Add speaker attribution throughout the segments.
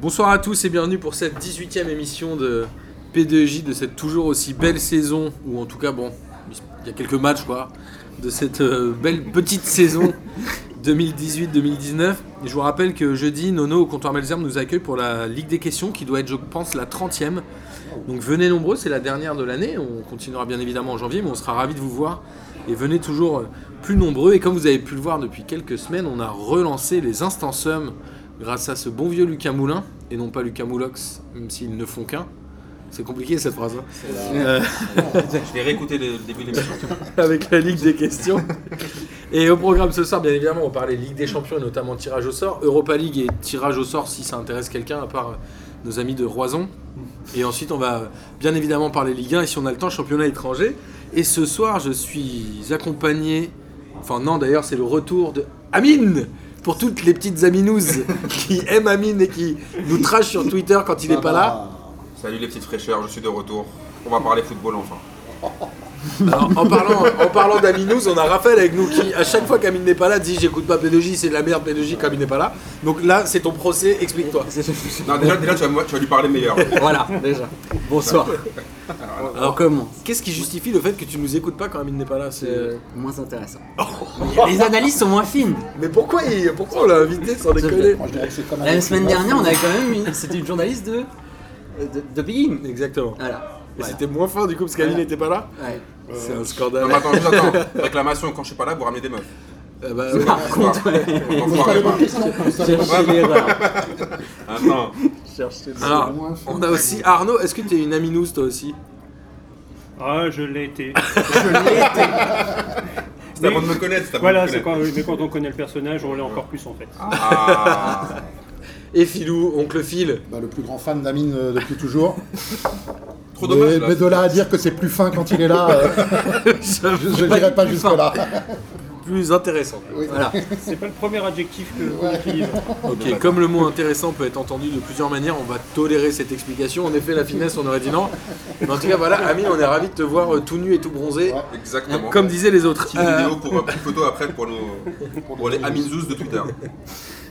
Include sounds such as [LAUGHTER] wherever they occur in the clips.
Speaker 1: Bonsoir à tous et bienvenue pour cette 18e émission de P2J de cette toujours aussi belle saison, ou en tout cas, bon, il y a quelques matchs quoi, de cette euh, belle petite saison 2018-2019. Et je vous rappelle que jeudi, Nono au comptoir Melzerbe nous accueille pour la Ligue des questions qui doit être, je pense, la 30e. Donc venez nombreux, c'est la dernière de l'année. On continuera bien évidemment en janvier, mais on sera ravis de vous voir. Et venez toujours euh, plus nombreux. Et comme vous avez pu le voir depuis quelques semaines, on a relancé les instansums grâce à ce bon vieux Lucas Moulin, et non pas Lucas Moulox, même s'ils ne font qu'un. C'est compliqué cette phrase. hein. Euh,
Speaker 2: Je vais réécouter le le début de l'émission.
Speaker 1: [LAUGHS] avec la Ligue des questions. Et au programme ce soir, bien évidemment, on parlait Ligue des Champions et notamment tirage au sort. Europa League et tirage au sort si ça intéresse quelqu'un, à part euh, nos amis de Roison. Et ensuite, on va euh, bien évidemment parler Ligue 1 et si on a le temps, championnat étranger. Et ce soir, je suis accompagné. Enfin, non, d'ailleurs, c'est le retour de Amine pour toutes les petites aminouzes [LAUGHS] qui aiment Amine et qui nous trashent sur Twitter quand il n'est pas là.
Speaker 2: Salut les petites fraîcheurs, je suis de retour. On va parler football enfin.
Speaker 1: Alors, en parlant, en parlant d'Aminouz, on a Raphaël avec nous qui, à chaque fois qu'Amine n'est pas là, dit J'écoute pas P2J, c'est de la merde P2J quand Amine n'est pas là. Donc là, c'est ton procès, explique-toi.
Speaker 2: Non, déjà, déjà tu, vas, me- tu vas lui parler meilleur.
Speaker 1: Voilà, déjà. Bonsoir.
Speaker 2: Alors,
Speaker 1: Alors,
Speaker 3: commence.
Speaker 1: Qu'est-ce qui justifie le fait que tu nous écoutes pas quand Amine n'est pas là c'est...
Speaker 4: Euh,
Speaker 1: euh,
Speaker 3: C'est moins intéressant. [LAUGHS] Les analyses sont moins fines.
Speaker 1: Mais pourquoi, il- pourquoi on l'a invité sans déconner
Speaker 4: Moi, je dirais que c'est comme
Speaker 3: La semaine dernière, on avait quand même une... C'était une journaliste de... de, de Beijing.
Speaker 1: Exactement.
Speaker 3: Voilà.
Speaker 1: Et
Speaker 3: Voilà.
Speaker 1: c'était moins fort du coup parce qu'Amine
Speaker 3: Voilà.
Speaker 1: n'était pas là
Speaker 3: Ouais.
Speaker 4: Euh,
Speaker 1: C'est un
Speaker 2: non,
Speaker 1: scandale.
Speaker 2: mais attends, juste attends. Réclamation, quand je suis pas là, vous ramenez des meufs.
Speaker 1: Eh ben,
Speaker 2: C'est
Speaker 1: ouais.
Speaker 2: pas On
Speaker 4: Vous savez pas qui ça, vous savez pas.
Speaker 3: Chercher l'erreur.
Speaker 2: Attends.
Speaker 1: Alors, on a aussi Arnaud. Est-ce que tu es une Aminouz toi aussi
Speaker 5: Ah, je l'ai été.
Speaker 2: C'est avant de me connaître, c'est avant
Speaker 5: Voilà,
Speaker 2: de me
Speaker 5: c'est
Speaker 2: connaître.
Speaker 5: quand, mais quand on connaît le personnage, on l'est encore plus en fait.
Speaker 2: Ah,
Speaker 1: Et Philou, oncle Phil.
Speaker 4: Bah, le plus grand fan d'Amine euh, depuis
Speaker 1: [LAUGHS]
Speaker 4: toujours.
Speaker 2: trop
Speaker 4: mais,
Speaker 2: dommage là.
Speaker 4: mais de là à dire que c'est plus fin quand il est là, euh, je je dirais pas jusque là.
Speaker 1: Plus intéressant.
Speaker 3: Voilà.
Speaker 5: C'est pas le premier adjectif que qu'on utilise.
Speaker 1: Ok, comme le mot intéressant peut être entendu de plusieurs manières, on va tolérer cette explication. En effet, la finesse, on aurait dit non. Mais en tout cas, voilà, Amine, on est ravi de te voir euh, tout nu et tout bronzé, Euh,
Speaker 4: Ouais.
Speaker 2: Exactement.
Speaker 1: comme disaient les autres.
Speaker 2: Petite
Speaker 1: Euh,
Speaker 2: vidéo pour une photo après pour nos pour les Aminzous de Twitter.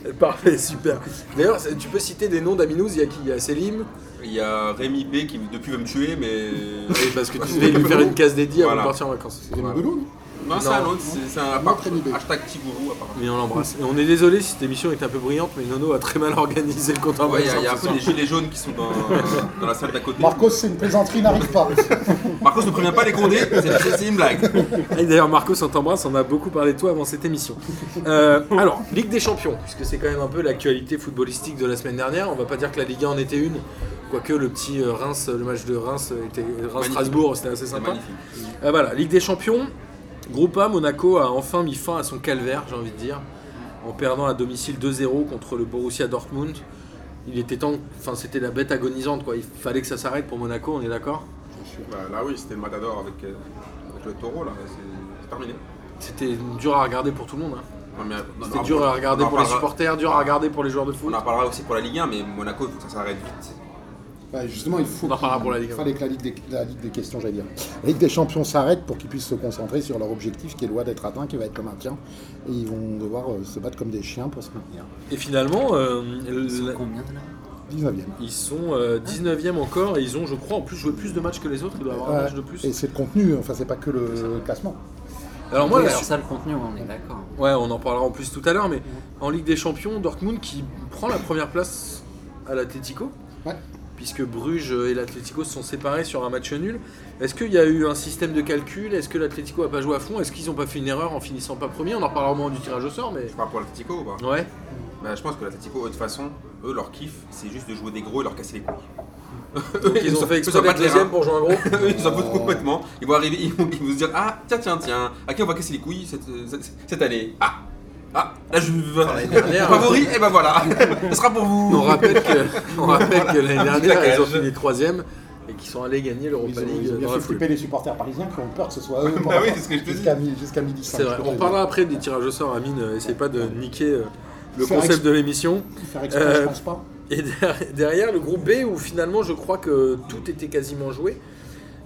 Speaker 1: Euh, parfait, super. D'ailleurs, c'est- tu peux citer des noms d'Aminouz, il y a qui Il y a Selim,
Speaker 2: Il y a Rémi B qui depuis veut me tuer, mais. euh,
Speaker 1: et parce que tu devais lui faire une case dédiée avant de
Speaker 2: Voilà.
Speaker 1: partir en vacances.
Speaker 4: C'est une beloune.
Speaker 2: Non, c'est
Speaker 1: Non.
Speaker 2: un autre, c'est c'est un
Speaker 4: Montre Rémi B.
Speaker 2: hashtag Tigourou apparemment.
Speaker 1: Mais on l'embrasse. Et on est désolé si cette émission est un peu brillante, mais Nono a très mal organisé le compte en
Speaker 2: Ouais, il y a-
Speaker 1: banque
Speaker 2: il y a un
Speaker 1: ce
Speaker 2: peu des
Speaker 1: soir.
Speaker 2: gilets jaunes qui sont
Speaker 4: [LAUGHS]
Speaker 2: dans, dans la salle d'à côté.
Speaker 4: Marcos, c'est une plaisanterie, n'arrive [LAUGHS] pas.
Speaker 2: Marcos ne prévient pas les condés, c'est c'est une blague.
Speaker 1: Et D'ailleurs, Marcos, on t'embrasse, on a beaucoup parlé de toi avant cette émission. Euh, alors, Ligue des Champions, puisque c'est quand même un peu l'actualité footballistique de la semaine dernière, on va pas dire que la Ligue 1 en était une, quoique le petit euh, Reims, le match de Reims était Reims-Strasbourg, c'était assez
Speaker 2: C'est
Speaker 1: sympa.
Speaker 2: magnifique.
Speaker 1: Euh, voilà, Ligue des Champions, Groupa Monaco a enfin mis fin à son calvaire, j'ai envie de dire, en perdant à domicile 2-0 contre le Borussia Dortmund. Il était temps, enfin c'était la bête agonisante quoi, il fallait que ça s'arrête pour Monaco, on est d'accord
Speaker 2: Bah, là oui, c'était le matador avec, euh, avec le taureau, là, c'est c'est terminé.
Speaker 1: C'était dur à regarder pour tout le monde. hein.
Speaker 2: Non, mais, non,
Speaker 1: C'était
Speaker 2: non,
Speaker 1: dur
Speaker 2: on-
Speaker 1: à regarder
Speaker 2: on en
Speaker 1: pour les
Speaker 2: parlera-
Speaker 1: supporters, dur à regarder pour les joueurs de
Speaker 2: On
Speaker 1: foot.
Speaker 2: en parlera aussi pour la Ligue 1, mais Monaco, il faut que ça s'arrête vite.
Speaker 4: Bah, justement, il faut
Speaker 1: On en parlera
Speaker 4: qu'il-
Speaker 1: pour la Ligue un.
Speaker 4: fallait que la Ligue, des, la Ligue des questions, j'allais dire. La Ligue des champions s'arrête pour qu'ils puissent se concentrer sur leur objectif qui est loin d'être atteint, qui va être le maintien. Et ils vont devoir euh, se battre comme des chiens pour se maintenir.
Speaker 1: Et finalement, euh, le-
Speaker 3: Combien de là
Speaker 4: 19e.
Speaker 1: ils sont euh, 19e encore et ils ont, je crois, en plus joué plus de matchs que les autres. Ils doivent avoir un
Speaker 4: Ouais.
Speaker 1: match de plus.
Speaker 4: Et c'est le contenu, enfin, c'est pas que le classement.
Speaker 1: Alors, moi, Ah,
Speaker 3: Oui,
Speaker 1: la-
Speaker 3: alors ça, le contenu, on est d'accord.
Speaker 1: ouais, on en parlera en plus tout à l'heure, mais en Ligue des Champions, Dortmund qui prend la première place à l'Atlético.
Speaker 4: Ouais.
Speaker 1: Puisque Bruges et l'Atlético se sont séparés sur un match nul. Est-ce qu'il y a eu un système de calcul Est-ce que l'Atlético a pas joué à fond Est-ce qu'ils n'ont pas fait une erreur en finissant pas premier On en parlera au moment du tirage au sort, mais.
Speaker 2: Je parle pour l'Atletico ou pas
Speaker 1: Ouais.
Speaker 2: bah, Je pense que l'Atletico, eux, de toute façon, eux, leur kiff, c'est juste de jouer des gros et leur casser les couilles.
Speaker 1: Donc, ils ont
Speaker 2: s'en-
Speaker 1: fait
Speaker 2: s'en
Speaker 1: exprès d'être
Speaker 2: battent les
Speaker 1: deuxième
Speaker 2: reins.
Speaker 1: pour jouer un gros.
Speaker 2: Eux, [LAUGHS] ils s'en foutent complètement. Ils vont arriver, ils vont, ils vont se dire Ah, tiens, tiens, tiens, à qui on va casser les couilles cette, cette- cette année Ah Ah Là, je [LAUGHS] vais.
Speaker 1: dernière. hein.
Speaker 2: Favori Et ben voilà [LAUGHS] Ce sera pour vous
Speaker 1: On rappelle que, on rappelle que l'année dernière,
Speaker 2: la
Speaker 1: ils ont
Speaker 2: cage.
Speaker 1: fini troisième et qu'ils sont allés gagner
Speaker 4: Ils
Speaker 1: l'Europa
Speaker 4: ont, ils ont
Speaker 1: League
Speaker 4: bien
Speaker 1: dans
Speaker 4: fait
Speaker 1: la foulée. Ah
Speaker 4: flipper les supporters parisiens qui ont peur que ce
Speaker 1: [LAUGHS]
Speaker 4: soit eux
Speaker 2: Bah oui, c'est ce que je te dis.
Speaker 4: jusqu'à mi- jusqu'à midi
Speaker 1: C'est vrai. On parlera après des tirages au sort. Amine, euh, essayez pas de niquer euh, le
Speaker 4: Faire
Speaker 1: concept
Speaker 4: exp-
Speaker 1: de l'émission.
Speaker 4: Faire exprès,
Speaker 1: Euh,
Speaker 4: je pense pas.
Speaker 1: Et derrière, derrière, le groupe B, où finalement, je crois que tout était quasiment joué.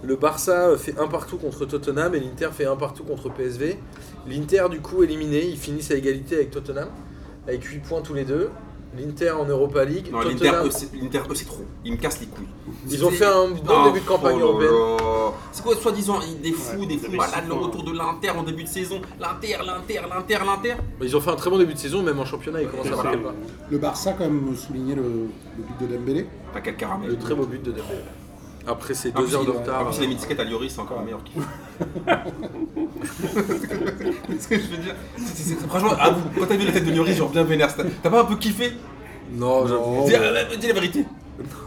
Speaker 1: Le Barça euh, fait un partout contre Tottenham et l'Inter fait un partout contre PSV. L'Inter, du coup, éliminé. Ils finissent à égalité avec Tottenham, avec 8 points tous les deux. l'Inter en Europa League.
Speaker 2: Non, l'Inter,
Speaker 1: Tottenham-
Speaker 2: eux, c'est- l'Inter, eux, c'est trop. Ils me cassent les couilles.
Speaker 1: Ils ont fait un bon début de campagne
Speaker 2: oh là
Speaker 1: européenne.
Speaker 2: là. C'est quoi, soi-disant, ils- des fous,
Speaker 5: Ouais,
Speaker 2: des
Speaker 5: vous
Speaker 2: fous
Speaker 5: avez
Speaker 2: malades, le
Speaker 5: souvent-
Speaker 2: retour de l'Inter en début de saison. L'Inter, l'Inter, l'Inter, l'Inter.
Speaker 1: Mais Bah, Ils ont fait un très bon début de saison, même en championnat, ils commencent à
Speaker 5: C'est-
Speaker 1: marquer pas.
Speaker 4: Le Barça, quand même, soulignait le, le but de Dembélé.
Speaker 2: Enfin, quel
Speaker 1: Le
Speaker 2: caramel.
Speaker 1: très beau but de Dembélé. Après ces
Speaker 2: En
Speaker 1: deux
Speaker 2: plus,
Speaker 1: heures de
Speaker 2: il- En
Speaker 1: retard. euh,
Speaker 2: plus, il a mis disquette à Lloris, Ah, c'est encore meilleur qu'il C'est [LAUGHS] ce que je veux dire. C'est- c'est- c'est- Franchement, à vous, quand t'as vu la tête de Lloris, genre bien vénère, c'est- t'as pas un peu kiffé
Speaker 1: Non, j'avoue.
Speaker 2: dis, ah, bah, dis la vérité.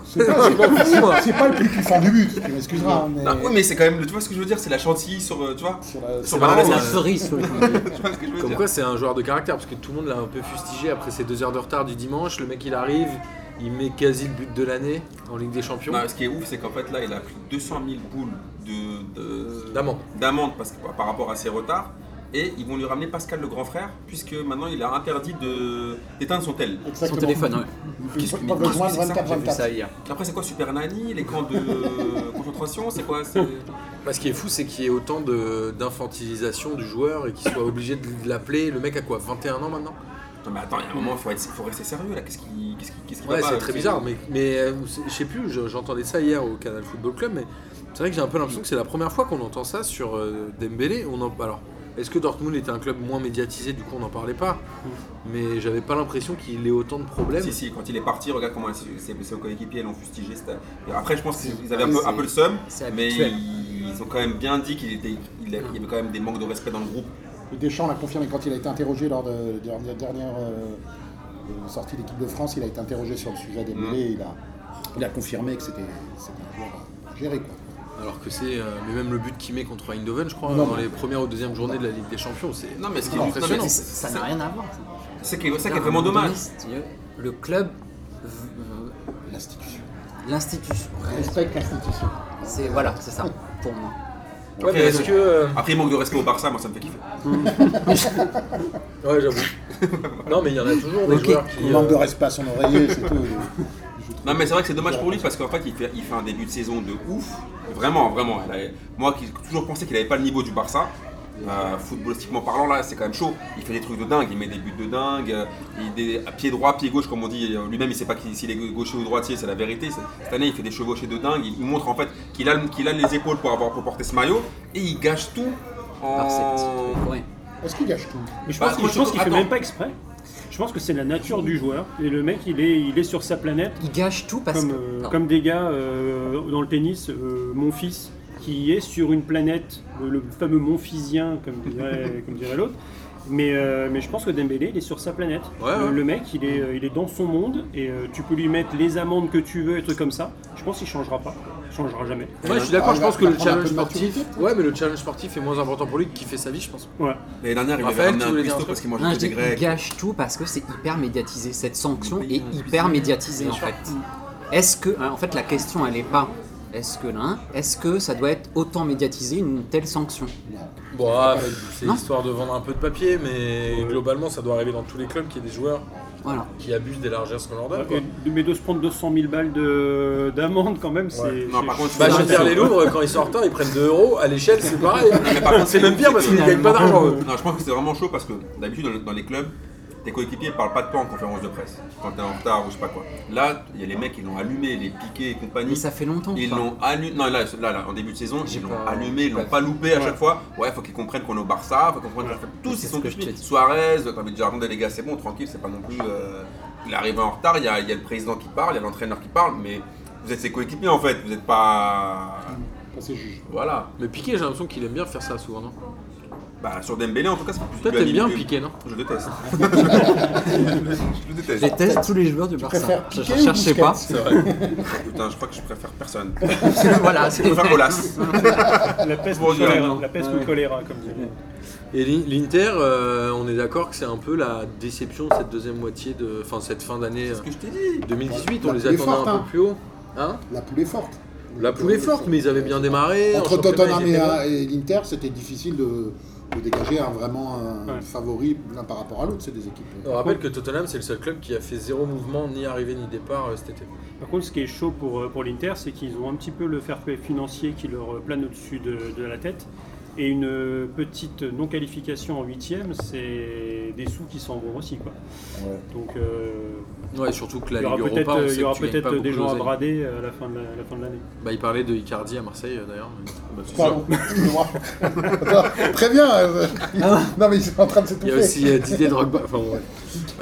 Speaker 4: C'est pas, c'est pas- c'est pas le plus kiffant du but, tu m'excuseras. Mais...
Speaker 2: Ah, oui, mais c'est quand même, le- tu vois ce que je veux dire, c'est la chantilly sur, euh, tu vois, [LAUGHS]
Speaker 4: Sur la-
Speaker 2: sur
Speaker 1: la
Speaker 2: la
Speaker 1: Ah,
Speaker 3: C'est
Speaker 1: ouais.
Speaker 3: la
Speaker 2: reste.
Speaker 3: cerise sur le
Speaker 2: Tu vois ce que je veux
Speaker 1: Comme
Speaker 2: dire.
Speaker 1: quoi, c'est un joueur de caractère, parce que tout le monde l'a un peu fustigé après ces deux heures de retard du dimanche. Le mec, il arrive, il met quasi le but de l'année en Ligue des Champions.
Speaker 2: Non, ce qui est ouf, c'est qu'en fait là, il a pris 200 000 boules de, de-
Speaker 1: D'amende.
Speaker 2: d'amende parce que, par rapport à ses retards. Et ils vont lui ramener Pascal le grand frère, puisque maintenant il a interdit de- d'éteindre son tel.
Speaker 3: Son
Speaker 4: Exactement.
Speaker 3: téléphone, ouais.
Speaker 2: Qu'est-ce que-
Speaker 4: Pas besoin de
Speaker 2: qu'est-ce que c'est que ça
Speaker 4: 24
Speaker 3: J'ai vu ça
Speaker 4: 24.
Speaker 3: hier.
Speaker 2: Après, c'est quoi Super Nani Les camps de concentration C'est quoi c'est-
Speaker 1: Bah, ce qui est fou, c'est qu'il y ait autant de- d'infantilisation du joueur et qu'il soit obligé de l'appeler. Le mec a quoi 21 ans maintenant
Speaker 2: Non, mais attends, il y a un moment, il faut, être- faut rester sérieux là. Qu'est-ce qui, qu'est-ce qui, qu'est-ce qui
Speaker 1: Ouais, bah,
Speaker 2: va pas
Speaker 1: c'est très bizarre, mais, mais euh, c'est- je sais plus, je- j'entendais ça hier au Canal Football Club, mais c'est vrai que j'ai un peu l'impression que c'est la première fois qu'on entend ça sur euh, Dembélé. On en, alors, est-ce que Dortmund était un club moins médiatisé, du coup on n'en parlait pas Mais j'avais pas l'impression qu'il ait autant de problèmes.
Speaker 2: Si, si, quand il est parti, regarde comment ses, ses- ses coéquipiers l'ont fustigé. c'était- Et Après, je pense qu'ils avaient un peu, un peu le seum,
Speaker 3: C'est
Speaker 2: mais
Speaker 3: habituel.
Speaker 2: ils, ont quand même bien dit qu'il était, il, il y avait quand même des manques de respect dans le groupe.
Speaker 4: Et Deschamps l'a confirmé quand il a été interrogé lors de de la dernière euh, euh, sortie d'équipe de France. Il a été interrogé sur le sujet des mêlées. Il, a, il a confirmé que c'était c'était un joueur à gérer. Quoi.
Speaker 1: Alors que c'est. euh, mais même le but qu'il met contre Eindhoven, je crois,
Speaker 4: Non,
Speaker 1: dans
Speaker 4: mais-
Speaker 1: les premières ou deuxièmes journées de la Ligue des Champions, c'est.
Speaker 2: Ah, Non, mais ce qui
Speaker 4: Non,
Speaker 2: est
Speaker 4: après,
Speaker 2: non, mais
Speaker 3: Ça-
Speaker 2: c'est-
Speaker 3: Ça
Speaker 2: c'est-
Speaker 3: n'a rien à voir. ça.
Speaker 2: C'est qui est, ça qui est
Speaker 3: Là,
Speaker 2: vraiment
Speaker 3: à un moment
Speaker 2: dommage.
Speaker 3: donné, c'est-à-dire, Le club, v- v-
Speaker 4: L'institution.
Speaker 3: l'institution.
Speaker 4: Respecte l'institution.
Speaker 3: C'est voilà, c'est ça pour moi.
Speaker 1: Ouais, mais est-ce que. euh,
Speaker 2: Après, il manque de respect au Barça, moi ça me fait kiffer.
Speaker 1: Ouais, [LAUGHS] j'avoue. non, mais il y en a toujours des
Speaker 3: Ok.
Speaker 1: joueurs qui.
Speaker 4: Il manque
Speaker 1: euh,
Speaker 4: de respect à son oreiller, c'est tout.
Speaker 2: Non, mais c'est vrai que c'est dommage pour lui parce qu'en fait, il fait, il fait un début de saison de ouf. Vraiment, vraiment. Il avait- moi qui toujours pensais qu'il n'avait pas le niveau du Barça. euh, footballistiquement parlant, là, c'est quand même chaud. Il fait des trucs de dingue, il met des buts de dingue, euh, il des à pied droit, pied gauche, comme on dit. euh, Lui-même, il sait pas qui- s'il est gaucher ou droitier, c'est la vérité. C'est- Cette année, il fait des chevauchées de dingue. Il montre en fait qu'il a, le- qu'il a les épaules pour avoir pour porter ce maillot et il gâche tout
Speaker 3: Par cette-
Speaker 2: en.
Speaker 3: Ouais.
Speaker 4: Est-ce qu'il gâche tout
Speaker 5: Mais je
Speaker 2: Bah,
Speaker 5: pense, qu'il-
Speaker 2: moi,
Speaker 5: je pense
Speaker 2: je-
Speaker 5: qu'il fait
Speaker 2: attends.
Speaker 5: même pas exprès. Je pense que c'est la nature du joueur. Et le mec, il est, il est sur sa planète.
Speaker 3: Il gâche tout parce
Speaker 5: Comme,
Speaker 3: que.
Speaker 5: euh,
Speaker 3: Pardon.
Speaker 5: comme des gars euh, dans le tennis, euh, mon fils qui est sur une planète, le, le fameux Monfisien, comme dirait, comme dirait l'autre. Mais, euh, mais je pense que Dembélé, il est sur sa planète.
Speaker 1: Ouais,
Speaker 5: Le-
Speaker 1: ouais.
Speaker 5: Le mec, il est, euh, il est dans son monde et euh, tu peux lui mettre les amendes que tu veux et trucs comme ça. Je pense qu'il changera pas. Il changera jamais.
Speaker 1: Ouais, je suis d'accord,
Speaker 4: Ah,
Speaker 1: je
Speaker 4: il va-
Speaker 1: pense que
Speaker 4: il va
Speaker 1: le
Speaker 4: prendre un
Speaker 1: challenge
Speaker 4: peu de
Speaker 1: sportif.
Speaker 4: maturité, peut-être.
Speaker 1: Ouais, mais le challenge sportif est moins important pour lui que kiffer sa vie, je pense.
Speaker 5: Voilà.
Speaker 2: L'année dernière, il avait
Speaker 1: Raphaël,
Speaker 2: ramené
Speaker 1: tu voulais
Speaker 2: un
Speaker 1: dire un
Speaker 2: cuistot
Speaker 1: truc
Speaker 2: parce qu'il mangeait
Speaker 3: Non,
Speaker 2: que
Speaker 3: je dis,
Speaker 2: Ah, des
Speaker 3: il
Speaker 2: grecs.
Speaker 3: gâche tout parce que c'est hyper médiatisé. Cette sanction
Speaker 2: Oui,
Speaker 3: est
Speaker 2: oui,
Speaker 3: hyper médiatisée
Speaker 1: bien
Speaker 3: en
Speaker 1: sûr.
Speaker 3: fait. Est-ce que, ah, en fait, la question elle est pas est-ce que l'un, est-ce que ça doit être autant médiatisé une telle sanction
Speaker 1: Bon, ah, c'est
Speaker 3: Non.
Speaker 1: histoire de vendre un peu de papier, mais globalement, ça doit arriver dans tous les clubs qu'il y ait des joueurs
Speaker 3: Voilà.
Speaker 1: qui abusent des largesses qu'on leur donne. quoi.
Speaker 5: Et de- mais de se prendre 200 000 balles de- d'amende quand même, c'est.
Speaker 2: Non,
Speaker 5: c'est-
Speaker 2: par contre,
Speaker 1: Bah,
Speaker 2: Non,
Speaker 1: chez
Speaker 2: mais
Speaker 1: Pierre
Speaker 2: c'est-
Speaker 1: les Louvres, quand ils sortent un, ils prennent 2 euros. À l'échelle, c'est pareil.
Speaker 2: Mais par contre,
Speaker 1: C'est même pire parce qu'ils
Speaker 2: que-
Speaker 1: gagnent pas d'argent. eux.
Speaker 2: Non, je pense que c'est vraiment chaud parce que d'habitude dans, le- dans les clubs, tes coéquipiers parlent pas de toi en conférence de presse quand t'es en retard ou je sais pas quoi. Là, il y a les mecs qui l'ont allumé, les piquets et compagnie.
Speaker 3: Mais ça fait longtemps.
Speaker 2: Ils
Speaker 3: quoi.
Speaker 2: l'ont allumé. Non, là, là, là, en début de saison,
Speaker 3: J'ai
Speaker 2: ils l'ont
Speaker 3: pas-
Speaker 2: allumé, ils
Speaker 3: j'ai
Speaker 2: l'ont
Speaker 3: pas
Speaker 2: pas loupé à chaque fois. Ouais, faut qu'ils comprennent qu'on est au Barça, faut qu'ils comprennent qu'on fait tous,
Speaker 3: C'est
Speaker 2: ils
Speaker 3: ce
Speaker 2: sont
Speaker 3: que je te
Speaker 2: tous.
Speaker 3: dis.
Speaker 2: Suarez, t'as envie de dire, attendez les gars, c'est bon, tranquille, c'est pas non plus. euh, Il arrive en retard, il y a, il y a le président qui parle, il y a l'entraîneur qui parle, mais vous êtes ses coéquipiers en fait, vous êtes pas.
Speaker 4: Passez juge.
Speaker 2: Voilà.
Speaker 1: Mais Piqué, j'ai l'impression qu'il aime bien faire ça souvent, non
Speaker 2: Bah, sur Dembélé en tout cas, c'est plus
Speaker 1: Toi,
Speaker 2: lui a
Speaker 1: t'aimes
Speaker 2: mis
Speaker 1: bien
Speaker 2: le-
Speaker 1: Piqué, non
Speaker 2: Je
Speaker 1: [LAUGHS]
Speaker 2: le déteste. je le déteste.
Speaker 3: Je déteste tous les joueurs du Barça.
Speaker 4: préfères
Speaker 3: Je
Speaker 4: Piqué
Speaker 3: je
Speaker 4: ou
Speaker 3: cherchais pas.
Speaker 2: Putain, je crois que je préfère
Speaker 1: [LAUGHS]
Speaker 2: personne.
Speaker 3: [LAUGHS] voilà.
Speaker 2: Je préfère Olas.
Speaker 5: la peste ou
Speaker 2: Bon,
Speaker 5: le
Speaker 1: hein.
Speaker 5: choléra,
Speaker 2: non.
Speaker 5: la peste ou le choléra, comme dirait.
Speaker 1: Et l'I- l'Inter, euh, on est d'accord que c'est un peu la déception de cette deuxième moitié de. Enfin, cette fin d'année
Speaker 2: Ce que je t'ai dit.
Speaker 1: euh, 2018. On
Speaker 4: La
Speaker 1: les
Speaker 4: poule est
Speaker 1: attendait
Speaker 4: forte,
Speaker 1: un
Speaker 4: hein.
Speaker 1: peu plus haut. Hein
Speaker 4: La poule est forte.
Speaker 1: La poule est forte, mais ils avaient bien démarré. en
Speaker 4: Entre
Speaker 1: championnat,
Speaker 4: Tottenham
Speaker 1: ils étaient
Speaker 4: et, euh,
Speaker 1: bons.
Speaker 4: et l'Inter, c'était difficile de, de dégager un, vraiment un
Speaker 5: Ouais.
Speaker 4: favori l'un par rapport à l'autre. C'est des équipes.
Speaker 1: On rappelle que Tottenham, c'est le seul club qui a fait zéro mouvement, ni arrivée, ni départ euh, cet été.
Speaker 5: Par contre, ce qui est chaud pour, euh, pour l'Inter, c'est qu'ils ont un petit peu le fair play financier qui leur euh, plane au-dessus de, de la tête. Et une euh, petite non-qualification en huitième, c'est des sous qui s'en vont aussi. Quoi.
Speaker 4: Ouais.
Speaker 5: Donc euh,
Speaker 1: Ouais, surtout que la
Speaker 5: il y aura
Speaker 1: Ligue
Speaker 5: peut-être
Speaker 1: Europa, on
Speaker 5: euh,
Speaker 1: sait
Speaker 5: il y aura
Speaker 1: que tu gagnes
Speaker 5: peut-être
Speaker 1: pas
Speaker 5: des
Speaker 1: beaucoup
Speaker 5: gens à
Speaker 1: d'oseille.
Speaker 5: brader euh, à la fin de la- la fin de l'année.
Speaker 1: Bah, il parlait de Icardi à Marseille euh, d'ailleurs.
Speaker 4: Pardon. [LAUGHS] Attends, Très bien. euh, non, mais ils sont en train de
Speaker 1: Ah Il y a
Speaker 4: s'étouffer.
Speaker 1: aussi euh, Didier Drogba. Enfin, bon, ouais.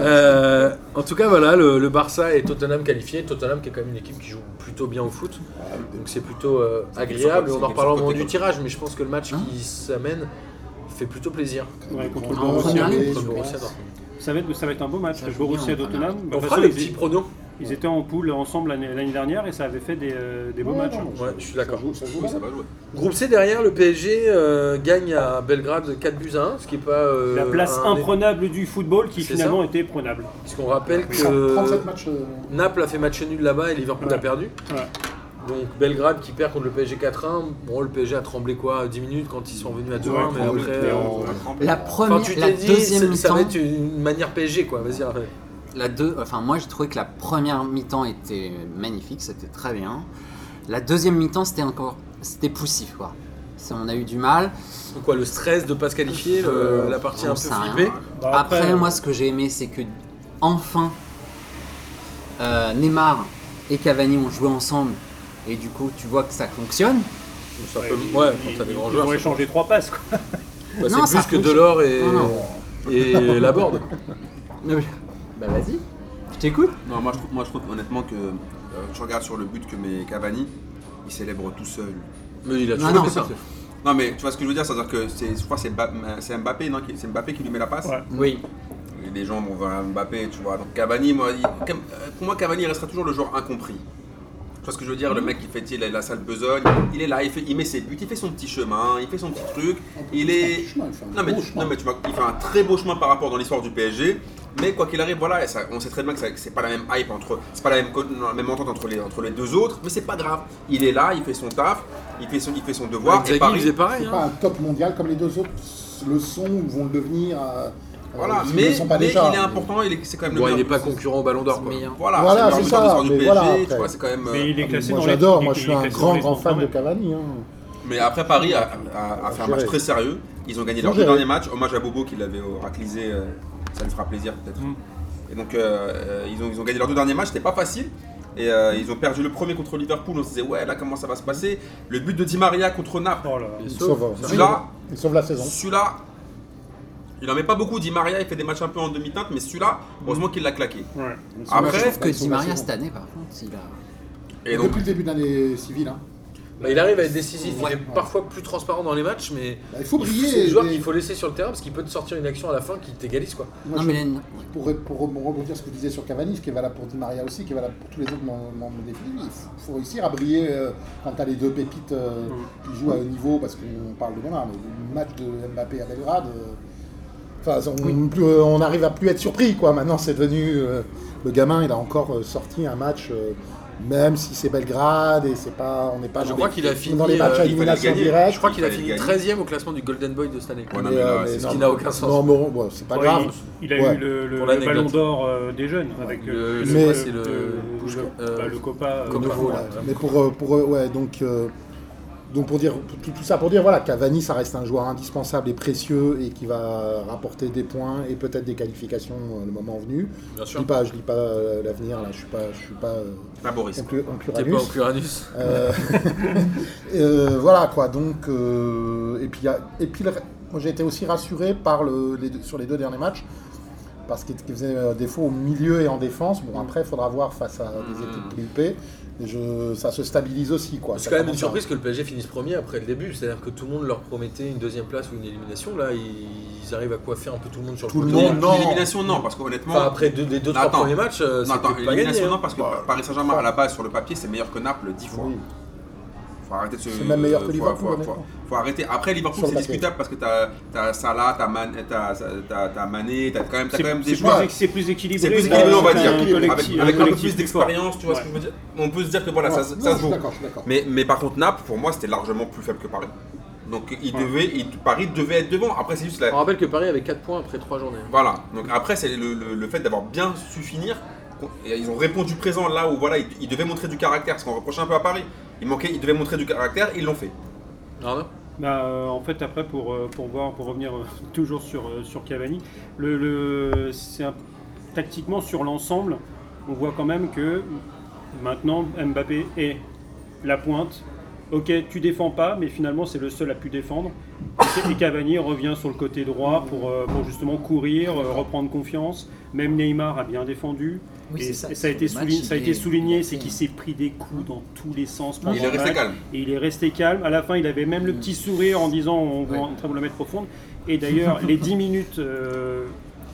Speaker 1: Euh, en tout cas, voilà, le, le Barça et Tottenham qualifiés. Tottenham qui est quand même une équipe qui joue plutôt bien au foot. Donc c'est plutôt euh, agréable.
Speaker 2: c'est
Speaker 1: On
Speaker 2: bien
Speaker 1: en reparlera au
Speaker 2: sur
Speaker 1: moment
Speaker 2: côté,
Speaker 1: du
Speaker 2: comme
Speaker 1: tirage, mais je pense que le match
Speaker 3: Hein
Speaker 1: qui s'amène fait plutôt plaisir.
Speaker 5: Ouais, contre le
Speaker 4: Grand
Speaker 5: Borussia,
Speaker 4: Borussia,
Speaker 1: contre le
Speaker 4: je
Speaker 1: Borussia
Speaker 4: pense.
Speaker 1: Dortmund.
Speaker 5: Ça va, être, ça va être un beau match.
Speaker 3: Ah. Ça joue
Speaker 5: Borussia
Speaker 3: bien,
Speaker 5: Tottenham. Bah,
Speaker 1: On
Speaker 5: de toute
Speaker 1: fera
Speaker 5: façon,
Speaker 1: des
Speaker 5: ils-
Speaker 1: petits pronos.
Speaker 5: Ils étaient en poule ensemble l'année l'année dernière et ça avait fait des, euh, des beaux
Speaker 4: Ouais,
Speaker 5: matchs.
Speaker 4: non,
Speaker 5: hein.
Speaker 1: Ouais, je suis d'accord.
Speaker 4: Ça joue, ça joue,
Speaker 2: Oui,
Speaker 4: là.
Speaker 2: ça va jouer.
Speaker 1: Groupe C derrière, le PSG euh, gagne à Belgrade 4 buts à 1, ce qui est pas. euh,
Speaker 5: La place
Speaker 1: un-
Speaker 5: imprenable du football qui
Speaker 1: C'est
Speaker 5: finalement était prenable.
Speaker 1: Puisqu'on rappelle
Speaker 4: Cent- 37
Speaker 1: que
Speaker 4: matchs. euh,
Speaker 1: Naples a fait match nul là-bas et Liverpool a
Speaker 5: Ouais.
Speaker 1: perdu.
Speaker 5: Voilà.
Speaker 1: Donc Belgrade qui perd contre le PSG 4-1. Bon, le PSG a tremblé quoi 10 minutes quand ils sont venus à 2-1,
Speaker 5: Ouais,
Speaker 1: mais
Speaker 5: tremblé,
Speaker 1: après.
Speaker 5: mais
Speaker 1: euh,
Speaker 5: on-
Speaker 3: [LAUGHS] La
Speaker 1: Enfin,
Speaker 3: première,
Speaker 1: tu
Speaker 3: la
Speaker 1: t'es dit,
Speaker 3: deuxième
Speaker 1: ça, ça va
Speaker 3: mi-temps,
Speaker 1: être une manière PSG quoi. Vas-y, Raphaël.
Speaker 3: la deux, enfin moi j'ai trouvé que la première mi-temps était magnifique, c'était très bien. La deuxième mi-temps c'était encore, c'était poussif quoi. Ça, on a eu du mal.
Speaker 1: Donc, quoi, le stress de pas se qualifier, le-
Speaker 3: Euh,
Speaker 1: la partie
Speaker 3: j'en
Speaker 1: un peu
Speaker 3: sais rien.
Speaker 1: flippée.
Speaker 5: Bah,
Speaker 3: Après, moi, ce que j'ai aimé, c'est que enfin, euh, Neymar et Cavani ont joué ensemble. Et du coup, tu vois que ça fonctionne.
Speaker 1: Donc, ça
Speaker 5: ouais,
Speaker 1: peut-
Speaker 5: ils-
Speaker 1: ouais,
Speaker 5: ils-
Speaker 1: quand t'as des
Speaker 5: ils-
Speaker 1: grands
Speaker 5: ils
Speaker 1: joueurs.
Speaker 5: ont
Speaker 1: ça-
Speaker 5: échangé trois passes. quoi.
Speaker 1: bah,
Speaker 3: Non,
Speaker 1: c'est
Speaker 3: ça
Speaker 1: plus que
Speaker 3: fonctionne.
Speaker 1: Delors et,
Speaker 3: Non, non. [LAUGHS]
Speaker 1: et Laborde.
Speaker 4: Ah
Speaker 3: Bah vas-y, je t'écoute.
Speaker 2: Non, moi je trouve, moi, je trouve honnêtement que euh, je regarde sur le but que met Cavani, il célèbre tout seul.
Speaker 1: Mais il a
Speaker 3: Non,
Speaker 1: toujours
Speaker 3: non,
Speaker 1: fait ça.
Speaker 2: Non, mais tu vois ce que je veux dire, c'est-à-dire que c'est, je crois que c'est Ba- c'est Mbappé, non qui- C'est Mbappé qui lui met la passe.
Speaker 5: Ouais.
Speaker 3: Oui.
Speaker 2: Et les gens vont vers Mbappé, tu vois. Donc Cavani, moi, il- Cam- euh, pour moi, Cavani restera toujours le joueur incompris. Tu vois ce que je veux
Speaker 4: Mhm.
Speaker 2: dire Le mec qui fait tu sais, la, la salle besogne, il est là, il, fait, il met ses buts, il fait son petit chemin, il fait son petit truc. Il est.
Speaker 4: chemin, Ah, il fait un
Speaker 2: Non mais,
Speaker 4: beau
Speaker 2: tu,
Speaker 4: chemin.
Speaker 2: non, mais tu vois, il fait un très beau chemin par rapport dans l'histoire du PSG. Mais quoi qu'il arrive, voilà, et ça- on sait très bien que ça- que c'est pas la même hype entre, c'est pas la même, co- non, la même entente entre les, entre les deux autres, mais c'est pas grave. Il est là, il fait son taf, il fait son, il fait son devoir.
Speaker 1: Inzaghi,
Speaker 2: et Paris-
Speaker 1: il faisait pareil.
Speaker 4: C'est
Speaker 1: hein.
Speaker 4: pas un top mondial comme les deux autres le sont ou vont le devenir. euh,
Speaker 2: Voilà,
Speaker 4: euh, s'ils ne
Speaker 2: mais,
Speaker 4: le sont pas
Speaker 2: mais
Speaker 4: déjà.
Speaker 2: il est important, il est, c'est quand même
Speaker 1: Bon,
Speaker 2: le
Speaker 1: il n'est
Speaker 2: meilleur.
Speaker 1: pas concurrent au Ballon d'Or. quoi.
Speaker 3: meilleur.
Speaker 2: Voilà,
Speaker 4: Voilà,
Speaker 2: c'est le
Speaker 4: c'est
Speaker 2: meilleur
Speaker 4: ça,
Speaker 2: joueur de l'histoire du
Speaker 4: mais
Speaker 2: PSG,
Speaker 4: voilà,
Speaker 2: tu
Speaker 4: après.
Speaker 2: vois, c'est quand même.
Speaker 5: Mais
Speaker 2: euh,
Speaker 5: il est classé
Speaker 4: Ah, Moi
Speaker 5: dans les-
Speaker 4: j'adore,
Speaker 5: il-
Speaker 4: moi
Speaker 5: il
Speaker 4: je
Speaker 5: est
Speaker 4: suis un
Speaker 5: classé
Speaker 4: grand
Speaker 5: dans les
Speaker 4: grand
Speaker 5: bons
Speaker 4: fan
Speaker 5: quand
Speaker 4: de
Speaker 5: même.
Speaker 4: Cavani. hein.
Speaker 2: Mais après, Paris a, a- a fait un
Speaker 4: Géré.
Speaker 2: match très sérieux. Ils ont gagné leur
Speaker 4: Géré.
Speaker 2: deux derniers matchs. Hommage à Bobo qui l'avait au- raclisé. euh, Ça lui fera plaisir peut-être.
Speaker 5: Mm.
Speaker 2: Et donc, euh, euh, ils, ont, ils ont gagné leurs deux derniers matchs. C'était pas facile. Et euh, ils ont perdu le premier contre Liverpool. On se disait, ouais, là, comment ça va se passer Le but de Di Maria contre Naples.
Speaker 5: Oh là là.
Speaker 1: Il
Speaker 4: Il
Speaker 1: sauve.
Speaker 4: sauve,
Speaker 2: Celui-là,
Speaker 4: il sauve la saison.
Speaker 2: celui-là, il en met pas beaucoup. Di Maria, il fait des matchs un peu en demi-teinte. Mais celui-là, heureusement qu'il l'a claqué.
Speaker 5: Ouais.
Speaker 2: Après-
Speaker 3: je trouve que
Speaker 4: Ah, Ils sont
Speaker 3: Di Maria
Speaker 4: vachement
Speaker 3: cette année, par contre, il a.
Speaker 2: Et donc,
Speaker 4: Depuis le début de l'année civile, hein.
Speaker 1: Bah, il arrive à être décisif.
Speaker 4: Ouais.
Speaker 1: Il est parfois plus transparent dans les matchs, mais
Speaker 4: Bah, il faut briller.
Speaker 1: C'est le joueur
Speaker 4: mais-
Speaker 1: qu'il faut laisser sur le terrain parce qu'il peut te sortir une action à la fin qui t'égalise quoi.
Speaker 4: moi,
Speaker 3: non
Speaker 4: je-
Speaker 3: mais Len-
Speaker 4: pour, pour rebondir sur ce que tu disais sur Cavani, ce qui est valable pour Di Maria aussi, qui est valable pour tous les autres mem- membres des filles, il faut- faut réussir à briller euh, quand tu as les deux pépites euh,
Speaker 1: Mm.
Speaker 4: qui jouent à haut niveau, parce qu'on parle de Neymar, mais le match de Mbappé à Belgrade, euh, enfin, on, plus- euh, on arrive à plus être surpris, quoi. Maintenant, c'est devenu... euh, le gamin, il a encore euh, sorti un match... euh, même si c'est Belgrade et c'est pas, on n'est pas
Speaker 1: Je
Speaker 4: dans
Speaker 1: crois
Speaker 4: les-
Speaker 1: qu'il a fini,
Speaker 4: dans les
Speaker 1: euh, il
Speaker 4: matchs à
Speaker 1: fallait
Speaker 4: élimination
Speaker 2: gagner.
Speaker 4: directe.
Speaker 1: Je crois qu'il a
Speaker 2: Il fallait
Speaker 1: fini
Speaker 2: gagner.
Speaker 1: 13 e au classement du Golden Boy de cette année.
Speaker 2: Ouais, non, mais
Speaker 4: Mais,
Speaker 2: là,
Speaker 4: euh,
Speaker 2: c'est-
Speaker 4: mais
Speaker 1: ce qui
Speaker 4: non,
Speaker 1: n'a aucun sens.
Speaker 4: Non, mais bon, bon, c'est pas
Speaker 5: Ouais,
Speaker 4: grave.
Speaker 5: il, il a
Speaker 4: Ouais.
Speaker 5: eu le, le-
Speaker 1: Pour
Speaker 5: le
Speaker 1: l'anecdote.
Speaker 5: ballon d'or euh, des jeunes avec euh,
Speaker 1: Le-
Speaker 5: le,
Speaker 1: le-
Speaker 5: le-
Speaker 1: c'est le-
Speaker 5: le-
Speaker 1: euh,
Speaker 5: bah, le Copa. euh,
Speaker 1: Copa.
Speaker 5: de-
Speaker 1: nouveau,
Speaker 4: Voilà.
Speaker 1: là.
Speaker 4: Mais pour, euh, pour euh, ouais, donc, euh, donc pour dire tout, tout ça pour dire voilà, Cavani, ça reste un joueur indispensable et précieux et qui va rapporter des points et peut-être des qualifications euh, le moment venu.
Speaker 1: Bien
Speaker 4: Je lis
Speaker 1: sûr.
Speaker 4: pas, je lis pas euh, l'avenir là, je suis pas, je suis pas euh,
Speaker 2: pas Boris.
Speaker 4: en plus- en
Speaker 1: T'es
Speaker 4: pluralis.
Speaker 1: pas au Uranus.
Speaker 4: Euh, [LAUGHS] euh, voilà quoi, donc euh, et puis il y a- et puis le- moi, j'ai été aussi rassuré par le, les deux- sur les deux derniers matchs parce qu'il qu'il faisait euh, défaut au milieu et en défense. Bon après, il faudra voir face à
Speaker 1: Hmm.
Speaker 4: des équipes plus huppées. Et je, ça se stabilise aussi quoi.
Speaker 1: C'est
Speaker 4: Ça
Speaker 1: quand même une
Speaker 4: commence à-
Speaker 1: surprise que le PSG finisse premier après le début. C'est-à-dire que tout le monde leur promettait une deuxième place ou une élimination. Là, ils arrivent à coiffer un peu tout le monde sur le
Speaker 4: Tout le
Speaker 1: poteau.
Speaker 4: monde, non.
Speaker 2: L'élimination, non, parce qu'honnêtement.
Speaker 1: Enfin, après deux- les deux trois
Speaker 2: Attends.
Speaker 1: premiers matchs, euh,
Speaker 2: Non,
Speaker 1: c'est
Speaker 2: attends,
Speaker 1: peut-être pas gagné.
Speaker 2: élimination,
Speaker 1: hein.
Speaker 2: non, parce que
Speaker 4: Bah,
Speaker 2: Paris Saint-Germain,
Speaker 4: trois.
Speaker 2: à la base, sur le papier, c'est meilleur que Naples 10 fois.
Speaker 4: Oui.
Speaker 2: Faut arrêter de se.
Speaker 4: C'est même meilleur que
Speaker 2: faut-
Speaker 4: Liverpool,
Speaker 2: Faut, faut-
Speaker 4: honnêtement.
Speaker 2: faut arrêter. Après, Liverpool,
Speaker 4: Sur le
Speaker 2: c'est
Speaker 4: papier.
Speaker 2: discutable parce que t'as as Salah, t'as Man, t'as- t'as- t'as Mané, t'as quand même, t'as
Speaker 5: C'est
Speaker 2: quand même
Speaker 5: c'est
Speaker 2: des
Speaker 5: plus,
Speaker 2: joueurs.
Speaker 5: équ- c'est plus équilibré.
Speaker 2: C'est plus
Speaker 5: que-
Speaker 2: équilibré, on va
Speaker 5: qu'un
Speaker 2: dire.
Speaker 5: collectif-
Speaker 2: Avec, avec un peu
Speaker 5: collectif
Speaker 2: plus
Speaker 5: fort.
Speaker 2: d'expérience, tu vois ce que je veux dire On peut se dire que voilà, ça,
Speaker 4: Ouais.
Speaker 2: ça
Speaker 4: Non,
Speaker 2: se
Speaker 4: je
Speaker 2: joue.
Speaker 4: suis d'accord, je suis d'accord.
Speaker 2: Mais, mais par contre, Naples, pour moi, c'était largement plus faible que Paris. Donc, il devait, il- Paris devait être devant. Après, c'est juste la,
Speaker 1: On rappelle que Paris avait 4 points après 3 journées. hein.
Speaker 2: voilà, donc après, c'est le, le- le fait d'avoir bien su finir. Et ils ont répondu présent là où voilà, ils, ils devaient montrer du caractère, ce qu'on reprochait un peu à Paris. Il manquait, ils devaient montrer du caractère, ils l'ont fait.
Speaker 1: Arnaud
Speaker 5: Bah, euh, en fait, après, pour, euh, pour voir, pour revenir euh, [LAUGHS] toujours sur, euh, sur Cavani, le, le- c'est un- tactiquement sur l'ensemble, on voit quand même que maintenant Mbappé est la pointe. Ok, tu défends pas, mais finalement, c'est le seul à plus défendre. Et Cavani revient sur le côté droit pour, euh, pour justement courir, euh, reprendre confiance. Même Neymar a bien défendu.
Speaker 3: Oui,
Speaker 5: et,
Speaker 3: c'est
Speaker 5: ça,
Speaker 3: ça.
Speaker 5: et ça
Speaker 3: Sur
Speaker 5: a été
Speaker 3: le match,
Speaker 5: souligné, ça a
Speaker 3: il
Speaker 5: été
Speaker 3: est- il
Speaker 5: souligné,
Speaker 3: a
Speaker 5: c'est
Speaker 3: fait
Speaker 5: qu'il
Speaker 3: un-
Speaker 5: s'est pris des coups dans tous les sens.
Speaker 3: Ah,
Speaker 5: pendant
Speaker 2: Il est
Speaker 5: le
Speaker 2: resté
Speaker 5: match.
Speaker 2: calme.
Speaker 5: Et il est resté calme. À la fin, il avait même le petit sourire en disant on va
Speaker 3: Ouais.
Speaker 5: en train de le mettre profonde. Et d'ailleurs, les 10 minutes, euh,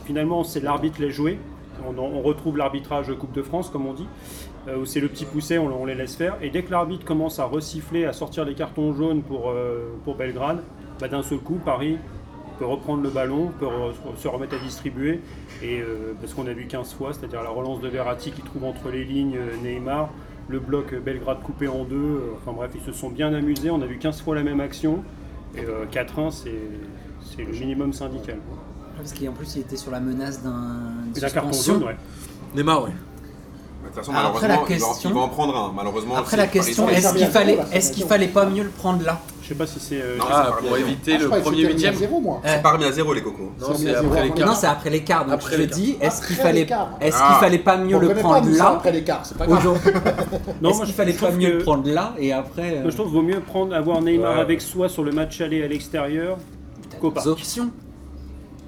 Speaker 5: finalement, c'est l'arbitre l'a joué. On, on retrouve l'arbitrage Coupe de France, comme on dit, euh, où c'est le petit poussé, on, on les laisse faire. Et dès que l'arbitre commence à recifler, à sortir les cartons jaunes pour, euh, pour Belgrade, bah, d'un seul coup, Paris peut reprendre le ballon, peut re- se remettre à distribuer. Et euh, parce qu'on a vu 15 fois, c'est-à-dire la relance de Verratti qui trouve entre les lignes euh, Neymar, le bloc euh, Belgrade coupé en deux. euh, Enfin bref, ils se sont bien amusés. On a vu 15 fois la même action. Et euh, 4-1, c'est- c'est le minimum syndical.
Speaker 3: Parce qu'en plus, il était sur la menace d'un.
Speaker 5: Et la carton jaune, ouais.
Speaker 1: Neymar, ouais.
Speaker 2: De toute façon,
Speaker 3: Ah, Après,
Speaker 2: malheureusement,
Speaker 3: la
Speaker 2: il va-
Speaker 3: question-
Speaker 2: il va en prendre un. Malheureusement,
Speaker 3: Après la
Speaker 2: c'est-
Speaker 3: question,
Speaker 2: Paris-
Speaker 4: est-ce
Speaker 3: est-ce
Speaker 4: qu'il
Speaker 3: qu'il
Speaker 4: fallait-
Speaker 3: fallait,
Speaker 4: est-ce qu'il fallait
Speaker 3: pas mieux le prendre là
Speaker 5: Je sais pas si c'est. euh,
Speaker 2: Non,
Speaker 5: c'est-
Speaker 2: c'est
Speaker 1: Ah,
Speaker 2: pas
Speaker 1: pour
Speaker 2: bien,
Speaker 1: éviter le
Speaker 4: je crois que
Speaker 1: premier
Speaker 4: c'était
Speaker 1: huitième.
Speaker 4: à zéro, moi.
Speaker 2: C'est pas remis à zéro, les cocos.
Speaker 1: Non,
Speaker 4: C'est
Speaker 1: c'est
Speaker 4: à
Speaker 1: après
Speaker 4: zéro.
Speaker 1: les
Speaker 4: Non,
Speaker 1: quarts.
Speaker 3: c'est après l'écart. Donc
Speaker 1: Après
Speaker 3: je te
Speaker 1: l'écart.
Speaker 3: dis, est-ce
Speaker 4: Après
Speaker 3: qu'il fallait,
Speaker 4: l'écart.
Speaker 3: est-ce
Speaker 2: Ah.
Speaker 3: qu'il fallait pas
Speaker 4: On
Speaker 3: mieux
Speaker 4: ne
Speaker 3: le
Speaker 4: connaît pas
Speaker 3: prendre
Speaker 4: nous
Speaker 3: là
Speaker 4: après l'écart, c'est pas grave.
Speaker 3: aujourd'hui [LAUGHS]
Speaker 5: Non,
Speaker 3: Est-ce
Speaker 5: moi,
Speaker 3: qu'il
Speaker 5: je
Speaker 3: fallait pas
Speaker 5: trouve
Speaker 3: mieux
Speaker 5: que-
Speaker 3: le prendre là et après euh,
Speaker 5: moi, je trouve qu'il vaut mieux prendre, avoir Neymar
Speaker 1: Ouais.
Speaker 5: avec soi sur le match aller à l'extérieur qu'au
Speaker 3: des
Speaker 5: parc.
Speaker 3: options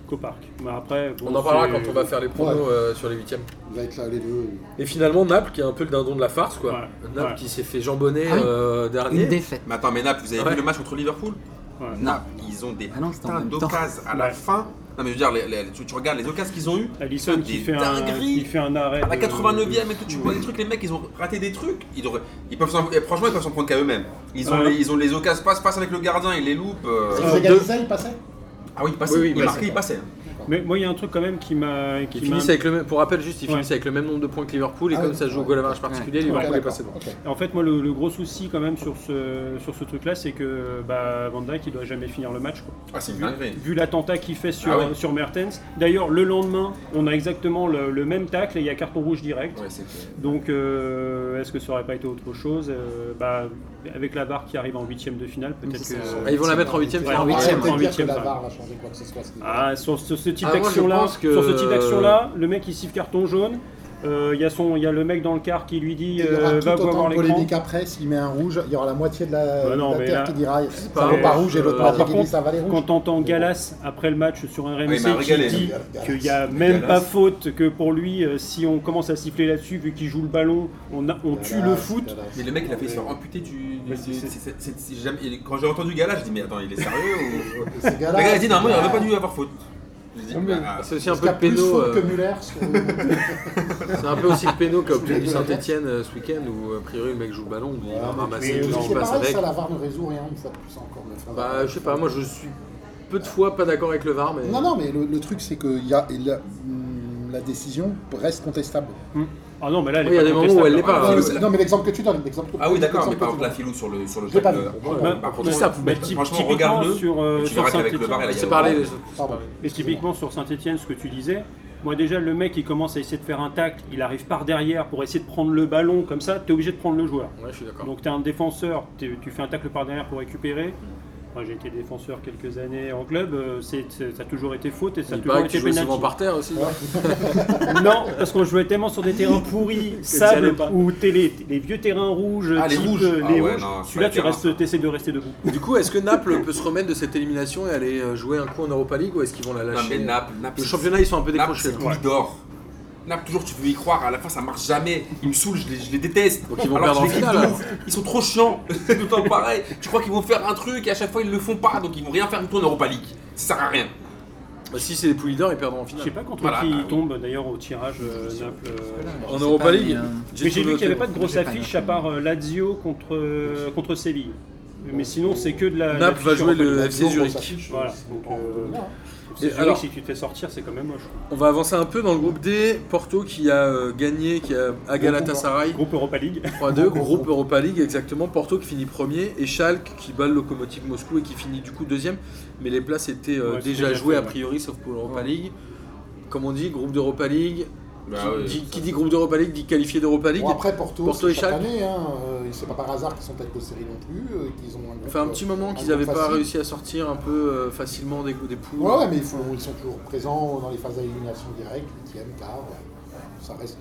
Speaker 5: qu'au parc. Mais après, bon,
Speaker 1: On en parlera
Speaker 5: c'est-
Speaker 1: quand on va faire les promos euh, sur les huitièmes.
Speaker 4: Il va être là les deux.
Speaker 1: Et finalement, Naples qui est un peu le dindon de la farce, quoi. Euh,
Speaker 5: Ouais.
Speaker 1: Naples
Speaker 5: Ouais.
Speaker 1: qui s'est fait jambonner
Speaker 3: Ah oui.
Speaker 1: euh, dernier.
Speaker 3: Une défaite.
Speaker 2: Mais attends, mais Naples, vous avez
Speaker 1: Ouais.
Speaker 2: vu le match contre Liverpool
Speaker 5: Ouais.
Speaker 2: Naples, ils ont des
Speaker 3: Ah non, c'était en
Speaker 2: putains
Speaker 3: même temps.
Speaker 2: d'occasions à la
Speaker 5: Ouais.
Speaker 2: fin. Non, mais je veux dire, les- les- tu, tu regardes les occasions qu'ils ont eues.
Speaker 5: Alisson qui
Speaker 2: Des
Speaker 5: fait, un,
Speaker 2: dingueries.
Speaker 5: qui fait un arrêt.
Speaker 2: À la
Speaker 5: de-
Speaker 2: 89ème et tout, tu vois des trucs, les mecs, ils ont raté des trucs. Ils devraient- ils peuvent s'en- et franchement, ils peuvent s'en prendre qu'à eux-mêmes. Ils, ont
Speaker 5: Ouais.
Speaker 2: les- ils ont les occasions, passe, passe avec le gardien, ils les loupent. euh.
Speaker 4: Ils égalisaient, ils passaient
Speaker 2: Ah oui, ils passaient.
Speaker 1: Oui, oui,
Speaker 2: ils
Speaker 1: bah,
Speaker 2: marquaient, ils passaient.
Speaker 5: Mais moi, il y a un truc quand même qui m'a. qui
Speaker 1: Ils
Speaker 5: m'a-
Speaker 1: finissent avec le même, pour rappel juste, ils
Speaker 5: Ouais.
Speaker 1: finissent avec le même nombre de points que Liverpool et
Speaker 4: Ah
Speaker 1: comme
Speaker 4: ouais.
Speaker 1: ça joue au goal average particulier, Liverpool
Speaker 4: Ouais,
Speaker 1: est passé devant.
Speaker 4: d'accord. Ok.
Speaker 5: En fait, moi, le, le gros souci quand même sur ce, sur ce truc-là, c'est que bah, Van Dijk, il doit jamais finir le match. quoi.
Speaker 2: Ah, c'est une dinguerie.
Speaker 5: Vu l'attentat qu'il fait sur,
Speaker 2: Ah ouais.
Speaker 5: sur Mertens. D'ailleurs, le lendemain, on a exactement le, le même tacle et il y a carton rouge direct.
Speaker 2: Ouais, c'est-
Speaker 5: Donc, euh, est-ce que ça aurait pas été autre chose Euh, bah, Avec la barre qui arrive en huitième de finale,
Speaker 3: Oui,
Speaker 5: peut-être
Speaker 3: c'est
Speaker 5: que.
Speaker 3: ça.
Speaker 1: Ah, ils vont la mettre en huitième.
Speaker 5: Ouais,
Speaker 1: c'est
Speaker 5: en
Speaker 1: normal.
Speaker 5: huitième.
Speaker 4: Arrêtez de
Speaker 5: en
Speaker 4: dire que
Speaker 5: huitième,
Speaker 4: la
Speaker 5: ça.
Speaker 4: barre va changer quoi que ce soit. ce niveau.
Speaker 5: Ah, sur ce, ce type
Speaker 1: Ah, moi, je
Speaker 5: d'action-là,
Speaker 1: pense que-
Speaker 5: sur ce type d'action-là, le mec il siffle carton jaune. euh, Il y a son, il y a le mec dans le car qui lui dit
Speaker 4: Il y aura
Speaker 5: euh, va
Speaker 4: tout
Speaker 5: voir
Speaker 4: autant de
Speaker 5: l'écran.
Speaker 4: polémique après, s'il met un rouge, il y aura la moitié de la,
Speaker 5: Bah non,
Speaker 4: de la
Speaker 5: mais
Speaker 4: terre
Speaker 5: là-
Speaker 4: qui dira ça
Speaker 5: pas-
Speaker 4: vaut pas rouge et l'autre
Speaker 1: euh,
Speaker 4: moitié
Speaker 5: par
Speaker 4: qui dit
Speaker 5: contre,
Speaker 4: ça valait rouge.
Speaker 5: Quand t'entends Galas après le match sur un RMC
Speaker 2: il m'a régalé,
Speaker 5: qui dit
Speaker 4: hein.
Speaker 5: qu'il n'y a
Speaker 2: Galas.
Speaker 5: même
Speaker 2: Galas.
Speaker 5: pas faute que pour lui, euh, si on commence à siffler là-dessus, vu qu'il joue le ballon, on, a- on tue le foot.
Speaker 2: Mais le mec, il a fait se faire amputer du.
Speaker 5: Mais
Speaker 2: du-
Speaker 5: c'est-
Speaker 2: c'est- c'est- c'est- c'est jamais- il- Quand j'ai entendu Gala, je dis, mais attends, il est sérieux ou.
Speaker 4: Le
Speaker 2: Le gars, il a dit, non, moi, il aurait pas dû avoir faute. Je dis,
Speaker 1: Ouais, mais
Speaker 2: bah,
Speaker 1: C'est aussi un
Speaker 4: Parce
Speaker 1: peu
Speaker 4: qu'il y a
Speaker 1: le
Speaker 4: plus
Speaker 1: péno.
Speaker 4: faute que
Speaker 1: euh,
Speaker 4: Muller sur
Speaker 2: [LAUGHS]
Speaker 1: C'est un peu aussi le péno qu'a obtenu
Speaker 4: [LAUGHS]
Speaker 1: Saint-Etienne euh, ce week-end où a priori le mec joue le ballon, il
Speaker 2: Ah,
Speaker 1: va
Speaker 2: bah,
Speaker 1: ramasser
Speaker 5: mais
Speaker 1: tout
Speaker 5: non.
Speaker 1: ce qui
Speaker 4: C'est
Speaker 1: passe
Speaker 4: pareil,
Speaker 1: avec.
Speaker 4: ça, la VAR ne résout rien, une fois de plus encore. mais enfin,
Speaker 1: Bah je sais pas, moi je suis peu de fois pas d'accord avec le VAR mais.
Speaker 4: Non, non, mais le, le truc, c'est que il y a, il y a- hum, la décision reste contestable.
Speaker 5: Ah non, mais là, elle est
Speaker 1: Oui, il y a
Speaker 5: pas
Speaker 1: des moments où
Speaker 5: contestable.
Speaker 1: elle l'est pas.
Speaker 2: Ah,
Speaker 4: Non,
Speaker 1: hein.
Speaker 2: c'est
Speaker 4: mais-
Speaker 2: la-
Speaker 4: non, mais l'exemple que tu donnes, l'exemple que
Speaker 2: Ah oui, d'accord,
Speaker 4: l'exemple
Speaker 2: mais
Speaker 4: que
Speaker 2: par
Speaker 4: tu
Speaker 2: exemple, la
Speaker 4: donnes.
Speaker 2: filou sur le sur le
Speaker 4: Je l'ai pas
Speaker 2: jeu,
Speaker 4: vu.
Speaker 2: euh,
Speaker 4: Bon,
Speaker 2: par
Speaker 4: bah,
Speaker 2: contre,
Speaker 5: mais
Speaker 2: ça,
Speaker 5: mais
Speaker 2: franchement,
Speaker 5: typ-
Speaker 2: franchement,
Speaker 5: typiquement
Speaker 2: regarde-le.
Speaker 5: sur, euh,
Speaker 2: tu
Speaker 5: sur
Speaker 2: verras qu'avec le
Speaker 5: Saint-Etienne.
Speaker 2: bar, il y a-
Speaker 1: C'est pareil.
Speaker 4: Pardon.
Speaker 5: Et typiquement sur Saint-Etienne, ce que tu disais, moi déjà le mec il commence à essayer de faire un tacle, il arrive par derrière pour essayer de prendre le ballon, comme ça tu es obligé de prendre le joueur.
Speaker 1: Ouais je suis d'accord.
Speaker 5: Donc tu es un défenseur, t'es- tu fais un tacle par derrière pour récupérer.
Speaker 1: Mm.
Speaker 5: Moi j'ai été défenseur quelques années en club, euh, c'est, c'est- ça a toujours été faute et ça a
Speaker 1: Il
Speaker 5: toujours
Speaker 1: paraît que tu
Speaker 5: été
Speaker 1: jouais souvent
Speaker 5: pénalty.
Speaker 1: par terre aussi. non
Speaker 5: Non, parce qu'on jouait tellement sur des terrains pourris,
Speaker 1: [LAUGHS]
Speaker 5: sable
Speaker 1: allais pas.
Speaker 5: ou télé, les vieux terrains rouges,
Speaker 2: Ah, les
Speaker 5: type,
Speaker 2: rouges.
Speaker 5: euh,
Speaker 2: Ah
Speaker 5: les
Speaker 2: ouais,
Speaker 5: rouges.
Speaker 2: non,
Speaker 5: celui-là
Speaker 2: sur
Speaker 5: tu
Speaker 2: les
Speaker 1: hein.
Speaker 2: terrains,
Speaker 5: restes, essaies de rester debout.
Speaker 1: Du coup est-ce que Naples peut se remettre de cette élimination et aller euh, jouer un coup en Europa League ou est-ce qu'ils vont la
Speaker 2: Non, mais
Speaker 1: lâcher euh
Speaker 2: Naples, Naples.
Speaker 1: Le
Speaker 2: c'est-
Speaker 1: championnat ils sont un peu
Speaker 2: Naples,
Speaker 1: décrochés.
Speaker 2: c'est
Speaker 1: là.
Speaker 2: couille d'or. Naples, toujours, tu peux y croire, à la fin, ça marche jamais. Ils me saoulent, je les, je les déteste.
Speaker 1: Donc ils vont
Speaker 2: Alors
Speaker 1: perdre
Speaker 2: que
Speaker 1: en
Speaker 2: je les kiffe de
Speaker 1: finale,
Speaker 2: ouf. Ils sont trop chiants. [LAUGHS] C'est tout le temps pareil. Tu crois qu'ils vont faire un truc et à chaque fois, ils le font pas. Donc ils vont rien faire du tout en Europa League. Ça sert à rien.
Speaker 1: Bah, Si c'est les poules d'or ils perdront en
Speaker 5: Je
Speaker 1: finale.
Speaker 5: sais pas contre
Speaker 2: Voilà,
Speaker 5: qui
Speaker 2: bah
Speaker 5: il
Speaker 2: oui.
Speaker 5: tombe d'ailleurs au tirage euh, Naples. euh,
Speaker 1: En Europa League
Speaker 5: Mais j'ai
Speaker 1: tout
Speaker 5: vu qu'il n'y
Speaker 1: noté.
Speaker 5: avait pas de grosse
Speaker 3: J'ai pas
Speaker 5: affiche
Speaker 1: hein.
Speaker 5: à
Speaker 3: noté.
Speaker 5: part euh, Lazio contre, euh, contre Séville. Mais sinon, c'est que de la. de
Speaker 1: Naples va
Speaker 5: l'affiche
Speaker 1: jouer le
Speaker 5: européenne.
Speaker 1: FC Zurich.
Speaker 4: Zurich.
Speaker 5: Voilà. Donc,
Speaker 4: Donc,
Speaker 5: euh,
Speaker 4: voilà.
Speaker 5: c'est
Speaker 1: Et
Speaker 5: Zurich,
Speaker 1: alors-
Speaker 5: si tu te fais sortir, c'est quand même moche.
Speaker 1: On va avancer un peu dans le groupe D. Porto qui a euh, gagné, qui a à Galatasaray
Speaker 5: Groupe Europa League.
Speaker 1: 3-2, groupe Europa League exactement. Porto qui finit premier et Schalke qui bat le Lokomotiv Moscou et qui finit du coup deuxième. Mais les places étaient euh,
Speaker 5: Ouais, c'était
Speaker 1: déjà
Speaker 5: bien
Speaker 1: jouées
Speaker 5: fait,
Speaker 1: a
Speaker 5: ouais.
Speaker 1: priori sauf pour l'Europa League. Comme on dit, groupe d'Europa League,
Speaker 2: Bah
Speaker 1: qui,
Speaker 2: ouais,
Speaker 1: dit,
Speaker 2: ça-
Speaker 1: qui dit groupe d'Europa League dit qualifié d'Europa League.
Speaker 4: Bon, après, Porto,
Speaker 1: Porto
Speaker 4: c'est
Speaker 1: et
Speaker 4: chaque
Speaker 1: Schalke.
Speaker 4: année, hein, euh, c'est pas par hasard qu'ils sont têtes de série non plus, euh, qu'ils ont un
Speaker 1: Ça
Speaker 4: groupe,
Speaker 1: fait un petit moment qu'ils n'avaient pas réussi à sortir un peu euh, facilement des, des poules.
Speaker 4: Ouais, ouais, mais ils, font- ils sont toujours présents dans les phases d'élimination directe, 8ème, quart. ouais. Ça reste.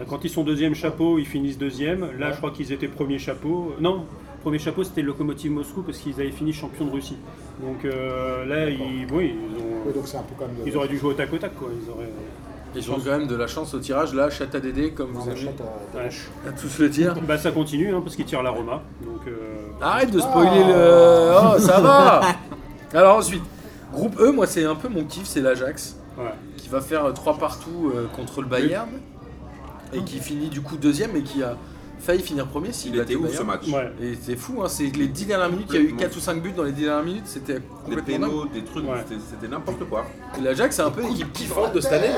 Speaker 4: euh,
Speaker 5: Quand ils sont deuxième chapeau, ils finissent deuxième. Là,
Speaker 4: Ouais.
Speaker 5: je crois qu'ils étaient premier chapeau. Non, premier chapeau, c'était Lokomotiv Moscou parce qu'ils avaient fini champion de Russie. Donc euh, là, ils, oui, ils, ont-
Speaker 4: ouais, donc c'est un peu quand même. de-
Speaker 5: ils auraient dû jouer au tac au tac. Quoi. Ils auraient,
Speaker 1: Ils ont quand même de la chance au tirage. Là, Chata Dédé, comme
Speaker 4: Non,
Speaker 1: vous
Speaker 4: mais
Speaker 1: aimez
Speaker 4: Schalke, euh,
Speaker 5: Ouais.
Speaker 1: à tous le dire.
Speaker 5: Bah, ça continue hein, parce qu'ils tirent la Roma. Donc, euh,
Speaker 1: Arrête
Speaker 4: Ah.
Speaker 1: de spoiler le. Oh, ça va Alors ensuite, groupe E, moi c'est un peu mon kiff, c'est l'Ajax
Speaker 5: ouais.
Speaker 1: qui va faire 3 partout euh, contre le Bayern et qui finit du coup deuxième et qui a failli finir premier s'il
Speaker 2: Il
Speaker 1: battait
Speaker 2: était
Speaker 1: le
Speaker 2: ouf ce
Speaker 1: Bayern.
Speaker 2: match.
Speaker 5: Ouais.
Speaker 1: Et c'est fou, hein, c'est que les 10 dernières minutes, il y a eu
Speaker 2: Complètement.
Speaker 1: 4 ou 5 buts dans les 10 dernières minutes, c'était
Speaker 2: Des
Speaker 1: complètement dingue.
Speaker 2: pénaux, des trucs,
Speaker 5: Ouais.
Speaker 2: c'était- c'était n'importe quoi.
Speaker 1: Et L'Ajax, c'est un peu l'équipe kiffante de cette année,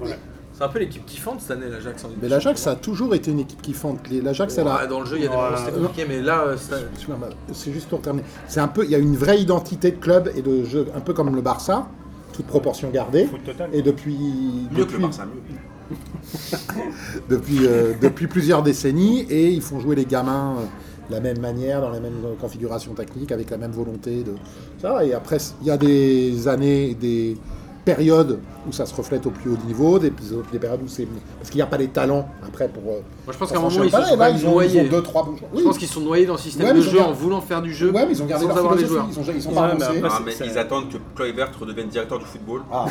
Speaker 1: non
Speaker 5: Ouais.
Speaker 1: C'est un peu l'équipe kiffante cette année, l'Ajax. en Ligue
Speaker 6: Mais
Speaker 1: des
Speaker 6: l'Ajax, ça
Speaker 1: Champions.
Speaker 6: a toujours été une équipe qui fente. Les- L'Ajax, elle a.
Speaker 1: Ouais, Dans le jeu, il y a des
Speaker 5: Ouais.
Speaker 1: moments où c'était compliqué, mais là, euh, ça-
Speaker 6: Excuse-moi, ma- C'est juste pour terminer. C'est un peu, il y a une vraie identité de club et de jeu, un peu comme le Barça, toute proportion gardée.
Speaker 5: Foot total.
Speaker 6: Et depuis,
Speaker 2: Mieux que
Speaker 6: depuis,
Speaker 2: le Barça, mieux.
Speaker 6: depuis, euh, depuis plusieurs décennies, et ils font jouer les gamins euh, de la même manière, dans la même euh, configuration technique, avec la même volonté de ça. Et après, il y a des années, des périodes où ça se reflète au plus haut niveau, des, des périodes où c'est parce qu'il n'y a pas les talents après pour. euh,
Speaker 1: moi je pense
Speaker 6: pour
Speaker 1: qu'à un moment,
Speaker 6: franchir
Speaker 1: ils
Speaker 6: le palier.
Speaker 1: se sont
Speaker 6: Là,
Speaker 1: quand
Speaker 6: ils
Speaker 1: même
Speaker 6: ont- ils ont
Speaker 1: noyés.
Speaker 6: deux, trois bons joueurs.
Speaker 1: Je
Speaker 6: Oui.
Speaker 1: pense qu'ils sont noyés dans le système
Speaker 6: Ouais,
Speaker 1: de
Speaker 6: mais ils ont
Speaker 1: jeu en
Speaker 6: gardé-
Speaker 1: voulant faire du jeu
Speaker 6: Ouais, mais ils ont gardé
Speaker 1: sans
Speaker 6: leur
Speaker 1: avoir les
Speaker 6: philosophie,
Speaker 1: joueurs.
Speaker 6: ils ont, ils ont
Speaker 1: Ouais,
Speaker 6: pas
Speaker 1: mais
Speaker 6: avancé.
Speaker 1: après,
Speaker 2: Ah,
Speaker 1: c'est-
Speaker 2: mais
Speaker 1: ça-
Speaker 2: ils attendent que Kluivert redevienne directeur du football.
Speaker 6: Ah.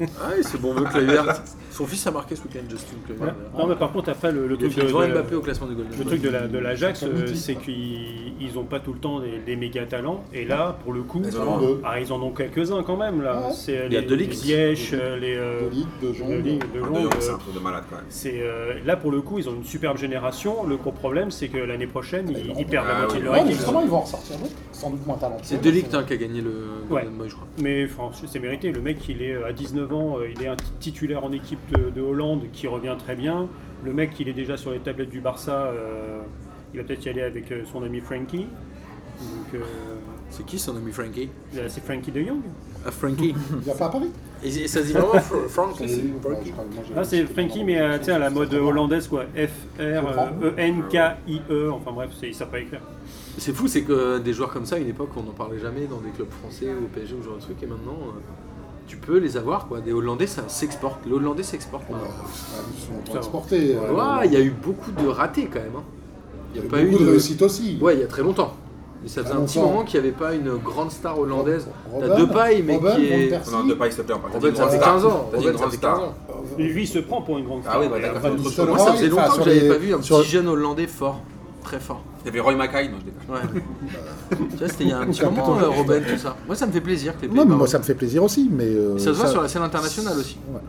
Speaker 1: Ah oui, c'est bon vœu Kluivert. Son fils a marqué ce week-end, Justin Kluivert.
Speaker 5: Ouais.
Speaker 1: d'ailleurs.
Speaker 5: Non, mais par contre, après, le,
Speaker 1: Il
Speaker 5: le
Speaker 1: a
Speaker 5: truc de,
Speaker 1: fini devant
Speaker 5: de-
Speaker 1: Mbappé au classement du Golden
Speaker 5: Le
Speaker 1: Boy.
Speaker 5: truc de la- de l'Ajax,
Speaker 6: Chacun
Speaker 5: euh,
Speaker 6: dit,
Speaker 5: c'est
Speaker 6: quoi.
Speaker 5: qu'ils n'ont pas tout le temps des, des méga talents. Et là, pour le coup,
Speaker 2: Ils en
Speaker 4: Ils ont
Speaker 2: ont
Speaker 4: deux.
Speaker 5: ah, ils en ont quelques-uns quand même. Là.
Speaker 6: Ouais.
Speaker 5: C'est, euh,
Speaker 1: Il y a
Speaker 5: les-
Speaker 1: De Ligt.
Speaker 5: les Ziyech, euh, les euh,
Speaker 4: De Ligue, de
Speaker 5: De
Speaker 4: Jong.
Speaker 5: Ligt, de
Speaker 2: Un
Speaker 5: Jong,
Speaker 2: de Jong,
Speaker 5: euh,
Speaker 2: Ah, c'est un truc de malade quand même.
Speaker 5: c'est, euh, là, pour le coup, ils ont une superbe génération. Le gros problème, c'est que l'année prochaine,
Speaker 4: ils
Speaker 5: ils,
Speaker 4: vont-
Speaker 5: ils perdent
Speaker 2: Ah
Speaker 5: la moitié
Speaker 2: oui.
Speaker 5: de leur
Speaker 4: Ouais, mais
Speaker 5: équipe.
Speaker 4: justement, ils vont en ressortir d'autres, sans doute moins talentueux.
Speaker 1: C'est De Ligt, hein, qui a gagné le Golden Boy, je crois.
Speaker 5: Mais enfin, c'est mérité. Le mec, il est euh, à 19 ans, euh, il est un titulaire en équipe de, de Hollande qui revient très bien. Le mec, il est déjà sur les tablettes du Barça. euh, il va peut-être y aller avec euh, son ami Frankie. Donc, euh,
Speaker 1: C'est qui son ami
Speaker 5: [LAUGHS]
Speaker 1: Frankie
Speaker 5: là, c'est Frankie de Jong.
Speaker 1: Ah, Frankie.
Speaker 4: Il vient pas à Paris
Speaker 1: Et c'est- ça se dit vraiment Fr- Frankie.
Speaker 4: Ouais, je crois-
Speaker 1: Frankie.
Speaker 4: moi, j'ai-
Speaker 5: Là, Ah, c'est Frankie, mais euh, tu sais, à la mode hollandaise, quoi. euh, E F-R-E-N-K-I-E. E, Enfin bref, c'est- ils savent pas écrire.
Speaker 2: Euh,
Speaker 1: C'est fou, c'est que des joueurs comme ça, à une époque, on n'en parlait jamais dans des clubs français ou au PSG ou ce genre de truc, et maintenant, euh, tu peux les avoir, quoi. Des Hollandais, ça s'exporte. Les Hollandais s'exportent.
Speaker 4: Ouais,
Speaker 1: maintenant.
Speaker 4: Ils sont transportés.
Speaker 1: Ouais,
Speaker 4: euh,
Speaker 1: Il y a eu beaucoup de ratés quand même. hein. Il
Speaker 4: Il
Speaker 1: n'y a
Speaker 4: y a
Speaker 1: pas eu
Speaker 4: beaucoup de
Speaker 1: de.
Speaker 4: réussite aussi.
Speaker 1: Ouais, il y a très longtemps. Mais ça faisait un
Speaker 4: Très
Speaker 1: petit
Speaker 4: longtemps.
Speaker 1: moment qu'il n'y avait pas une grande star hollandaise. T'as
Speaker 4: Robben,
Speaker 1: deux pailles, mais
Speaker 4: Robben,
Speaker 1: qui
Speaker 4: Van
Speaker 1: est.
Speaker 4: Persie,
Speaker 2: Non, de pas, s'il te plaît, on parle.
Speaker 1: En fait, ça fait
Speaker 4: Ouais.
Speaker 1: 15 ans.
Speaker 2: T'as
Speaker 1: Robben,
Speaker 2: dit une
Speaker 1: ça
Speaker 2: grande
Speaker 1: fait 15
Speaker 2: star.
Speaker 1: ans.
Speaker 5: Et Lui, il se prend pour une grande star.
Speaker 2: Ah oui, bah d'accord.
Speaker 4: Van
Speaker 2: c'est autre chose.
Speaker 4: Nistelrooy.
Speaker 1: Moi, ça faisait
Speaker 4: Enfin,
Speaker 1: longtemps
Speaker 4: sur
Speaker 1: que j'avais
Speaker 4: les-
Speaker 1: pas vu un
Speaker 6: sur-
Speaker 1: petit jeune hollandais fort, très fort.
Speaker 2: Il y avait Roy Mackay, non, je l'ai pas.
Speaker 1: Ouais. tu vois, c'était il y a un petit moment,
Speaker 6: plutôt-
Speaker 1: euh, Robben, tout ça. Moi, ça me fait plaisir que les
Speaker 6: Non,
Speaker 1: Pays-Bas-
Speaker 6: mais moi ça me fait plaisir aussi, mais euh,
Speaker 1: Ça se voit sur la scène internationale aussi.
Speaker 6: Ouais.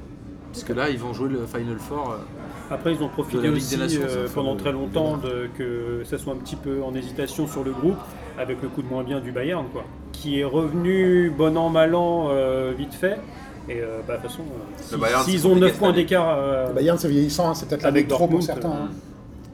Speaker 1: Parce que là, ils vont jouer le Final Four. euh.
Speaker 5: Après, ils ont
Speaker 1: De la
Speaker 5: profité
Speaker 1: Ligue
Speaker 5: aussi
Speaker 1: des Nations, ça,
Speaker 5: euh,
Speaker 1: ça,
Speaker 5: pendant
Speaker 1: le-
Speaker 5: très longtemps de, que ça soit un petit peu en hésitation sur le groupe, avec le coup de moins bien du Bayern, quoi, qui est revenu bon an, mal an, euh, vite fait. Et euh, bah, de toute façon, euh, si-
Speaker 2: Bayern, c'est
Speaker 5: s'ils ont
Speaker 2: compliqué
Speaker 5: 9 points
Speaker 2: cette année.
Speaker 5: d'écart, euh,
Speaker 4: bah,
Speaker 6: le Bayern c'est vieillissant, hein, c'est peut-être la
Speaker 5: Avec
Speaker 6: ligue trop pour
Speaker 5: Dortmund,
Speaker 6: certains.
Speaker 1: euh,
Speaker 6: hein.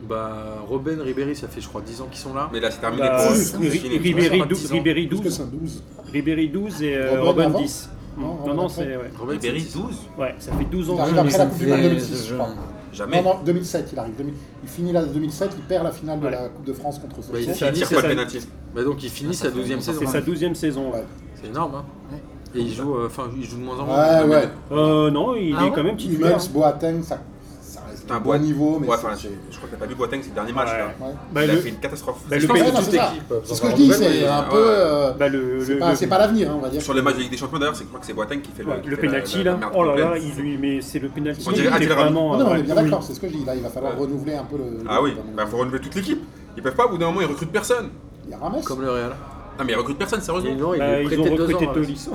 Speaker 1: Bah, Robben, Ribéry, ça fait, je crois, 10 ans qu'ils sont là.
Speaker 2: Mais là, c'est terminé
Speaker 5: bah,
Speaker 2: pour eux.
Speaker 5: Ri-
Speaker 2: C'est fini.
Speaker 5: Ribéry,
Speaker 1: Sur 10
Speaker 5: dou-
Speaker 1: ans.
Speaker 5: Ribéry
Speaker 4: Parce que
Speaker 5: 12,
Speaker 4: c'est un 12.
Speaker 5: Ribéry 12 et euh,
Speaker 4: Robben
Speaker 5: Robben
Speaker 4: avant
Speaker 5: 10.
Speaker 4: Non,
Speaker 5: Non,
Speaker 4: Robben
Speaker 5: non, non,
Speaker 4: après.
Speaker 5: c'est ouais.
Speaker 1: Robben, c'est
Speaker 2: Ribéry,
Speaker 1: 10.
Speaker 2: 12
Speaker 5: Ouais, ça fait 12
Speaker 4: Il
Speaker 5: ans.
Speaker 4: arrive après la Coupe du Monde
Speaker 6: Mais-
Speaker 4: 2006, je crois.
Speaker 2: Jamais.
Speaker 4: Non, non, 2007, il arrive. 2000. Il finit la 2007, il perd la finale de la Coupe de France contre
Speaker 1: Bah, il
Speaker 4: Sochaux.
Speaker 2: Ça
Speaker 1: finit
Speaker 2: tire
Speaker 1: sa-
Speaker 2: pas
Speaker 5: ça.
Speaker 2: le pénalty.
Speaker 1: Bah, donc, il finit sa 12 saison.
Speaker 5: C'est sa 12 saison.
Speaker 4: Ouais.
Speaker 1: C'est énorme, hein.
Speaker 6: Ouais.
Speaker 1: Et il joue, euh, enfin, il joue de moins en moins.
Speaker 4: Ouais, ouais.
Speaker 5: Euh, non, il
Speaker 6: Ah
Speaker 5: est
Speaker 6: ouais
Speaker 5: quand même
Speaker 1: hein.
Speaker 5: titulaire.
Speaker 4: Hummels, Boateng, ça, ça reste
Speaker 2: Un
Speaker 4: un
Speaker 2: Boat-
Speaker 4: bon niveau, mais
Speaker 2: Ouais,
Speaker 4: c'est-
Speaker 2: enfin,
Speaker 4: c'est-
Speaker 2: je je crois que t'as pas vu Boateng ces derniers matchs.
Speaker 5: Ouais.
Speaker 2: là.
Speaker 4: ouais.
Speaker 5: Bah,
Speaker 2: il a
Speaker 5: le-
Speaker 2: fait une catastrophe.
Speaker 5: bah,
Speaker 1: Je
Speaker 5: le
Speaker 1: pense
Speaker 5: pays-
Speaker 1: que
Speaker 4: Ouais, non,
Speaker 1: toute
Speaker 4: c'est ça.
Speaker 1: équipe. euh,
Speaker 4: C'est ce
Speaker 1: en
Speaker 4: que je dis,
Speaker 1: nouvelle, mais-
Speaker 4: c'est un
Speaker 2: ouais.
Speaker 4: peu. euh,
Speaker 5: bah, le-
Speaker 4: C'est
Speaker 5: le-
Speaker 4: pas,
Speaker 5: le-
Speaker 4: c'est pas l'avenir, hein, on va dire.
Speaker 2: Sur le match de Ligue des Champions, d'ailleurs, c'est je crois que c'est Boateng qui fait le.
Speaker 5: Ouais,
Speaker 2: qui
Speaker 5: le
Speaker 2: fait la-
Speaker 5: penalty
Speaker 2: la-
Speaker 5: là,
Speaker 2: la merde
Speaker 5: oh là
Speaker 2: complète.
Speaker 5: là, il lui mais c'est le penalty
Speaker 2: On dirait
Speaker 5: qui est
Speaker 2: Attila
Speaker 5: vraiment
Speaker 4: Non, non, on
Speaker 5: euh,
Speaker 4: est bien
Speaker 5: oui.
Speaker 4: d'accord, c'est ce que je dis. Là, il va falloir
Speaker 2: Ouais.
Speaker 4: renouveler un peu le.
Speaker 2: Ah oui, bah faut renouveler toute l'équipe. Ils peuvent pas, au bout d'un moment, ils recrutent personne.
Speaker 4: Il y a Rames.
Speaker 1: Comme le Real.
Speaker 2: Non, mais ils recrutent personne,
Speaker 1: Il est
Speaker 2: sérieusement.
Speaker 1: non, il
Speaker 5: Bah,
Speaker 1: est
Speaker 5: ils ont
Speaker 1: prêté deux
Speaker 5: recruté
Speaker 1: ans. ouais.
Speaker 5: Tolisso.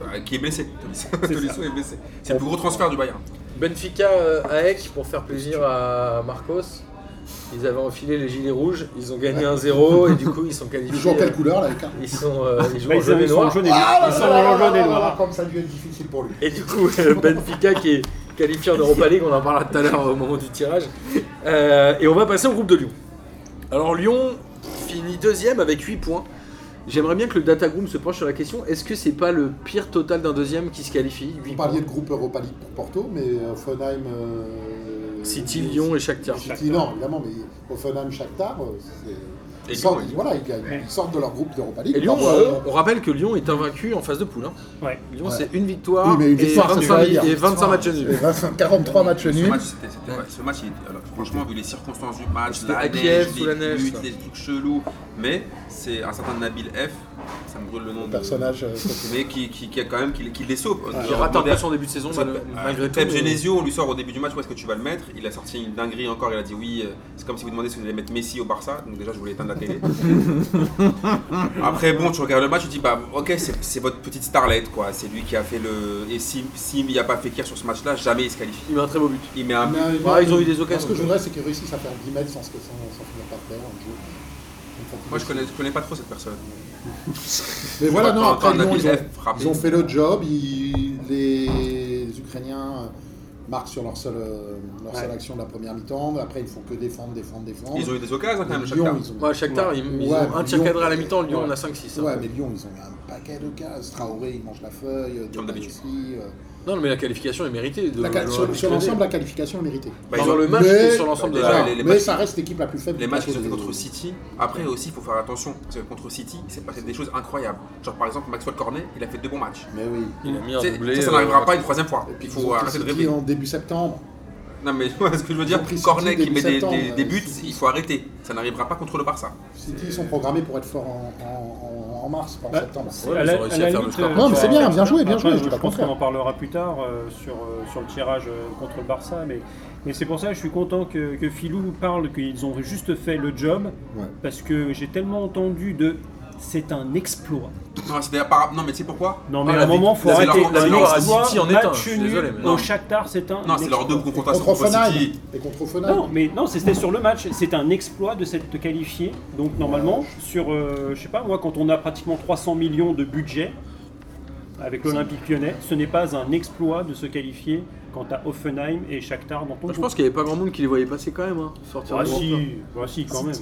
Speaker 2: Bah, Qui est blessé. Tolisso
Speaker 5: ça.
Speaker 2: Tolisso est blessé. C'est le plus gros transfert du Bayern.
Speaker 1: Benfica euh, à Aix pour faire plaisir à Marcos. Ils avaient enfilé les gilets rouges, ils ont gagné 1-0 et du coup ils sont
Speaker 4: Il
Speaker 1: qualifiés.
Speaker 4: joue en quelle
Speaker 1: euh, Ah,
Speaker 4: couleur, là, avec un. Ah,
Speaker 1: Ils sont euh, ils jouent
Speaker 5: Bah,
Speaker 1: en
Speaker 5: ils
Speaker 1: jaune et
Speaker 5: avaient- sont en
Speaker 1: noir.
Speaker 5: jaune et noir. Ils sont en jaune et
Speaker 1: hein.
Speaker 5: noir.
Speaker 4: Comme ça devient difficile pour lui.
Speaker 1: Et du coup euh, Benfica qui est qualifié en Europa League, on en parlera tout à l'heure au moment du tirage. Euh, et on va passer au groupe de Lyon. Alors Lyon finit deuxième avec 8 points. J'aimerais bien que le Data Groom se penche sur la question est-ce que c'est pas le pire total d'un deuxième qui se qualifie
Speaker 4: Vous
Speaker 1: Huit
Speaker 4: parliez
Speaker 1: points.
Speaker 4: de groupe Europa League pour Porto, mais euh, Offenheim. euh,
Speaker 1: City, Lyon et Shakhtar.
Speaker 4: City, non, évidemment, mais Offenheim, Shakhtar, euh, c'est-
Speaker 2: Et
Speaker 4: ils, sortent,
Speaker 2: Lyon, oui.
Speaker 4: voilà, ils, gagnent. Ils sortent de leur groupe d'Europa League. euh,
Speaker 1: Et Lyon,
Speaker 4: Bravo à eux.
Speaker 1: on, on rappelle que Lyon est invaincu en phase de poule. hein.
Speaker 5: Ouais.
Speaker 1: Lyon,
Speaker 4: Ouais.
Speaker 1: c'est une victoire,
Speaker 6: Oui, mais une victoire,
Speaker 1: et
Speaker 6: ça
Speaker 1: 25,
Speaker 6: veut dire.
Speaker 1: et 25 matchs
Speaker 6: Et
Speaker 1: nuls.
Speaker 6: 20 43 matchs
Speaker 2: Ce
Speaker 6: nuls.
Speaker 2: match, c'était- c'était- ouais, ce match, il- alors, franchement, vu les circonstances du match,
Speaker 1: C'était à
Speaker 2: la
Speaker 1: Kiev,
Speaker 2: neige,
Speaker 1: sous
Speaker 2: les
Speaker 1: la neige,
Speaker 2: buts,
Speaker 1: ça.
Speaker 2: les trucs chelous, mais c'est un certain Nabil F, ça me brûle le nom
Speaker 4: Le
Speaker 2: de
Speaker 4: personnage. euh,
Speaker 2: mais qui, qui, qui a quand même qui, qui les sauve.
Speaker 1: Qui
Speaker 2: Euh,
Speaker 1: rate un
Speaker 2: demandez à-
Speaker 1: peu son début de saison,
Speaker 2: C'est-
Speaker 1: mal- malgré
Speaker 2: euh,
Speaker 1: tout.
Speaker 2: Pep
Speaker 1: mais-
Speaker 2: Genesio, on lui sort au début du match où est-ce que tu vas le mettre. Il a sorti une dinguerie encore. Il a dit oui, euh, c'est comme si vous demandez si vous allez mettre Messi au Barça. Donc déjà, je voulais éteindre la
Speaker 1: [LAUGHS]
Speaker 2: télé. Après, bon, tu regardes le match, tu te dis bah ok, c'est c'est votre petite starlette quoi. C'est lui qui a fait le. Et si si il n'y a pas Fekir sur ce match-là, jamais il se qualifie.
Speaker 1: Il met un très beau but.
Speaker 2: Il met un but.
Speaker 4: Mais, euh,
Speaker 1: Ah, ils ont eu des occasions.
Speaker 4: Ce que je voudrais, c'est qu'ils réussissent à faire 10 mètres sans, se- sans, sans finir par terre. en jeu. Une fois qu'ils
Speaker 2: Moi, je
Speaker 4: réussissent.
Speaker 2: connais, je connais pas trop cette personne.
Speaker 4: Mais voilà, non,
Speaker 2: Attends,
Speaker 4: après,
Speaker 2: attends,
Speaker 4: Lyon,
Speaker 2: Nabil
Speaker 4: ils, ont,
Speaker 2: F, frappé.
Speaker 4: ils ont fait le job. ils- les Ukrainiens euh, marquent sur leur seule, euh, leur seule
Speaker 5: Ouais.
Speaker 4: action de la première mi-temps. Après, ils font que défendre, défendre, défendre.
Speaker 2: Ils ont eu des occasions quand même.
Speaker 4: Lyon,
Speaker 2: Shakhtar.
Speaker 4: ils ont-
Speaker 1: Ouais, Shakhtar, ils, ils
Speaker 4: Ouais,
Speaker 1: ont un tir
Speaker 4: Lyon-
Speaker 1: cadré à la mi-temps, Lyon
Speaker 4: Ouais.
Speaker 1: on a 5-6. hein.
Speaker 4: Ouais, mais Lyon, ils ont eu un paquet de cases. Traoré, il mange la feuille. euh,
Speaker 2: Comme d'habitude.
Speaker 4: Delaney, euh,
Speaker 1: Non, mais la qualification est méritée. De,
Speaker 4: la ca-
Speaker 1: de-
Speaker 4: sur
Speaker 1: de-
Speaker 4: sur l'ensemble, la qualification est méritée.
Speaker 2: Bah,
Speaker 1: Dans
Speaker 2: ils ont-
Speaker 1: le match,
Speaker 4: Mais-
Speaker 1: c'était sur l'ensemble de
Speaker 2: Déjà,
Speaker 1: la.
Speaker 2: les- les
Speaker 4: mais
Speaker 2: matchs-
Speaker 4: ça reste l'équipe la plus faible.
Speaker 2: Les
Speaker 4: du
Speaker 2: matchs qu'ils ont
Speaker 4: plateau
Speaker 2: fait
Speaker 4: des-
Speaker 2: contre City, après aussi il faut faire attention, parce que contre City, il s'est passé des choses incroyables. Genre par exemple Maxwell Cornet, il a fait deux bons matchs.
Speaker 4: Mais oui.
Speaker 1: Il a mis un
Speaker 2: Tu sais,
Speaker 1: doublé.
Speaker 2: ça, ça
Speaker 1: euh,
Speaker 2: n'arrivera pas une troisième fois.
Speaker 4: Et puis,
Speaker 2: il
Speaker 4: ils ont
Speaker 2: faut arrêter de
Speaker 4: City
Speaker 2: rêver.
Speaker 4: en début septembre.
Speaker 2: Non, mais ce que je veux dire,
Speaker 4: Ils ont pris
Speaker 2: Cornet
Speaker 4: City
Speaker 2: qui met des,
Speaker 4: début
Speaker 2: des-
Speaker 4: septembre,
Speaker 2: des
Speaker 4: ouais.
Speaker 2: buts, il faut arrêter. Ça n'arrivera pas contre le Barça.
Speaker 4: City, ils sont programmés pour être forts en, en- en- en mars, pas en
Speaker 5: Bah,
Speaker 4: septembre.
Speaker 1: Ouais, mais
Speaker 5: À la-
Speaker 1: ils ont réussi
Speaker 5: à
Speaker 1: à
Speaker 5: la
Speaker 1: faire le
Speaker 5: limite,
Speaker 1: score.
Speaker 5: euh,
Speaker 6: Non, mais
Speaker 5: sur-
Speaker 6: c'est bien, bien joué, bien
Speaker 5: Après,
Speaker 6: joué, je suis pas
Speaker 5: pense
Speaker 6: contraire.
Speaker 5: qu'on en parlera plus tard euh, sur, euh, sur le tirage euh, contre le Barça, mais, mais c'est pour ça que je suis content que, que Philou parle qu'ils ont juste fait le job,
Speaker 6: Ouais.
Speaker 5: parce que j'ai tellement entendu de c'est un exploit.
Speaker 2: Non, c'était pas- non mais tu sais pourquoi
Speaker 5: Non, mais
Speaker 1: Ah,
Speaker 5: à
Speaker 1: la
Speaker 5: un moment,
Speaker 1: vic-
Speaker 5: faut
Speaker 2: la-
Speaker 5: arrêter.
Speaker 2: la- la victoire à
Speaker 5: exploit,
Speaker 1: City en est un, je
Speaker 5: match
Speaker 1: suis
Speaker 5: nul,
Speaker 1: désolé, mais
Speaker 5: au
Speaker 1: non.
Speaker 5: Shakhtar, c'est un.
Speaker 2: Non, c'est leurs deux
Speaker 5: exploit.
Speaker 4: Et
Speaker 2: confrontations
Speaker 4: Ah, contre
Speaker 2: contre
Speaker 4: Offenheim.
Speaker 5: Ah,
Speaker 2: City.
Speaker 4: Et contre Offenheim.
Speaker 5: Non, mais non, c'était sur le match. C'est un exploit de s'être qualifié. Donc normalement, sur, euh, je sais pas moi, quand on a pratiquement 300 millions de budget avec l'Olympique Lyonnais, ce n'est pas un exploit de se qualifier quand à Offenheim et Shakhtar dans ton
Speaker 1: Bah, Je pense qu'il n'y avait pas grand monde qui les voyait passer quand même. hein, sortir
Speaker 5: Ah
Speaker 1: du groupe,
Speaker 5: si,
Speaker 1: là.
Speaker 5: ah si, quand même.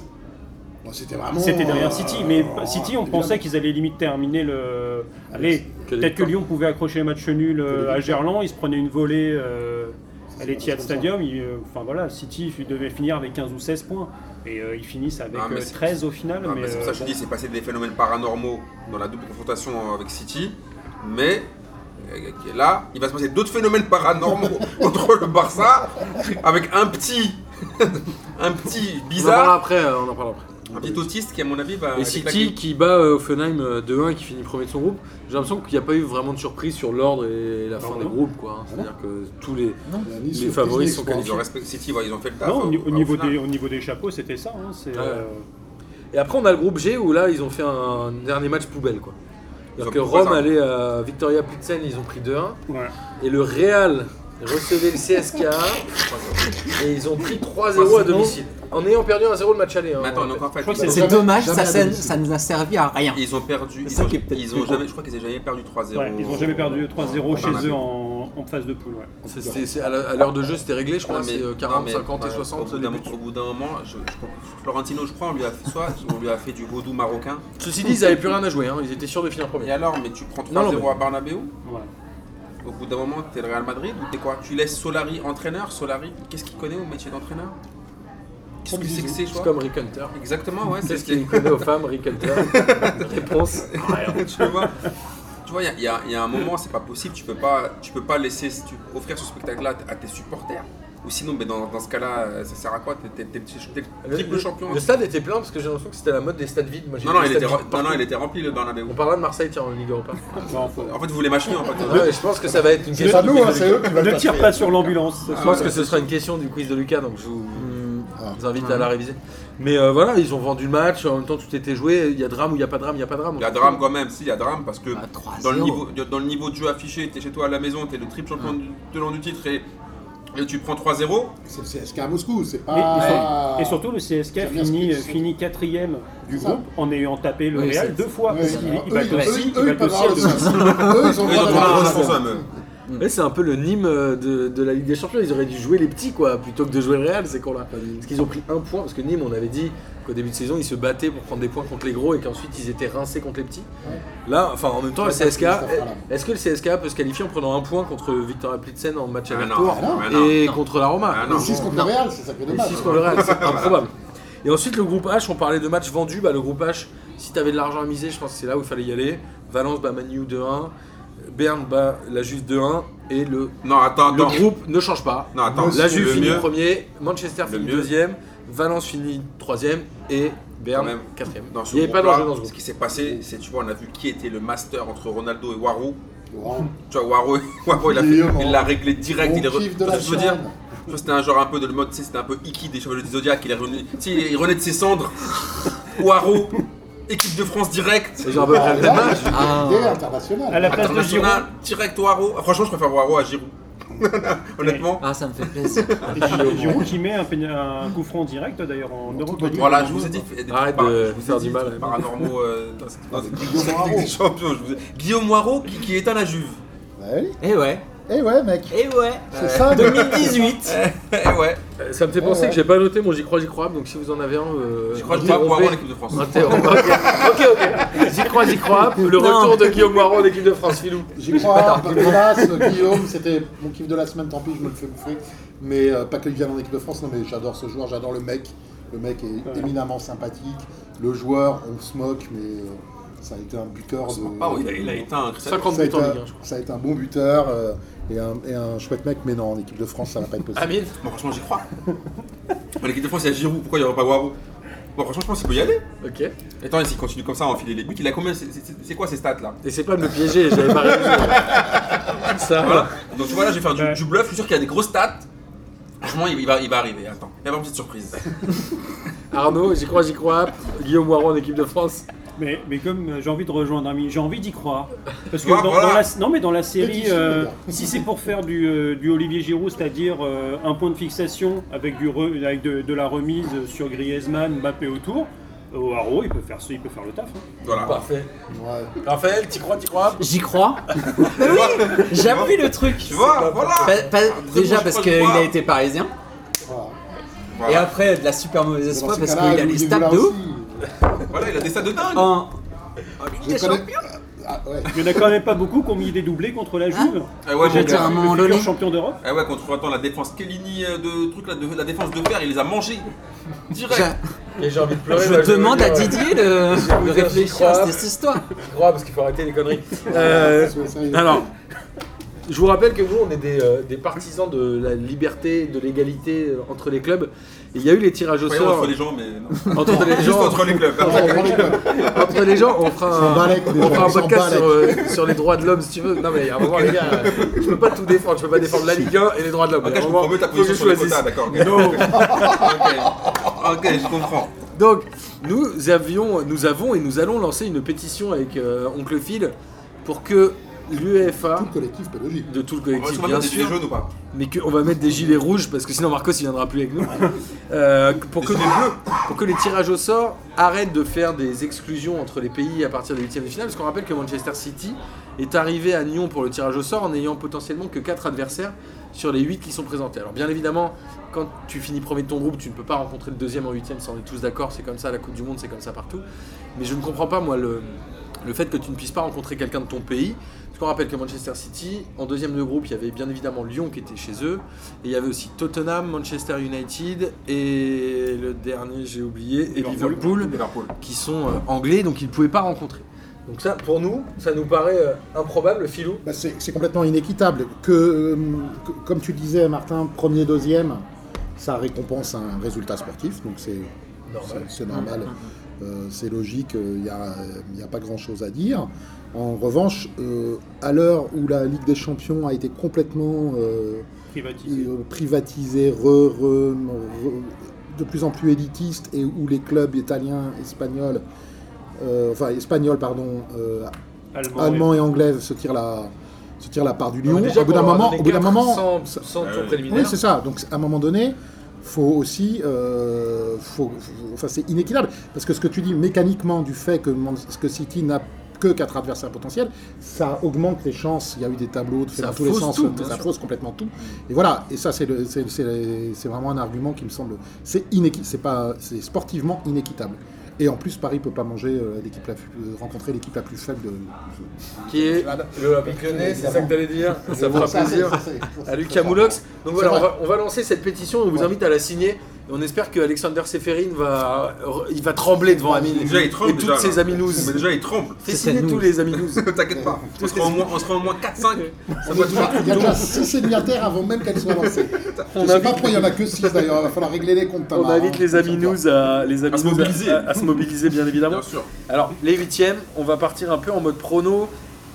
Speaker 4: Bon, C'était vraiment.
Speaker 5: C'était derrière
Speaker 4: euh,
Speaker 5: City, mais
Speaker 4: euh,
Speaker 5: City, on
Speaker 4: évidemment.
Speaker 5: pensait qu'ils allaient limite terminer le.
Speaker 4: Ah,
Speaker 5: Allez,
Speaker 1: Quelle
Speaker 5: peut-être que
Speaker 1: victoire.
Speaker 5: Lyon pouvait accrocher un match nul euh,
Speaker 4: Quelle
Speaker 5: à Gerland, ils se prenaient une volée euh, à
Speaker 4: C'est
Speaker 5: l'Etihad
Speaker 4: comme ça.
Speaker 5: Stadium. ils, euh, Enfin voilà, City il devait finir avec 15 ou 16 points. Et euh, ils finissent avec
Speaker 2: Ah, mais
Speaker 5: euh,
Speaker 2: c'est-
Speaker 5: 13 au final.
Speaker 2: Ah,
Speaker 5: mais,
Speaker 2: mais C'est pour ça que je
Speaker 5: euh,
Speaker 2: dis, c'est passé des phénomènes paranormaux dans la double confrontation avec City, mais euh, là, il va se passer d'autres phénomènes
Speaker 4: [LAUGHS]
Speaker 2: paranormaux contre le Barça, avec un petit, [LAUGHS] un petit
Speaker 1: On en parlera
Speaker 2: bizarre,
Speaker 1: après. euh, On en parlera après.
Speaker 2: un petit autiste qui à mon avis va.
Speaker 1: Et City qui bat euh, Offenheim euh, 2-1 et qui finit premier de son groupe, j'ai l'impression qu'il n'y a pas eu vraiment de surprise sur l'ordre et la fin
Speaker 5: non.
Speaker 1: des groupes. quoi. hein. C'est-à-dire que tous les.
Speaker 4: La Nice,
Speaker 1: Les
Speaker 4: surprise,
Speaker 1: favoris sont
Speaker 4: l'exploit.
Speaker 2: Ils ont respecté City, ouais, ils ont fait le taf.
Speaker 5: Non, au, ni- au niveau
Speaker 2: final.
Speaker 5: des, au niveau des chapeaux, c'était ça. hein, c'est,
Speaker 1: Ouais.
Speaker 5: euh,
Speaker 1: Et après, on a le groupe G où là, ils ont fait un dernier match poubelle. quoi.
Speaker 2: Ils ont
Speaker 1: C'est-à-dire que
Speaker 2: pris trois
Speaker 1: Rome
Speaker 2: armes.
Speaker 1: allait à Victoria Plitzen, ils ont pris 2-1.
Speaker 5: ouais.
Speaker 1: Et le Real recevait le CSKA et ils ont pris 3-0 à domicile. En ayant perdu 1-0 le match aller. hein,
Speaker 2: Mais attends,
Speaker 1: on
Speaker 2: donc en fait,
Speaker 5: Je crois que
Speaker 4: Ils ont
Speaker 3: C'est
Speaker 4: jamais-
Speaker 3: dommage,
Speaker 4: jamais
Speaker 3: ça,
Speaker 4: à
Speaker 3: sert-
Speaker 4: domicile.
Speaker 3: ça nous a servi à rien.
Speaker 2: Ils ont perdu.
Speaker 3: C'est
Speaker 2: Ils
Speaker 3: ça
Speaker 2: ont,
Speaker 3: qui est peut-être
Speaker 2: ils
Speaker 3: plus
Speaker 2: ont
Speaker 3: gros.
Speaker 2: jamais. Je crois qu'ils n'ont jamais perdu 3-0.
Speaker 5: Ouais, ils n'ont jamais perdu 3-0
Speaker 2: Ouais, non,
Speaker 5: chez
Speaker 2: mais-
Speaker 5: eux en, en phase de poule. ouais.
Speaker 1: rappelle. C'était- c'est- à la- à l'heure de jeu, c'était réglé, je
Speaker 2: Non,
Speaker 1: crois.
Speaker 2: mais-
Speaker 1: C'est euh,
Speaker 2: non,
Speaker 1: 40,
Speaker 2: mais,
Speaker 1: 50 et
Speaker 2: ouais,
Speaker 1: 60.
Speaker 2: Au bout
Speaker 1: les
Speaker 2: d'un
Speaker 1: buts.
Speaker 2: au bout d'un moment, je, je comprends- Florentino, je crois, on lui a fait soit on lui a fait du vaudou marocain.
Speaker 1: Ceci dit, ils n'avaient plus rien à jouer. hein, Ils étaient sûrs de finir
Speaker 2: Et
Speaker 1: premier.
Speaker 2: alors, mais tu prends 3-0
Speaker 1: Non, non, mais-
Speaker 2: à Bernabeu
Speaker 5: Ouais.
Speaker 2: Au bout d'un moment, t'es le Real Madrid ou t'es quoi Tu laisses Solari entraîneur Solari, qu'est-ce qu'il connaît au métier d'entraîneur Qu'est-ce que c'est que c'est, je
Speaker 1: C'est
Speaker 2: vois
Speaker 1: comme Rick Hunter.
Speaker 2: Exactement, [LAUGHS] ouais. c'est
Speaker 1: Qu'est-ce
Speaker 2: ce qui-
Speaker 1: qu'il connaît aux femmes, Rick Hunter
Speaker 2: [LAUGHS]
Speaker 1: Réponse.
Speaker 2: tu vois tu vois, il y a- il y, a- il y a un moment, c'est pas possible. Tu peux pas, tu peux pas laisser tu- offrir ce spectacle-là à t- à tes supporters. Ou sinon, mais dans, dans ce cas-là, euh, ça sert à quoi T'es- T'es t'es petit- t'es
Speaker 1: Le,
Speaker 2: triple
Speaker 1: le-
Speaker 2: champion.
Speaker 1: le stade était plein parce que j'ai l'impression que c'était la mode des stades vides. Moi, j'ai
Speaker 2: Non,
Speaker 1: vu
Speaker 2: non,
Speaker 1: des
Speaker 2: il
Speaker 1: stades
Speaker 2: était, rem-
Speaker 1: vides
Speaker 2: non, non,
Speaker 1: partout.
Speaker 2: il était rempli le Bernabeu.
Speaker 1: On parlera de Marseille tiens, en Ligue Europa.
Speaker 2: Ah,
Speaker 5: Non, faut-
Speaker 2: En fait, vous voulez m'acheter en fait.
Speaker 1: Ouais, je pense que ça va être une
Speaker 4: C'est
Speaker 1: question.
Speaker 4: pas
Speaker 1: de
Speaker 4: nous,
Speaker 1: quiz
Speaker 4: hein,
Speaker 1: de
Speaker 4: c'est
Speaker 1: Lucas.
Speaker 4: eux qui veulent
Speaker 5: Ne
Speaker 4: pas
Speaker 5: tire
Speaker 4: faire.
Speaker 5: pas sur
Speaker 2: Ah,
Speaker 5: l'ambulance. ce
Speaker 1: Je
Speaker 5: soir.
Speaker 1: pense que ce sera une question du quiz de Lucas, donc je vous,
Speaker 2: Mm.
Speaker 4: Ah.
Speaker 1: vous invite à la réviser. Mais euh, voilà, ils ont vendu le match, en même temps tout était joué, il y a drame ou il n'y a pas drame, il n'y a pas drame. Mm.
Speaker 2: Il y a drame quand même, si, il y a drame parce que
Speaker 3: Bah, 3-0.
Speaker 2: dans le, niveau, dans le niveau de jeu affiché, t'es chez toi à la maison, t'es le triple champion du- tenant du titre et, et tu prends 3-0.
Speaker 4: C'est le CSK à Moscou, c'est
Speaker 5: Mais- mais sur-
Speaker 4: pas.
Speaker 5: Et surtout, le CSK
Speaker 4: J'aime bien ce
Speaker 5: finit,
Speaker 4: qu'ils sont.
Speaker 5: finit quatrième du
Speaker 4: C'est ça.
Speaker 5: groupe en ayant tapé le
Speaker 3: Oui,
Speaker 5: Real
Speaker 3: c'est-
Speaker 5: deux fois.
Speaker 4: Ouais,
Speaker 5: Parce
Speaker 4: c'est
Speaker 5: qu'ils-
Speaker 4: vrai.
Speaker 5: ils
Speaker 4: Eux,
Speaker 5: battent
Speaker 4: ils-
Speaker 5: aussi,
Speaker 4: eux,
Speaker 5: ils
Speaker 4: ils
Speaker 5: battent
Speaker 4: peuvent
Speaker 5: aussi à
Speaker 4: avoir
Speaker 5: deux
Speaker 4: le
Speaker 5: fois.
Speaker 4: sens. Eux, ils ont
Speaker 2: Ils ont
Speaker 4: le droit
Speaker 2: droit à
Speaker 4: d'avoir
Speaker 2: la
Speaker 4: le sens.
Speaker 2: chanson, eux.
Speaker 1: Mm. Ouais, c'est un peu le Nîmes euh, de, de la Ligue des Champions. Ils auraient dû jouer les petits, quoi, plutôt que de jouer le Real. C'est qu'on l'a. Parce qu'ils ont pris un point, parce que Nîmes, on avait dit qu'au début de saison, ils se battaient pour prendre des points contre les gros et qu'ensuite ils étaient rincés contre les petits. Là, enfin, en même temps,
Speaker 4: Ouais,
Speaker 1: le
Speaker 4: ça,
Speaker 1: CSK.
Speaker 4: c'est Christophe Palain.
Speaker 1: Est-ce que le CSK peut se qualifier en prenant un point contre Victoria Plitzen en match
Speaker 2: Ah
Speaker 1: à
Speaker 2: non,
Speaker 1: retour
Speaker 4: ah non,
Speaker 2: ah non,
Speaker 1: et
Speaker 3: non.
Speaker 1: contre la Roma
Speaker 2: Ah
Speaker 4: Le
Speaker 2: non.
Speaker 4: 6 contre
Speaker 3: non.
Speaker 4: le Real, c'est ça qui est
Speaker 1: Les
Speaker 4: dommage.
Speaker 1: six contre le Real, c'est improbable. Et ensuite, le groupe H, on parlait de matchs vendus. Bah, le groupe H, si tu avais de l'argent à miser, je pense que c'est là où il fallait y aller. Valence bat Manu 2-1. Berne bat la Juve 2-1. Et le,
Speaker 2: Non, attends,
Speaker 1: le
Speaker 2: attends.
Speaker 1: groupe ne change pas.
Speaker 2: Non, attends.
Speaker 1: la Juve
Speaker 2: le
Speaker 1: finit
Speaker 2: mieux,
Speaker 1: premier, Manchester finit
Speaker 2: mieux.
Speaker 1: deuxième, Valence finit troisième et
Speaker 2: Quand
Speaker 1: Berne
Speaker 2: même.
Speaker 1: quatrième.
Speaker 2: dans ce
Speaker 1: Il n'y avait pas
Speaker 2: groupe-là,
Speaker 1: d'enjeu dans ce groupe.
Speaker 2: Ce qui s'est passé, c'est tu vois, on a vu qui était le master entre Ronaldo et Waro.
Speaker 4: Wow.
Speaker 2: Tu vois, Waro, [LAUGHS] Waro, il a
Speaker 4: Il est
Speaker 2: fait- il l'a réglé direct.
Speaker 4: On
Speaker 2: il est re-
Speaker 4: kiffe de la
Speaker 2: Je veux dire,
Speaker 4: chambre.
Speaker 2: tu vois, c'était un genre un peu de le mode, tu sais, c'était un peu Iki des Chevaliers du Zodiac. Il est revenu, tu sais, il renaît de ses cendres. Waro, équipe de France direct.
Speaker 1: Et
Speaker 2: [LAUGHS]
Speaker 1: j'ai un peu
Speaker 4: Ah,
Speaker 1: regretté le
Speaker 4: là,
Speaker 1: match.
Speaker 4: j'ai
Speaker 3: Ah.
Speaker 4: une idée
Speaker 5: À la
Speaker 4: internationale.
Speaker 5: place de Giroud.
Speaker 2: International, direct Waro. Ah, franchement, je préfère Waro à Giroud. [LAUGHS] Honnêtement.
Speaker 3: Ah, ça me fait
Speaker 4: [LAUGHS]
Speaker 3: plaisir.
Speaker 4: Ah,
Speaker 5: Giroud qui met un, pén- un coup franc direct d'ailleurs en Europe.
Speaker 2: Voilà, je vous ai dit. des trucs
Speaker 1: Arrête
Speaker 2: par-
Speaker 1: de
Speaker 2: je vous ai
Speaker 1: faire du
Speaker 2: dit des
Speaker 1: mal. hein.
Speaker 2: trucs Paranormaux euh, dans cette- dans cette-
Speaker 4: Guillaume
Speaker 2: dans cette Ligue
Speaker 4: Moirot.
Speaker 2: des Champions. je vous ai- Guillaume Moirot qui, qui est à la Juve.
Speaker 4: Ouais.
Speaker 3: Eh ouais,
Speaker 4: Bah Eh ouais, mec.
Speaker 3: eh ouais.
Speaker 4: C'est ça, mec.
Speaker 3: 2018.
Speaker 2: Eh ouais,
Speaker 1: Euh, Ça me fait penser
Speaker 4: Ouais, ouais.
Speaker 1: que j'ai pas noté mon j'y crois, j'y crois. Donc si vous en avez un, euh,
Speaker 2: je crois que je dois
Speaker 1: interrompez.
Speaker 2: avoir en équipe de France.
Speaker 1: Interrompez. ok, ok. J'y crois, j'y crois. Le
Speaker 3: Non.
Speaker 1: retour de Guillaume Moirot en équipe de France, Filou.
Speaker 4: J'y crois, Papelas, Guillaume, c'était mon kiff de la semaine, tant pis, je me le fais bouffer. Mais euh, pas que le gars en équipe de France, non mais j'adore ce joueur, j'adore le mec. Le mec est éminemment sympathique. Le joueur, on se moque, mais euh, ça a été un buteur de.
Speaker 2: Ah oui, il a, il a éteint un Cristiano.
Speaker 1: 50
Speaker 4: ça a,
Speaker 1: buts
Speaker 4: été
Speaker 1: en
Speaker 4: un,
Speaker 1: Ligue 1, je crois.
Speaker 4: ça a été un bon buteur euh, et, un, et un chouette mec, mais non, en équipe de France, ça va pas être possible.
Speaker 1: Amine
Speaker 2: Moi, franchement, j'y crois. [LAUGHS] En équipe de France, il y a Giroud. Pourquoi il n'y aurait pas Waro Bon, franchement, je pense qu'il peut y aller.
Speaker 1: Ok. Et
Speaker 2: Et Attends, s'il continue comme ça à enfiler les buts, il a combien C'est- C'est c'est quoi ces stats là
Speaker 1: c'est pas de me piéger, j'avais pas révisé. Ça,
Speaker 2: Voilà. Donc tu vois, là, je vais faire du,
Speaker 5: Ouais.
Speaker 2: du bluff. Je suis sûr qu'il y a des grosses stats. Franchement, il, il va, il va arriver. Attends, il va y avoir une petite surprise.
Speaker 1: Arnaud, j'y crois, j'y crois. Guillaume Moirot en équipe de France.
Speaker 5: Mais, mais comme euh, j'ai envie de rejoindre ami, j'ai envie d'y croire. Parce que
Speaker 2: Voilà,
Speaker 5: dans,
Speaker 2: voilà.
Speaker 5: dans la, non, mais dans la série,
Speaker 4: Petit
Speaker 5: euh,
Speaker 4: Giroud.
Speaker 5: si c'est pour faire du, euh, du Olivier Giroud, c'est-à-dire euh, un point de fixation avec, du re- avec de, de la remise sur Griezmann, Mbappé autour, au haro, il peut faire ce, il peut faire le taf. hein.
Speaker 2: Voilà.
Speaker 1: Parfait.
Speaker 4: Ouais.
Speaker 1: Raphaël, t'y crois, t'y crois
Speaker 3: J'y
Speaker 4: [LAUGHS]
Speaker 3: crois.
Speaker 2: Tu vois,
Speaker 3: J'ai appris le truc.
Speaker 2: tu vois voilà.
Speaker 4: Euh,
Speaker 3: Pas- pas- déjà
Speaker 2: bon,
Speaker 3: parce
Speaker 2: je
Speaker 3: qu'il
Speaker 2: crois.
Speaker 3: a été parisien.
Speaker 4: Voilà.
Speaker 3: Et
Speaker 2: Voilà.
Speaker 3: après, de la super mauvaise
Speaker 4: Dans
Speaker 3: espoir
Speaker 4: ces
Speaker 3: parce
Speaker 4: cas-là,
Speaker 3: qu'il a les
Speaker 4: Louis
Speaker 3: stats
Speaker 4: Villa
Speaker 3: de ouf.
Speaker 4: aussi,
Speaker 2: Voilà, il a des stats de dingue.
Speaker 1: Oh.
Speaker 3: En-
Speaker 4: je connais- Ah, ouais.
Speaker 5: Il y en a quand même pas beaucoup qui ont mis des doublés contre la Juve.
Speaker 2: Eh ouais,
Speaker 5: J'ai
Speaker 2: mon
Speaker 5: dit
Speaker 2: gars.
Speaker 3: un
Speaker 5: le
Speaker 3: moment
Speaker 5: futur
Speaker 3: donné.
Speaker 5: champion d'Europe.
Speaker 2: Eh ouais, contre attends, la défense Kellini euh, de truc là, de, la défense de fer, il les a mangés. Direct.
Speaker 3: Je,
Speaker 1: Et j'ai envie de pleurer.
Speaker 3: je
Speaker 1: là,
Speaker 3: demande
Speaker 1: veux
Speaker 3: à
Speaker 1: dire, ouais,
Speaker 5: [LAUGHS]
Speaker 3: Didier de
Speaker 1: dire, j'y
Speaker 3: réfléchir
Speaker 1: crois.
Speaker 3: à cette histoire.
Speaker 1: J'y crois parce qu'il faut arrêter les conneries. Euh,
Speaker 4: Ouais, sérieux.
Speaker 1: alors, je vous rappelle que vous, on est des, euh, des partisans de la liberté, de l'égalité euh, entre les clubs. Et Il y a eu les tirages au
Speaker 2: Pas entre
Speaker 1: sort
Speaker 2: les gens, mais non.
Speaker 1: entre les
Speaker 2: Juste
Speaker 1: gens.
Speaker 2: entre les clubs.
Speaker 1: Entre les gens, on fera
Speaker 4: s'en
Speaker 1: un,
Speaker 4: balèque, les
Speaker 1: on
Speaker 4: gens,
Speaker 1: fera un
Speaker 4: ils s'en
Speaker 1: podcast
Speaker 4: balèquent.
Speaker 1: sur, euh, sur les droits de l'homme si tu veux. Non mais à un moment les gars, euh, je peux pas tout défendre, je peux pas défendre la Ligue 1 et les droits de l'homme.
Speaker 2: Ok,
Speaker 1: À un
Speaker 2: Ah, je
Speaker 1: moment,
Speaker 2: comprends mieux ta
Speaker 1: faut
Speaker 2: position
Speaker 1: que je
Speaker 2: sur les
Speaker 1: choisisse.
Speaker 2: quotas, d'accord. ok.
Speaker 1: Non.
Speaker 2: Ok, Ok, je comprends.
Speaker 1: Donc nous avions, nous avons et nous allons lancer une pétition avec euh, Oncle Phil pour que l'UEFA
Speaker 4: Tout le collectif pédagogique.
Speaker 1: de tout le
Speaker 2: On va
Speaker 1: collectif
Speaker 2: sûrement
Speaker 1: bien
Speaker 2: mettre des gilets
Speaker 1: sûr,
Speaker 2: jaunes ou pas
Speaker 1: mais qu'on va mettre des gilets rouges parce que sinon Marcos il viendra plus avec nous. Euh, pour, que,
Speaker 2: Des gilets bleus.
Speaker 1: pour que les tirages au sort arrêtent de faire des exclusions entre les pays à partir des huitièmes de finale, parce qu'on rappelle que Manchester City est arrivé à Nyon pour le tirage au sort en n'ayant potentiellement que 4 adversaires sur les 8 qui sont présentés. Alors bien évidemment, quand tu finis premier de ton groupe, tu ne peux pas rencontrer le deuxième en huitième, ça on est tous d'accord, c'est comme ça, la Coupe du Monde c'est comme ça partout. Mais je ne comprends pas moi le, le fait que tu ne puisses pas rencontrer quelqu'un de ton pays. Parce qu'on rappelle que Manchester City, en deuxième de groupe, il y avait bien évidemment Lyon qui était chez eux, et il y avait aussi Tottenham, Manchester United, et le dernier j'ai oublié, et Liverpool,
Speaker 2: Liverpool.
Speaker 1: qui sont euh, anglais, donc ils ne pouvaient pas rencontrer. Donc ça, pour nous, ça nous paraît euh, improbable, Philou.
Speaker 6: Bah, c'est c'est complètement inéquitable. Que, euh, que- comme tu disais, Martin, premier, deuxième, ça récompense un résultat sportif, donc c'est
Speaker 1: Normal.
Speaker 6: c'est- c'est normal, euh, c'est logique, il n'y a, y a pas grand-chose à dire. En revanche, euh, à l'heure où la Ligue des Champions a été complètement euh,
Speaker 5: Privatisé.
Speaker 6: euh, privatisé, re- re- re- de plus en plus élitiste et où les clubs italiens, espagnols, euh, enfin espagnols pardon, euh,
Speaker 5: Allemand.
Speaker 6: allemands et anglais se tirent la se tirent la part du lion.
Speaker 1: Non, mais déjà,
Speaker 6: au bout d'un
Speaker 1: pour leur
Speaker 6: moment,
Speaker 1: donner
Speaker 6: au bout d'un
Speaker 1: quatre
Speaker 6: moment,
Speaker 1: sans,
Speaker 6: ça-
Speaker 1: sans
Speaker 2: Ah
Speaker 1: tour
Speaker 2: oui.
Speaker 1: préliminaire.
Speaker 6: oui c'est ça. Donc à un moment donné, faut aussi, euh, faut, faut- enfin c'est inéquitable parce que ce que tu dis mécaniquement du fait que Man- que City n'a que que quatre adversaires potentiels, ça augmente les chances. Il y a eu des tableaux de fait
Speaker 1: Ça
Speaker 6: dans tous les
Speaker 1: fausse
Speaker 6: sens,
Speaker 1: tout, bien
Speaker 6: ça
Speaker 1: sûr.
Speaker 6: fausse complètement tout. Et voilà, et ça c'est le- c'est- c'est- c'est vraiment un argument qui me semble, c'est inéqui- c'est pas, c'est sportivement inéquitable. Et en plus, Paris peut pas manger euh, l'équipe la plus- euh, rencontrer l'équipe la plus faible. de-
Speaker 1: Qui est l'Olympique Lyonnais, c'est ça que t'allais dire Ça fera plaisir à Lucas Moulox. Donc voilà,
Speaker 6: C'est
Speaker 1: on
Speaker 6: vrai.
Speaker 1: va, on va lancer cette pétition, on vous invite à la signer. Et On espère que Alexander Seferin va, il va trembler devant Amine
Speaker 2: Déjà, Bah, il tremble,
Speaker 1: et toutes
Speaker 2: déjà, là.
Speaker 1: ses
Speaker 2: Mais
Speaker 1: aminouzes.
Speaker 2: déjà, il trempe.
Speaker 1: Fais
Speaker 3: C'est
Speaker 1: signer
Speaker 3: nous.
Speaker 1: tous les
Speaker 6: [LAUGHS]
Speaker 1: aminouzes.
Speaker 2: [LAUGHS] T'inquiète pas. On sera au moins, on sera au moins 4-5. Ça
Speaker 4: Il y
Speaker 2: doit toujours.
Speaker 4: a déjà- il y a déjà 6 célibataires avant même qu'elles soient
Speaker 1: [LAUGHS]
Speaker 4: lancées. Je ne sais pas pourquoi il n'y en a que 6 d'ailleurs, il va falloir régler les comptes.
Speaker 1: On
Speaker 4: Tamara,
Speaker 1: invite
Speaker 4: hein.
Speaker 1: les aminouzes à, les
Speaker 2: se
Speaker 1: Aminouzes à-
Speaker 2: mobiliser.
Speaker 1: à- à se mobiliser, bien évidemment.
Speaker 2: Bien sûr.
Speaker 1: Alors, les huitièmes, on va partir un peu en mode prono.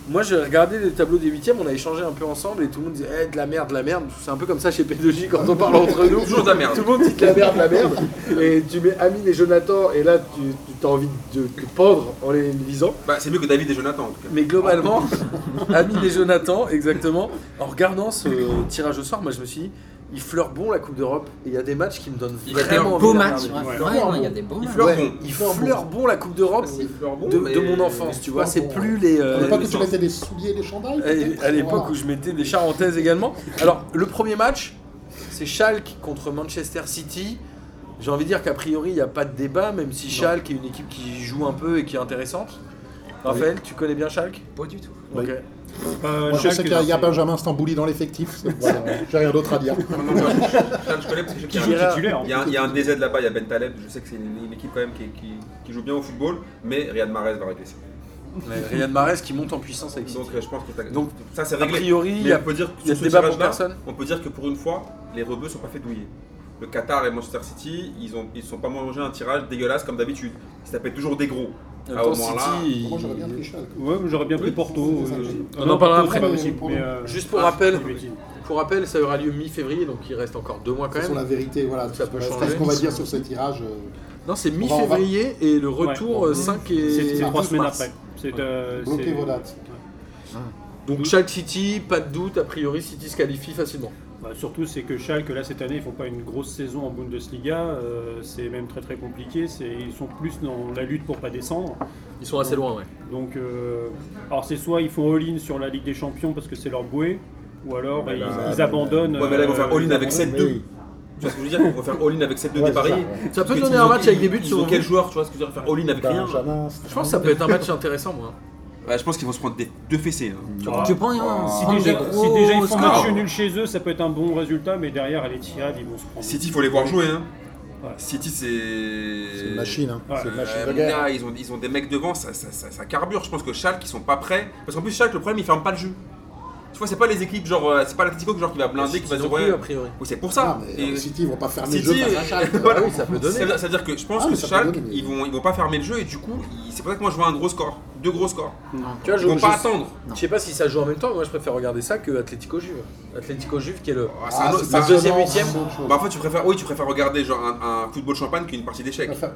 Speaker 1: Moi, j'ai regardé les tableaux des huitièmes, on a échangé un peu ensemble et tout le monde disait Eh, de la merde, de la merde. C'est un peu comme ça chez P2J quand on parle entre nous.
Speaker 2: Toujours de la merde.
Speaker 1: Tout le monde dit de la merde, de la merde. Et tu mets Amine et Jonathan et là, tu, tu as envie de te pendre en les lisant.
Speaker 2: Bah, c'est mieux que David et Jonathan en tout cas.
Speaker 1: Mais globalement, [LAUGHS] Amine et Jonathan, exactement. En regardant ce tirage au sort, moi, je me suis dit Il fleure bon la Coupe d'Europe et il y a des matchs qui me donnent
Speaker 2: Il fleure
Speaker 1: vraiment envie
Speaker 3: Beau
Speaker 1: de la
Speaker 3: match,
Speaker 1: regarder.
Speaker 3: ouais.
Speaker 5: Ouais.
Speaker 3: Vraiment, il y a des beaux
Speaker 2: Il
Speaker 3: matchs.
Speaker 2: fleure
Speaker 1: Ouais,
Speaker 2: bon.
Speaker 1: il fleure bon la Coupe d'Europe
Speaker 2: Il fleure bon.
Speaker 1: de,
Speaker 2: mais-
Speaker 1: de mon enfance, tu vois. C'est plus les. euh,
Speaker 4: On n'est pas tous
Speaker 2: les
Speaker 4: mettre des souliers, des chandails peut-être
Speaker 1: Eh, à à l'époque
Speaker 2: Oh.
Speaker 1: où je mettais des charentaises également. Alors, le premier match, c'est Schalke contre Manchester City. J'ai envie de dire qu'a priori, il n'y a pas de débat, même si Schalke est une équipe qui joue un peu et qui est intéressante. Raphaël, tu connais bien Schalke
Speaker 3: Pas du tout.
Speaker 1: Ok.
Speaker 5: Euh,
Speaker 6: Moi, je
Speaker 5: Schalke,
Speaker 6: sais qu'il y a- il y a
Speaker 5: c'est-
Speaker 6: Benjamin Stambouli dans l'effectif. c'est- voilà, J'ai rien d'autre à dire.
Speaker 2: Non, non, non, je je connais parce que je sais qu'il y a un-
Speaker 5: qui est
Speaker 1: Guerra.
Speaker 5: titulaire.
Speaker 2: Il y, a un, il y a un DZ là-bas, il y a Ben Taleb, je sais que c'est une, une équipe quand même qui, qui- qui joue bien au football, mais Riyad Mahrez va régler ça.
Speaker 1: Mais Riyad Mahrez qui monte en puissance avec City.
Speaker 2: Donc euh, je pense que t'as-
Speaker 1: Donc,
Speaker 2: ça c'est
Speaker 1: A
Speaker 2: réglé.
Speaker 1: priori, il
Speaker 2: Mais
Speaker 1: y a-
Speaker 2: on peut dire que
Speaker 1: il y a
Speaker 2: sur
Speaker 1: débat
Speaker 2: ce
Speaker 1: pour
Speaker 2: tirage-là,
Speaker 1: personne.
Speaker 2: On peut dire que pour une fois, les rebeux sont pas fait douiller. Le Qatar et Manchester City, ils ont ils se sont pas mangé un tirage dégueulasse comme d'habitude. Ils tapaient toujours des gros.
Speaker 1: En même
Speaker 2: Ah,
Speaker 1: temps,
Speaker 2: au moins là,
Speaker 1: City,
Speaker 4: Moi j'aurais
Speaker 1: il-
Speaker 4: bien pris Schalke.
Speaker 5: Ouais, mais j'aurais bien pris Porto.
Speaker 4: Oui, c'est ça,
Speaker 5: euh,
Speaker 4: j'ai-
Speaker 1: On en parlera
Speaker 5: Porto,
Speaker 1: après.
Speaker 5: c'est possible, mais, euh,
Speaker 1: Juste pour
Speaker 5: ah,
Speaker 1: rappel.
Speaker 5: des bêtises.
Speaker 1: Pour rappel, ça aura lieu mi-février, donc il reste encore deux mois quand
Speaker 4: C'est sur la
Speaker 1: même.
Speaker 4: vérité, voilà.
Speaker 1: Ça peut
Speaker 4: c'est
Speaker 1: changer.
Speaker 4: ce qu'on va dire sur ce tirage. euh,
Speaker 1: Non, c'est
Speaker 4: va- on va-
Speaker 1: mi-février et le retour
Speaker 5: Ouais.
Speaker 1: euh, 5
Speaker 5: C'est
Speaker 1: et.
Speaker 5: c'est trois
Speaker 1: 12
Speaker 5: semaines
Speaker 1: mars.
Speaker 5: après. C'est, euh,
Speaker 4: Bloquez
Speaker 5: c'est-
Speaker 4: vos dates.
Speaker 1: Donc Schalke City, pas de doute, a priori City se qualifie facilement.
Speaker 5: Bah, surtout, c'est que Schalke, là, cette année, ils font pas une grosse saison en Bundesliga. euh, c'est même très très compliqué. C'est- Ils sont plus dans la lutte pour pas descendre.
Speaker 1: Ils sont assez loin, ouais.
Speaker 5: Donc, euh, alors c'est soit ils font all-in sur la Ligue des Champions parce que c'est leur bouée, ou alors
Speaker 2: Ouais,
Speaker 5: ils,
Speaker 2: bah,
Speaker 5: ils
Speaker 6: bah,
Speaker 5: abandonnent.
Speaker 2: Ouais, mais là, ils vont faire
Speaker 5: euh,
Speaker 2: all-in avec
Speaker 5: ils
Speaker 2: 7-2.
Speaker 6: Mais oui.
Speaker 2: Tu vois ce que je veux dire Ils vont faire all-in avec 7-2
Speaker 6: Ouais,
Speaker 2: des
Speaker 6: c'est ça,
Speaker 2: Paris.
Speaker 6: ouais.
Speaker 1: Ça peut
Speaker 2: Ils
Speaker 1: donner
Speaker 2: ont-
Speaker 1: un match avec des buts
Speaker 2: ils
Speaker 1: sur Bah,
Speaker 2: ont quel joueur, tu vois ce que je veux dire, faire all-in avec rien
Speaker 6: Benjamin
Speaker 1: Je pense que ça peut être un match intéressant, moi.
Speaker 2: Bah, Je pense qu'ils vont se prendre des deux fessées. hein.
Speaker 5: abandonnent.
Speaker 3: Tu penses
Speaker 2: Ah.
Speaker 5: si,
Speaker 3: prendre
Speaker 5: déjà,
Speaker 3: des
Speaker 5: si
Speaker 3: gros
Speaker 5: déjà ils font
Speaker 3: scores.
Speaker 5: match nul chez eux, ça peut être un bon résultat, mais derrière, à l'Etihad, ils vont se prendre.
Speaker 2: City, il faut les voir jouer. Hein.
Speaker 5: Ouais.
Speaker 2: City, c'est.
Speaker 6: C'est une machine, hein.
Speaker 5: Ouais.
Speaker 6: c'est une machine
Speaker 2: Euh,
Speaker 6: de guerre.
Speaker 2: là, ils, ont, ils ont des mecs devant, ça, ça- ça- ça carbure. Je pense que Schalke, ils sont pas prêts. Parce qu'en plus, Schalke, le problème, ils ferment pas le jeu. Tu vois, c'est pas les équipes, genre, euh, c'est pas l'Atletico genre, qui va blinder,
Speaker 1: City
Speaker 2: qui va se
Speaker 1: non
Speaker 2: dire,
Speaker 1: plus,
Speaker 2: ouais.
Speaker 1: a priori.
Speaker 2: Oui, c'est pour
Speaker 4: Non,
Speaker 2: ça.
Speaker 4: mais euh,
Speaker 2: Et-
Speaker 4: alors, City, ils vont pas fermer
Speaker 2: City,
Speaker 4: le jeu face
Speaker 2: [LAUGHS]
Speaker 4: à
Speaker 1: [LAUGHS]
Speaker 4: Schalke.
Speaker 2: voilà.
Speaker 4: Ah oui, ça peut donner.
Speaker 2: Ça veut, ça veut dire que je pense
Speaker 4: Ah,
Speaker 2: que
Speaker 4: mais ça peut
Speaker 2: Schalke,
Speaker 4: donner, mais-
Speaker 2: ils vont, ils vont pas fermer le jeu et du coup, ils- c'est pour ça que moi, je vois un gros score. Deux gros scores.
Speaker 1: Tu vois,
Speaker 2: Ils vont pas attendre.
Speaker 1: je sais pas si ça joue en même temps, mais moi je préfère regarder ça que Atlético Juve. Atlético Juve qui est le.
Speaker 2: Ah, c'est
Speaker 4: Ah,
Speaker 2: un autre-
Speaker 4: c'est
Speaker 2: c'est un-
Speaker 1: le deuxième
Speaker 4: passionnant,
Speaker 1: huitième.
Speaker 4: c'est autre chose.
Speaker 2: Bah, en fait, tu préfères, oui, tu préfères regarder genre un, un football champagne qu'une partie
Speaker 4: Tu
Speaker 2: d'échecs.
Speaker 4: préfères-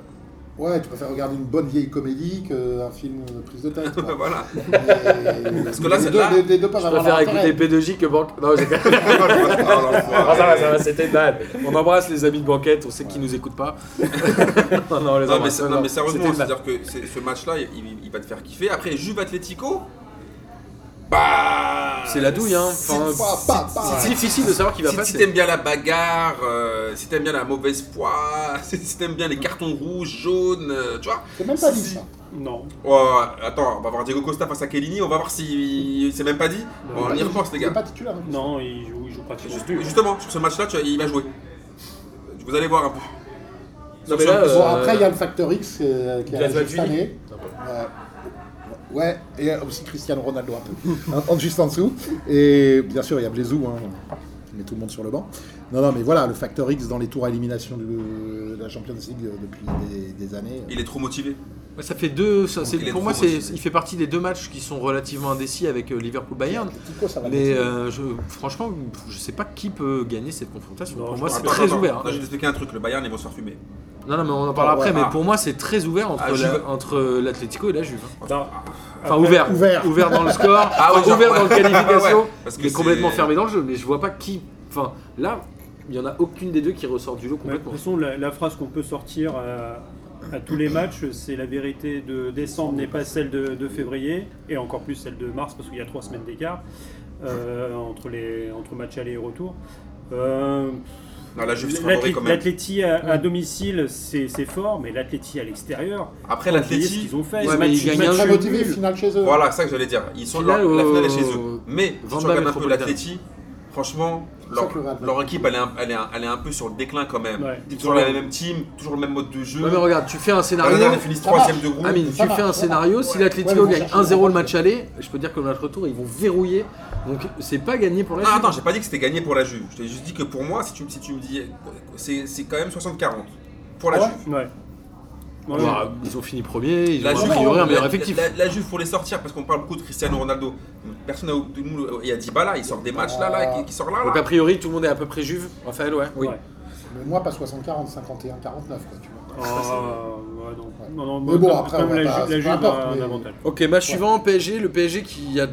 Speaker 4: Ouais, tu préfères regarder une bonne vieille comédie qu'un film de prise de tête.
Speaker 2: [LAUGHS]
Speaker 4: quoi.
Speaker 2: voilà.
Speaker 4: Parce
Speaker 2: que là,
Speaker 4: les
Speaker 2: c'est-
Speaker 4: deux,
Speaker 2: là,
Speaker 4: les- les deux peuvent
Speaker 1: Je
Speaker 4: avoir
Speaker 1: préfère
Speaker 4: leur
Speaker 1: écouter
Speaker 4: intérêt.
Speaker 1: P2J que Banque. Non, j'ai- [LAUGHS]
Speaker 2: [LAUGHS]
Speaker 1: Ah, ça va, ça va, c'était dalle. On embrasse les amis de Banquette, on sait qu'ils nous écoutent [LAUGHS] pas. non, non, on les
Speaker 2: Non mais,
Speaker 1: embrasse.
Speaker 2: non,
Speaker 1: c'était
Speaker 2: mais sérieusement,
Speaker 1: une dalle.
Speaker 2: c'est-à-dire que c'est- ce match-là, il, il- il va te faire kiffer. Après, Juve Atletico, bah,
Speaker 1: C'est la douille, hein. Enfin,
Speaker 4: C'est pas- pas- pas-
Speaker 1: c'est difficile de savoir qui va
Speaker 2: si- Si,
Speaker 1: passer.
Speaker 2: t'aimes bien la bagarre, euh, si t'aimes bien la mauvaise foi, [LAUGHS] si, si t'aimes bien les cartons rouges, jaunes, euh, tu vois.
Speaker 4: C'est même pas
Speaker 2: Si-
Speaker 4: dit ça.
Speaker 5: Non.
Speaker 2: Oh, attends, on va voir Diego Costa face à Kellini, on va voir si c'est même pas dit.
Speaker 5: Non,
Speaker 2: Bon, on y repense les
Speaker 4: Il est
Speaker 2: gars.
Speaker 4: pas titulaire. hein.
Speaker 5: Non, ils jouent, ils jouent pratiquement
Speaker 2: Juste-
Speaker 5: plus.
Speaker 2: Justement, sur ce match-là, tu vois, il va jouer. Vous allez voir un peu.
Speaker 1: Non, mais là,
Speaker 4: Bon,
Speaker 1: euh,
Speaker 4: après, il y a le facteur X euh, qui
Speaker 1: il
Speaker 4: a
Speaker 1: a
Speaker 4: joué
Speaker 1: joué
Speaker 4: cette
Speaker 1: à Tunis.
Speaker 4: année. Euh, ouais, et aussi Cristiano Ronaldo un peu, [LAUGHS] En- en- juste en dessous.
Speaker 6: Et bien sûr, il y a Blaisou, hein, qui met tout le monde sur le banc. Non, non, mais voilà, le facteur X dans les tours à élimination de, de la Champions League
Speaker 4: euh,
Speaker 6: depuis des, des années.
Speaker 2: Il est trop motivé.
Speaker 1: Ouais, Ça fait deux. ça, c'est-
Speaker 2: il est
Speaker 1: pour
Speaker 2: trop
Speaker 1: moi, c'est-
Speaker 2: motivé.
Speaker 1: il fait partie des deux matchs qui sont relativement indécis avec euh, Liverpool Bayern.
Speaker 4: Tico, ça va
Speaker 1: Mais
Speaker 4: le-
Speaker 1: euh, je, franchement, je sais pas qui peut gagner cette confrontation.
Speaker 5: Non,
Speaker 1: pour
Speaker 5: je
Speaker 1: moi,
Speaker 5: pense
Speaker 1: c'est
Speaker 2: Attends,
Speaker 1: très
Speaker 2: attends,
Speaker 1: ouvert. hein.
Speaker 2: attends, Je vais t'expliquer un truc, le Bayern, ils vont se faire fumer.
Speaker 1: Non, non, mais on en parlera
Speaker 6: Ah, ouais,
Speaker 1: après.
Speaker 2: ah.
Speaker 1: Mais pour moi, c'est très ouvert entre
Speaker 2: Ah,
Speaker 1: la-
Speaker 2: Juve.
Speaker 1: entre euh, l'Atlético et la Juve. hein.
Speaker 5: Bah,
Speaker 1: Enfin,
Speaker 5: après-
Speaker 1: ouvert,
Speaker 6: ouvert.
Speaker 1: ouvert. dans le score,
Speaker 2: Ah ouais,
Speaker 1: enfin,
Speaker 2: genre,
Speaker 1: ouvert dans
Speaker 2: ouais.
Speaker 1: le qualification,
Speaker 2: Ouais, parce que
Speaker 1: mais
Speaker 2: c'est-
Speaker 1: complètement fermé dans le jeu. Mais je vois pas qui. Enfin, là, il y en a aucune des deux qui ressort du lot
Speaker 5: Ouais, De toute
Speaker 1: complètement.
Speaker 5: façon, la, la phrase qu'on peut sortir euh, à tous les matchs, c'est la vérité de décembre n'est pas celle de, de février, et encore plus celle de mars, parce qu'il y a trois semaines d'écart euh, entre, les, entre match aller et retour. Euh,
Speaker 2: Non, la Juve se
Speaker 5: l'athlé-
Speaker 2: favorise quand même.
Speaker 5: L'Atleti à, à domicile, c'est c'est fort, mais l'Atleti à l'extérieur,
Speaker 2: Après
Speaker 5: oubliez ce
Speaker 2: l'Atleti,
Speaker 5: qu'ils ont fait.
Speaker 1: Ouais,
Speaker 5: ce
Speaker 1: mais
Speaker 5: match-
Speaker 1: ils gagnent
Speaker 5: match
Speaker 1: un
Speaker 6: Très
Speaker 1: jeu
Speaker 5: nul.
Speaker 6: motivé, finale chez eux.
Speaker 2: voilà, c'est ça que j'allais dire. Ils sont
Speaker 1: Finale
Speaker 2: la, la finale est chez
Speaker 1: au-
Speaker 2: eux. Mais si tu
Speaker 1: euh, Vanda
Speaker 2: regardes un peu
Speaker 1: Metropolitan.
Speaker 2: l'Atleti, franchement,
Speaker 4: C'est ça
Speaker 2: leur,
Speaker 4: que le Real
Speaker 2: leur équipe, elle est, un, elle, est un, elle est un peu sur le déclin quand même.
Speaker 5: Ouais.
Speaker 2: C'est toujours la même team, toujours le même mode de jeu.
Speaker 1: Ouais, mais regarde, tu fais un
Speaker 2: La
Speaker 1: scénario.
Speaker 2: dernière, ils finissent
Speaker 4: ça
Speaker 2: troisième
Speaker 4: marche.
Speaker 2: de groupe.
Speaker 1: Amine, tu
Speaker 4: Ça
Speaker 1: fais
Speaker 4: va,
Speaker 1: un
Speaker 4: ça
Speaker 1: scénario,
Speaker 4: va.
Speaker 1: si
Speaker 4: Ouais.
Speaker 1: l'Atlético
Speaker 4: Ouais, mais
Speaker 1: gagne
Speaker 4: on cherche
Speaker 1: 1-0
Speaker 4: un
Speaker 1: le match aller, je peux dire que le match retour, ils vont verrouiller. Donc c'est pas gagné pour la
Speaker 2: Non,
Speaker 1: Juve.
Speaker 2: Ah, attends, j'ai pas dit que c'était gagné pour la Juve. Je t'ai juste dit que pour moi, si tu, me- si tu me dis. C'est c'est quand même 60-40 pour la
Speaker 4: Ah ouais
Speaker 2: Juve.
Speaker 5: Ouais. Ouais, ouais.
Speaker 1: Bah, ils ont fini premier, ils
Speaker 2: La
Speaker 1: ont a
Speaker 2: Juve,
Speaker 1: priori un
Speaker 2: la-
Speaker 1: meilleur
Speaker 2: la-
Speaker 1: effectif.
Speaker 2: La, la Juve, faut les sortir parce qu'on parle beaucoup de Cristiano Ronaldo. Personne n'a. tout le monde- Il y a Dybala, il sort des matchs là, là, qui, qui sort là,
Speaker 1: Donc a
Speaker 2: là.
Speaker 1: priori, tout le monde est à peu près Juve. Raphaël, ouais.
Speaker 6: Oui.
Speaker 5: Ouais.
Speaker 4: Mais moi, pas 60-40, 51-49, quoi, tu vois.
Speaker 5: Ah, ouais, non.
Speaker 4: Ouais.
Speaker 5: Non, non,
Speaker 4: Mais bon,
Speaker 5: comme-
Speaker 4: après,
Speaker 5: comme
Speaker 4: on va
Speaker 5: la,
Speaker 4: pas-
Speaker 5: Ju- la
Speaker 4: peu
Speaker 5: Juve
Speaker 4: importe,
Speaker 5: a un
Speaker 4: mais-
Speaker 5: avantage.
Speaker 1: Ok, match suivant, PSG. Le PSG, le PSG qui a,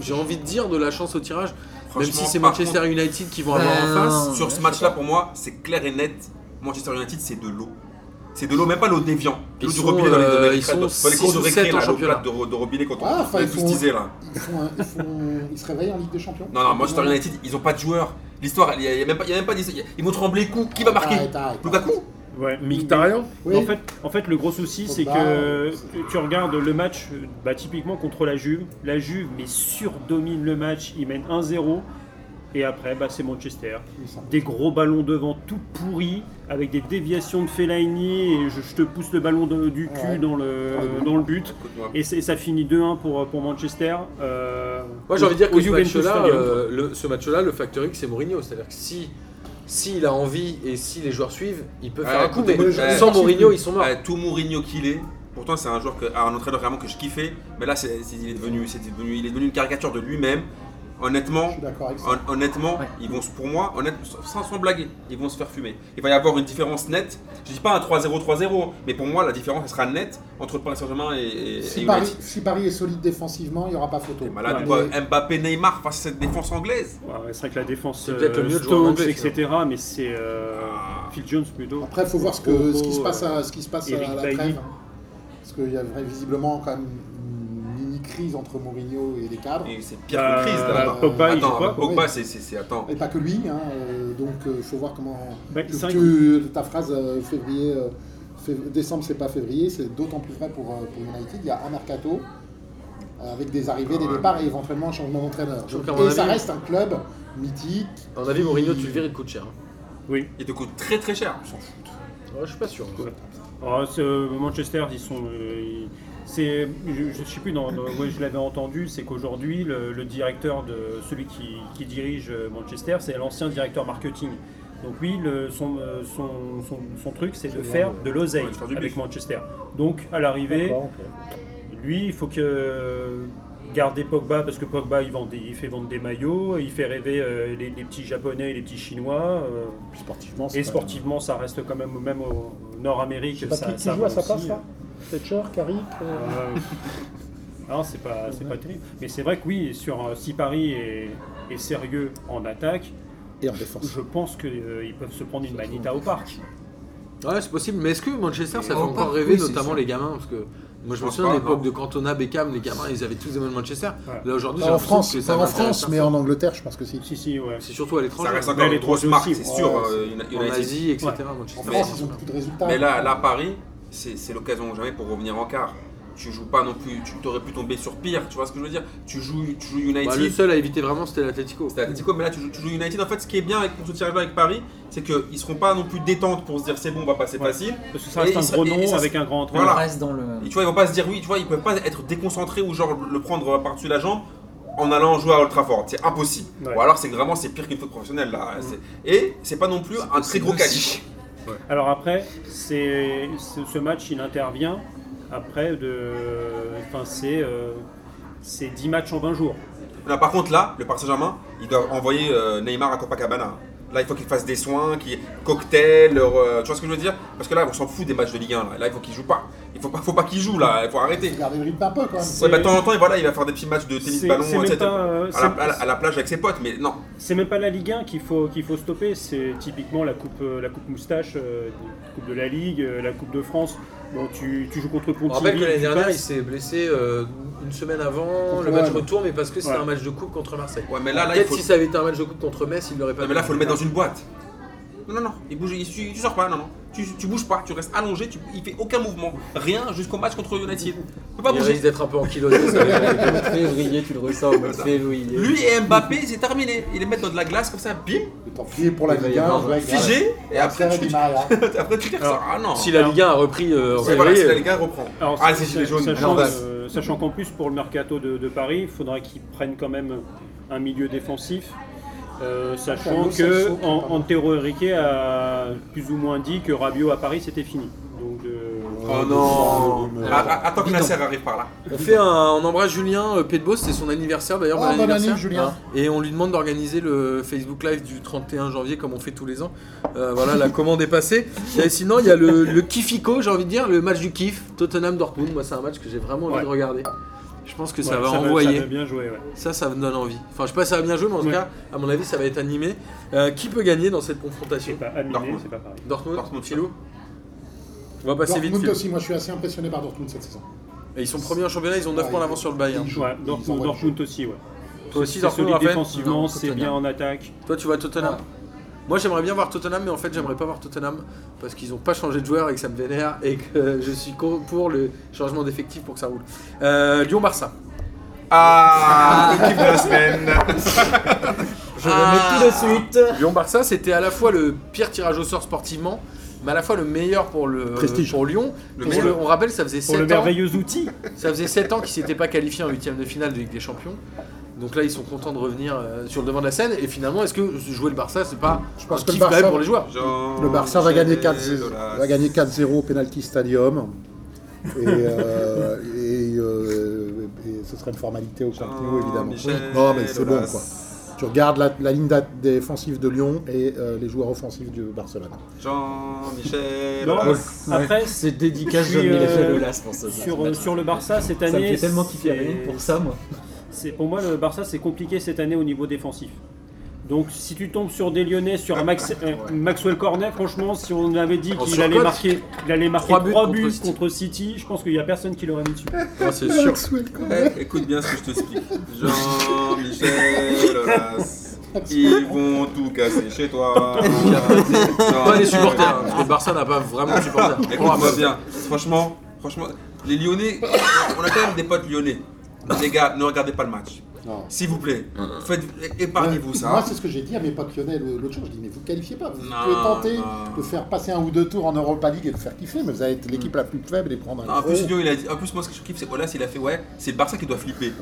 Speaker 1: j'ai envie de dire, de la chance au tirage. Même
Speaker 2: Franchement,
Speaker 1: si c'est
Speaker 2: par
Speaker 1: Manchester United qui vont avoir
Speaker 3: Ben,
Speaker 1: en face.
Speaker 3: non.
Speaker 2: Sur ce match-là, pour moi, c'est clair et net. Manchester United, c'est de l'eau. C'est de l'eau, même pas l'eau déviant.
Speaker 1: Ils
Speaker 2: L'eau du
Speaker 1: sont,
Speaker 2: robinet dans les- dans
Speaker 1: euh,
Speaker 2: les
Speaker 1: ils sont
Speaker 2: dans les cours
Speaker 1: six
Speaker 2: de
Speaker 1: ou
Speaker 2: récré,
Speaker 1: sept en
Speaker 2: là, l'eau
Speaker 1: championnat.
Speaker 2: plate de, ro- de robinet quand on
Speaker 4: Ah,
Speaker 2: on
Speaker 4: enfin,
Speaker 2: a
Speaker 4: ils
Speaker 2: tous
Speaker 4: font-
Speaker 2: teasé, là.
Speaker 4: Ils, font un- ils, font- ils se réveillent en Ligue des Champions.
Speaker 2: Non, non, Manchester United, ils ont pas de joueurs. L'histoire, il y a, il y a même pas, il y a même pas d'histoire. Ils vont trembler coup. Qui va marquer
Speaker 4: Arrête, arrête.
Speaker 2: Lukaku
Speaker 5: Ouais.
Speaker 1: Mkhitaryan
Speaker 4: Oui.
Speaker 5: En, fait, en fait, le gros souci, c'est
Speaker 4: Pogba,
Speaker 5: que tu regardes le match, bah, typiquement contre la Juve. La Juve, mais surdomine le match, il mène 1-0. Et après, bah, c'est Manchester.
Speaker 4: Ils sont-
Speaker 5: Des gros ballons devant tout pourris, avec des déviations de Fellaini, et je, je te pousse le ballon de- du cul
Speaker 4: Ouais. Ah,
Speaker 5: dans, le, dans le but. Et, c'est- ça finit 2-1 pour, pour Manchester. euh,
Speaker 1: Moi j'ai envie de dire
Speaker 5: au
Speaker 1: que ce
Speaker 5: Juventus
Speaker 1: match-là,
Speaker 5: Stadium.
Speaker 1: euh, le, ce match-là, le facteur X c'est Mourinho. C'est-à-dire que si, s'il a envie et si les joueurs suivent, il peut
Speaker 2: Ouais,
Speaker 1: faire un coup.
Speaker 2: écoute,
Speaker 1: Mais
Speaker 2: écoute,
Speaker 1: sans
Speaker 2: euh,
Speaker 1: sans Mourinho,
Speaker 4: euh,
Speaker 1: ils sont morts.
Speaker 2: tout Mourinho qu'il est. Pourtant, c'est un joueur que, un entraîneur vraiment que je kiffais. Mais là, c'est, c'est- il est devenu, c'est devenu, il est devenu une caricature de lui-même.
Speaker 4: Je
Speaker 2: Honnêtement,
Speaker 4: suis d'accord avec ça.
Speaker 2: Hon- honnêtement,
Speaker 3: Ouais.
Speaker 2: ils vont, se- pour moi, honnête- sans, sans blaguer, ils vont se faire fumer. Il va y avoir une différence nette. Je dis pas un 3-0, 3-0, mais pour moi, la différence elle sera nette entre le Paris Saint-Germain et, et, et
Speaker 4: Si
Speaker 2: United.
Speaker 4: Paris, si Paris est solide défensivement, il n'y aura pas photo.
Speaker 2: T'es malade
Speaker 5: Ouais,
Speaker 2: ou quoi
Speaker 4: mais-
Speaker 2: Mbappé, Neymar face à cette défense anglaise.
Speaker 5: Ouais, c'est vrai que la défense
Speaker 1: C'est peut-être
Speaker 5: euh,
Speaker 1: le mieux de jouer en
Speaker 5: Stones,
Speaker 1: anglais,
Speaker 5: etc. Mais c'est euh, Phil Jones plutôt. Euh,
Speaker 4: Après, il faut voir ce, que, ce qui se passe à, ce qui se passe à
Speaker 5: Eric
Speaker 4: la
Speaker 5: Bailly.
Speaker 4: trêve. hein. Parce qu'il y a vrai- visiblement quand même une mini-crise entre Mourinho et les cadres.
Speaker 2: Et c'est pire
Speaker 5: Euh,
Speaker 2: que crise. là. Attends,
Speaker 5: Pogba, il joue
Speaker 2: attends,
Speaker 5: pas.
Speaker 2: Pogba, c'est, c'est, c'est- attends.
Speaker 4: Et pas que lui, hein, euh, donc il faut voir comment.
Speaker 5: Bah,
Speaker 4: tu-
Speaker 5: c'est vrai
Speaker 4: tu- ta phrase euh, février, euh, fév- décembre c'est pas février, c'est d'autant plus vrai pour, euh, pour United. Il y a un mercato euh, avec des arrivées, des départs et éventuellement un changement d'entraîneur.
Speaker 1: Donc,
Speaker 4: Donc,
Speaker 1: à mon
Speaker 4: et ça
Speaker 1: avis-
Speaker 4: reste un club mythique.
Speaker 1: À mon avis, Mourinho, tu le verrais, il te coûte cher. hein.
Speaker 5: Oui.
Speaker 2: Il te coûte très très cher.
Speaker 1: Ouais, je suis pas sûr.
Speaker 5: Alors, c'est, euh, Manchester, ils sont. euh, ils- c'est, je, je sais plus, dans, dans- ouais, je l'avais entendu, c'est qu'aujourd'hui, le, le directeur de celui qui, qui dirige euh, Manchester, c'est l'ancien directeur marketing. Donc lui, le- son, euh, son, son, son truc, c'est de faire de l'oseille
Speaker 2: Ouais, faire du
Speaker 5: avec
Speaker 2: business.
Speaker 5: Manchester. Donc à l'arrivée,
Speaker 6: D'accord, ok.
Speaker 5: Lui, il faut que euh, garder Pogba parce que Pogba il, vend des- il fait vendre des maillots, il fait rêver euh, les, les petits japonais et les petits chinois. euh,
Speaker 6: Puis Sportivement, c'est
Speaker 5: et
Speaker 6: pas-
Speaker 5: sportivement, ça reste quand même même au au
Speaker 6: Je sais
Speaker 5: Nord-Amérique.
Speaker 6: pas qui, qui joue à
Speaker 5: avance
Speaker 6: sa passe
Speaker 5: aussi.
Speaker 6: là Fletcher, Carrick euh,
Speaker 5: Euh, [LAUGHS] non, c'est pas c'est pas terrible. Mais c'est vrai que oui, sur euh, si Paris est, est sérieux en attaque,
Speaker 6: Et en défense.
Speaker 5: je pense qu'ils peuvent se prendre une manita au parc.
Speaker 1: Ouais, c'est possible. Mais est-ce que Manchester, ça fait
Speaker 3: Oh,
Speaker 1: encore
Speaker 3: pas-
Speaker 1: rêver,
Speaker 3: oui, c'est
Speaker 1: notamment
Speaker 3: sûr.
Speaker 1: les gamins Parce que moi, je me
Speaker 2: pense
Speaker 1: souviens à
Speaker 2: pas,
Speaker 1: l'époque
Speaker 2: non.
Speaker 1: de Cantona, Beckham, les gamins, ils avaient tous aimé le Manchester.
Speaker 5: Ouais.
Speaker 1: Là, aujourd'hui,
Speaker 6: Pas
Speaker 1: Ah j'ai
Speaker 6: en
Speaker 1: l'impression
Speaker 6: France,
Speaker 1: que ça
Speaker 6: pas en
Speaker 1: m'intéresse
Speaker 6: France,
Speaker 1: personne.
Speaker 6: mais en Angleterre, je pense que si.
Speaker 5: Si si ouais.
Speaker 1: C'est surtout à l'étranger.
Speaker 2: Ça reste
Speaker 5: Mais
Speaker 2: encore
Speaker 5: les
Speaker 2: une grosse
Speaker 5: trois
Speaker 2: marque,
Speaker 5: aussi,
Speaker 2: c'est sûr.
Speaker 4: ouais,
Speaker 2: euh,
Speaker 1: En
Speaker 2: United.
Speaker 1: Asie, etc.
Speaker 5: Ouais.
Speaker 4: En
Speaker 1: Manchester.
Speaker 4: France,
Speaker 2: Mais-
Speaker 4: ils ont plus de résultats.
Speaker 2: Mais là, là, Paris, c'est c'est l'occasion ou jamais pour revenir en quart. Tu joues pas non plus, tu t'aurais pu tomber sur pire, tu vois ce que je veux dire Tu joues, tu joues United,
Speaker 1: Bah, le seul à éviter vraiment, c'était l'Atletico.
Speaker 2: C'était Atletico, mais là tu joues, tu joues United. En fait, ce qui est bien avec, pour ce tirage-là avec Paris, c'est qu'ils seront pas non plus détentes pour se dire c'est bon, on va passer
Speaker 5: Ouais.
Speaker 2: facile.
Speaker 5: Parce que ça
Speaker 2: Et
Speaker 5: reste
Speaker 2: il
Speaker 5: un
Speaker 2: sera-
Speaker 5: gros
Speaker 2: et- et
Speaker 5: nom
Speaker 2: ça-
Speaker 5: avec un grand
Speaker 3: On
Speaker 5: entraîneur.
Speaker 2: Voilà.
Speaker 3: reste dans le.
Speaker 2: Et tu vois, ils vont pas se dire oui, tu vois, ils peuvent pas être déconcentrés ou genre le prendre par-dessus la jambe en allant jouer à Old Trafford. C'est impossible.
Speaker 5: Ouais.
Speaker 2: Ou alors c'est vraiment c'est pire qu'une faute professionnelle là. C'est- Et Mm. c'est pas non plus un très gros caddie.
Speaker 5: Alors après, c'est ce ce match, il intervient après de, enfin c'est euh, c'est 10 matchs en 20 jours.
Speaker 2: Là, par contre, là, le Paris Saint-Germain, il doit envoyer euh, Neymar à Copacabana. Là, il faut qu'il fasse des soins, qu'il cocktail, leur, euh, tu vois ce que je veux dire Parce que là, on s'en fout des matchs de Ligue 1. Là, Là, il faut qu'il joue pas. Il faut pas, faut pas qu'il joue là, il faut arrêter.
Speaker 4: Gardez le rythme un peu quand même.
Speaker 5: C'est-
Speaker 2: Ouais, bah, de temps en temps, et voilà, il va faire des petits matchs de tennis
Speaker 5: C'est-
Speaker 2: ballon
Speaker 5: c'est même
Speaker 2: etc.,
Speaker 5: pas, euh,
Speaker 2: à, la,
Speaker 5: c'est-
Speaker 2: à la- à la plage avec ses potes, mais non.
Speaker 5: C'est même pas la Ligue 1 qu'il faut, qu'il faut stopper, c'est typiquement la coupe, euh, la coupe moustache, euh, la Coupe de la Ligue, euh, la Coupe de France. Bon, tu, tu joues contre
Speaker 1: On
Speaker 5: Pontivy.
Speaker 1: rappelle que l'année
Speaker 5: Dubaï,
Speaker 1: dernière, il s'est blessé euh, une semaine avant le
Speaker 4: Ouais.
Speaker 1: match retour, mais parce que c'était
Speaker 5: Ouais.
Speaker 1: un match de coupe contre Marseille.
Speaker 2: Ouais, mais là, là, il
Speaker 1: Peut-être
Speaker 2: faut,
Speaker 1: si ça avait été un match de coupe contre Metz, il l'aurait pas
Speaker 2: non, mais là,
Speaker 1: mis.
Speaker 2: faut le mettre dans une boîte. Non, non, non, il bouge, il, tu, tu sors pas, non, non. Tu, tu bouges pas, tu restes allongé, tu, il fait aucun mouvement, rien jusqu'au match contre United. Il peut pas
Speaker 1: Il risque
Speaker 2: bouger.
Speaker 1: d'être un peu ankylosé. ça va.
Speaker 3: février, tu le ressens au mois de février.
Speaker 2: Lui et Mbappé, c'est terminé. Ils les mettent dans de la glace comme ça, bim,
Speaker 4: Tant pis pour la
Speaker 3: Il va y
Speaker 4: Ligue 1,
Speaker 3: avoir
Speaker 4: on joue avec-
Speaker 2: figé, et après
Speaker 4: Serre
Speaker 2: tu,
Speaker 4: Di Maria.
Speaker 2: [LAUGHS] après tu tires ça. Ah non.
Speaker 1: [LAUGHS] Si la Ligue 1 a repris euh, en
Speaker 2: Ouais, voilà,
Speaker 1: février,
Speaker 2: si la Ligue 1 reprend.
Speaker 5: Alors,
Speaker 2: ah,
Speaker 5: sa-
Speaker 2: c'est gilet jaune.
Speaker 5: Sachant,
Speaker 3: Alors,
Speaker 5: euh, sachant qu'en plus, pour le mercato de, de Paris, il faudra qu'ils prennent quand même un milieu défensif. euh, sachant
Speaker 4: Carlos
Speaker 5: que
Speaker 4: Sancho,
Speaker 5: An-
Speaker 4: pardon.
Speaker 5: Antero Henrique a plus ou moins dit que Rabiot à Paris c'était fini. Donc euh,
Speaker 2: Oh non. Ah, ah, Attends que
Speaker 3: Dis donc.
Speaker 2: Nasser arrive par là.
Speaker 1: on fait un, on embrasse Julien euh, Piedbo, c'était son anniversaire d'ailleurs.
Speaker 4: Oh, bonne
Speaker 1: anniversaire. Ah.
Speaker 4: année, Julien.
Speaker 1: Et on lui demande d'organiser le Facebook Live du 31 janvier comme on fait tous les ans. Euh, voilà, la commande est passée. Et sinon, il y a le, le Kifico, j'ai envie de dire, le match du Kif, Tottenham Dortmund. Moi, c'est un match que j'ai vraiment envie
Speaker 5: Ouais.
Speaker 1: de regarder. Je pense que ça
Speaker 5: ouais,
Speaker 1: va
Speaker 5: Ça
Speaker 1: envoyer.
Speaker 5: va bien jouer. ouais.
Speaker 1: Ça, ça me donne envie. Enfin, je sais pas si ça va bien jouer, mais en tout
Speaker 5: Ouais.
Speaker 1: cas, à mon avis, ça va être animé. Euh, qui peut gagner dans cette
Speaker 5: C'est
Speaker 1: confrontation
Speaker 5: pas adminé,
Speaker 2: Dortmund.
Speaker 5: c'est pas pareil.
Speaker 1: Dortmund,
Speaker 2: Dortmund,
Speaker 1: Philou On va passer vite,
Speaker 4: Dortmund
Speaker 1: Philou.
Speaker 4: aussi, moi je suis assez impressionné par Dortmund cette saison.
Speaker 1: Et ils sont premiers en championnat, ils ont 9
Speaker 4: Ouais,
Speaker 1: points d'avance sur le hein. Bayern.
Speaker 4: ils jouent.
Speaker 5: Ouais,
Speaker 4: Ils envoient
Speaker 5: Dortmund,
Speaker 4: du
Speaker 5: Dortmund aussi, ouais.
Speaker 1: Toi aussi,
Speaker 5: C'est
Speaker 1: Dortmund,
Speaker 5: solide
Speaker 1: Raphaël
Speaker 5: défensivement,
Speaker 3: Non,
Speaker 5: c'est
Speaker 3: Tottenham.
Speaker 5: bien en attaque.
Speaker 1: Toi, tu vois Tottenham
Speaker 3: Ouais.
Speaker 1: Moi, j'aimerais bien voir Tottenham, mais en fait, j'aimerais pas voir Tottenham parce qu'ils ont pas changé de joueur et que ça me vénère et que je suis con pour le changement d'effectif pour que ça roule. Euh, Lyon-Barça.
Speaker 2: Ah, équipe de la semaine.
Speaker 3: Je remets tout de suite.
Speaker 1: Lyon-Barça, c'était à la fois le pire tirage au sort sportivement, mais à la fois le meilleur pour le
Speaker 6: Prestige.
Speaker 1: pour Lyon.
Speaker 2: Le
Speaker 1: Pour
Speaker 2: meilleur.
Speaker 1: le- on rappelle, ça faisait
Speaker 5: Pour le
Speaker 1: 7 ans.
Speaker 5: merveilleux outil.
Speaker 1: Ça faisait 7 ans qu'ils s'étaient pas qualifiés en huitième de finale de Ligue des Champions. Donc là, ils sont contents de revenir euh, sur le devant de la scène. Et finalement, est-ce que jouer le Barça, c'est pas
Speaker 6: Je
Speaker 1: un
Speaker 6: pense que le
Speaker 1: kiff quand même
Speaker 6: Barça-
Speaker 1: pour les joueurs
Speaker 2: Jean-
Speaker 6: Le Barça va gagner 4-0
Speaker 2: Dolas.
Speaker 6: va gagner 4-0 au Penalty Stadium. Et, euh,
Speaker 2: [LAUGHS]
Speaker 6: et, euh, et ce serait une formalité au Camp Nou,
Speaker 2: Oh,
Speaker 6: évidemment.
Speaker 2: Jean-Michel
Speaker 6: non, mais c'est bon,
Speaker 2: Aulas.
Speaker 6: quoi. Tu regardes la, la ligne d'a- défensive de Lyon et euh, les joueurs offensifs du Barcelone.
Speaker 2: Jean-Michel.
Speaker 5: Non,
Speaker 2: Aulas.
Speaker 5: Après,
Speaker 3: c'est dédicace
Speaker 5: je
Speaker 3: de
Speaker 5: suis,
Speaker 3: Michel
Speaker 5: euh,
Speaker 3: Aulas pour ce match.
Speaker 5: sur, euh, sur le Barça cette
Speaker 3: Ça me
Speaker 5: année.
Speaker 3: fait tellement kiffer
Speaker 5: c'est-
Speaker 3: Amélie, pour ça,
Speaker 5: [LAUGHS]
Speaker 3: moi.
Speaker 5: C'est pour moi le Barça c'est compliqué cette année au niveau défensif. Donc si tu tombes sur des Lyonnais, sur Max- euh, Maxwell Cornet, franchement, si on avait dit
Speaker 1: En
Speaker 5: qu'il
Speaker 1: surcote.
Speaker 5: allait marquer, il allait marquer
Speaker 1: Trois buts
Speaker 5: 3
Speaker 1: contre
Speaker 5: buts
Speaker 1: City.
Speaker 5: contre City, je pense qu'il n'y a personne qui l'aurait mis dessus.
Speaker 1: Ah, c'est sûr.
Speaker 2: Eh, [LAUGHS] écoute bien ce que je te explique. Jean-Michel.
Speaker 6: [LAUGHS]
Speaker 2: Aulas. Ils vont tout casser chez toi.
Speaker 1: Pas
Speaker 6: hein.
Speaker 1: les supporters, parce que le Barça n'a pas vraiment de supporters.
Speaker 2: Écoute-moi bien. Franchement, franchement, les Lyonnais, on a quand même des potes lyonnais. Les gars, ne regardez pas le match.
Speaker 4: Non.
Speaker 2: S'il vous plaît, faites, épargnez-vous
Speaker 4: Moi,
Speaker 2: ça.
Speaker 4: c'est ce que j'ai dit à mes potes lyonnais le- l'autre jour. Je dis, mais vous qualifiez pas. Vous
Speaker 2: Non,
Speaker 4: pouvez tenter
Speaker 2: non.
Speaker 4: de faire passer un ou deux tours en Europa League et de faire kiffer, mais vous allez être l'équipe la plus faible et prendre
Speaker 2: Non, Hmm. Ah, en
Speaker 4: un gros.
Speaker 2: plus, Lyon, il a dit. En plus, moi, ce que je kiffe, c'est que Olas, il a fait ouais, c'est le Barça qui doit flipper.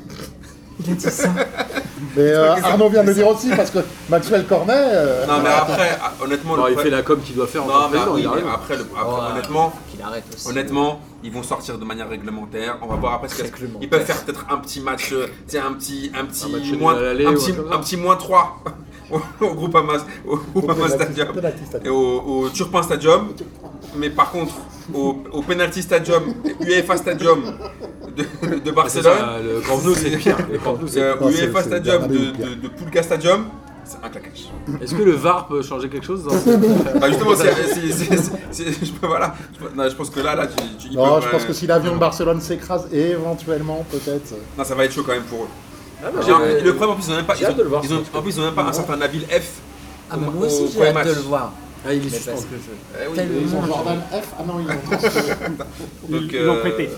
Speaker 4: Mais euh, Arnaud vient de le dire aussi, parce que Maxwell Cornet. euh,
Speaker 2: Non, mais après, ah, honnêtement,
Speaker 1: Alors,
Speaker 2: le
Speaker 1: il fait
Speaker 2: problème-
Speaker 1: la com qu'il doit faire en tant
Speaker 2: Non,
Speaker 1: que
Speaker 2: mais,
Speaker 1: président,
Speaker 2: oui,
Speaker 1: il a
Speaker 2: mais
Speaker 1: raison.
Speaker 2: après, le- après,
Speaker 3: Oh,
Speaker 2: honnêtement,
Speaker 3: Qu'il arrête aussi.
Speaker 2: honnêtement, ils vont sortir de manière réglementaire. On va voir après ce qu'ils
Speaker 3: Réglementaire.
Speaker 2: Ils peuvent faire peut-être un petit match, euh, tu sais, un petit, un petit
Speaker 1: Un match nul
Speaker 2: moins,
Speaker 1: à l'aller
Speaker 2: un
Speaker 1: ou
Speaker 2: petit,
Speaker 1: un truc comme
Speaker 2: un petit moins 3 [LAUGHS] au Groupama, au Groupama
Speaker 4: Penalty-
Speaker 2: Stadium
Speaker 4: Penalty
Speaker 2: et
Speaker 4: Stadium.
Speaker 2: au, au Turpin Stadium. Mais par contre, au, au Penalty Stadium, UEFA Stadium de, de
Speaker 1: Ah, c'est
Speaker 2: Barcelone,
Speaker 1: ça, le Camp Nou, c'est pire. Le Camp Nou, c'est
Speaker 2: euh,
Speaker 1: pire.
Speaker 2: au
Speaker 6: c'est-
Speaker 2: UEFA
Speaker 6: c'est
Speaker 2: Stadium
Speaker 6: bien,
Speaker 2: de,
Speaker 6: bien.
Speaker 2: de, de Pulga Stadium, c'est un claquage.
Speaker 1: Est-ce que le VAR peut changer quelque chose dans [LAUGHS] ce-
Speaker 2: Bah justement, c'est, c'est- c'est- c'est- je peux- voilà, je, peux- non, je pense que là, là, tu, tu- ils
Speaker 6: Non,
Speaker 2: peuvent,
Speaker 6: je pense
Speaker 2: euh,
Speaker 6: que si l'avion de Barcelone s'écrase, éventuellement, peut-être.
Speaker 2: Non, ça va être chaud quand même pour eux.
Speaker 1: Ah, bah,
Speaker 2: Non,
Speaker 1: j'ai-
Speaker 2: le problème, en plus, ils ont même pas,
Speaker 1: j'ai
Speaker 2: ils
Speaker 1: hâte de le
Speaker 2: ont,
Speaker 1: voir,
Speaker 2: ils ont-
Speaker 1: ce
Speaker 2: en plus, ils ont même pas un certain Nabil F.
Speaker 3: Ah,
Speaker 2: au-
Speaker 3: bah, moi
Speaker 2: au
Speaker 3: aussi, j'ai
Speaker 2: premier
Speaker 3: hâte de
Speaker 2: match.
Speaker 3: le voir.
Speaker 1: Ah, il est
Speaker 3: Mais parce que
Speaker 1: suspendu.
Speaker 2: Eh oui.
Speaker 3: Tellement.
Speaker 4: Ils ont Jordan F. Ah non, ils ont transféré.
Speaker 2: Donc,
Speaker 5: Ils l'ont
Speaker 2: euh,
Speaker 5: prêté.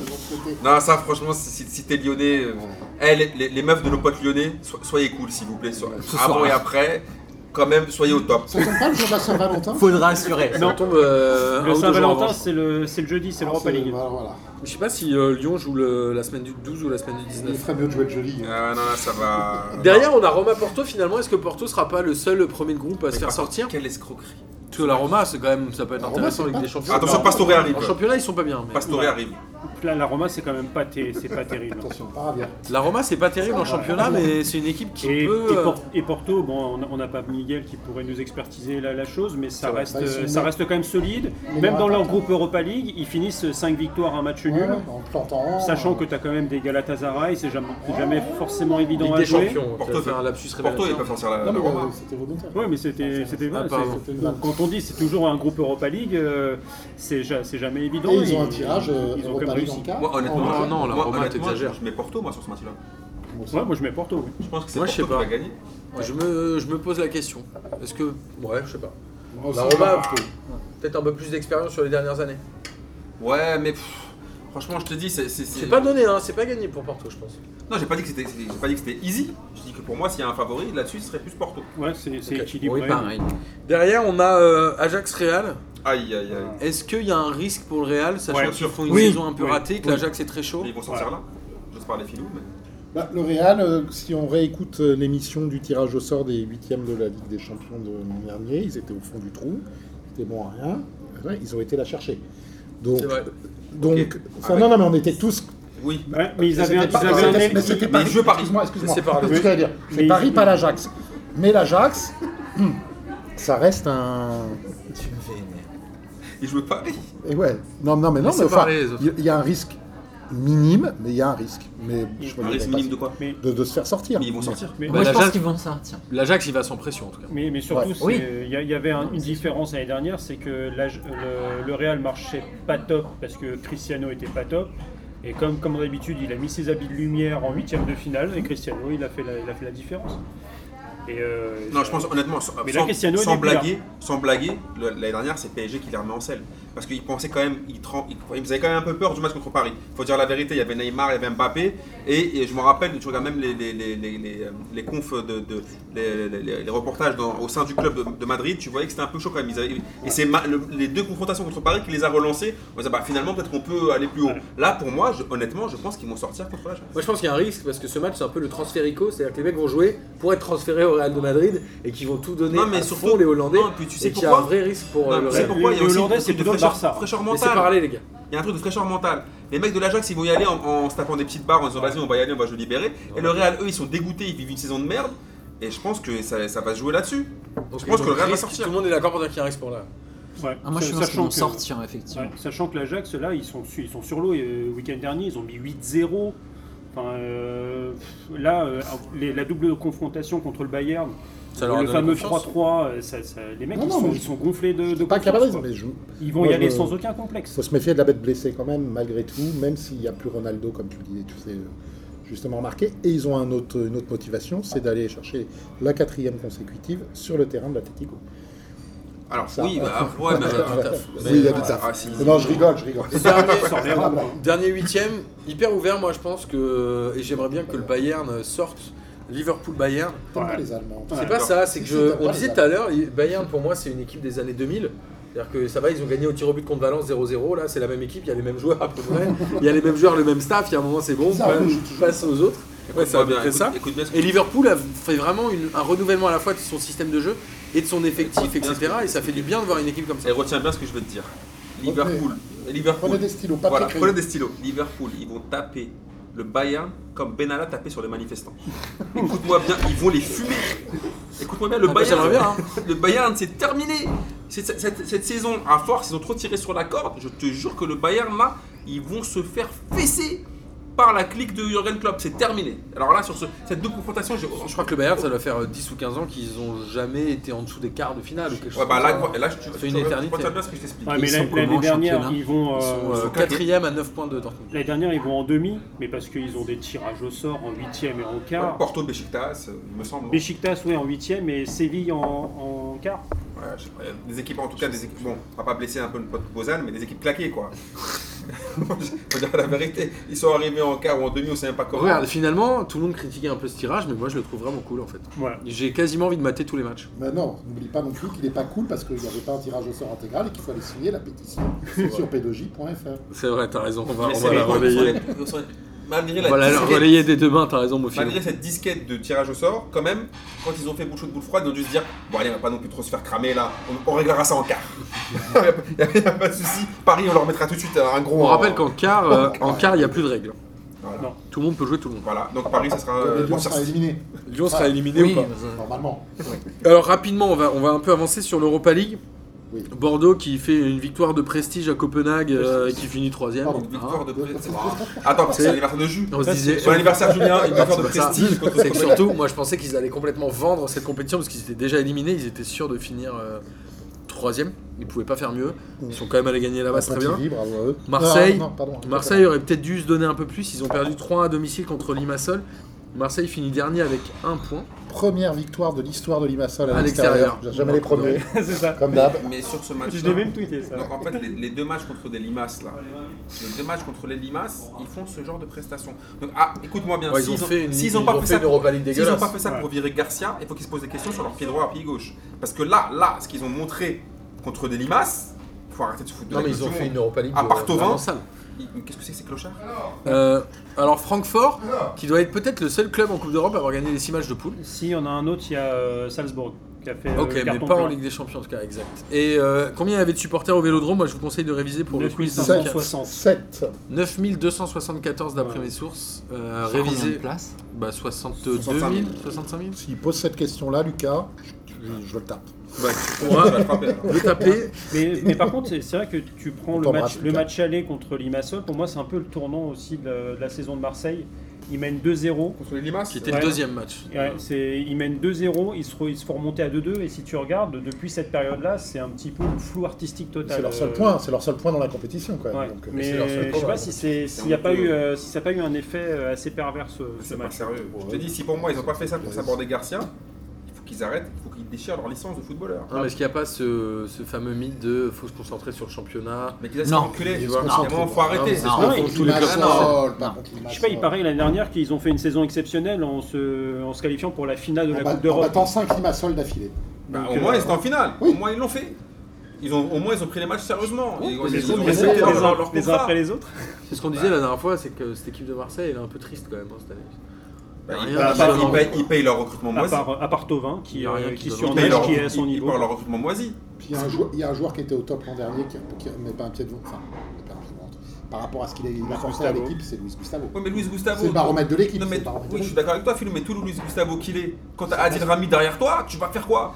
Speaker 2: Non, ça, franchement, si, si- si t'es lyonnais, euh, eh, les, les- les meufs de nos potes lyonnais, so- soyez cool, s'il vous plaît. so- avant et après, quand même, soyez au top.
Speaker 4: Ça tombe pas le jour de la Saint-Valentin
Speaker 3: Faudra assurer.
Speaker 1: Ça tombe euh, un
Speaker 5: Le
Speaker 1: ou deux jours avant.
Speaker 5: Saint-Valentin, c'est le, c'est le jeudi, c'est l'Europa League.
Speaker 4: Voilà, Ah, bah, voilà.
Speaker 1: Je sais pas si euh, Lyon joue le- la semaine du 12 ou la semaine du
Speaker 4: Il
Speaker 1: 19.
Speaker 4: ferait mieux de jouer de joli. hein.
Speaker 2: Ah, non, non, ça va.
Speaker 1: Derrière, on a Roma Porto finalement. Est-ce que Porto sera pas le seul premier de groupe à se
Speaker 2: Mais
Speaker 1: faire
Speaker 2: par contre,
Speaker 1: sortir
Speaker 2: Quelle escroquerie.
Speaker 1: Parce que la Roma, c'est quand même, ça peut être
Speaker 4: La Roma,
Speaker 1: intéressant
Speaker 4: c'est
Speaker 1: avec
Speaker 4: pas-
Speaker 1: des champions.
Speaker 2: Attention, Pastore arrive.
Speaker 1: En championnat, ils sont pas bien. mais-
Speaker 2: Pastore
Speaker 5: Ouais.
Speaker 2: arrive.
Speaker 5: Donc là, la Roma, c'est quand même pas, ter- c'est pas terrible. hein.
Speaker 4: Attention, pas bien.
Speaker 1: La Roma, c'est pas terrible en championnat, mais c'est une équipe qui
Speaker 5: Et,
Speaker 1: peut.
Speaker 5: et
Speaker 1: euh,
Speaker 5: Por- et Porto, bon, on n'a- on n'a pas Miguel qui pourrait nous expertiser la, la chose, mais ça,
Speaker 4: C'est vrai,
Speaker 5: reste,
Speaker 4: bah, ils sont
Speaker 5: euh, ça
Speaker 4: bons.
Speaker 5: reste quand même solide.
Speaker 4: Mais
Speaker 5: même
Speaker 4: on
Speaker 5: dans leur
Speaker 4: attend.
Speaker 5: groupe Europa League, ils finissent 5 victoires, un match nul.
Speaker 4: Ouais, en plantant.
Speaker 5: Sachant que tu as quand même des Galatasaray, c'est jamais, c'est jamais forcément évident
Speaker 1: Ligue
Speaker 5: à
Speaker 1: des
Speaker 5: jouer.
Speaker 1: champions.
Speaker 2: Porto,
Speaker 1: Porto, fait un lapsus
Speaker 2: Porto, il
Speaker 1: révélateur.
Speaker 2: va pas sortir la,
Speaker 4: Non,
Speaker 2: la
Speaker 4: mais
Speaker 2: Roma.
Speaker 4: euh, c'était volontaire.
Speaker 5: Oui, mais c'était c'était
Speaker 1: Ah,
Speaker 5: voilà,
Speaker 1: pardon.
Speaker 5: c'est- c'est- donc, quand on dit c'est toujours un groupe Europa League, euh, c'est ja- c'est jamais évident.
Speaker 4: Et ils ont un tirage euh,
Speaker 5: ils
Speaker 4: Europa
Speaker 5: ont quand même
Speaker 4: League
Speaker 5: réussi.
Speaker 4: en quart.
Speaker 2: Moi, honnêtement,
Speaker 1: Non,
Speaker 2: je-
Speaker 1: non, la
Speaker 2: moi,
Speaker 1: Roma,
Speaker 2: honnêtement,
Speaker 1: t'exagères.
Speaker 2: Je mets Porto, moi, sur ce match-là.
Speaker 5: Ouais, moi je mets Porto. oui.
Speaker 2: Je pense que c'est
Speaker 1: Moi, je
Speaker 2: Porto
Speaker 1: sais
Speaker 2: qui
Speaker 1: pas.
Speaker 2: va gagner.
Speaker 1: Je, me, je me pose la question. Est-ce que. Ouais, je sais pas.
Speaker 4: Moi aussi,
Speaker 1: La
Speaker 4: je
Speaker 1: Roma
Speaker 4: pense
Speaker 1: a
Speaker 4: que-
Speaker 1: peut-être un peu plus d'expérience sur les dernières années.
Speaker 2: Ouais, mais pff, franchement, je te dis, c'est. c'est-
Speaker 1: C'est pas donné, hein, c'est pas gagné pour Porto, je pense.
Speaker 2: Non, j'ai pas dit que c'était- c'était j'ai pas dit que c'était easy. Je dis que pour moi, s'il y a un favori, là-dessus, ce serait plus Porto.
Speaker 5: Ouais, c'est c'est
Speaker 1: Ok.
Speaker 5: équilibré.
Speaker 3: Oui,
Speaker 1: hein.
Speaker 3: pareil.
Speaker 1: Derrière, on a euh, Ajax Real.
Speaker 2: Aïe, aïe, aïe.
Speaker 1: Est-ce qu'il y a un risque pour le Real, sachant
Speaker 5: Ouais,
Speaker 1: qu'ils font une
Speaker 5: oui.
Speaker 1: saison un peu
Speaker 5: Oui.
Speaker 1: ratée, que
Speaker 5: Oui.
Speaker 1: l'Ajax est très chaud
Speaker 2: Mais ils vont sortir là. J'ose parler filou, mais.
Speaker 4: Bah,
Speaker 6: Le Real, euh, si on réécoute euh, l'émission du tirage au sort des huitièmes de la Ligue des Champions de l'an dernier, ils étaient au fond du trou, ils étaient bons à rien, Ouais, ils ont été la chercher. Donc,
Speaker 1: C'est vrai.
Speaker 6: donc
Speaker 2: Ok. Ah
Speaker 6: enfin,
Speaker 2: Avec-
Speaker 6: non, non, mais on était tous.
Speaker 2: Oui.
Speaker 1: Bah.
Speaker 5: Ouais, mais ils avaient, un-
Speaker 6: C'était pas-
Speaker 5: ils avaient un
Speaker 6: c'était-
Speaker 5: aile-
Speaker 6: mais c'était
Speaker 2: mais
Speaker 6: Paris.
Speaker 2: je veux Paris.
Speaker 6: Excuse-moi, excuse-moi.
Speaker 1: C'est Paris.
Speaker 6: C'est ce que j'allais dire. C'est
Speaker 5: Mais-
Speaker 6: Paris, pas l'Ajax. Mais l'Ajax, hmm, ça reste un.
Speaker 2: Ils jouent Paris.
Speaker 6: Et ouais. Non, non, mais non, mais
Speaker 1: Mais c'est
Speaker 6: enfin,
Speaker 1: pareil, les autres.
Speaker 6: il y, a un risque minime, mais il y a un risque. Mais je me
Speaker 2: Un risque
Speaker 6: dirais pas
Speaker 2: minime de quoi
Speaker 5: mais,
Speaker 6: de, de se faire sortir.
Speaker 2: Mais ils vont sortir.
Speaker 5: mais-
Speaker 3: Moi, je
Speaker 1: l'Ajax-
Speaker 3: pense qu'ils vont sortir.
Speaker 1: L'Ajax, il va sans pression en tout cas.
Speaker 5: Mais, mais surtout,
Speaker 6: Ouais.
Speaker 5: c'est-
Speaker 3: Oui.
Speaker 5: il y, a- il y avait un- une différence l'année dernière, c'est que l'âge- le, le Real marchait pas top parce que Cristiano était pas top. Et comme, comme d'habitude, il a mis ses habits de lumière en huitième de finale et Cristiano, il a fait la, il a fait la différence. Et euh,
Speaker 2: Non, je pense honnêtement, sans,
Speaker 5: Mais là,
Speaker 2: sans,
Speaker 5: Cristiano, il
Speaker 2: sans
Speaker 5: est hein. plus là.
Speaker 2: blaguer, sans blaguer, le- l'année dernière, c'est PSG qui les remet en selle. Parce qu'ils pensaient quand même, ils, tran- ils, ils faisaient quand même un peu peur du match contre Paris. Faut dire la vérité, il y avait Neymar, il y avait Mbappé. Et, et je me rappelle, tu regardes même les, les, les, les, les, euh, les confs, de, de- les, les- les- les reportages dans- au sein du club de, de Madrid, tu voyais que c'était un peu chaud quand même. Ils avaient- et c'est ma- le- les deux confrontations contre Paris qui les a relancés. On disait, bah, finalement, peut-être qu'on peut aller plus haut. Là, pour moi, je- honnêtement, je pense qu'ils vont sortir contre la
Speaker 1: Moi je pense qu'il y a un risque parce que ce match c'est un peu le transférico, c'est-à-dire que les mecs vont jouer pour être transférés au Real de Madrid et qu'ils vont tout donner
Speaker 2: Non, mais
Speaker 1: à
Speaker 2: surtout-
Speaker 1: fond les Hollandais.
Speaker 2: Non, puis tu sais
Speaker 1: et qu'il y a un
Speaker 2: pourquoi
Speaker 1: vrai risque pour euh,
Speaker 2: Non,
Speaker 1: le
Speaker 2: mais c'est
Speaker 1: Real.
Speaker 2: pourquoi il y a
Speaker 5: Les
Speaker 2: aussi
Speaker 5: Hollandais,
Speaker 2: une
Speaker 5: c'est
Speaker 2: truc de
Speaker 5: plutôt le
Speaker 2: fraîcheur,
Speaker 5: Barça.
Speaker 2: fraîcheur
Speaker 1: Mais c'est
Speaker 2: mentale.
Speaker 1: parlé les gars.
Speaker 2: Il y a un truc de fraîcheur mentale. Les mecs de l'Ajax, ils vont y aller en, en se tapant des petites barres en disant vas-y, on va y aller, on va se libérer. Et le Real, eux, ils sont dégoûtés, ils vivent une saison de merde. Et je pense que ça, ça va se jouer là-dessus.
Speaker 1: Donc,
Speaker 2: pense que le Real
Speaker 1: risque,
Speaker 2: va sortir.
Speaker 1: Tout le monde est d'accord pour dire qu'il y a un risque pour là.
Speaker 5: ouais,
Speaker 3: Ah, moi, je
Speaker 5: sa-
Speaker 3: suis sûr qu'ils
Speaker 5: sachant
Speaker 3: vont
Speaker 5: que-
Speaker 3: sortir,
Speaker 5: ouais,
Speaker 3: effectivement.
Speaker 5: sachant que l'Ajax, là, ils sont, su- ils sont sur l'eau. et, euh, Le week-end dernier, ils ont mis 8-0. Enfin, euh, là, euh, les- la double confrontation contre le Bayern,
Speaker 1: Ça leur a
Speaker 5: le
Speaker 1: donné
Speaker 5: fameux
Speaker 1: confiance.
Speaker 5: 3-3, euh, ça- ça- les mecs,
Speaker 6: Non,
Speaker 5: ils,
Speaker 6: non,
Speaker 5: sont,
Speaker 6: mais
Speaker 5: ils sont gonflés de, Euh, de
Speaker 6: Pas
Speaker 5: confiance,
Speaker 6: Cabaret,
Speaker 5: quoi.
Speaker 6: mais je-
Speaker 5: Ils vont
Speaker 6: Moi,
Speaker 5: y aller
Speaker 6: je-
Speaker 5: sans aucun complexe.
Speaker 6: faut se méfier de la bête blessée quand même, malgré tout, même s'il n'y a plus Ronaldo, comme tu le disais, tu sais, euh, justement remarqué. Et ils ont un autre, une autre motivation, c'est d'aller chercher la quatrième consécutive sur le terrain de l'Atletico.
Speaker 2: Alors,
Speaker 6: Ça.
Speaker 2: oui, bah,
Speaker 6: [LAUGHS]
Speaker 2: ouais, mais.
Speaker 6: Oui, il y a du taf.
Speaker 2: Ah, si, si.
Speaker 6: Non, je rigole, je rigole.
Speaker 5: Sans les rames, hein.
Speaker 1: Dernier huitième, hyper ouvert moi je pense que et j'aimerais bien que le Bayern sorte. Liverpool Bayern.
Speaker 6: T'aimes pas
Speaker 5: Ouais.
Speaker 6: les Allemands.
Speaker 1: C'est
Speaker 5: Ouais.
Speaker 1: pas ça, c'est que
Speaker 6: Si,
Speaker 1: je-
Speaker 6: si, t'as
Speaker 1: on
Speaker 6: pas
Speaker 1: disait
Speaker 6: les
Speaker 1: tout à l'heure, les- Bayern pour moi c'est une équipe des années 2000. C'est-à-dire que ça va, ils ont gagné au tir au but contre Valence 0-0, là c'est la même équipe, il y a les mêmes joueurs à peu près, il y a les mêmes joueurs, le même staff, il y a un moment c'est bon,
Speaker 6: Ça
Speaker 1: ouais,
Speaker 6: roule.
Speaker 1: je passe aux autres. Ouais, c'est à
Speaker 2: Écoute-moi
Speaker 1: peu
Speaker 2: bien,
Speaker 1: près ça.
Speaker 2: écoute- écoute bien ce que
Speaker 1: Et Liverpool a fait vraiment une- un renouvellement à la fois de son système de jeu et de son effectif,
Speaker 2: Écoute bien
Speaker 1: etc.
Speaker 2: ce que-
Speaker 1: Et ça fait du bien de voir une équipe comme ça.
Speaker 2: Et retiens bien ce que je vais te dire. Liverpool. Liverpool.
Speaker 6: Prenez des stylos, papier
Speaker 2: Voilà,
Speaker 6: crayon.
Speaker 2: prenez des stylos. Liverpool, ils vont taper le Bayern comme Benalla tapait sur
Speaker 1: [LAUGHS]
Speaker 2: les manifestants. Écoute-moi bien, ils vont les fumer. Écoute-moi bien, le
Speaker 1: bah,
Speaker 2: Bayern,
Speaker 1: j'aimerais bien,
Speaker 2: [LAUGHS] le Bayern, c'est terminé. C'est- Cette, cette- cette saison, à force, ils ont trop tiré sur la corde. Je te jure que le Bayern, là, ils vont se faire fesser par la clique de Jurgen Klopp. C'est terminé. Alors là, sur ce, cette double confrontation, j'ai-
Speaker 1: Je crois que le Bayern, ça doit faire euh, 10 ou 15 ans qu'ils ont jamais été en dessous des quarts de finale ou quelque chose
Speaker 2: Ouais, bah là,
Speaker 1: comme ça.
Speaker 2: là, je- tu,
Speaker 1: fait une
Speaker 2: tu- tu
Speaker 1: éternité.
Speaker 2: retiens bien ce que je t'explique.
Speaker 5: Ouais,
Speaker 3: Ils
Speaker 5: mais
Speaker 3: sont
Speaker 5: l'année-
Speaker 3: comment
Speaker 5: l'année
Speaker 3: en
Speaker 5: dernière,
Speaker 3: championnat
Speaker 6: hein.
Speaker 5: ils vont.
Speaker 1: Ils
Speaker 5: euh,
Speaker 1: sont euh,
Speaker 2: sont
Speaker 1: quatrième à 9 points de Dortmund.
Speaker 5: L'année dernière, ils vont en demi, mais parce qu'ils ont des tirages au sort en huitième et en quart.
Speaker 2: Porto, Besiktas, euh, il me semble. non
Speaker 5: Besiktas, ouais, en huitième et Séville en, en quart.
Speaker 2: Ouais, je sais pas, des équipes en tout cas, des équipes, bon, on va pas blesser un peu notre pote Bozan, mais des équipes claquées quoi. [LAUGHS] Faut dire la vérité, ils sont arrivés en quart ou en demi, on sait même pas comment.
Speaker 1: Regarde, finalement, tout le monde critiquait un peu ce tirage, mais moi je le trouve vraiment cool en fait.
Speaker 5: Voilà. [LAUGHS]
Speaker 1: J'ai quasiment envie de mater tous les matchs.
Speaker 6: Mais non, n'oublie pas non plus qu'il n'est pas cool parce qu'il n'y avait pas un tirage au sort intégral et qu'il faut aller signer la pétition sur p2j.fr.
Speaker 1: C'est vrai, t'as raison, on va,
Speaker 2: Mais
Speaker 1: on
Speaker 2: c'est
Speaker 1: va la
Speaker 2: vrai,
Speaker 1: relayer.
Speaker 2: sur les- sur les- malgré la
Speaker 1: Voilà, alors,
Speaker 2: disquette-
Speaker 1: relayé des deux mains, t'as raison, mon fils.
Speaker 2: Malgré cette disquette de tirage au sort, quand même, quand ils ont fait boule chaude, boule froide, ils ont dû se dire Bon, allez, on va pas non plus trop se faire cramer là, on, on réglera ça en quart. [LAUGHS] y a, y a pas de souci, Paris, on leur mettra tout de suite un gros.
Speaker 1: On
Speaker 2: en-
Speaker 1: rappelle qu'en quart, euh, en quart, il n'y a plus de règles.
Speaker 2: Voilà.
Speaker 5: Non.
Speaker 1: Tout le monde peut jouer tout le monde. Ah,
Speaker 2: Voilà, donc Paris, ça sera.
Speaker 4: Mais
Speaker 2: euh,
Speaker 4: Lyon
Speaker 2: bon, ça-
Speaker 4: sera éliminé,
Speaker 1: Lyon sera éliminé
Speaker 3: Oui,
Speaker 1: ou pas
Speaker 4: normalement.
Speaker 1: Alors rapidement, on va, on va un peu avancer sur l'Europa League.
Speaker 4: Oui.
Speaker 1: Bordeaux qui fait une victoire de prestige à Copenhague euh, et qui finit troisième.
Speaker 4: Pardon.
Speaker 2: une victoire
Speaker 1: Ah.
Speaker 2: de.
Speaker 4: Hein
Speaker 2: c'est- Attends, parce que c'est l'anniversaire de Jus.
Speaker 1: Hein on se
Speaker 5: Ça,
Speaker 1: disait,
Speaker 2: Son anniversaire, Julien, une victoire de
Speaker 1: C'est pas Ah, ça.
Speaker 2: prestige contre
Speaker 1: c'est que surtout, moi je pensais qu'ils allaient complètement vendre cette compétition parce qu'ils étaient déjà éliminés, ils étaient sûrs de finir euh, troisième, ils pouvaient pas faire mieux. Ils sont quand même allés gagner là-bas, c'est très bien.
Speaker 4: Pontivy, bravo à eux.
Speaker 1: Marseille,
Speaker 4: Non, non, pardon.
Speaker 1: Marseille aurait peut-être dû se donner un peu plus, ils ont perdu 3 à domicile contre Limassol. Marseille finit dernier avec un point.
Speaker 4: Première victoire de l'histoire de Limassol
Speaker 1: À
Speaker 4: à
Speaker 1: l'extérieur.
Speaker 4: l'extérieur. Jamais les premiers,
Speaker 5: c'est ça.
Speaker 4: comme
Speaker 2: [LAUGHS]
Speaker 4: d'hab.
Speaker 2: Mais sur ce
Speaker 5: Je
Speaker 2: match.
Speaker 5: l'ai même tweeté ça.
Speaker 2: Donc en fait, les, les deux matchs contre des limaces là, les deux matchs contre les limaces, ils font ce genre de prestations. Donc ah, écoute-moi bien,
Speaker 1: Ouais,
Speaker 2: s'ils
Speaker 1: ils ont
Speaker 2: ont-
Speaker 1: fait une,
Speaker 2: s'ils
Speaker 1: ils
Speaker 2: ont pas
Speaker 1: ont
Speaker 2: fait
Speaker 1: fait
Speaker 2: ça
Speaker 1: une
Speaker 2: pour-
Speaker 1: Europa League
Speaker 2: S'ils n'ont
Speaker 1: dégueulasse.
Speaker 2: pas fait ça pour virer Garcia, il faut qu'ils se posent des questions sur leur pied droit et pied gauche. Parce que là, là, ce qu'ils ont montré contre des limaces, faut arrêter de se foutre de
Speaker 1: Non
Speaker 2: la
Speaker 1: mais
Speaker 2: gueule
Speaker 1: ils ont
Speaker 2: du
Speaker 1: fait
Speaker 2: monde.
Speaker 1: une Europa League
Speaker 2: À part
Speaker 1: euh,
Speaker 2: Thauvin.
Speaker 1: vraiment sale.
Speaker 2: Ils- Qu'est-ce que c'est que ces clochards
Speaker 1: Euh, alors Francfort, qui doit être peut-être le seul club en Coupe d'Europe à avoir gagné les 6 matchs de poule.
Speaker 5: Si, il y en a un autre, il y a euh, Salzbourg qui a fait. euh,
Speaker 1: Ok, mais
Speaker 5: carton
Speaker 1: pas en
Speaker 5: plein.
Speaker 1: Ligue des Champions en tout cas, exact. Et euh, combien il y avait de supporters au Vélodrome Moi je vous conseille de réviser pour le quiz.
Speaker 5: 9500.
Speaker 4: 7.
Speaker 1: 9274 d'après mes sources. Euh,
Speaker 3: Combien de
Speaker 1: révisé.
Speaker 3: places
Speaker 1: Bah 62 000,
Speaker 2: 65 000.
Speaker 1: 65
Speaker 5: [LAUGHS]
Speaker 1: 000
Speaker 4: S'il pose cette question-là, Lucas, je, je le tape.
Speaker 2: Ouais,
Speaker 1: Ouais.
Speaker 2: ça va le frapper, alors.
Speaker 1: Vous tapez.
Speaker 2: [LAUGHS]
Speaker 5: Mais, mais par contre, c'est c'est vrai que tu prends le
Speaker 4: t'embrasse,
Speaker 5: match, le
Speaker 4: Lucas.
Speaker 5: match aller contre Limassol. Pour moi, c'est un peu le tournant aussi de la, de la saison de Marseille. Ils mènent 2-0.
Speaker 2: Contre les euh, limaces
Speaker 1: Qui était
Speaker 5: Ouais.
Speaker 1: le deuxième match.
Speaker 5: Ouais, c'est- ils mènent 2-0. Ils se, re- ils se font remonter à 2-2. Et si tu regardes, depuis cette période-là, c'est un petit peu le flou artistique total.
Speaker 4: C'est leur seul
Speaker 5: Euh,
Speaker 4: point, c'est leur seul point dans la compétition quand même.
Speaker 5: ouais.
Speaker 4: Donc, euh,
Speaker 5: Mais
Speaker 1: c'est leur seul
Speaker 5: je sais
Speaker 1: point,
Speaker 5: pas
Speaker 1: ouais.
Speaker 5: si c'est-
Speaker 2: C'est
Speaker 5: s'il n'y a
Speaker 2: un
Speaker 5: pas
Speaker 2: peu-
Speaker 5: eu, euh, si ça n'a pas eu un effet euh, assez pervers ce, ce
Speaker 2: C'est pas
Speaker 5: match.
Speaker 2: sérieux. Je te dis, si pour moi ils n'ont pas fait ça pour s'aborder Garcia, il faut qu'ils arrêtent, il faut qu'ils déchirent leur licence de footballeur.
Speaker 1: Non, mais est-ce qu'il n'y a pas ce, ce fameux mythe de faut se concentrer sur le championnat
Speaker 2: Mais qu'ils aient
Speaker 3: Non.
Speaker 2: enculé, tu
Speaker 4: Ils
Speaker 2: vois.
Speaker 4: se
Speaker 2: Non,
Speaker 4: concentrent.
Speaker 2: faut arrêter.
Speaker 1: c'est
Speaker 3: Non,
Speaker 1: ce que
Speaker 5: oui,
Speaker 1: font
Speaker 5: ils-
Speaker 1: tous les clubs
Speaker 4: Limassol,
Speaker 1: français.
Speaker 4: par contre, Limassol.
Speaker 5: Je sais pas, il paraît l'année dernière qu'ils ont fait une saison exceptionnelle en se, en se qualifiant pour la finale de
Speaker 4: En
Speaker 5: la
Speaker 4: bat-
Speaker 5: Coupe
Speaker 4: En
Speaker 5: d'Europe.
Speaker 4: battant 5 Limassol d'affilée.
Speaker 2: Bah,
Speaker 5: Donc,
Speaker 2: au
Speaker 5: euh,
Speaker 2: moins, ils étaient en finale.
Speaker 4: Oui.
Speaker 2: Au moins, ils l'ont fait. Ils ont, au moins, ils ont pris les matchs sérieusement. Et-
Speaker 5: Ils
Speaker 2: ils
Speaker 5: sont
Speaker 2: ont
Speaker 5: les-
Speaker 2: respecté
Speaker 5: les
Speaker 2: leur,
Speaker 5: uns-
Speaker 2: leur, leur
Speaker 5: les uns
Speaker 2: contrat.
Speaker 5: après les autres.
Speaker 1: C'est ce qu'on disait la dernière fois, c'est que cette équipe de Marseille, elle est un peu triste quand même hein, cette année.
Speaker 2: Bah,
Speaker 1: Rien
Speaker 2: ils,
Speaker 1: à
Speaker 2: ils-
Speaker 5: part-
Speaker 2: ils payent, ils payent leur recrutement
Speaker 5: À
Speaker 2: moisi.
Speaker 5: part, euh, à part Thauvin,
Speaker 1: Il y
Speaker 5: qui,
Speaker 1: a rien
Speaker 5: euh,
Speaker 1: qui
Speaker 5: qui
Speaker 1: donne
Speaker 2: Ils
Speaker 1: en
Speaker 5: surnage,
Speaker 2: payent leur,
Speaker 5: qui est à son
Speaker 2: ils- ils
Speaker 5: niveau.
Speaker 2: payent leur recrutement moisi.
Speaker 4: Puis il y a un joueur- il y a un joueur qui était au top l'an dernier qui qui met pas un pied devant. Enfin, pas un pied devant. Par rapport à ce qu'il a- il a forcé à
Speaker 5: Gustavo.
Speaker 4: l'équipe, c'est Luis Gustavo.
Speaker 2: Oui, mais Luis Gustavo.
Speaker 4: C'est le baromètre de l'équipe.
Speaker 2: Non,
Speaker 4: c'est
Speaker 2: mais
Speaker 4: le baromètre de
Speaker 2: oui, je suis
Speaker 4: l'équipe.
Speaker 2: d'accord avec toi, Philou, mais tout le Luis Gustavo qu'il est. Quand t'as Adil Rami derrière toi, tu vas faire quoi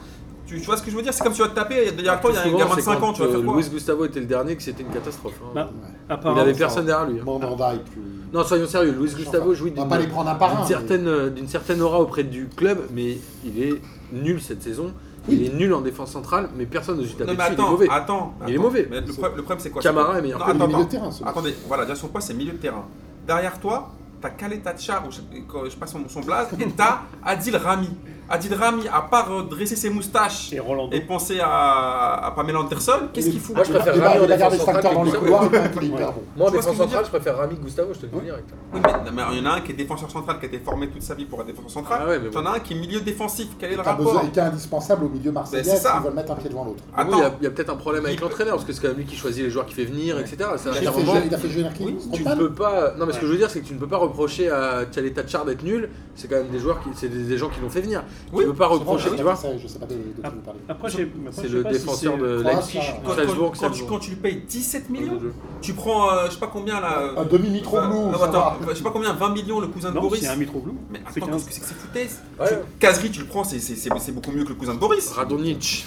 Speaker 2: tu, tu vois ce que je veux dire C'est comme si tu vas te taper. Derrière toi, il y a un
Speaker 1: Souvent,
Speaker 2: gamin de
Speaker 1: c'est
Speaker 2: 5
Speaker 1: quand,
Speaker 2: ans, tu vas
Speaker 1: euh,
Speaker 2: faire quoi
Speaker 1: Luis Gustavo était le dernier que c'était une catastrophe. hein.
Speaker 5: Bah,
Speaker 1: Il avait
Speaker 5: apparemment,
Speaker 1: personne derrière lui. hein.
Speaker 4: Mandanda est plus.
Speaker 1: Non, soyons sérieux, Luis Gustavo jouit
Speaker 4: On va
Speaker 1: d'une
Speaker 4: pas les prendre un par
Speaker 1: d'une
Speaker 4: un, mais-
Speaker 1: certaine, euh, d'une certaine aura auprès du club, mais il est nul cette saison. Il est nul en défense centrale, mais personne ne se taper
Speaker 2: Non, mais
Speaker 1: dessus, il est
Speaker 2: attends,
Speaker 1: mauvais.
Speaker 2: attends.
Speaker 1: Il est
Speaker 2: attends.
Speaker 1: mauvais.
Speaker 2: Mais le pro- le problème, c'est quoi
Speaker 1: Camara est meilleur.
Speaker 2: Non,
Speaker 4: Il est
Speaker 2: attends,
Speaker 4: milieu de
Speaker 2: attends.
Speaker 4: terrain, ce mec.
Speaker 2: Attendez, voilà, déjà son poste c'est milieu de terrain. Derrière toi, t'as Kaleta Tchar, ou je, je sais pas son, son blaze, et t'as Adil Rami. Adil Rami, à part euh, dresser ses moustaches
Speaker 5: Et Rolando.
Speaker 2: et penser à, à Pamela Anderson, qu'est-ce qu'il fout
Speaker 1: Moi, je
Speaker 4: Il a-
Speaker 1: préfère
Speaker 4: il a-
Speaker 1: Rami en
Speaker 4: Il a gardé
Speaker 1: défense
Speaker 4: 5
Speaker 1: centrale
Speaker 4: dans les
Speaker 1: que
Speaker 4: couloirs, il est hyper bon.
Speaker 1: Moi, en
Speaker 2: Tu vois ce que
Speaker 1: défense
Speaker 2: je veux dire
Speaker 1: centrale, je préfère Rami que Gustavo, je te le dis direct.
Speaker 2: Oui, mais, non, mais il y en a un qui est défenseur central, qui a été formé toute sa vie pour être défenseur central.
Speaker 1: Ah ouais, mais
Speaker 2: T'en
Speaker 1: bon.
Speaker 2: as un qui est milieu défensif, quel est le
Speaker 4: T'as
Speaker 2: rapport
Speaker 4: besoin, il était indispensable au milieu marseillais
Speaker 2: Ben, c'est ça.
Speaker 4: s'ils veulent mettre un pied devant l'autre.
Speaker 1: Mais bon,
Speaker 2: Attends,
Speaker 1: Il y a- il y a, peut-être un problème avec
Speaker 2: Il-
Speaker 1: l'entraîneur, parce que c'est quand même lui qui choisit les joueurs qu'il fait venir, etc. C'est
Speaker 4: Il,
Speaker 1: à
Speaker 4: a
Speaker 1: un
Speaker 4: fait
Speaker 1: moment,
Speaker 4: jouer- il a fait jouer Nerkin,
Speaker 2: Oui,
Speaker 4: c'est
Speaker 1: tu
Speaker 4: Strootman.
Speaker 1: ne peux pas. Non, mais ce que je veux dire, c'est que tu ne peux pas reprocher à Tchaleta Char d'être nul. C'est quand même des joueurs, qui... c'est des, des gens qui l'ont fait venir.
Speaker 2: Oui,
Speaker 1: tu ne peux pas
Speaker 4: Je sais pas,
Speaker 1: reprocher,
Speaker 4: je
Speaker 1: tu
Speaker 4: sais
Speaker 1: vois.
Speaker 4: pas, Je sais pas de de qui vous parlez.
Speaker 5: Après, j'ai- après, je
Speaker 1: C'est
Speaker 5: sais
Speaker 1: le
Speaker 5: pas si
Speaker 1: défenseur
Speaker 5: c'est-
Speaker 1: de
Speaker 4: Croatia,
Speaker 1: Leipzig,
Speaker 2: quand, quand-
Speaker 1: Salzbourg,
Speaker 2: quand tu,
Speaker 1: Salzbourg.
Speaker 2: quand tu lui payes 17 millions,
Speaker 1: Deux.
Speaker 2: tu prends euh, je sais pas combien là.
Speaker 1: Ah,
Speaker 2: euh,
Speaker 4: Un demi-Mitroglou,
Speaker 2: non,
Speaker 4: Ah, ça
Speaker 2: attends,
Speaker 4: va.
Speaker 2: je sais pas combien, 20 millions le cousin de
Speaker 5: Non,
Speaker 2: Boris.
Speaker 5: c'est un Mitroglou.
Speaker 2: Mais
Speaker 5: C'est
Speaker 2: attends,
Speaker 5: 15.
Speaker 2: qu'est-ce que c'est que ces foutaises
Speaker 1: Ouais.
Speaker 2: Tu- Kazri, tu le prends, c'est- c'est c'est- c'est beaucoup mieux que le cousin de Boris.
Speaker 1: Radonjic.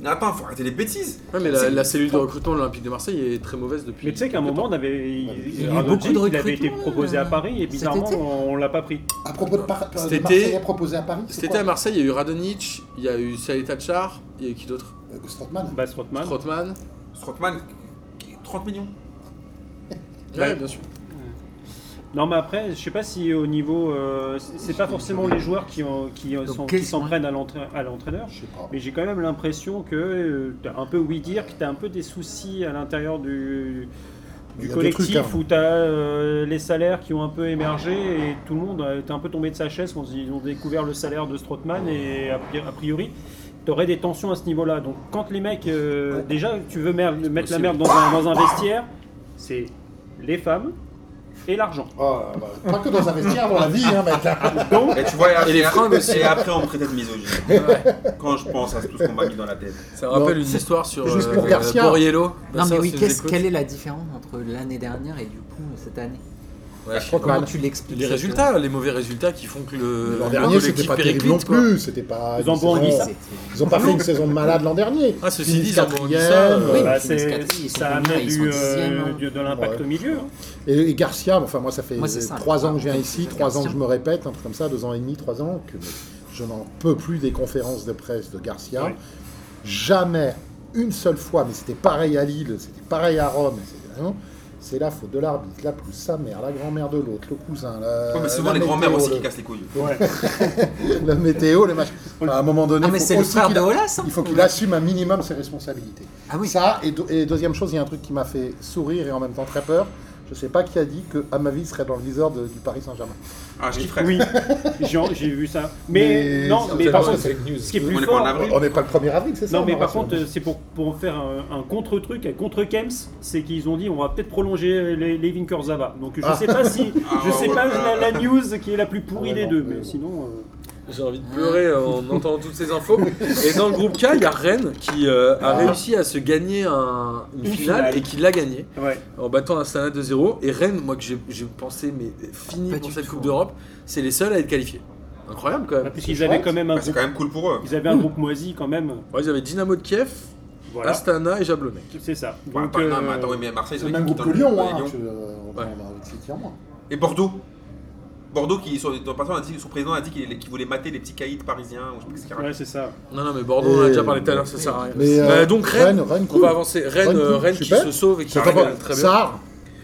Speaker 2: Mais attends, faut arrêter les bêtises.
Speaker 1: Ouais, mais la,
Speaker 2: C'est-
Speaker 1: la cellule de recrutement de l'Olympique de Marseille est très mauvaise depuis.
Speaker 5: Mais tu sais qu'à un moment, on avait,
Speaker 4: Il
Speaker 5: il,
Speaker 3: y a eu
Speaker 5: Radonjic,
Speaker 3: beaucoup de
Speaker 5: il avait été
Speaker 3: recrutements,
Speaker 5: proposé à
Speaker 3: euh,
Speaker 5: Paris et bizarrement,
Speaker 3: été.
Speaker 5: on, ne l'a pas pris.
Speaker 4: À propos de, par... de
Speaker 1: Cet été-
Speaker 4: Marseillais proposé à Paris, c'est
Speaker 1: Cet été
Speaker 4: quoi
Speaker 1: à Marseille, il y a eu Radonjic, il y a eu Saleta Char, il y a eu qui d'autre
Speaker 4: Euh, Strootman.
Speaker 5: Bas Rothman.
Speaker 1: Trotman.
Speaker 2: Strootman, 30 millions.
Speaker 1: Ouais, bien sûr.
Speaker 5: Non, mais après, je sais pas si au niveau. euh, c'est c'est pas forcément les joueurs qui, ont- qui, euh,
Speaker 3: Donc,
Speaker 5: sont-
Speaker 3: quel-
Speaker 5: qui s'en prennent à l'entra- à l'entraîneur.
Speaker 4: Je sais pas.
Speaker 5: Mais j'ai quand même l'impression que euh, t'as un peu oui dire que t'as un peu des soucis à l'intérieur du,
Speaker 4: Il y
Speaker 5: du
Speaker 4: a deux
Speaker 5: collectif
Speaker 4: trucs, hein.
Speaker 5: où t'as euh, les salaires qui ont un peu émergé et tout le monde euh, était un peu tombé de sa chaise quand ils ont découvert le salaire de Strootman et a, pri- a priori t'aurais des tensions à ce niveau-là. Donc quand les mecs euh, déjà tu veux merde- mettre la
Speaker 1: possible.
Speaker 5: merde dans un, dans un vestiaire, c'est les femmes, et l'argent.
Speaker 4: Ah, bah, pas que dans un vestiaire, dans la vie, hein,
Speaker 1: [LAUGHS]
Speaker 4: mec.
Speaker 5: Donc,
Speaker 2: Et tu vois,
Speaker 1: Et les fringues aussi.
Speaker 2: Et après, on me traitait de misogyne. Quand je pense à tout ce qu'on m'a mis dans la tête.
Speaker 1: Ça me rappelle
Speaker 6: Non.
Speaker 1: une histoire sur
Speaker 6: Juste
Speaker 1: euh,
Speaker 6: pour Garcia.
Speaker 1: Borriello.
Speaker 3: Non, mais
Speaker 1: Vincent,
Speaker 3: oui,
Speaker 1: si tu nous
Speaker 3: qu'est-ce-
Speaker 1: écoutes.
Speaker 3: quelle est la différence entre l'année dernière et du coup cette année
Speaker 1: Ouais, je sais
Speaker 6: crois
Speaker 1: pas.
Speaker 6: que-
Speaker 3: Comment
Speaker 6: Mal.
Speaker 3: tu l'expliques
Speaker 1: Les
Speaker 3: cette-
Speaker 1: résultats, les mauvais résultats qui font que le,
Speaker 6: L'an
Speaker 1: le
Speaker 6: dernier, c'était
Speaker 1: collectif
Speaker 6: pas terrible non
Speaker 1: périclite. quoi.
Speaker 6: plus. C'était pas.
Speaker 5: Ils ont
Speaker 6: une
Speaker 5: pas envie,
Speaker 3: Oui,
Speaker 4: Oh.
Speaker 6: saison-
Speaker 5: ça.
Speaker 3: c'était-
Speaker 6: Ils ont pas fait une saison de malade l'an dernier.
Speaker 1: Ah, ceci
Speaker 6: Finissent
Speaker 1: dit, ils en ont dit
Speaker 6: quatrième,
Speaker 1: ça, euh,
Speaker 6: euh,
Speaker 3: Oui.
Speaker 5: bah,
Speaker 3: ils finissent
Speaker 5: c'est-
Speaker 3: quatrième, ils sont
Speaker 5: ça
Speaker 3: combien
Speaker 5: amène
Speaker 3: Ils sont hein.
Speaker 5: du, euh,
Speaker 3: dixième,
Speaker 5: du- de l'impact
Speaker 6: Ouais.
Speaker 5: au milieu. hein.
Speaker 6: Et, et Garcia, enfin moi ça fait
Speaker 3: Moi, c'est ça,
Speaker 6: trois
Speaker 3: le
Speaker 6: ans que je viens
Speaker 3: problème,
Speaker 6: ici,
Speaker 3: c'est que
Speaker 6: trois ans que
Speaker 3: Garcia-
Speaker 6: je me répète, un truc comme ça, deux ans et demi, trois ans, que je n'en peux plus des conférences de presse de Garcia.
Speaker 5: Oui.
Speaker 6: Jamais, une seule fois, mais c'était pareil à Lille, c'était pareil à Rome, c'est- hein, c'est la faute de l'arbitre, la plus sa mère, la grand-mère de l'autre, le cousin, la,
Speaker 2: Ouais,
Speaker 4: Euh,
Speaker 2: mais souvent,
Speaker 6: la
Speaker 2: les grands-mères
Speaker 6: météo,
Speaker 2: aussi qui cassent les couilles.
Speaker 6: le, [LAUGHS] la météo, les machins. Enfin, à un moment donné,
Speaker 3: Ah, mais
Speaker 6: faut
Speaker 3: c'est le
Speaker 6: aussi
Speaker 3: frère
Speaker 6: qu'il
Speaker 3: de
Speaker 6: a-
Speaker 3: Olas, hein.
Speaker 6: Il faut qu'il assume un minimum ses responsabilités.
Speaker 3: Ah oui.
Speaker 6: Ça, et, do- et deuxième chose, il y a un truc qui m'a fait sourire et en même temps très peur. Je sais pas qui a dit que Amavi serait dans le viseur de- du Paris Saint-Germain.
Speaker 2: Ah, je kifferais.
Speaker 5: Oui, [LAUGHS] j'ai j'ai vu ça. Mais,
Speaker 6: Mais
Speaker 5: non,
Speaker 6: ça,
Speaker 5: mais
Speaker 6: c'est
Speaker 5: par
Speaker 6: la
Speaker 5: contre,
Speaker 6: fake
Speaker 5: ce qui est
Speaker 2: On
Speaker 5: plus
Speaker 2: est pas en
Speaker 5: fort,
Speaker 2: avril.
Speaker 6: On n'est pas le 1er avril, c'est ça
Speaker 5: Non, mais
Speaker 6: on
Speaker 5: par
Speaker 6: rassure.
Speaker 5: contre, euh, c'est pour, pour faire un, un contre-truc, un contre-Kems, c'est qu'ils ont dit on va peut-être prolonger euh, les, les Vinkerzava. Donc je sais pas si, je
Speaker 2: Ah,
Speaker 5: sais
Speaker 2: ouais,
Speaker 5: pas
Speaker 2: ouais.
Speaker 5: la, la news qui est la plus pourrie
Speaker 6: Ah, ouais,
Speaker 5: des
Speaker 6: non,
Speaker 5: deux,
Speaker 6: mais
Speaker 5: mais
Speaker 6: bon.
Speaker 5: sinon. euh,
Speaker 1: J'ai envie de pleurer euh, [LAUGHS] en entendant toutes ces infos. Et dans le groupe K, il y a Rennes qui euh, a
Speaker 6: Ah.
Speaker 1: réussi à se gagner un- une,
Speaker 5: Une
Speaker 1: finale,
Speaker 5: finale.
Speaker 1: et qui l'a gagnée
Speaker 5: euh, Ouais.
Speaker 1: en battant un Stana 2-0. Et Rennes, moi que j'ai j'ai pensé, mais fini
Speaker 3: Pas
Speaker 1: pour
Speaker 3: du
Speaker 1: cette
Speaker 3: tout,
Speaker 1: Coupe
Speaker 3: hein.
Speaker 1: d'Europe, c'est les seuls à être qualifiés. Incroyable quand
Speaker 5: Bah,
Speaker 1: même.
Speaker 5: Puisqu'ils
Speaker 4: chouette.
Speaker 5: avaient quand même un
Speaker 2: Bah, C'est
Speaker 5: groupe,
Speaker 2: quand même cool pour eux.
Speaker 5: ils avaient un groupe moisi quand même.
Speaker 1: Ouais, ils avaient Dynamo de Kiev,
Speaker 5: Voilà,
Speaker 1: Astana et Jablonec.
Speaker 5: c'est ça.
Speaker 2: Ouais,
Speaker 5: Donc,
Speaker 2: Bah, attends,
Speaker 5: euh,
Speaker 2: non, mais attends, oui, mais Marseille,
Speaker 4: C'est
Speaker 2: ils
Speaker 4: le
Speaker 2: ont
Speaker 4: même
Speaker 2: dit
Speaker 4: groupe
Speaker 2: qu'ils
Speaker 4: que
Speaker 2: étaient
Speaker 4: Lyon,
Speaker 2: dans le-
Speaker 4: hein.
Speaker 2: Lyon.
Speaker 4: tu, euh, on va- on va aussi dire moins.
Speaker 2: Et Bordeaux. Bordeaux, qui, son, dans le passé, on a dit- son président a dit qu'il qu'il voulait mater les petits caïds parisiens. Ou je sais pas ce qu'il raconte.
Speaker 5: ouais, c'est ça.
Speaker 1: Non, non, mais Bordeaux, on en a
Speaker 6: Et-
Speaker 1: déjà parlé tout à l'heure, ça sert à rien.
Speaker 6: Mais,
Speaker 1: Bah,
Speaker 6: euh,
Speaker 1: donc Rennes,
Speaker 6: Rennes, Rennes,
Speaker 1: on
Speaker 6: cool.
Speaker 1: va avancer. Rennes,
Speaker 6: Rennes,
Speaker 1: euh,
Speaker 6: cool,
Speaker 1: Rennes qui
Speaker 6: super.
Speaker 1: se sauve et qui
Speaker 6: C'est
Speaker 1: arrive
Speaker 6: pas-
Speaker 1: très bien.
Speaker 6: Sarr,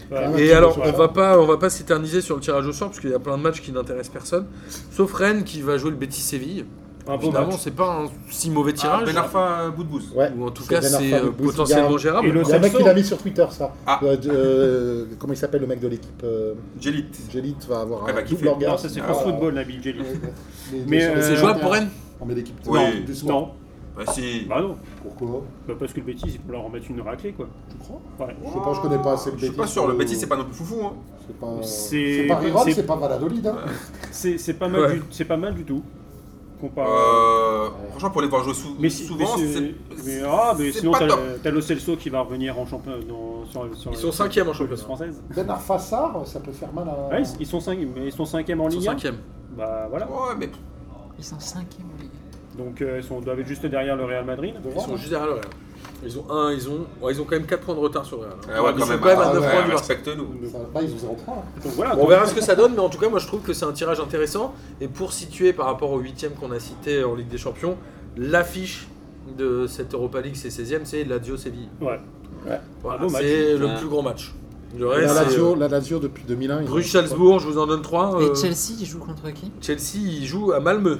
Speaker 5: Voilà.
Speaker 4: Ouais.
Speaker 1: Ah, Et alors, on
Speaker 5: Voilà.
Speaker 1: va pas, on va pas s'éterniser sur le tirage au sort parce qu'il y a plein de matchs qui n'intéressent personne, sauf Rennes qui va jouer le Betis Séville.
Speaker 5: Un beau match.
Speaker 1: Finalement, c'est pas un si mauvais
Speaker 2: Ah,
Speaker 1: tirage,
Speaker 2: Ben Arfa, bout de bouse.
Speaker 6: ouais.
Speaker 1: ou en tout
Speaker 6: C'est
Speaker 1: cas,
Speaker 6: Ben
Speaker 1: c'est
Speaker 6: Arfa,
Speaker 1: euh,
Speaker 6: Bouzou,
Speaker 1: potentiellement
Speaker 6: Garde.
Speaker 1: gérable.
Speaker 5: Et le-
Speaker 6: Il y a un mec
Speaker 5: Samson.
Speaker 6: qui l'a mis sur Twitter, ça.
Speaker 2: Ah.
Speaker 6: Euh, euh, comment il s'appelle le mec de l'équipe euh,
Speaker 2: Jelite.
Speaker 6: Jelite va avoir
Speaker 2: Ah bah,
Speaker 6: un
Speaker 2: qui
Speaker 6: double
Speaker 2: fait-
Speaker 5: Non,
Speaker 6: orgasme.
Speaker 5: ça c'est
Speaker 2: Ah,
Speaker 5: France
Speaker 6: ouais.
Speaker 5: Football, Nabil Jelly. Mais,
Speaker 4: Mais
Speaker 5: euh,
Speaker 1: C'est jouable pour Rennes
Speaker 4: On met l'équipe.
Speaker 2: Oui.
Speaker 4: Non, du soir.
Speaker 5: Non,
Speaker 2: Bah si.
Speaker 5: bah non.
Speaker 4: Pourquoi
Speaker 5: Bah, parce que le bêtise, ils vont leur remettre une raclée quoi.
Speaker 4: Tu crois
Speaker 5: Ouais.
Speaker 4: Je pense que je connais pas assez le
Speaker 2: Je
Speaker 4: Betis.
Speaker 2: suis pas sûr, le
Speaker 4: pour-
Speaker 2: Betis, c'est pas non plus foufou. Hein.
Speaker 4: C'est pas.
Speaker 5: C'est-
Speaker 4: C'est pas Riron,
Speaker 5: c'est-
Speaker 4: c'est pas Valladolid. hein.
Speaker 5: C'est c'est pas, mal
Speaker 1: Ouais.
Speaker 5: du- c'est pas mal du tout. Comparé.
Speaker 2: Euh, franchement, pour les voir jouer sou-
Speaker 5: Mais si-
Speaker 2: souvent,
Speaker 5: mais c'est-
Speaker 2: c'est.
Speaker 5: mais, ah, mais
Speaker 2: c'est
Speaker 5: sinon,
Speaker 2: pas
Speaker 5: t'as
Speaker 2: top.
Speaker 5: t'as Lo Celso qui va revenir en championnat. dans- sur- sur-
Speaker 1: Ils sont
Speaker 5: sur-
Speaker 1: cinquième en
Speaker 5: sur la
Speaker 1: championnat.
Speaker 5: française.
Speaker 4: Ben Arfa Sarr, ça peut faire mal à.
Speaker 5: Ouais, ils- ils sont cinq- mais ils sont cinquième en
Speaker 1: Ils sont
Speaker 5: Ligue 1.
Speaker 1: cinquième.
Speaker 5: Bah voilà.
Speaker 2: Ouais, mais
Speaker 3: Ils sont cinquième en Ligue
Speaker 5: Donc euh, ils sont- doivent être juste derrière le Real Madrid.
Speaker 4: Devant,
Speaker 1: Ils sont juste derrière le Real. Ils ont un, ils ont, ouais, ils ont quand même 4 points de retard sur le Real. hein.
Speaker 2: Ah ouais,
Speaker 1: Ils
Speaker 2: quand
Speaker 1: sont
Speaker 2: même,
Speaker 1: quand même à
Speaker 2: ah
Speaker 1: 9
Speaker 2: ouais,
Speaker 1: points du Barça.
Speaker 2: respecte-nous.
Speaker 4: Ça va pas, ils ont 0 points.
Speaker 5: Donc voilà.
Speaker 1: Bon, on
Speaker 5: donc-
Speaker 1: verra ce que ça donne, mais en tout cas, moi je trouve que c'est un tirage intéressant. Et pour situer par rapport au 8 qu'on a cité en Ligue des Champions, l'affiche de cette Europa League, c'est 16ème, c'est Lazio Séville.
Speaker 5: Ouais.
Speaker 1: Voilà,
Speaker 5: Un beau match.
Speaker 1: c'est le
Speaker 2: Ouais.
Speaker 1: plus gros match. Le
Speaker 6: Et la,
Speaker 1: reste, c'est
Speaker 6: Lazio,
Speaker 1: euh,
Speaker 6: la Lazio depuis 2001. ils ont-
Speaker 1: Bruges-Salzbourg, je vous en donne 3.
Speaker 3: Et Chelsea, ils jouent contre qui
Speaker 1: Chelsea, il joue à Malmö.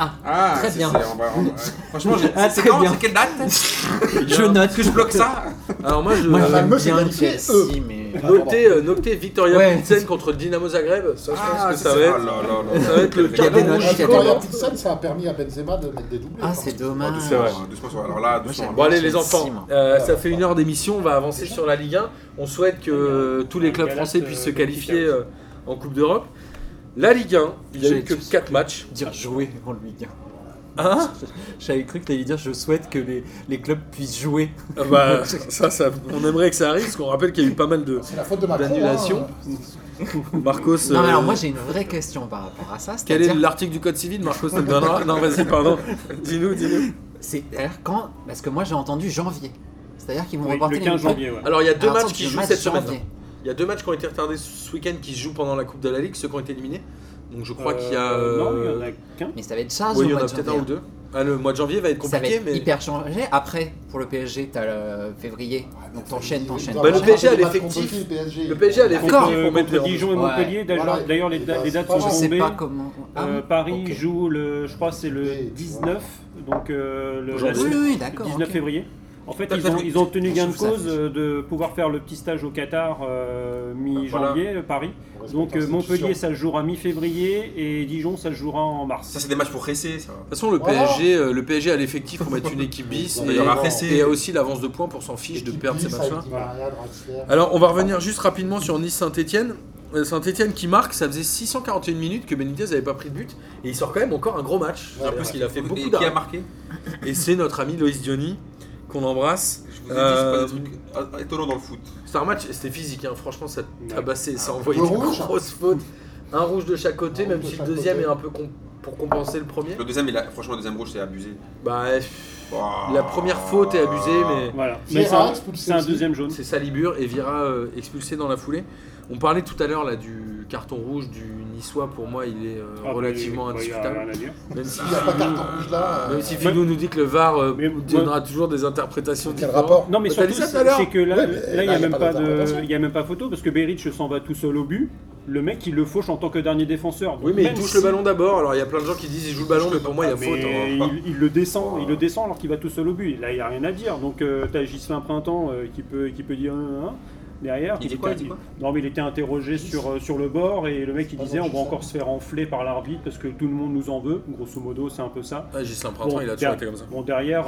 Speaker 2: Ah,
Speaker 3: Très
Speaker 2: si,
Speaker 3: bien.
Speaker 2: c'est- on va- on va- Franchement, j'ai-
Speaker 3: Ah,
Speaker 2: c'est
Speaker 3: très
Speaker 2: quand
Speaker 3: bien.
Speaker 2: C'est quelle date
Speaker 3: [LAUGHS]
Speaker 2: [LAUGHS]
Speaker 3: Je note.
Speaker 2: que je bloque ça
Speaker 1: Alors moi, je
Speaker 3: Euh, Moi,
Speaker 6: Ah,
Speaker 3: j'aime
Speaker 6: Malmö, c'est
Speaker 3: bien
Speaker 6: qualifié,
Speaker 3: Chelsea, mais.
Speaker 1: noté, euh, noté Victoria
Speaker 3: Ouais.
Speaker 1: Pilsen contre le Dynamo Zagreb. Ça, je pense
Speaker 2: Ah,
Speaker 1: que
Speaker 2: c'est-
Speaker 1: ça
Speaker 2: oh
Speaker 1: va
Speaker 2: là
Speaker 1: être.
Speaker 2: là là.
Speaker 1: ça va être le
Speaker 2: Quel
Speaker 1: carton
Speaker 3: dénage.
Speaker 1: rouge.
Speaker 3: Chico.
Speaker 4: Victoria Pilsen, ça a permis à Benzema de mettre des doublés. hein.
Speaker 3: Ah, c'est dommage.
Speaker 1: C'est vrai.
Speaker 2: Ah, Doucement, sur- alors là, doucement.
Speaker 1: Bon allez les
Speaker 3: Chelsea,
Speaker 1: enfants,
Speaker 3: moi.
Speaker 1: euh, ça fait une heure d'émission, on va avancer sur la Ligue 1. On souhaite que euh, tous les clubs
Speaker 5: Galate,
Speaker 1: français puissent se
Speaker 5: euh,
Speaker 1: qualifier
Speaker 5: Benfica
Speaker 1: euh, en Coupe d'Europe. La Ligue 1, il n'y a
Speaker 3: J'ai
Speaker 1: eu que
Speaker 3: tous-
Speaker 1: 4 matchs.
Speaker 3: Dire jouer en Ligue 1.
Speaker 1: Hein
Speaker 3: [LAUGHS] J'avais cru que t'allais dire je souhaite que les, les clubs puissent jouer.
Speaker 1: Ah bah, [LAUGHS] ça, ça, on aimerait que ça arrive, parce qu'on rappelle qu'il y a eu pas mal de
Speaker 4: C'est la faute de Macron.
Speaker 1: d'annulations.
Speaker 4: hein.
Speaker 1: Marcos,
Speaker 3: Non, mais alors
Speaker 1: euh,
Speaker 3: moi j'ai une vraie question par rapport à ça.
Speaker 1: quel est
Speaker 3: c'est-à-dire-
Speaker 1: l'article du Code civil Marcos te le [LAUGHS] donnera Non, vas-y, pardon. Dis-nous, dis-nous.
Speaker 3: C'est alors, quand Parce que moi j'ai entendu janvier. C'est-à-dire qu'ils vont
Speaker 5: Oui,
Speaker 3: reporter
Speaker 5: le 15
Speaker 3: les
Speaker 5: janvier, ouais.
Speaker 1: Alors, il y a deux
Speaker 3: Alors,
Speaker 1: matchs
Speaker 3: c'est
Speaker 1: qui
Speaker 3: le
Speaker 1: jouent
Speaker 3: match
Speaker 1: cette semaine.
Speaker 3: janvier.
Speaker 1: Il y a deux matchs qui ont été retardés ce week-end qui se jouent pendant la Coupe de la Ligue, ceux qui ont été éliminés. Donc, je crois
Speaker 5: Euh,
Speaker 1: qu'il y a.
Speaker 5: Non, il y en
Speaker 1: euh,
Speaker 5: a qu'un.
Speaker 3: Mais ça va être chargé
Speaker 1: oui, il
Speaker 3: au
Speaker 1: y en
Speaker 3: mois
Speaker 1: a
Speaker 3: de
Speaker 1: peut-être un
Speaker 3: janvier.
Speaker 1: ou deux. Ah, le mois de janvier va être
Speaker 3: Ça va
Speaker 1: compliqué,
Speaker 3: être
Speaker 1: mais.
Speaker 3: hyper changé. Après, pour le PSG, t'as le février. Donc t'enchaînes, t'enchaînes.
Speaker 1: Bah, le
Speaker 4: Ils doivent
Speaker 1: PSG a
Speaker 4: rattraper le match
Speaker 1: l'effectif.
Speaker 4: contre qui, PSG
Speaker 1: Le PSG a l'effectif
Speaker 3: D'accord.
Speaker 1: pour
Speaker 5: Contre,
Speaker 1: monter
Speaker 5: contre
Speaker 1: en
Speaker 5: Dijon et
Speaker 3: Ouais.
Speaker 5: Montpellier, d'ailleurs-
Speaker 4: Voilà.
Speaker 5: d'ailleurs les, da- les
Speaker 1: bah,
Speaker 5: dates sont
Speaker 4: Je
Speaker 3: Je sais
Speaker 5: tombées.
Speaker 3: pas comment. Ah,
Speaker 5: Euh, Paris
Speaker 3: ok.
Speaker 5: joue le, je crois que c'est le
Speaker 4: Et
Speaker 5: 19, donc euh, le, la-
Speaker 1: Aujourd'hui.
Speaker 3: Oui, oui,
Speaker 5: le
Speaker 3: d'accord.
Speaker 5: 19
Speaker 3: ok.
Speaker 5: février. En fait,
Speaker 2: Parce
Speaker 5: ils ont,
Speaker 2: que-
Speaker 5: ils ont obtenu gain de
Speaker 3: trouve ça
Speaker 5: cause euh, de pouvoir faire le petit stage au Qatar euh, mi-janvier, euh, Paris. Donc euh, Montpellier, ça se jouera mi-février et Dijon, ça se jouera en mars.
Speaker 2: Ça, c'est des matchs pour presser, ça.
Speaker 1: toute façon, le
Speaker 4: Voilà.
Speaker 1: PSG, euh, le PSG a l'effectif pour mettre une équipe
Speaker 4: [LAUGHS]
Speaker 1: bis
Speaker 4: Ouais,
Speaker 1: et,
Speaker 4: alors
Speaker 2: après,
Speaker 1: et a aussi l'avance de points pour s'en fiche de perdre ces matchs-là.
Speaker 4: matchs
Speaker 1: Alors, on va revenir juste rapidement sur Nice-Saint-Etienne. Saint-Etienne qui marque, ça faisait 641 minutes que Benitez n'avait pas pris de but et il sort quand même encore un gros match.
Speaker 4: Ouais,
Speaker 1: en plus,
Speaker 4: ouais.
Speaker 1: il a fait beaucoup
Speaker 2: Et qui a
Speaker 1: d'arrêts.
Speaker 2: marqué
Speaker 1: Et c'est notre ami Loïs Diony qu'on embrasse.
Speaker 2: Je vous ai
Speaker 1: Euh,
Speaker 2: dit, c'est pas des trucs étonnants dans le foot.
Speaker 1: C'était un match, c'était physique, hein. franchement, ça tabassait, ça envoyait
Speaker 4: Deux
Speaker 1: des
Speaker 4: rouges.
Speaker 1: grosses fautes. Un rouge de chaque côté,
Speaker 4: Ah, Un
Speaker 1: même
Speaker 4: rouge de
Speaker 1: si le
Speaker 4: chaque
Speaker 1: deuxième
Speaker 4: côté.
Speaker 1: est un peu com- pour compenser le premier.
Speaker 2: Le deuxième, il a- franchement, le deuxième rouge, c'est abusé.
Speaker 1: Bah, la première faute est abusée, mais
Speaker 5: Voilà.
Speaker 4: Vieira
Speaker 5: Mais c'est un-
Speaker 4: expulsé
Speaker 5: c'est un
Speaker 4: aussi.
Speaker 5: deuxième jaune.
Speaker 1: c'est Salibur et Vira euh, expulsé dans la foulée. On parlait tout à l'heure là du carton rouge du Niçois, pour moi il est euh,
Speaker 5: Ah,
Speaker 1: relativement
Speaker 5: bah, il y a rien
Speaker 1: indiscutable.
Speaker 5: à dire.
Speaker 1: Même
Speaker 5: [LAUGHS]
Speaker 1: si,
Speaker 4: Il n'y a pas carton rouge là.
Speaker 1: même si Philou nous dit que le VAR euh,
Speaker 5: Mais-
Speaker 1: donnera toujours des interprétations
Speaker 4: Quel
Speaker 1: différentes.
Speaker 4: rapport
Speaker 5: Non mais
Speaker 1: Bah,
Speaker 5: surtout,
Speaker 1: t'as dit ça tout à l'heure.
Speaker 5: c'est que là,
Speaker 4: Ouais, mais
Speaker 5: là, il n'y
Speaker 4: là,
Speaker 5: a même pas de,
Speaker 4: d'interprétation.
Speaker 5: il y a même pas photo parce que Beric s'en va tout seul au but. Le mec, il le fauche en tant que dernier défenseur. Donc,
Speaker 1: Oui, mais il
Speaker 5: même
Speaker 1: touche
Speaker 5: si- Ah,
Speaker 1: le ballon d'abord. Alors il y a plein de gens qui disent il joue le ballon, mais pour moi il y a
Speaker 5: mais
Speaker 1: faute. hein. Ah.
Speaker 5: il, il le descend, il le descend alors qu'il va tout seul au but. Là, il n'y a rien à dire. Donc, euh, t'as Gislain Printemps euh, qui peut, qui peut dire un, un, un, derrière.
Speaker 2: Il
Speaker 5: qui
Speaker 2: dit quoi, il dit
Speaker 5: Non, mais il était interrogé sur, euh, sur le bord et le mec il
Speaker 4: Pas
Speaker 5: disait on va
Speaker 4: Gislain.
Speaker 5: encore se faire enfler par l'arbitre parce que tout le monde nous en veut. Grosso modo, c'est un peu ça.
Speaker 1: Ah, Gislain Printemps, il a toujours
Speaker 5: der-
Speaker 1: été comme ça.
Speaker 5: bon, derrière,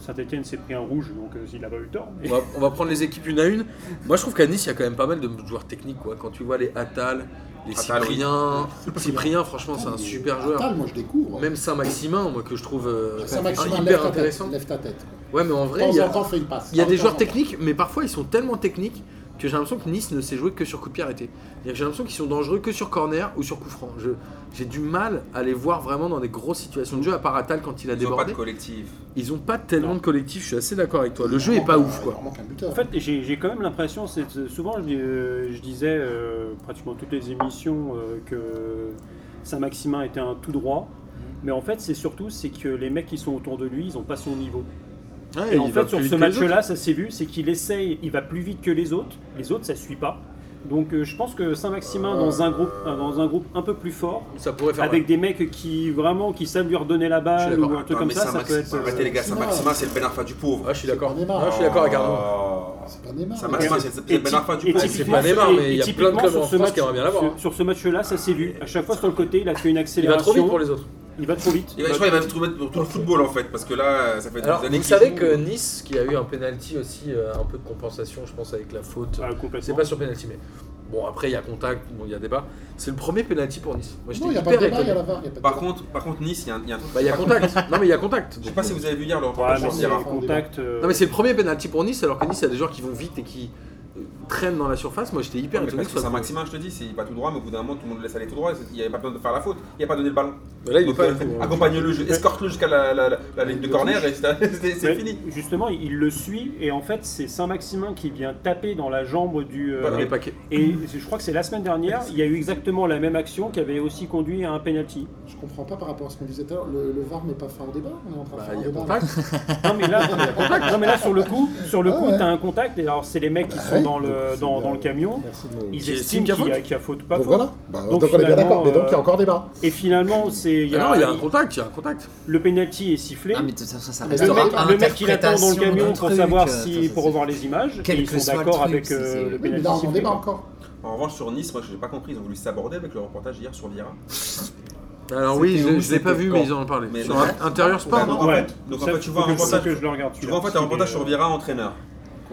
Speaker 5: Saint-Etienne s'est pris un rouge, donc euh, il a pas eu tort.
Speaker 1: On va, on va prendre les équipes une à une. Moi, je trouve qu'à Nice, il y a quand même pas mal de joueurs techniques. Quoi. Quand tu vois les Atal, les
Speaker 2: Attal, oui.
Speaker 1: Cyprien. Cyprien, franchement, c'est un super joueur.
Speaker 4: Ah, moi je découvre.
Speaker 1: Même Saint-Maximin, moi, que je trouve euh,
Speaker 4: Saint-Maximin, lève
Speaker 1: hyper
Speaker 4: ta tête,
Speaker 1: intéressant.
Speaker 4: Lève ta tête.
Speaker 1: Ouais, mais en
Speaker 4: De
Speaker 1: vrai, il y
Speaker 4: temps en
Speaker 1: a,
Speaker 4: temps, fais une passe.
Speaker 1: il y a
Speaker 4: De
Speaker 1: des
Speaker 4: temps en
Speaker 1: joueurs
Speaker 4: temps.
Speaker 1: techniques, mais parfois, ils sont tellement techniques que j'ai l'impression que Nice ne sait jouer que sur coup de pied arrêté. C'est-à-dire que J'ai l'impression qu'ils sont dangereux que sur corner ou sur coup franc. Je- J'ai du mal à les voir vraiment dans des grosses situations de jeu, à part Atal quand il a
Speaker 2: Ils ont pas de
Speaker 1: débordé.
Speaker 2: collectif.
Speaker 1: Ils ont pas tellement de collectif, je suis assez d'accord avec toi. Le
Speaker 4: Il
Speaker 1: jeu est
Speaker 4: manque
Speaker 1: pas
Speaker 4: un-
Speaker 1: ouf, quoi.
Speaker 4: Il leur manque un buteur.
Speaker 5: En fait, j'ai j'ai quand même l'impression, c'est souvent je, dis- euh, je disais euh, pratiquement toutes les émissions euh, que Saint-Maximin était un tout droit.
Speaker 1: Mhm.
Speaker 5: Mais en fait, c'est surtout c'est que les mecs qui sont autour de lui, ils n'ont pas son niveau.
Speaker 1: Ouais,
Speaker 5: Et,
Speaker 1: il
Speaker 5: en
Speaker 1: va
Speaker 5: fait,
Speaker 1: plus
Speaker 5: sur
Speaker 1: vite
Speaker 5: ce
Speaker 1: que les autres.
Speaker 5: match-là, ça s'est vu, c'est qu'il essaye, il va plus vite que les autres. Les autres, ça suit pas. Donc, euh, je pense que Saint-Maximin dans un groupe, euh, dans un groupe un peu plus fort,
Speaker 1: Ça pourrait faire
Speaker 5: avec des mecs qui vraiment qui savent lui redonner la
Speaker 1: Je
Speaker 5: balle
Speaker 1: suis
Speaker 5: ou
Speaker 1: d'accord.
Speaker 5: un truc
Speaker 2: Non,
Speaker 5: comme
Speaker 2: mais
Speaker 5: ça, ça peut
Speaker 2: Saint-Maximin-
Speaker 5: être. euh,
Speaker 2: Arrêtez les gars, Saint-Maximin, c'est le Ben Arfa du pauvre.
Speaker 1: Ah, je suis d'accord.
Speaker 4: C'est pas Neymar.
Speaker 1: Ah, je suis d'accord avec
Speaker 5: Euh,
Speaker 1: Arnaud.
Speaker 2: Oh.
Speaker 4: C'est pas
Speaker 1: Ah,
Speaker 4: Neymar.
Speaker 1: bah,
Speaker 2: Saint-Maximin, c'est c'est le Ben Arfa du
Speaker 5: Et
Speaker 2: pauvre.
Speaker 1: c'est
Speaker 5: typiquement,
Speaker 1: pas Neymar,
Speaker 5: et-
Speaker 1: mais
Speaker 5: et
Speaker 1: il y a
Speaker 5: typiquement,
Speaker 1: plein de clubs
Speaker 5: sur
Speaker 1: en
Speaker 5: ce
Speaker 1: France
Speaker 5: match-
Speaker 1: qui aimeraient bien l'avoir, hein. Ah,
Speaker 5: Sur, sur ce match-là, ça s'est vu. À chaque fois sur le côté, il a fait une
Speaker 1: Il va trop
Speaker 5: accélération.
Speaker 1: vite pour les autres.
Speaker 5: Il va trop vite.
Speaker 2: Il va- Je crois qu'il va tout mettre pour tout le football en fait, parce que là, ça fait des
Speaker 1: Alors,
Speaker 2: années
Speaker 1: vous
Speaker 2: qu'il
Speaker 1: savez
Speaker 2: joue.
Speaker 1: que Nice, qui a eu un penalty aussi, euh, un peu de compensation, je pense, avec la faute.
Speaker 5: Ah,
Speaker 1: C'est
Speaker 5: complètement.
Speaker 1: pas sur penalty, mais bon, après, il y a contact, bon, il y a débat. C'est le premier penalty pour Nice. Moi, j'étais
Speaker 4: Non, il n'y a
Speaker 1: hyper
Speaker 4: pas de débat, il
Speaker 1: étonné.
Speaker 4: y a la VAR. il y a pas de
Speaker 2: Par
Speaker 4: débat.
Speaker 2: contre, par contre, Nice, il y a un- il y a un truc.
Speaker 1: Bah, il y a contact.
Speaker 4: [LAUGHS]
Speaker 1: non, mais il y a contact.
Speaker 2: Je sais pas si vous avez vu hier le
Speaker 5: Ouais,
Speaker 2: reportage
Speaker 5: mais
Speaker 2: sur
Speaker 5: c'est
Speaker 2: Sierra.
Speaker 5: un contact. euh,
Speaker 1: Non, mais c'est le premier penalty pour Nice, alors que Nice, il y a des joueurs qui vont vite et qui euh, traînent dans la surface. Moi, j'étais
Speaker 2: Non,
Speaker 1: hyper
Speaker 2: mais
Speaker 1: étonné
Speaker 2: parce
Speaker 1: que ce
Speaker 2: que
Speaker 1: soit.
Speaker 2: Saint-Maximin, je te dis, c'est pas tout droit, mais au bout d'un moment, tout le monde le laisse aller tout droit. et c'est- Il n'y avait pas besoin de faire la faute. Il n'y a pas donné le ballon.
Speaker 1: Bah, Là, il est
Speaker 2: Donc,
Speaker 1: pas.
Speaker 2: euh, Accompagne-le, je- escorte-le jusqu'à la, la- la- la ligne de corner et c'est [LAUGHS] c'est- c'est
Speaker 5: mais
Speaker 2: fini.
Speaker 5: Justement, il le suit et en fait, c'est Saint-Maximin qui vient taper dans la jambe du. euh,
Speaker 1: Voilà, les paquets.
Speaker 5: Et je crois que c'est la semaine dernière, il y a eu exactement la même action qui avait aussi conduit à un penalty.
Speaker 4: Je comprends pas par rapport à ce qu'on disait tout à l'heure. Le, le VAR n'est pas fin au débat. On est en train
Speaker 1: Bah,
Speaker 4: de faire
Speaker 1: il
Speaker 4: un
Speaker 1: y a
Speaker 4: débat.
Speaker 1: contact.
Speaker 5: Non mais
Speaker 1: [LAUGHS]
Speaker 5: là, non, mais là, sur le coup, sur le
Speaker 4: Ah
Speaker 5: coup,
Speaker 4: ouais. Ah,
Speaker 5: t'as un contact. Et alors c'est les mecs qui sont
Speaker 4: ouais.
Speaker 5: dans le
Speaker 4: C'est
Speaker 5: dans,
Speaker 4: de-
Speaker 5: dans le camion.
Speaker 4: Merci de me-
Speaker 5: Ils
Speaker 1: Qui
Speaker 5: estiment
Speaker 1: estiment qu'il y a
Speaker 5: qu'il y a,
Speaker 1: faute.
Speaker 5: qu'il y a faute ou pas
Speaker 4: Donc
Speaker 5: faute.
Speaker 4: voilà. Bah,
Speaker 5: Donc
Speaker 4: Donc, on est bien
Speaker 5: finalement,
Speaker 4: d'accord, mais donc il y a
Speaker 5: euh,
Speaker 4: encore débat.
Speaker 5: Et finalement, c'est il y
Speaker 1: Ah
Speaker 5: a-
Speaker 1: non, il y a un contact, il y a un contact.
Speaker 5: le penalty est sifflé.
Speaker 3: Ah, mais de toute façon, ça
Speaker 4: Le
Speaker 3: reste
Speaker 5: le mec,
Speaker 3: à
Speaker 5: le mec, il attend dans le
Speaker 3: l'interprétation
Speaker 5: camion
Speaker 3: d'un
Speaker 5: pour
Speaker 3: truc,
Speaker 5: savoir
Speaker 3: euh,
Speaker 5: si
Speaker 3: ça, ça,
Speaker 5: pour
Speaker 3: ça.
Speaker 5: revoir les images.
Speaker 3: Quel
Speaker 5: et
Speaker 3: que
Speaker 5: ils
Speaker 3: soit
Speaker 5: sont
Speaker 3: le
Speaker 5: d'accord
Speaker 3: truc,
Speaker 5: avec
Speaker 3: si
Speaker 5: euh,
Speaker 3: c'est-
Speaker 5: le
Speaker 4: Oui, mais
Speaker 5: penalty.
Speaker 4: là, on en
Speaker 5: sifflé.
Speaker 4: débat encore.
Speaker 2: En revanche, sur Nice, moi, j'ai pas compris. Ils ont voulu s'aborder avec le reportage hier sur Vira.
Speaker 1: Alors, oui,
Speaker 3: C'était
Speaker 1: je
Speaker 3: où,
Speaker 1: je l'ai pas
Speaker 3: c'était
Speaker 1: vu,
Speaker 3: quand
Speaker 1: mais ils en ont parlé.
Speaker 2: Mais
Speaker 1: Sur
Speaker 2: non.
Speaker 1: un- Intérieur Sport,
Speaker 2: Bah,
Speaker 1: non
Speaker 2: en
Speaker 5: Ouais.
Speaker 2: fait, donc, en
Speaker 5: Ça,
Speaker 2: fait, tu vois
Speaker 5: faut
Speaker 2: un
Speaker 5: que je-
Speaker 2: reportage-
Speaker 5: que je le regarde.
Speaker 2: Tu vois, en fait, un reportage sur
Speaker 5: Vira
Speaker 2: Vira,
Speaker 1: euh,
Speaker 2: entraîneur.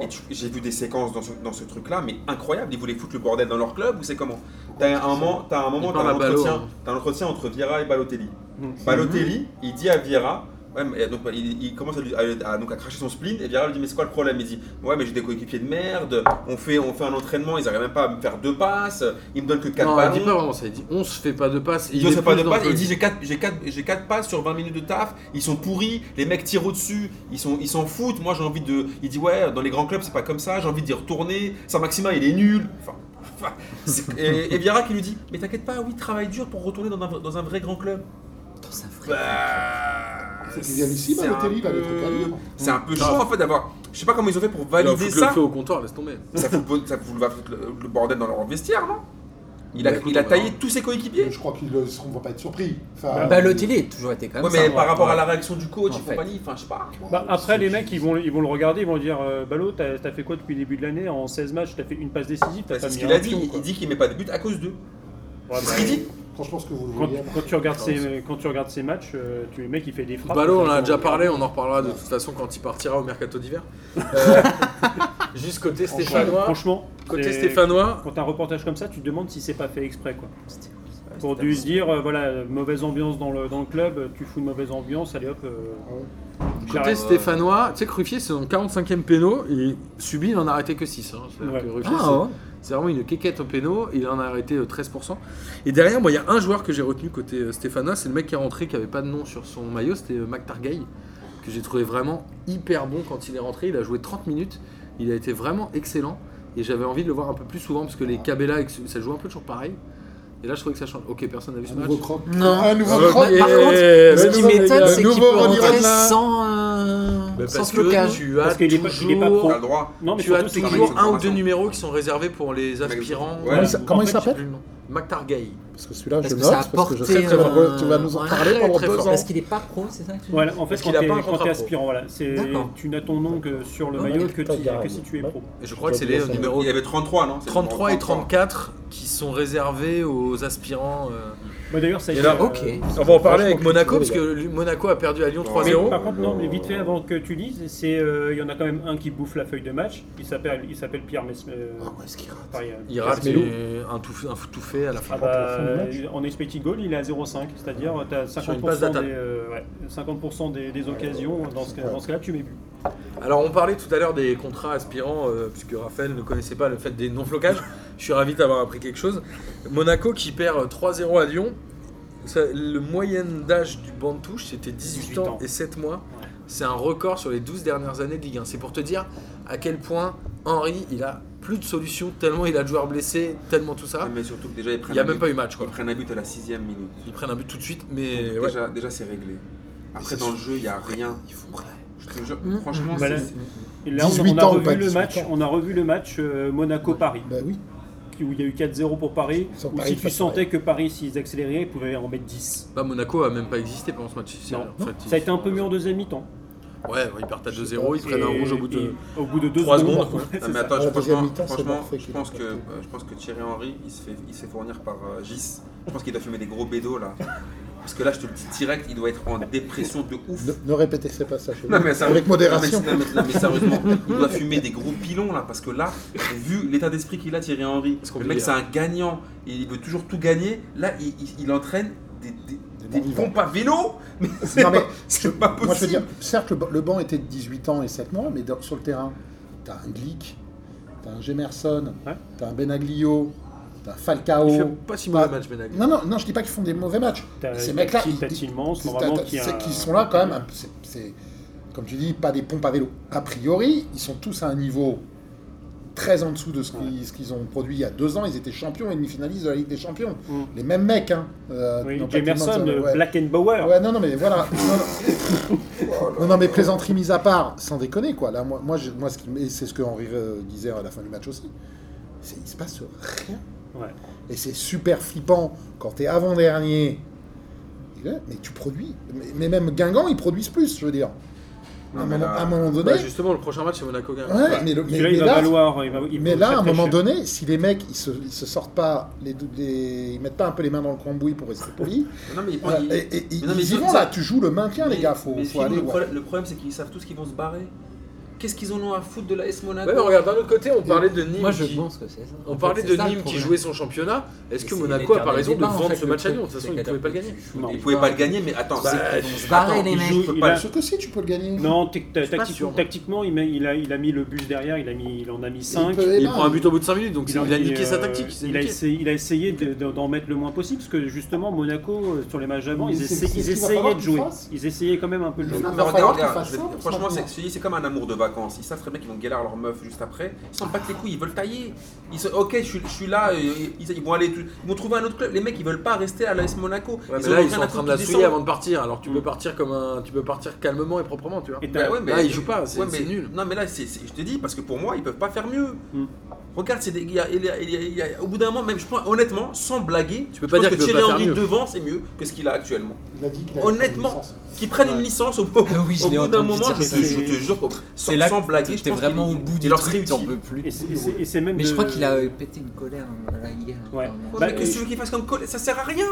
Speaker 2: Et tu- J'ai vu des séquences dans ce, dans ce truc-là, mais incroyable. Ils voulaient foutre le bordel dans leur club ou c'est comment T'as un moment, t'as un
Speaker 1: Il
Speaker 2: moment, t'as
Speaker 1: parle
Speaker 2: un
Speaker 1: à Ballo,
Speaker 2: entretien,
Speaker 1: hein.
Speaker 2: t'as un entretien entre Vira et Balotelli.
Speaker 5: Mhm.
Speaker 2: Balotelli, il dit à Vira, ouais, mais, donc bah, il, il commence à, lui- à- à- donc à cracher son spleen et Vira lui dit mais c'est quoi le problème Il dit ouais mais j'ai des coéquipiers de merde, on fait on fait un entraînement, ils arrivent même pas à me faire deux passes, ils me donnent que quatre
Speaker 1: Non, il
Speaker 2: ballons.
Speaker 1: dit pas vraiment ça. Il dit on se fait pas de passe.
Speaker 2: Il dit, on se fait pas de
Speaker 1: plus dans
Speaker 2: passe,
Speaker 1: le-
Speaker 2: il dit j'ai 4 j'ai quatre, j'ai quatre passes sur 20 minutes de taf, ils sont pourris, les mecs tirent au-dessus, ils sont ils s'en foutent. Moi j'ai envie de il dit ouais, dans les grands clubs c'est pas comme ça, j'ai envie d'y retourner. Saint-Maximin, il est nul. Enfin, enfin, [LAUGHS] c'est- et, et Vieira qui lui dit mais t'inquiète pas, oui, travaille dur pour retourner dans un, dans un vrai grand club.
Speaker 3: Putain, ça ferait-
Speaker 2: Bah,
Speaker 4: C'est qu'il vient ici,
Speaker 2: c'est
Speaker 4: Balotelli,
Speaker 2: un
Speaker 4: il a des
Speaker 2: peu-
Speaker 4: trucs à dire.
Speaker 2: C'est un peu chaud en fait d'avoir je sais pas comment ils ont fait pour
Speaker 1: Il a
Speaker 2: valider
Speaker 1: foutu le
Speaker 2: ça.
Speaker 1: feu au comptoir, laisse tomber.
Speaker 2: Ça fout, le- ça fout le, le bordel dans leur vestiaire, non Il a,
Speaker 1: Bah, écoute,
Speaker 2: il a
Speaker 1: on va
Speaker 2: taillé
Speaker 1: voir.
Speaker 2: tous ses coéquipiers.
Speaker 7: Mais Je crois qu'ils ne vont pas être surpris. Enfin,
Speaker 3: Balotelli Bah, a toujours été comme
Speaker 2: Ouais,
Speaker 3: ça.
Speaker 2: mais par rapport
Speaker 3: ouais.
Speaker 2: à la réaction du coach
Speaker 3: En
Speaker 2: et
Speaker 3: fait.
Speaker 2: compagnie, enfin, je sais pas.
Speaker 5: Bah, après, les mecs, ils vont, ils vont le regarder, ils vont dire euh, Ballot, t'as t'as fait quoi depuis le début de l'année En 16 matchs, t'as fait une passe décisive, t'as
Speaker 2: Bah,
Speaker 5: pas
Speaker 2: C'est
Speaker 5: mis
Speaker 2: ce qu'il a
Speaker 5: un
Speaker 2: dit.
Speaker 5: pion,
Speaker 2: Il-
Speaker 5: quoi.
Speaker 2: Il dit qu'il met pas de but à cause d'eux.
Speaker 5: Ouais,
Speaker 2: C'est ce
Speaker 5: bah,
Speaker 2: qu'il dit.
Speaker 7: quand je pense que vous le
Speaker 5: quand,
Speaker 7: voyez.
Speaker 5: quand tu regardes ces, quand tu regardes ces matchs, euh, tu, le mec, il fait des frappes.
Speaker 1: Ballot, Bah on en a
Speaker 5: Enfin,
Speaker 1: déjà
Speaker 5: on-
Speaker 1: parlé, on en reparlera de toute façon quand il partira au mercato d'hiver. Euh, [LAUGHS] juste côté
Speaker 3: hein.
Speaker 1: stéphanois,
Speaker 5: Franchement,
Speaker 1: côté
Speaker 5: c'est-
Speaker 1: stéphanois,
Speaker 5: Quand t'as un reportage comme ça, tu te demandes si c'est pas fait exprès, quoi. Pour dû se dire, euh, voilà, euh, mauvaise ambiance dans le, dans le club, euh, tu fous une mauvaise ambiance, allez hop. euh,
Speaker 1: côté
Speaker 5: j'arrête. hein.
Speaker 1: stéphanois, tu sais que Ruffier c'est son 45e péno, il subit, il en a arrêté que hein. 6.
Speaker 5: Ouais.
Speaker 3: Ah, ouais.
Speaker 1: C'est vraiment une quéquette au péno, il en a arrêté euh, 13%. Et derrière, moi, il y a un joueur que j'ai retenu côté euh, Stéphanois, c'est le mec qui est rentré qui avait pas de nom sur son maillot, c'était euh, Mac Targay, que j'ai trouvé vraiment hyper bon quand il est rentré. Il a joué 30 minutes, il a été vraiment excellent. Et j'avais envie de le voir un peu plus souvent parce que les Cabella, et que ça joue un peu toujours pareil. Et là, je trouvais que ça change. Ok, personne n'a vu ce
Speaker 7: Un
Speaker 1: match. Euh,
Speaker 7: nouveau croc.
Speaker 3: Non.
Speaker 7: Un nouveau
Speaker 1: Ok.
Speaker 7: croc.
Speaker 3: Par contre,
Speaker 1: Eh,
Speaker 3: ce
Speaker 1: bah,
Speaker 3: qui
Speaker 1: nous,
Speaker 3: m'étonne,
Speaker 1: les
Speaker 3: c'est
Speaker 1: gars,
Speaker 3: qu'il
Speaker 1: nouveau
Speaker 3: peut
Speaker 1: Ronnie
Speaker 3: rentrer
Speaker 1: Rodelin.
Speaker 3: sans, euh,
Speaker 1: Bah,
Speaker 3: sans
Speaker 1: parce
Speaker 3: blocage.
Speaker 1: que tu as
Speaker 5: Parce qu'il est pas- il est pas
Speaker 1: toujours-
Speaker 5: pro. hein.
Speaker 2: T'as le droit.
Speaker 5: Non, mais
Speaker 1: tu as
Speaker 5: surtout, c'est que-
Speaker 1: toujours un ou deux
Speaker 2: formation.
Speaker 1: numéros qui sont réservés pour les aspirants.
Speaker 2: Ouais. Comment il
Speaker 1: En
Speaker 4: comment il
Speaker 1: fait, je sais
Speaker 4: s'appelle
Speaker 1: plus le nom. Mac Targay.
Speaker 4: Parce que celui-là,
Speaker 3: Parce
Speaker 4: je
Speaker 3: que
Speaker 4: note,
Speaker 3: ça a
Speaker 4: parce que je sais
Speaker 3: porté.
Speaker 4: que tu vas,
Speaker 3: euh,
Speaker 4: tu vas nous en
Speaker 3: ouais.
Speaker 4: parler
Speaker 1: Très,
Speaker 4: pendant
Speaker 1: très
Speaker 4: deux
Speaker 1: fort.
Speaker 4: ans.
Speaker 3: Parce qu'il est pas pro, c'est ça que tu dis
Speaker 5: Voilà, en fait,
Speaker 1: Parce
Speaker 5: quand
Speaker 1: qu'il a
Speaker 5: t'es
Speaker 1: pas un
Speaker 5: quand
Speaker 1: contrat
Speaker 5: t'es
Speaker 1: pro.
Speaker 5: aspirant, voilà, c'est
Speaker 3: D'accord.
Speaker 5: tu n'as ton nom que sur le
Speaker 3: Ouais,
Speaker 5: maillot que,
Speaker 4: t'as
Speaker 5: tu-
Speaker 4: garé.
Speaker 5: que si tu es pro.
Speaker 1: Et je crois que c'est les
Speaker 4: Il y
Speaker 1: numéros
Speaker 2: Il y avait 33, non C'est le
Speaker 1: 33 et
Speaker 2: numéro
Speaker 1: 34 qui sont réservés aux aspirants. euh.
Speaker 5: Bah, D'ailleurs, ça a
Speaker 1: Et
Speaker 5: été,
Speaker 1: là,
Speaker 5: euh,
Speaker 3: ok.
Speaker 1: On va en parler avec
Speaker 4: Franchement,
Speaker 1: Monaco, parce
Speaker 4: c'est
Speaker 1: que lui- Monaco a perdu à Lyon
Speaker 2: Mais
Speaker 5: Mais
Speaker 1: 3-0.
Speaker 5: par contre, non, mais vite fait, avant que tu lises, c'est euh, il y en a quand même un qui bouffe la feuille de match. Il s'appelle, il s'appelle Pierre Mess. euh, enfin, il y a-
Speaker 1: Oh, Il rate
Speaker 4: Casemiro.
Speaker 1: euh, un tout, un tout fait à la fin.
Speaker 5: Ah bah, en expected goal, il est à 0,5, c'est-à-dire euh, tu as
Speaker 1: Sur une base
Speaker 5: 50%, des,
Speaker 1: d'attaque.
Speaker 5: euh, ouais, 50% des, des occasions. Dans ce, cas- dans ce cas-là, tu mets but.
Speaker 1: Alors on parlait tout à l'heure des contrats aspirants, euh, puisque Raphaël ne connaissait pas le fait des non-flocages. Je suis ravi d'avoir appris quelque chose. Monaco qui perd euh, 3-0 à Lyon. Ça, le moyenne d'âge du banc de touche, c'était 18,
Speaker 5: 18
Speaker 1: ans,
Speaker 5: ans.
Speaker 1: et 7 mois.
Speaker 5: Ouais.
Speaker 1: C'est un record sur les 12 dernières années de Ligue 1. C'est pour te dire à quel point Henry, il a plus de solution, tellement il a de joueurs blessés, tellement tout
Speaker 2: 33.
Speaker 1: ça.
Speaker 2: Mais surtout que déjà, ils
Speaker 1: Il
Speaker 2: prennent
Speaker 1: n'y a
Speaker 2: un
Speaker 1: même
Speaker 2: but-
Speaker 1: pas eu match. Quoi.
Speaker 2: Ils prennent un but à la sixième minute.
Speaker 1: Ils prennent un but tout de suite, mais ouais.
Speaker 2: Déjà, déjà, c'est réglé. Après, dans le jeu, il n'y a rien.
Speaker 1: ils font rien.
Speaker 2: Je te jure,
Speaker 3: Mmh.
Speaker 2: franchement,
Speaker 5: Bah, là,
Speaker 2: c'est-
Speaker 5: Et là, on-
Speaker 4: 18
Speaker 5: on, a
Speaker 4: ans, pas
Speaker 5: revu le
Speaker 4: 18
Speaker 5: match,
Speaker 4: ans.
Speaker 5: on a revu le match euh, Monaco-Paris,
Speaker 4: Bah oui.
Speaker 5: qui- où il y a eu 4-0 pour Paris,
Speaker 4: Sans
Speaker 5: où
Speaker 4: Paris,
Speaker 5: si tu
Speaker 4: pas
Speaker 5: sentais que Paris, s'ils accéléraient, ils pouvaient en mettre 10.
Speaker 1: Bah, Monaco a même pas existé pendant ce match. C'est-
Speaker 5: Non.
Speaker 1: en fait, ils-
Speaker 5: Ça a été un peu mieux en deuxième mi-temps.
Speaker 1: Ouais, ouais, ils partent à 2-0, ils prennent un
Speaker 5: Et-
Speaker 1: rouge au bout de.
Speaker 5: et au bout de 2
Speaker 1: trois
Speaker 5: secondes.
Speaker 1: secondes, quoi.
Speaker 5: Ouais,
Speaker 2: Non,
Speaker 5: [LAUGHS] c'est
Speaker 2: mais
Speaker 5: ça.
Speaker 2: attends,
Speaker 4: À la deuxième
Speaker 2: franchement,
Speaker 4: mi-temps, c'est
Speaker 2: franchement,
Speaker 4: parfait
Speaker 2: je
Speaker 4: qu'il
Speaker 2: pense
Speaker 4: ait
Speaker 2: que
Speaker 4: pas
Speaker 2: euh, je pense que Thierry Henry, il se fait, il se fait fournir par euh, Gis. Je pense qu'il doit fumer des gros bédos là. Parce que là, je te le dis direct, il doit être en dépression de ouf.
Speaker 4: Ne, ne répétez pas ça chez vous.
Speaker 2: Non, mais sérieux-
Speaker 4: Avec modération.
Speaker 2: Non, mais, non, mais- non, mais
Speaker 4: [LAUGHS]
Speaker 2: sérieusement, il doit fumer des gros pilons là parce que là, vu l'état d'esprit qu'il a Thierry Henry,
Speaker 1: C'est
Speaker 2: le
Speaker 1: compliqué,
Speaker 2: mec c'est
Speaker 1: hein.
Speaker 2: un gagnant, il veut toujours tout gagner. Là, il, il- il entraîne des, des-
Speaker 4: Des
Speaker 2: des
Speaker 4: bons
Speaker 2: pompes à vélo, mais [LAUGHS] c'est
Speaker 4: Non, mais
Speaker 2: pas, c'est pas
Speaker 4: Moi, je veux
Speaker 2: possible.
Speaker 4: dire, certes, le, ba- le banc était de 18 ans et 7 mois, mais dans- sur le terrain, t'as un Glick, t'as un Gemerson,
Speaker 5: Ouais.
Speaker 4: t'as un Benaglio, t'as un Falcao.
Speaker 1: Il fait pas si mauvais match, Benag.
Speaker 4: Non, non, non, je dis pas qu'ils font des mauvais matchs.
Speaker 5: T'as-
Speaker 4: Ces
Speaker 5: t'as
Speaker 4: mecs-là,
Speaker 5: Kiel,
Speaker 4: ils-
Speaker 5: t'as
Speaker 4: ils-
Speaker 5: Tillmans,
Speaker 4: c'est-
Speaker 5: normalement,
Speaker 4: t'as-
Speaker 5: qui a-
Speaker 4: c'est qu'ils sont là quand même. un- c'est- C'est, comme tu dis, pas des pompes à vélo. A priori, ils sont tous à un niveau très en dessous de ce qu'ils, ce qu'ils ont produit il y a deux ans. Ils étaient champions et demi-finalistes de la Ligue des Champions.
Speaker 5: Mm.
Speaker 4: Les mêmes mecs, hein. Euh,
Speaker 5: Oui,
Speaker 4: non, pas
Speaker 5: Jamerson,
Speaker 4: Tillmans, euh, ouais.
Speaker 5: Blackenbauer.
Speaker 4: Ouais, non, non, mais voilà. Non, non, non, non, mais plaisanterie mise à part, sans déconner, quoi. Là, moi, moi, je- moi ce qui, et c'est ce que Henri euh, disait à la fin du match aussi. C'est, il se passe rien.
Speaker 5: Ouais.
Speaker 4: Et c'est super flippant quand t'es avant-dernier. Et là, Mais tu produis. Mais, mais même Guingamp, ils produisent plus, je veux dire.
Speaker 2: Non,
Speaker 4: à, un
Speaker 2: mais
Speaker 4: moment,
Speaker 2: là-
Speaker 4: à un moment donné.
Speaker 1: Bah, justement, le prochain match, c'est Monaco. gagne.
Speaker 4: ouais, mais le- mais-
Speaker 5: Celui-là,
Speaker 4: mais
Speaker 5: il va
Speaker 4: là,
Speaker 5: valoir. euh, il va- il
Speaker 4: mais
Speaker 5: va
Speaker 4: là, à
Speaker 5: faire
Speaker 4: un
Speaker 5: très
Speaker 4: moment
Speaker 5: cher.
Speaker 4: donné, si les mecs, ils se, ils se sortent pas, les, les- ils mettent pas un peu les mains dans le cambouis pour rester polis,
Speaker 2: Non, mais il-
Speaker 4: voilà,
Speaker 2: il-
Speaker 4: et, et- et
Speaker 2: Mais non, mais
Speaker 4: ils y
Speaker 2: ça-
Speaker 4: vont
Speaker 2: ça-
Speaker 4: là, tu joues le maintien,
Speaker 2: Mais-
Speaker 4: euh, eh, les gars, faut,
Speaker 2: mais
Speaker 4: faut
Speaker 2: Fibre,
Speaker 4: aller.
Speaker 2: le,
Speaker 4: ouais.
Speaker 2: problème, le problème, c'est qu'ils savent tous qu'ils vont se barrer. Qu'est-ce qu'ils en ont à foutre de la S Monaco
Speaker 1: Ouais, mais regarde, d'un autre côté, on parlait de Nîmes.
Speaker 3: Moi, je
Speaker 1: qui-
Speaker 3: pense que c'est ça.
Speaker 1: On
Speaker 3: En
Speaker 1: parlait
Speaker 3: fait,
Speaker 1: de
Speaker 3: c'est ça, le
Speaker 1: Nîmes qui
Speaker 3: problème.
Speaker 1: jouait son championnat. Est-ce que
Speaker 3: Mais c'est
Speaker 1: Monaco a pas
Speaker 3: l'éternel
Speaker 1: raison de
Speaker 3: débat, en
Speaker 1: vendre
Speaker 3: fait,
Speaker 1: ce
Speaker 3: le
Speaker 1: match à
Speaker 3: truc.
Speaker 1: Lyon De toute façon, ils
Speaker 3: C'est
Speaker 1: ne
Speaker 3: qu'à
Speaker 1: pouvaient pas le
Speaker 3: la-
Speaker 1: gagner.
Speaker 5: Non.
Speaker 2: Ils pouvaient pas le gagner, mais attends,
Speaker 1: Bah,
Speaker 2: c'est qu'ils
Speaker 3: ils se barraient, les
Speaker 2: ils
Speaker 3: mecs.
Speaker 2: jouent-
Speaker 5: Il
Speaker 2: pas
Speaker 5: a-
Speaker 2: le-
Speaker 4: Ce que si, tu peux le gagner.
Speaker 5: Non, tic-
Speaker 1: suis pas
Speaker 5: tactiquement-
Speaker 1: sûr, moi.
Speaker 5: tactiquement, il, met- il a, il a mis le bus derrière, il, a mis, il en a mis 5.
Speaker 4: peut- eh
Speaker 1: Il
Speaker 4: ben,
Speaker 1: prend un but au bout de 5 minutes, donc il a
Speaker 5: mis,
Speaker 1: niqué sa
Speaker 5: euh,
Speaker 1: tactique. c'est
Speaker 5: Il a
Speaker 1: niqué.
Speaker 5: essayé, il a essayé de- de- d'en mettre le moins possible, parce que justement, Monaco, euh, sur les matchs d'avant,
Speaker 4: Mais
Speaker 5: ils,
Speaker 4: c'est- c'est
Speaker 5: essayaient- ils
Speaker 4: ce qu'il va
Speaker 5: essayaient
Speaker 4: falloir
Speaker 5: de
Speaker 4: qu'il
Speaker 5: jouer.
Speaker 4: fasse.
Speaker 5: Ils essayaient quand même un peu de jouer.
Speaker 4: Il va
Speaker 2: Non, mais
Speaker 4: falloir
Speaker 2: regarde,
Speaker 4: qu'ils
Speaker 2: regarde,
Speaker 4: fassent
Speaker 2: je vais-
Speaker 4: ça pour
Speaker 2: franchement,
Speaker 4: se
Speaker 2: c'est
Speaker 4: maintenir.
Speaker 2: c'est- c'est comme un amour de vacances. Ils savent très bien qu'ils vont galérer à leur meuf juste après. Ils s'en battent les couilles, ils veulent tailler. Ils sont, ok, je suis, je suis là, euh, ils, ils vont aller, tout- ils vont trouver un autre club. Les mecs, ils veulent pas rester à l'AS Monaco.
Speaker 1: Ouais, mais
Speaker 2: ont
Speaker 1: là, ils
Speaker 2: rien
Speaker 1: sont
Speaker 2: à
Speaker 1: en train
Speaker 2: foutre
Speaker 1: de la
Speaker 2: qu'ils
Speaker 1: souiller
Speaker 2: descendent.
Speaker 1: avant de partir, alors tu peux partir comme un, tu peux partir calmement et proprement, tu vois.
Speaker 5: Et t'as-
Speaker 2: Bah ouais, mais-
Speaker 1: Là, ils jouent pas, c'est-
Speaker 2: Ouais, mais-
Speaker 1: c'est nul. Hmm.
Speaker 2: Non, mais là, c'est- c'est- je te dis, parce que pour moi, ils peuvent pas faire mieux.
Speaker 5: Mm.
Speaker 2: Regarde, c'est des- il y a- il y a- il y a- il y a- au bout d'un moment, même je pense, honnêtement, sans blaguer, tu
Speaker 1: peux pas dire
Speaker 2: que
Speaker 1: qu'il peut
Speaker 2: Thierry
Speaker 1: pas faire
Speaker 2: Henry
Speaker 1: mieux.
Speaker 2: devant, c'est mieux que ce qu'il a actuellement.
Speaker 4: Il a dit qu'il avait pris une
Speaker 2: Honnêtement,
Speaker 4: licence.
Speaker 2: qu'il prenne une
Speaker 4: Ouais.
Speaker 2: licence au bout,
Speaker 8: Ah oui, je
Speaker 2: au
Speaker 8: l'ai
Speaker 2: bout d'un
Speaker 8: entendu
Speaker 2: moment,
Speaker 8: dire
Speaker 2: je
Speaker 8: ça.
Speaker 2: te, je te jure, que sans,
Speaker 8: C'est là
Speaker 2: sans
Speaker 8: que
Speaker 2: blaguer, je
Speaker 8: t'es
Speaker 2: pense
Speaker 8: vraiment
Speaker 2: qu'il-
Speaker 8: au bout
Speaker 2: il
Speaker 8: du
Speaker 2: leur
Speaker 8: truc,
Speaker 2: serait
Speaker 8: t'en
Speaker 2: utile.
Speaker 8: peux plus.
Speaker 5: Et c'est- et c'est- et c'est même
Speaker 8: Mais je
Speaker 5: de-
Speaker 8: crois qu'il a euh, pété une colère euh, là, hier.
Speaker 5: Ouais.
Speaker 8: apparemment.
Speaker 2: Ouais,
Speaker 5: Bah,
Speaker 2: mais que
Speaker 5: et-
Speaker 2: celui qui fasse comme col, ça sert à rien.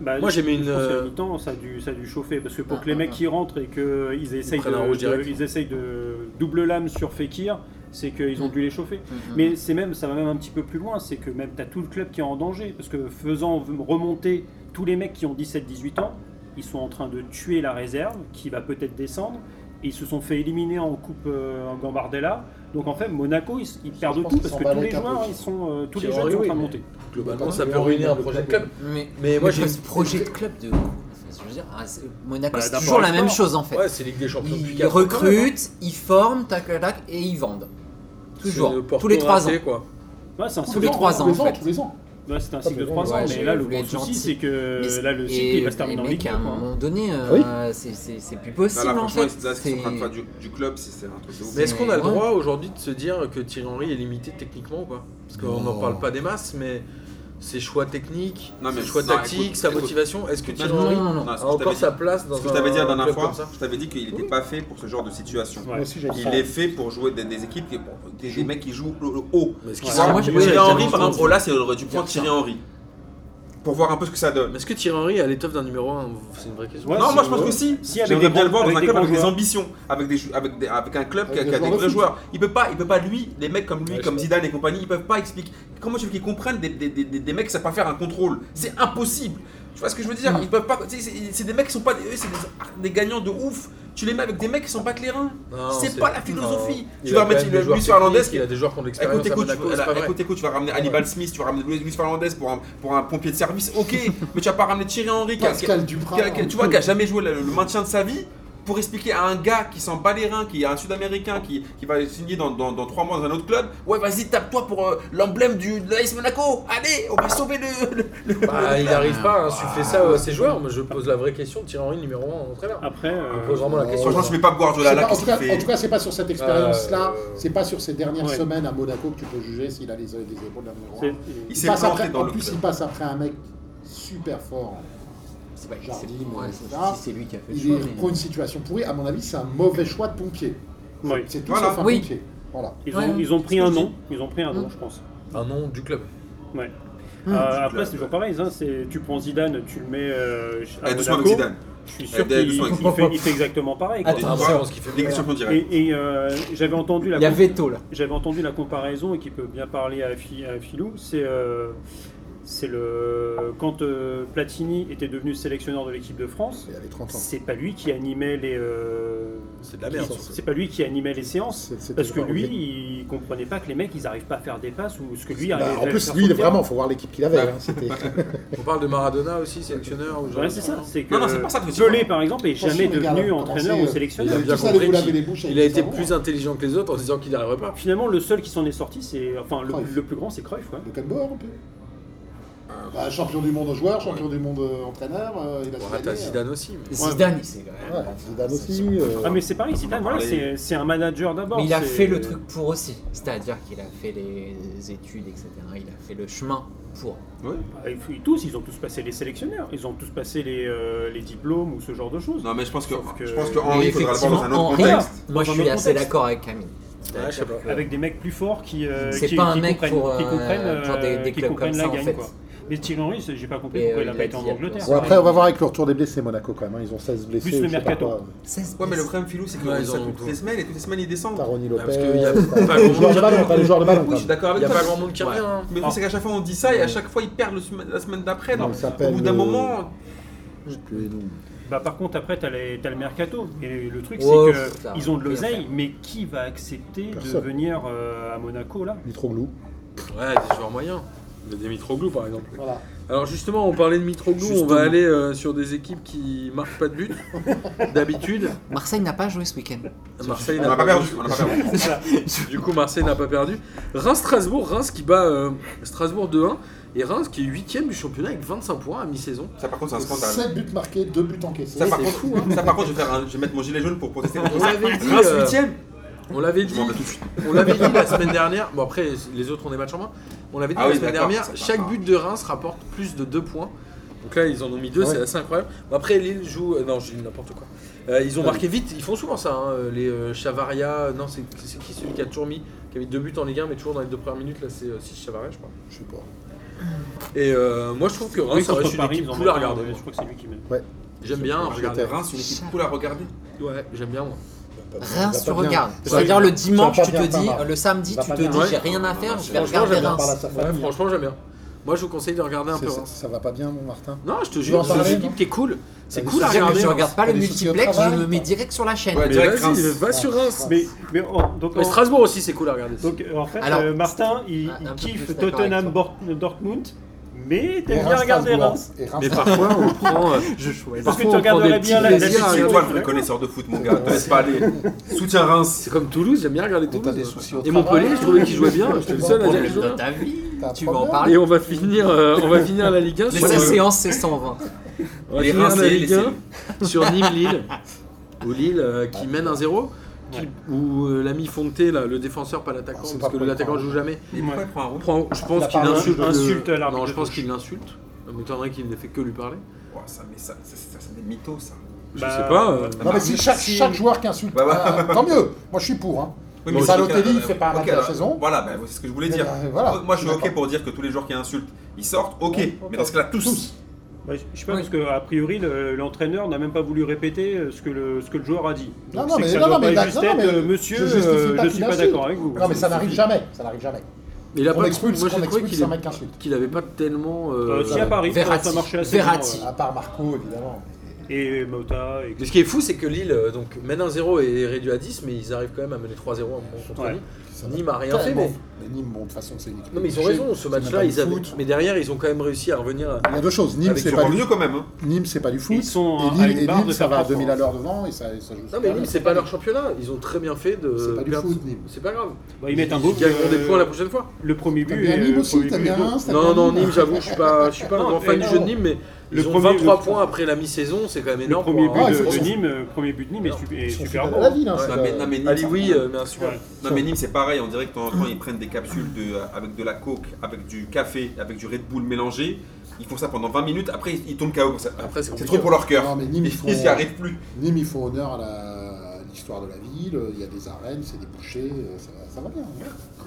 Speaker 5: Bah,
Speaker 1: Moi, j'ai mis
Speaker 5: je
Speaker 1: une,
Speaker 5: pense qu'à
Speaker 1: euh,
Speaker 5: mi-temps, ça a dû, ça a dû chauffer parce que pour
Speaker 8: Ah,
Speaker 5: que les
Speaker 8: ah,
Speaker 5: mecs
Speaker 8: ah.
Speaker 5: qui rentrent et qu'ils essayent de,
Speaker 1: prennent un rouge
Speaker 5: de-
Speaker 1: direct.
Speaker 5: ils essayent de double lame sur Fekir, c'est qu'ils ont dû les chauffer.
Speaker 8: Mhm.
Speaker 5: Mais c'est même, ça va même un petit peu plus loin, c'est que même t'as tout le club qui est en danger parce que faisant remonter tous les mecs qui ont 17-18 ans, ils sont en train de tuer la réserve qui va peut-être descendre. Et ils se sont fait éliminer en coupe euh, en Gambardella. Donc en fait, Monaco, ils, ils
Speaker 4: pense
Speaker 5: perdent tout
Speaker 4: qu'ils
Speaker 5: parce
Speaker 4: s'en
Speaker 5: que
Speaker 4: battent
Speaker 5: tous les
Speaker 4: un peu.
Speaker 5: joueurs, ils sont euh, tous les
Speaker 1: Thierry
Speaker 5: joueurs sont en
Speaker 1: Henry,
Speaker 5: train de
Speaker 1: oui,
Speaker 5: monter.
Speaker 1: Globalement, ça peut ruiner un projet de club.
Speaker 8: Mais,
Speaker 1: Mais moi,
Speaker 8: moi,
Speaker 1: j'ai-
Speaker 8: j'ai ce projet de club de. Je veux dire, ah, c'est- Monaco,
Speaker 1: Bah,
Speaker 8: c'est
Speaker 1: d'abord,
Speaker 8: toujours la
Speaker 1: ils
Speaker 8: même
Speaker 1: forment.
Speaker 8: chose en fait.
Speaker 1: Ouais, c'est Ligue des Champions depuis
Speaker 8: ils
Speaker 1: quatre ans, quand même.
Speaker 8: recrutent, ils forment, tac tac tac, et ils vendent.
Speaker 1: hein. C'est
Speaker 8: Toujours.
Speaker 1: le Porto
Speaker 8: Tous les 3 ans.
Speaker 1: raté, quoi.
Speaker 5: Ouais, c'est un
Speaker 4: Tous
Speaker 8: les
Speaker 5: cycle.
Speaker 8: trois ans,
Speaker 4: Tous les
Speaker 8: en
Speaker 4: ans,
Speaker 8: fait.
Speaker 4: tous les ans.
Speaker 5: Ouais, c'est un
Speaker 4: Pas
Speaker 5: cycle de
Speaker 4: de
Speaker 5: 3 ans,
Speaker 4: bon,
Speaker 5: mais
Speaker 8: ouais,
Speaker 5: là, le
Speaker 8: vous voulez
Speaker 5: gros
Speaker 8: être
Speaker 5: souci,
Speaker 8: gentil.
Speaker 5: c'est que
Speaker 2: Euh,
Speaker 8: Mais c'est-
Speaker 5: là, le cycle,
Speaker 8: et
Speaker 5: il va se terminer en
Speaker 8: les
Speaker 5: Ligue
Speaker 8: mecs,
Speaker 5: 1.
Speaker 8: à un
Speaker 3: hein.
Speaker 8: moment donné,
Speaker 4: Oui.
Speaker 8: euh, c'est- c'est c'est plus
Speaker 2: Là,
Speaker 8: possible
Speaker 2: là,
Speaker 8: en
Speaker 2: hein. franchement,
Speaker 8: fait.
Speaker 2: c'est- là, ce qu'ils sont en train de
Speaker 8: C'est-
Speaker 2: faire du, du club, c'est c'est un truc de ouf.
Speaker 1: Mais est-ce qu'on a le
Speaker 8: Ouais.
Speaker 1: droit aujourd'hui de se dire que Thierry Henry est limité techniquement ou pas Parce qu'on n'en
Speaker 6: Non.
Speaker 1: parle pas des masses, mais ses choix techniques,
Speaker 2: Non, mais
Speaker 1: ses choix
Speaker 2: non,
Speaker 1: tactiques,
Speaker 2: écoute,
Speaker 1: sa
Speaker 2: écoute.
Speaker 1: motivation, est-ce que Thierry
Speaker 2: Non,
Speaker 1: Henry
Speaker 8: non, non, non.
Speaker 1: a
Speaker 2: Non, ce que je t'avais
Speaker 1: encore
Speaker 2: dit-
Speaker 1: sa place dans
Speaker 2: Ce que je t'avais dit la
Speaker 1: un
Speaker 2: dernière
Speaker 1: club
Speaker 2: fois,
Speaker 1: comme ça
Speaker 2: je t'avais dit qu'il n'était pas fait pour ce genre de situation.
Speaker 5: Ouais.
Speaker 4: Moi aussi, j'ai
Speaker 2: Il est fait pour jouer des, des équipes, qui, pour- des, des mecs qui jouent le, le haut.
Speaker 1: Mais est-ce
Speaker 5: Ouais.
Speaker 1: qu'il
Speaker 8: Ah, moi,
Speaker 1: s'est-
Speaker 8: j'ai- ouais,
Speaker 2: Thierry Henry,
Speaker 8: j'ai
Speaker 2: par exemple,
Speaker 8: entendu.
Speaker 2: oh, là, c'est aurait dû prendre
Speaker 8: Bien sûr.
Speaker 2: Thierry Henry. Pour voir un peu ce que ça donne.
Speaker 1: Mais est-ce que Thierry Henry a l'étoffe d'un numéro 1 C'est une vraie question.
Speaker 5: Ouais,
Speaker 2: non,
Speaker 5: c'est-
Speaker 2: moi je pense
Speaker 5: ouais.
Speaker 2: que si.
Speaker 5: Si, avec
Speaker 2: J'aimerais
Speaker 5: des
Speaker 2: bien le
Speaker 5: grands-
Speaker 2: voir dans
Speaker 5: avec
Speaker 2: un
Speaker 5: des
Speaker 2: club avec
Speaker 5: grands
Speaker 2: des
Speaker 5: joueurs.
Speaker 2: ambitions, avec, des, jou- avec, des- avec un club qui a,
Speaker 4: Avec
Speaker 2: qui a
Speaker 4: des
Speaker 2: des
Speaker 4: joueurs de
Speaker 2: vrais
Speaker 4: foot.
Speaker 2: joueurs. Il peut pas, il peut pas lui, des mecs comme lui,
Speaker 4: Ouais, je
Speaker 2: comme
Speaker 4: sais.
Speaker 2: Zidane et compagnie, ils peuvent pas expliquer. Comment tu veux qu'ils comprennent des, des, des, des- des mecs qui savent pas faire un contrôle C'est impossible. Tu vois ce que je veux
Speaker 1: Hmm.
Speaker 2: dire Ils peuvent pas. tu sais, C'est c'est des mecs qui sont pas, des- eux, c'est des, des gagnants de ouf. Tu les mets avec des mecs qui sont pas clairins.
Speaker 1: Non,
Speaker 2: C'est pas la philosophie.
Speaker 1: Il
Speaker 2: Tu
Speaker 1: a
Speaker 2: vas
Speaker 1: quand même
Speaker 2: remettre
Speaker 1: des joueurs
Speaker 2: Luis Fernandez
Speaker 1: techniques, Il a des joueurs qui ont de l'expérience.
Speaker 2: Écoute,
Speaker 1: à
Speaker 2: écoute, tu,
Speaker 1: Monaco,
Speaker 2: veux-
Speaker 1: c'est pas
Speaker 2: alors,
Speaker 1: vrai.
Speaker 2: écoute, écoute, tu vas ramener Hannibal Smith, tu vas ramener Luis Luis Fernandez pour un, pour un pompier de service, ok, [LAUGHS] mais tu vas pas ramener Thierry Henry qui a- qui a-
Speaker 4: Pascal Duprat.
Speaker 2: qui a- qui- tu vois, qui a jamais joué le, le maintien de sa vie pour expliquer à un gars qui s'en bat les reins, qui est un Sud-Américain, qui, qui va signer dans, dans, dans trois mois dans un autre club, ouais, vas-y, tape-toi pour euh, l'emblème du, de l'AS Monaco, allez, on va sauver le. le- le-
Speaker 1: Bah, il n'arrive pas à insuffler ça à ses joueurs. Moi, je pose la vraie question de Thierry Henry, numéro 1 en entraîneur.
Speaker 5: Après,
Speaker 1: Je
Speaker 5: euh,
Speaker 1: pose vraiment la question.
Speaker 2: Ah, Franchement, je vais pas boire de la là,
Speaker 4: en,
Speaker 2: qu'est-ce qu'il
Speaker 4: tout cas, en
Speaker 2: fait
Speaker 4: tout cas, c'est pas sur cette expérience-là,
Speaker 1: Euh,
Speaker 4: c'est pas sur ces dernières
Speaker 5: ouais.
Speaker 4: semaines à Monaco que tu peux juger s'il a les, des épaules d'un numéro
Speaker 5: c'est-
Speaker 4: un.
Speaker 2: Il
Speaker 4: Il
Speaker 2: s'est
Speaker 4: passe
Speaker 2: planté
Speaker 4: après-
Speaker 2: dans
Speaker 4: en
Speaker 2: le
Speaker 4: plus,
Speaker 2: club.
Speaker 4: il passe après un mec super fort.
Speaker 8: C'est pas-
Speaker 4: Jardim,
Speaker 8: c'est- ouais,
Speaker 4: euh,
Speaker 8: c'est-
Speaker 4: ça.
Speaker 8: si c'est lui qui a fait le
Speaker 4: Il
Speaker 8: choix.
Speaker 2: hein.
Speaker 4: est
Speaker 8: mais-
Speaker 4: prend une situation pourrie. À mon avis, c'est un mauvais choix de pompier.
Speaker 5: ouais.
Speaker 4: C'est tout
Speaker 2: Voilà.
Speaker 4: sauf un
Speaker 8: Oui.
Speaker 4: pompier. Voilà.
Speaker 5: Ils, ont,
Speaker 8: Ouais,
Speaker 5: ils ont pris
Speaker 8: c'est
Speaker 5: un
Speaker 8: ce que
Speaker 5: nom, ils ont pris un nom, je pense.
Speaker 1: Un nom du club.
Speaker 5: Ouais.
Speaker 8: Mmh.
Speaker 5: Euh, après, c'est toujours pareil, hein, c'est- tu prends Zidane, tu le mets euh, à
Speaker 2: Eh, doucement avec
Speaker 5: Monaco,
Speaker 2: Zidane.
Speaker 5: je suis
Speaker 2: Eh,
Speaker 5: sûr
Speaker 2: doucement
Speaker 5: qu'il
Speaker 2: avec
Speaker 5: il
Speaker 2: Zidane.
Speaker 5: fait, il fait exactement pareil.
Speaker 2: Ah,
Speaker 5: quoi.
Speaker 8: Attends,
Speaker 1: Attention à ce qu'il fait.
Speaker 2: Ligue des champions direct.
Speaker 5: Et, et, euh, j'avais entendu la
Speaker 8: Il y a veto là.
Speaker 5: J'avais entendu la comparaison et qui peut bien parler à, Fi- à Philou, c'est euh, c'est le quand euh, Platini était devenu sélectionneur de l'équipe de France,
Speaker 6: Il avait 30 ans.
Speaker 5: c'est pas lui qui animait les euh,
Speaker 1: C'est de la merde.
Speaker 5: qui- c'est pas lui qui animait les séances
Speaker 6: C'est- c'était
Speaker 5: parce que
Speaker 6: pas
Speaker 5: lui
Speaker 6: obligé.
Speaker 5: il comprenait pas que les mecs ils arrivent pas à faire des passes ou ce que lui
Speaker 6: Bah,
Speaker 5: arrivait
Speaker 6: en
Speaker 5: à
Speaker 6: plus,
Speaker 5: faire
Speaker 6: lui,
Speaker 5: sur le terrain.
Speaker 6: vraiment, faut voir l'équipe qu'il avait.
Speaker 4: Bah,
Speaker 6: hein,
Speaker 4: [LAUGHS]
Speaker 6: c'était-
Speaker 1: On parle de Maradona aussi, sélectionneur. ou genre-
Speaker 5: Ouais, c'est ça, c'est que
Speaker 2: Non, non, c'est pas ça que tu
Speaker 5: Pelé
Speaker 2: vois.
Speaker 5: par exemple est
Speaker 4: Attention,
Speaker 5: jamais
Speaker 4: les gars,
Speaker 5: devenu
Speaker 4: là,
Speaker 5: entraîneur
Speaker 4: commencez,
Speaker 5: ou
Speaker 4: euh,
Speaker 1: Il a
Speaker 5: sélectionneur.
Speaker 4: Tout
Speaker 1: bien
Speaker 4: ça, vous
Speaker 1: compris
Speaker 4: lavez
Speaker 1: qu'il-
Speaker 4: les bouches avec
Speaker 1: Il a
Speaker 4: du
Speaker 1: été
Speaker 4: savon,
Speaker 1: plus intelligent que les autres en se disant qu'il n'y arriverait pas.
Speaker 5: Finalement, le seul qui s'en est sorti, c'est enfin le,
Speaker 4: Cruyff.
Speaker 5: le plus grand, c'est Cruyff, ouais.
Speaker 8: Euh,
Speaker 4: Le Beckenbauer, un peu. Bah, champion du monde joueur, champion du monde euh, entraîneur, euh, il a
Speaker 1: Bon,
Speaker 4: su
Speaker 1: après,
Speaker 4: gagner,
Speaker 1: t'as
Speaker 4: euh.
Speaker 1: Zidane aussi. mais-
Speaker 8: Zidane, il s'est quand même-
Speaker 6: Ouais, Zidane aussi. euh,
Speaker 5: Ah mais c'est pareil, Zidane, voilà,
Speaker 2: parlait.
Speaker 5: c'est c'est un manager d'abord.
Speaker 8: Mais il a
Speaker 5: c'est-
Speaker 8: fait le truc pour aussi. C'est-à-dire qu'il a fait les études, etc. Il a fait le chemin pour.
Speaker 5: Bah, il faut- ils- tous, ils ont tous passé les sélectionneurs, ils ont tous passé les, euh, les diplômes ou ce genre de choses.
Speaker 2: Non, mais je pense que,
Speaker 5: Sauf que-
Speaker 2: je pense que
Speaker 5: Mais
Speaker 2: Henry,
Speaker 8: Mais
Speaker 2: il faudra le voir dans un
Speaker 8: effectivement,
Speaker 2: autre
Speaker 8: Henry,
Speaker 2: contexte.
Speaker 5: Dans un
Speaker 8: moi je
Speaker 5: autre
Speaker 8: suis assez
Speaker 5: contexte.
Speaker 8: d'accord avec Camille.
Speaker 1: Ouais, je sais pas.
Speaker 5: Avec des mecs plus forts qui, euh,
Speaker 8: C'est
Speaker 5: qui,
Speaker 8: pas un
Speaker 5: qui
Speaker 8: mec
Speaker 5: comprennent,
Speaker 8: pour, euh,
Speaker 5: qui comprennent,
Speaker 8: pour des- des
Speaker 5: qui
Speaker 8: clubs
Speaker 5: comprennent
Speaker 8: comme
Speaker 5: la
Speaker 8: ça, en
Speaker 5: gagne.
Speaker 8: fait.
Speaker 5: Quoi. Mais Thierry Henry, c'est- j'ai pas compris
Speaker 8: Mais,
Speaker 5: pourquoi
Speaker 8: euh,
Speaker 5: il a
Speaker 8: il
Speaker 5: pas
Speaker 8: a
Speaker 5: été en
Speaker 8: dit,
Speaker 5: Angleterre.
Speaker 6: Bon, après, on va voir avec le retour des blessés, Monaco, quand même. hein, Ils ont 16 blessés.
Speaker 5: Plus le
Speaker 6: je sais pas
Speaker 5: mercato.
Speaker 6: quoi.
Speaker 8: 16
Speaker 2: Ouais, mais le problème, Philou, c'est que
Speaker 1: Ouais, ils
Speaker 2: ça
Speaker 1: en ont
Speaker 2: toutes les semaines et toutes les semaines ils descendent. Ah
Speaker 6: T'as Ronny Lopez.
Speaker 1: parce qu'il y a-
Speaker 6: t'as les joueurs de ballon, t'as les joueurs de
Speaker 1: [LAUGHS]
Speaker 6: ballon,
Speaker 2: Oui, je suis d'accord
Speaker 1: Il n'y
Speaker 2: avec
Speaker 1: a
Speaker 2: toi.
Speaker 1: pas grand monde qui
Speaker 8: Ouais.
Speaker 1: revient. hein.
Speaker 2: Mais le truc, c'est qu'à chaque fois on dit ça et à chaque fois ils perdent le sem- la semaine d'après.
Speaker 6: Comment
Speaker 2: donc,
Speaker 6: il
Speaker 2: Au
Speaker 6: s'appelle,
Speaker 2: bout d'un
Speaker 6: le-
Speaker 2: moment,
Speaker 6: Je sais plus les noms.
Speaker 5: Bah, par contre, après, t'as les- t'as le mercato. Et le truc,
Speaker 8: Ouais,
Speaker 5: c'est
Speaker 8: ça,
Speaker 5: qu'ils ont de
Speaker 8: rien
Speaker 5: l'oseille,
Speaker 8: faire.
Speaker 5: mais qui va accepter de
Speaker 6: Personne.
Speaker 5: venir euh, à Monaco là
Speaker 6: Mitroglou.
Speaker 1: Ouais, des joueurs moyens. Des Mitroglou par exemple.
Speaker 4: Voilà.
Speaker 1: Alors justement, on parlait de Mitroglou, on va aller euh, sur des équipes qui marquent pas de but d'habitude.
Speaker 8: Marseille n'a pas joué ce week-end.
Speaker 1: Marseille
Speaker 2: on
Speaker 1: n'a
Speaker 2: n'a pas perdu. On n'a pas perdu.
Speaker 1: [LAUGHS] Du coup, Marseille n'a pas perdu. Reims-Strasbourg, Reims qui bat euh, Strasbourg 2-1 et Reims qui est 8ème du championnat avec 25 points à mi-saison.
Speaker 2: Ça par contre, c'est un scandale.
Speaker 4: 7 buts marqués, 2 buts encaissés.
Speaker 2: Ça par,
Speaker 4: C'est hein.
Speaker 2: contre, ça, par contre, je vais, faire un- je vais mettre mon gilet jaune pour protester contre
Speaker 1: On
Speaker 2: ça.
Speaker 1: avait dit,
Speaker 2: Reims
Speaker 1: euh,
Speaker 2: 8ème
Speaker 1: On l'avait dit,
Speaker 2: Je m'en vais tout de suite.
Speaker 1: on l'avait dit la semaine dernière. Bon après les autres ont des matchs en main. On l'avait dit
Speaker 2: Ah
Speaker 1: la
Speaker 2: oui,
Speaker 1: semaine
Speaker 2: d'accord,
Speaker 1: dernière.
Speaker 2: ça part
Speaker 1: Chaque
Speaker 2: pas.
Speaker 1: but de Reims rapporte plus de 2 points. Donc là ils en ont mis 2,
Speaker 5: Ah
Speaker 4: Ouais.
Speaker 1: c'est assez incroyable. Bon, après Lille joue, euh, non je dis n'importe quoi. Euh, ils ont
Speaker 5: Ah
Speaker 1: marqué vite, ils font souvent ça. hein, Les euh, Chavaria, non c'est c'est qui celui qui a toujours mis, qui a mis deux buts en Ligue 1 mais toujours dans les deux premières minutes là c'est 6 Chavaria je crois.
Speaker 4: Je sais pas.
Speaker 1: Et euh, moi je trouve que Reims
Speaker 5: Oui,
Speaker 1: ça
Speaker 5: contre
Speaker 1: reste une
Speaker 5: Paris,
Speaker 1: équipe
Speaker 5: ils en
Speaker 1: cool à
Speaker 5: mettent un,
Speaker 1: regarder.
Speaker 5: ouais,
Speaker 1: moi.
Speaker 5: Je crois que c'est lui qui met.
Speaker 1: J'aime bien regarder.
Speaker 2: Reims, une équipe cool à regarder.
Speaker 1: Ouais j'aime bien moi.
Speaker 3: Rien,
Speaker 4: Ça va
Speaker 3: tu
Speaker 4: pas bien.
Speaker 3: regardes.
Speaker 4: Ça
Speaker 3: Tu
Speaker 4: va
Speaker 3: regardes le
Speaker 4: bien.
Speaker 3: dimanche,
Speaker 4: Ça va
Speaker 3: tu
Speaker 4: pas
Speaker 3: te
Speaker 4: bien,
Speaker 3: dis,
Speaker 4: ça va.
Speaker 3: euh, le samedi,
Speaker 4: Ça
Speaker 3: tu
Speaker 4: va
Speaker 3: te
Speaker 4: pas
Speaker 3: dis,
Speaker 1: bien.
Speaker 3: j'ai rien à faire, je vais
Speaker 1: Franchement
Speaker 3: regarder
Speaker 1: j'aime bien.
Speaker 3: Reims.
Speaker 1: Ouais, franchement j'aime bien. Moi je vous conseille de regarder un peu
Speaker 4: Ça,
Speaker 1: Reims.
Speaker 4: ça va pas bien, mon Martin
Speaker 1: Non, je te
Speaker 4: veux en
Speaker 1: jure, c'est
Speaker 4: parler,
Speaker 1: une équipe qui est cool. C'est
Speaker 3: Ah,
Speaker 4: T'as
Speaker 1: cool
Speaker 4: des
Speaker 1: à
Speaker 4: soucis
Speaker 1: regarder. hein.
Speaker 3: Je
Speaker 4: Reims.
Speaker 3: regarde pas le
Speaker 4: Des soucis au
Speaker 3: multiplex, je
Speaker 4: travail,
Speaker 3: me mets
Speaker 4: quoi.
Speaker 3: direct sur la chaîne.
Speaker 2: Ouais,
Speaker 1: Mais
Speaker 2: direct
Speaker 1: vas-y,
Speaker 2: Reims.
Speaker 1: va sur Reims.
Speaker 5: Mais, Ah. mais en- donc, en-
Speaker 1: Mais Strasbourg aussi, c'est cool à regarder.
Speaker 5: donc, euh, en fait,
Speaker 3: Alors-
Speaker 5: euh, Martin, il,
Speaker 3: Ah,
Speaker 5: il
Speaker 3: un peu plus
Speaker 5: kiffe
Speaker 3: d'accord
Speaker 5: Tottenham
Speaker 3: avec
Speaker 5: Bort- Dortmund, mais
Speaker 4: Et
Speaker 5: t'aimes bien regarder
Speaker 4: Strasbourg.
Speaker 5: Reims.
Speaker 4: Et Reims,
Speaker 1: mais parfois,
Speaker 5: [LAUGHS]
Speaker 1: on prend. euh,
Speaker 3: Je choisis.
Speaker 5: Parce
Speaker 1: parfois,
Speaker 5: que tu
Speaker 1: on prend
Speaker 5: regarderais
Speaker 1: des petits
Speaker 5: bien la- la
Speaker 1: plaisirs à
Speaker 5: décision.
Speaker 2: C'est
Speaker 1: regarder.
Speaker 2: toi le vrai connaisseur de foot, mon gars. Te laisse pas aller. Soutiens Reims.
Speaker 1: C'est comme Toulouse, j'aime bien regarder
Speaker 4: t'as des
Speaker 1: Toulouse.
Speaker 4: soucis au
Speaker 1: Et
Speaker 4: travail.
Speaker 1: Montpellier, je trouvais qu'ils jouaient bien. J'étais le seul à dire qu'ils
Speaker 3: Problème
Speaker 1: jouaient
Speaker 3: de
Speaker 1: bien.
Speaker 3: ta vie,
Speaker 4: T'as un
Speaker 3: tu vas en
Speaker 4: problème
Speaker 1: Et
Speaker 3: parler.
Speaker 1: on va finir, euh, on va finir la Ligue 1.
Speaker 2: Les
Speaker 1: sur-
Speaker 3: Cette
Speaker 2: Ouais.
Speaker 3: séance, c'est 120.
Speaker 1: on va
Speaker 2: les
Speaker 1: finir la
Speaker 2: Rincés,
Speaker 1: Ligue
Speaker 2: les
Speaker 1: 1 sur Nîmes-Lille.
Speaker 4: [LAUGHS]
Speaker 1: Où Lille euh, qui mène 1-0. qui- Où euh, l'ami Fonte, là, le défenseur, pas l'attaquant,
Speaker 4: Ah, c'est
Speaker 1: parce
Speaker 4: pas
Speaker 1: que
Speaker 4: pour le
Speaker 1: l'attaquant
Speaker 4: prendre.
Speaker 1: joue jamais.
Speaker 2: Et pourquoi il prend un
Speaker 1: On
Speaker 2: rouge
Speaker 1: prend- je pense
Speaker 4: La
Speaker 1: qu'il
Speaker 4: parole
Speaker 1: insulte. le-
Speaker 5: insulte à l'arbitre
Speaker 1: Non, je
Speaker 5: de
Speaker 1: pense
Speaker 5: gauche.
Speaker 1: qu'il l'insulte. Ça m'étonnerait qu'il n'ait fait que lui parler.
Speaker 2: Oh, ça, mais ça, ça, ça, c'est des mythos, ça.
Speaker 1: Je
Speaker 5: Bah,
Speaker 1: sais pas. euh,
Speaker 4: Non, mais si chaque, chaque joueur qui insulte,
Speaker 2: Bah, bah.
Speaker 4: euh, tant mieux. Moi, je suis pour. Hein.
Speaker 2: Oui,
Speaker 4: Bon,
Speaker 2: c'est
Speaker 4: Balotelli,
Speaker 2: clair.
Speaker 4: il fait pas un
Speaker 2: Ok,
Speaker 4: match de la
Speaker 2: alors,
Speaker 4: saison.
Speaker 2: Voilà, bah, c'est ce que je voulais
Speaker 4: Mais,
Speaker 2: dire.
Speaker 4: euh, voilà,
Speaker 2: Moi, je suis
Speaker 4: je suis
Speaker 2: ok
Speaker 4: d'accord.
Speaker 2: pour dire que tous les joueurs qui insultent, ils sortent. Ok,
Speaker 4: Ouais, ok.
Speaker 2: mais dans ce cas-là, tous.
Speaker 4: Tous.
Speaker 5: Ouais, Bah, je sais pas, parce que a priori, le- l'entraîneur n'a même pas voulu répéter euh, ce que le, ce que le joueur a dit.
Speaker 4: Non,
Speaker 5: Donc,
Speaker 4: non,
Speaker 5: c'est
Speaker 4: mais-
Speaker 5: que ça
Speaker 4: non, non,
Speaker 5: doit pas
Speaker 4: mais
Speaker 5: être
Speaker 4: non,
Speaker 5: juste
Speaker 4: non,
Speaker 5: être,
Speaker 4: mais
Speaker 5: euh, monsieur,
Speaker 4: je justifie pas
Speaker 5: euh, je
Speaker 4: qu'il
Speaker 5: suis pas
Speaker 4: insulte.
Speaker 5: d'accord avec vous.
Speaker 4: Non, mais ça n'arrive jamais. Ça n'arrive jamais.
Speaker 1: Il a
Speaker 4: Qu'on
Speaker 1: pas-
Speaker 4: expulse,
Speaker 1: moi, j'ai
Speaker 4: qu'on
Speaker 1: trouvé
Speaker 4: expulse
Speaker 1: qu'il
Speaker 4: un
Speaker 1: est-
Speaker 4: mec insulte.
Speaker 1: qu'il avait pas tellement. euh,
Speaker 5: Euh, si à Paris, ça-
Speaker 3: Verratti.
Speaker 5: ça marchait assez bien,
Speaker 3: Verratti.
Speaker 5: ouais.
Speaker 4: À part Marco, évidemment.
Speaker 5: Et Mota, et
Speaker 1: Mais ce qui est fou, c'est que Lille euh, donc, mène 1-0 et est réduit à 10, mais ils arrivent quand même à mener 3-0 à un moment contre
Speaker 5: Ouais.
Speaker 1: Nîmes.
Speaker 4: Ça
Speaker 1: Nîmes a rien
Speaker 4: Tellement.
Speaker 1: fait, mais.
Speaker 4: Mais Nîmes, bon, de toute façon, c'est une équipe.
Speaker 1: Non, mais ils ont
Speaker 4: touchée.
Speaker 1: raison, ce
Speaker 4: C'est même
Speaker 1: match-là,
Speaker 4: pas
Speaker 1: ils
Speaker 4: du
Speaker 1: avaient.
Speaker 4: foot.
Speaker 1: Mais derrière, ils ont quand même réussi à revenir. à-
Speaker 4: Il y a deux choses. Nîmes,
Speaker 1: Avec
Speaker 4: c'est
Speaker 2: Ils
Speaker 4: pas,
Speaker 2: sont
Speaker 4: du...
Speaker 2: mieux quand même. hein.
Speaker 4: Nîmes, c'est pas du foot.
Speaker 5: Ils sont
Speaker 4: et
Speaker 5: à- à
Speaker 4: Lille,
Speaker 5: une
Speaker 4: et
Speaker 5: barre
Speaker 4: Nîmes,
Speaker 5: de
Speaker 4: ça va à
Speaker 5: faire
Speaker 4: 2000 à l'heure devant et ça, et ça joue.
Speaker 1: Non,
Speaker 4: super
Speaker 1: mais
Speaker 4: bien.
Speaker 1: Nîmes, c'est pas leur championnat. Ils ont très bien fait de.
Speaker 4: C'est pas du
Speaker 1: perdre-
Speaker 4: foot, Nîmes.
Speaker 1: C'est pas grave.
Speaker 5: Bah, ils mettent un beau
Speaker 1: Ils gagneront des
Speaker 5: euh,
Speaker 1: points la prochaine fois.
Speaker 5: Le premier
Speaker 4: T'as
Speaker 5: but.
Speaker 4: bien
Speaker 5: et
Speaker 4: Nîmes
Speaker 5: le
Speaker 4: aussi,
Speaker 5: premier
Speaker 4: t'as
Speaker 5: but
Speaker 4: bien
Speaker 5: est beau.
Speaker 4: Reims, t'as bien
Speaker 1: euh, Non, non, Nîmes,
Speaker 4: Nîmes. hein.
Speaker 1: j'avoue, je suis pas, je suis pas un
Speaker 5: Non,
Speaker 1: grand fan
Speaker 5: mais
Speaker 1: du jeu de
Speaker 5: non.
Speaker 1: Nîmes, mais
Speaker 5: Le
Speaker 1: ils ont
Speaker 5: premier-
Speaker 1: 23
Speaker 5: le-
Speaker 1: points après la mi-saison, c'est quand même
Speaker 5: Le
Speaker 1: énorme.
Speaker 5: euh, premier
Speaker 1: pour un-
Speaker 4: Ah, ils
Speaker 5: but de-
Speaker 4: sont-
Speaker 5: de Nîmes, euh, premier but de Nîmes
Speaker 1: Non,
Speaker 5: est super- est
Speaker 4: Ils sont
Speaker 5: super
Speaker 4: fidèles à
Speaker 5: beau.
Speaker 4: la ville, hein,
Speaker 1: Ouais.
Speaker 4: c'est
Speaker 2: Non,
Speaker 4: pas-
Speaker 2: mais, non, mais Nîmes,
Speaker 1: Ali,
Speaker 2: ça-
Speaker 1: oui, euh, bien sûr.
Speaker 5: Ouais.
Speaker 2: Non mais Nîmes c'est pareil, on dirait que de temps en temps ils prennent des capsules de, avec de la coke, avec du café, avec du Red Bull mélangé. Ils font ça pendant 20 minutes, après ils, ils tombent KO. Ça-
Speaker 1: Après, c'est
Speaker 2: C'est
Speaker 1: compliqué.
Speaker 2: trop pour leur cœur.
Speaker 4: Non, mais
Speaker 2: [LAUGHS]
Speaker 4: Nîmes,
Speaker 2: ils
Speaker 4: ils font-
Speaker 2: ils y arrivent plus.
Speaker 4: Nîmes, ils font honneur à la- à l'histoire de la ville. Il y a des arènes, c'est des bouchées, euh, ça, va- ça va bien.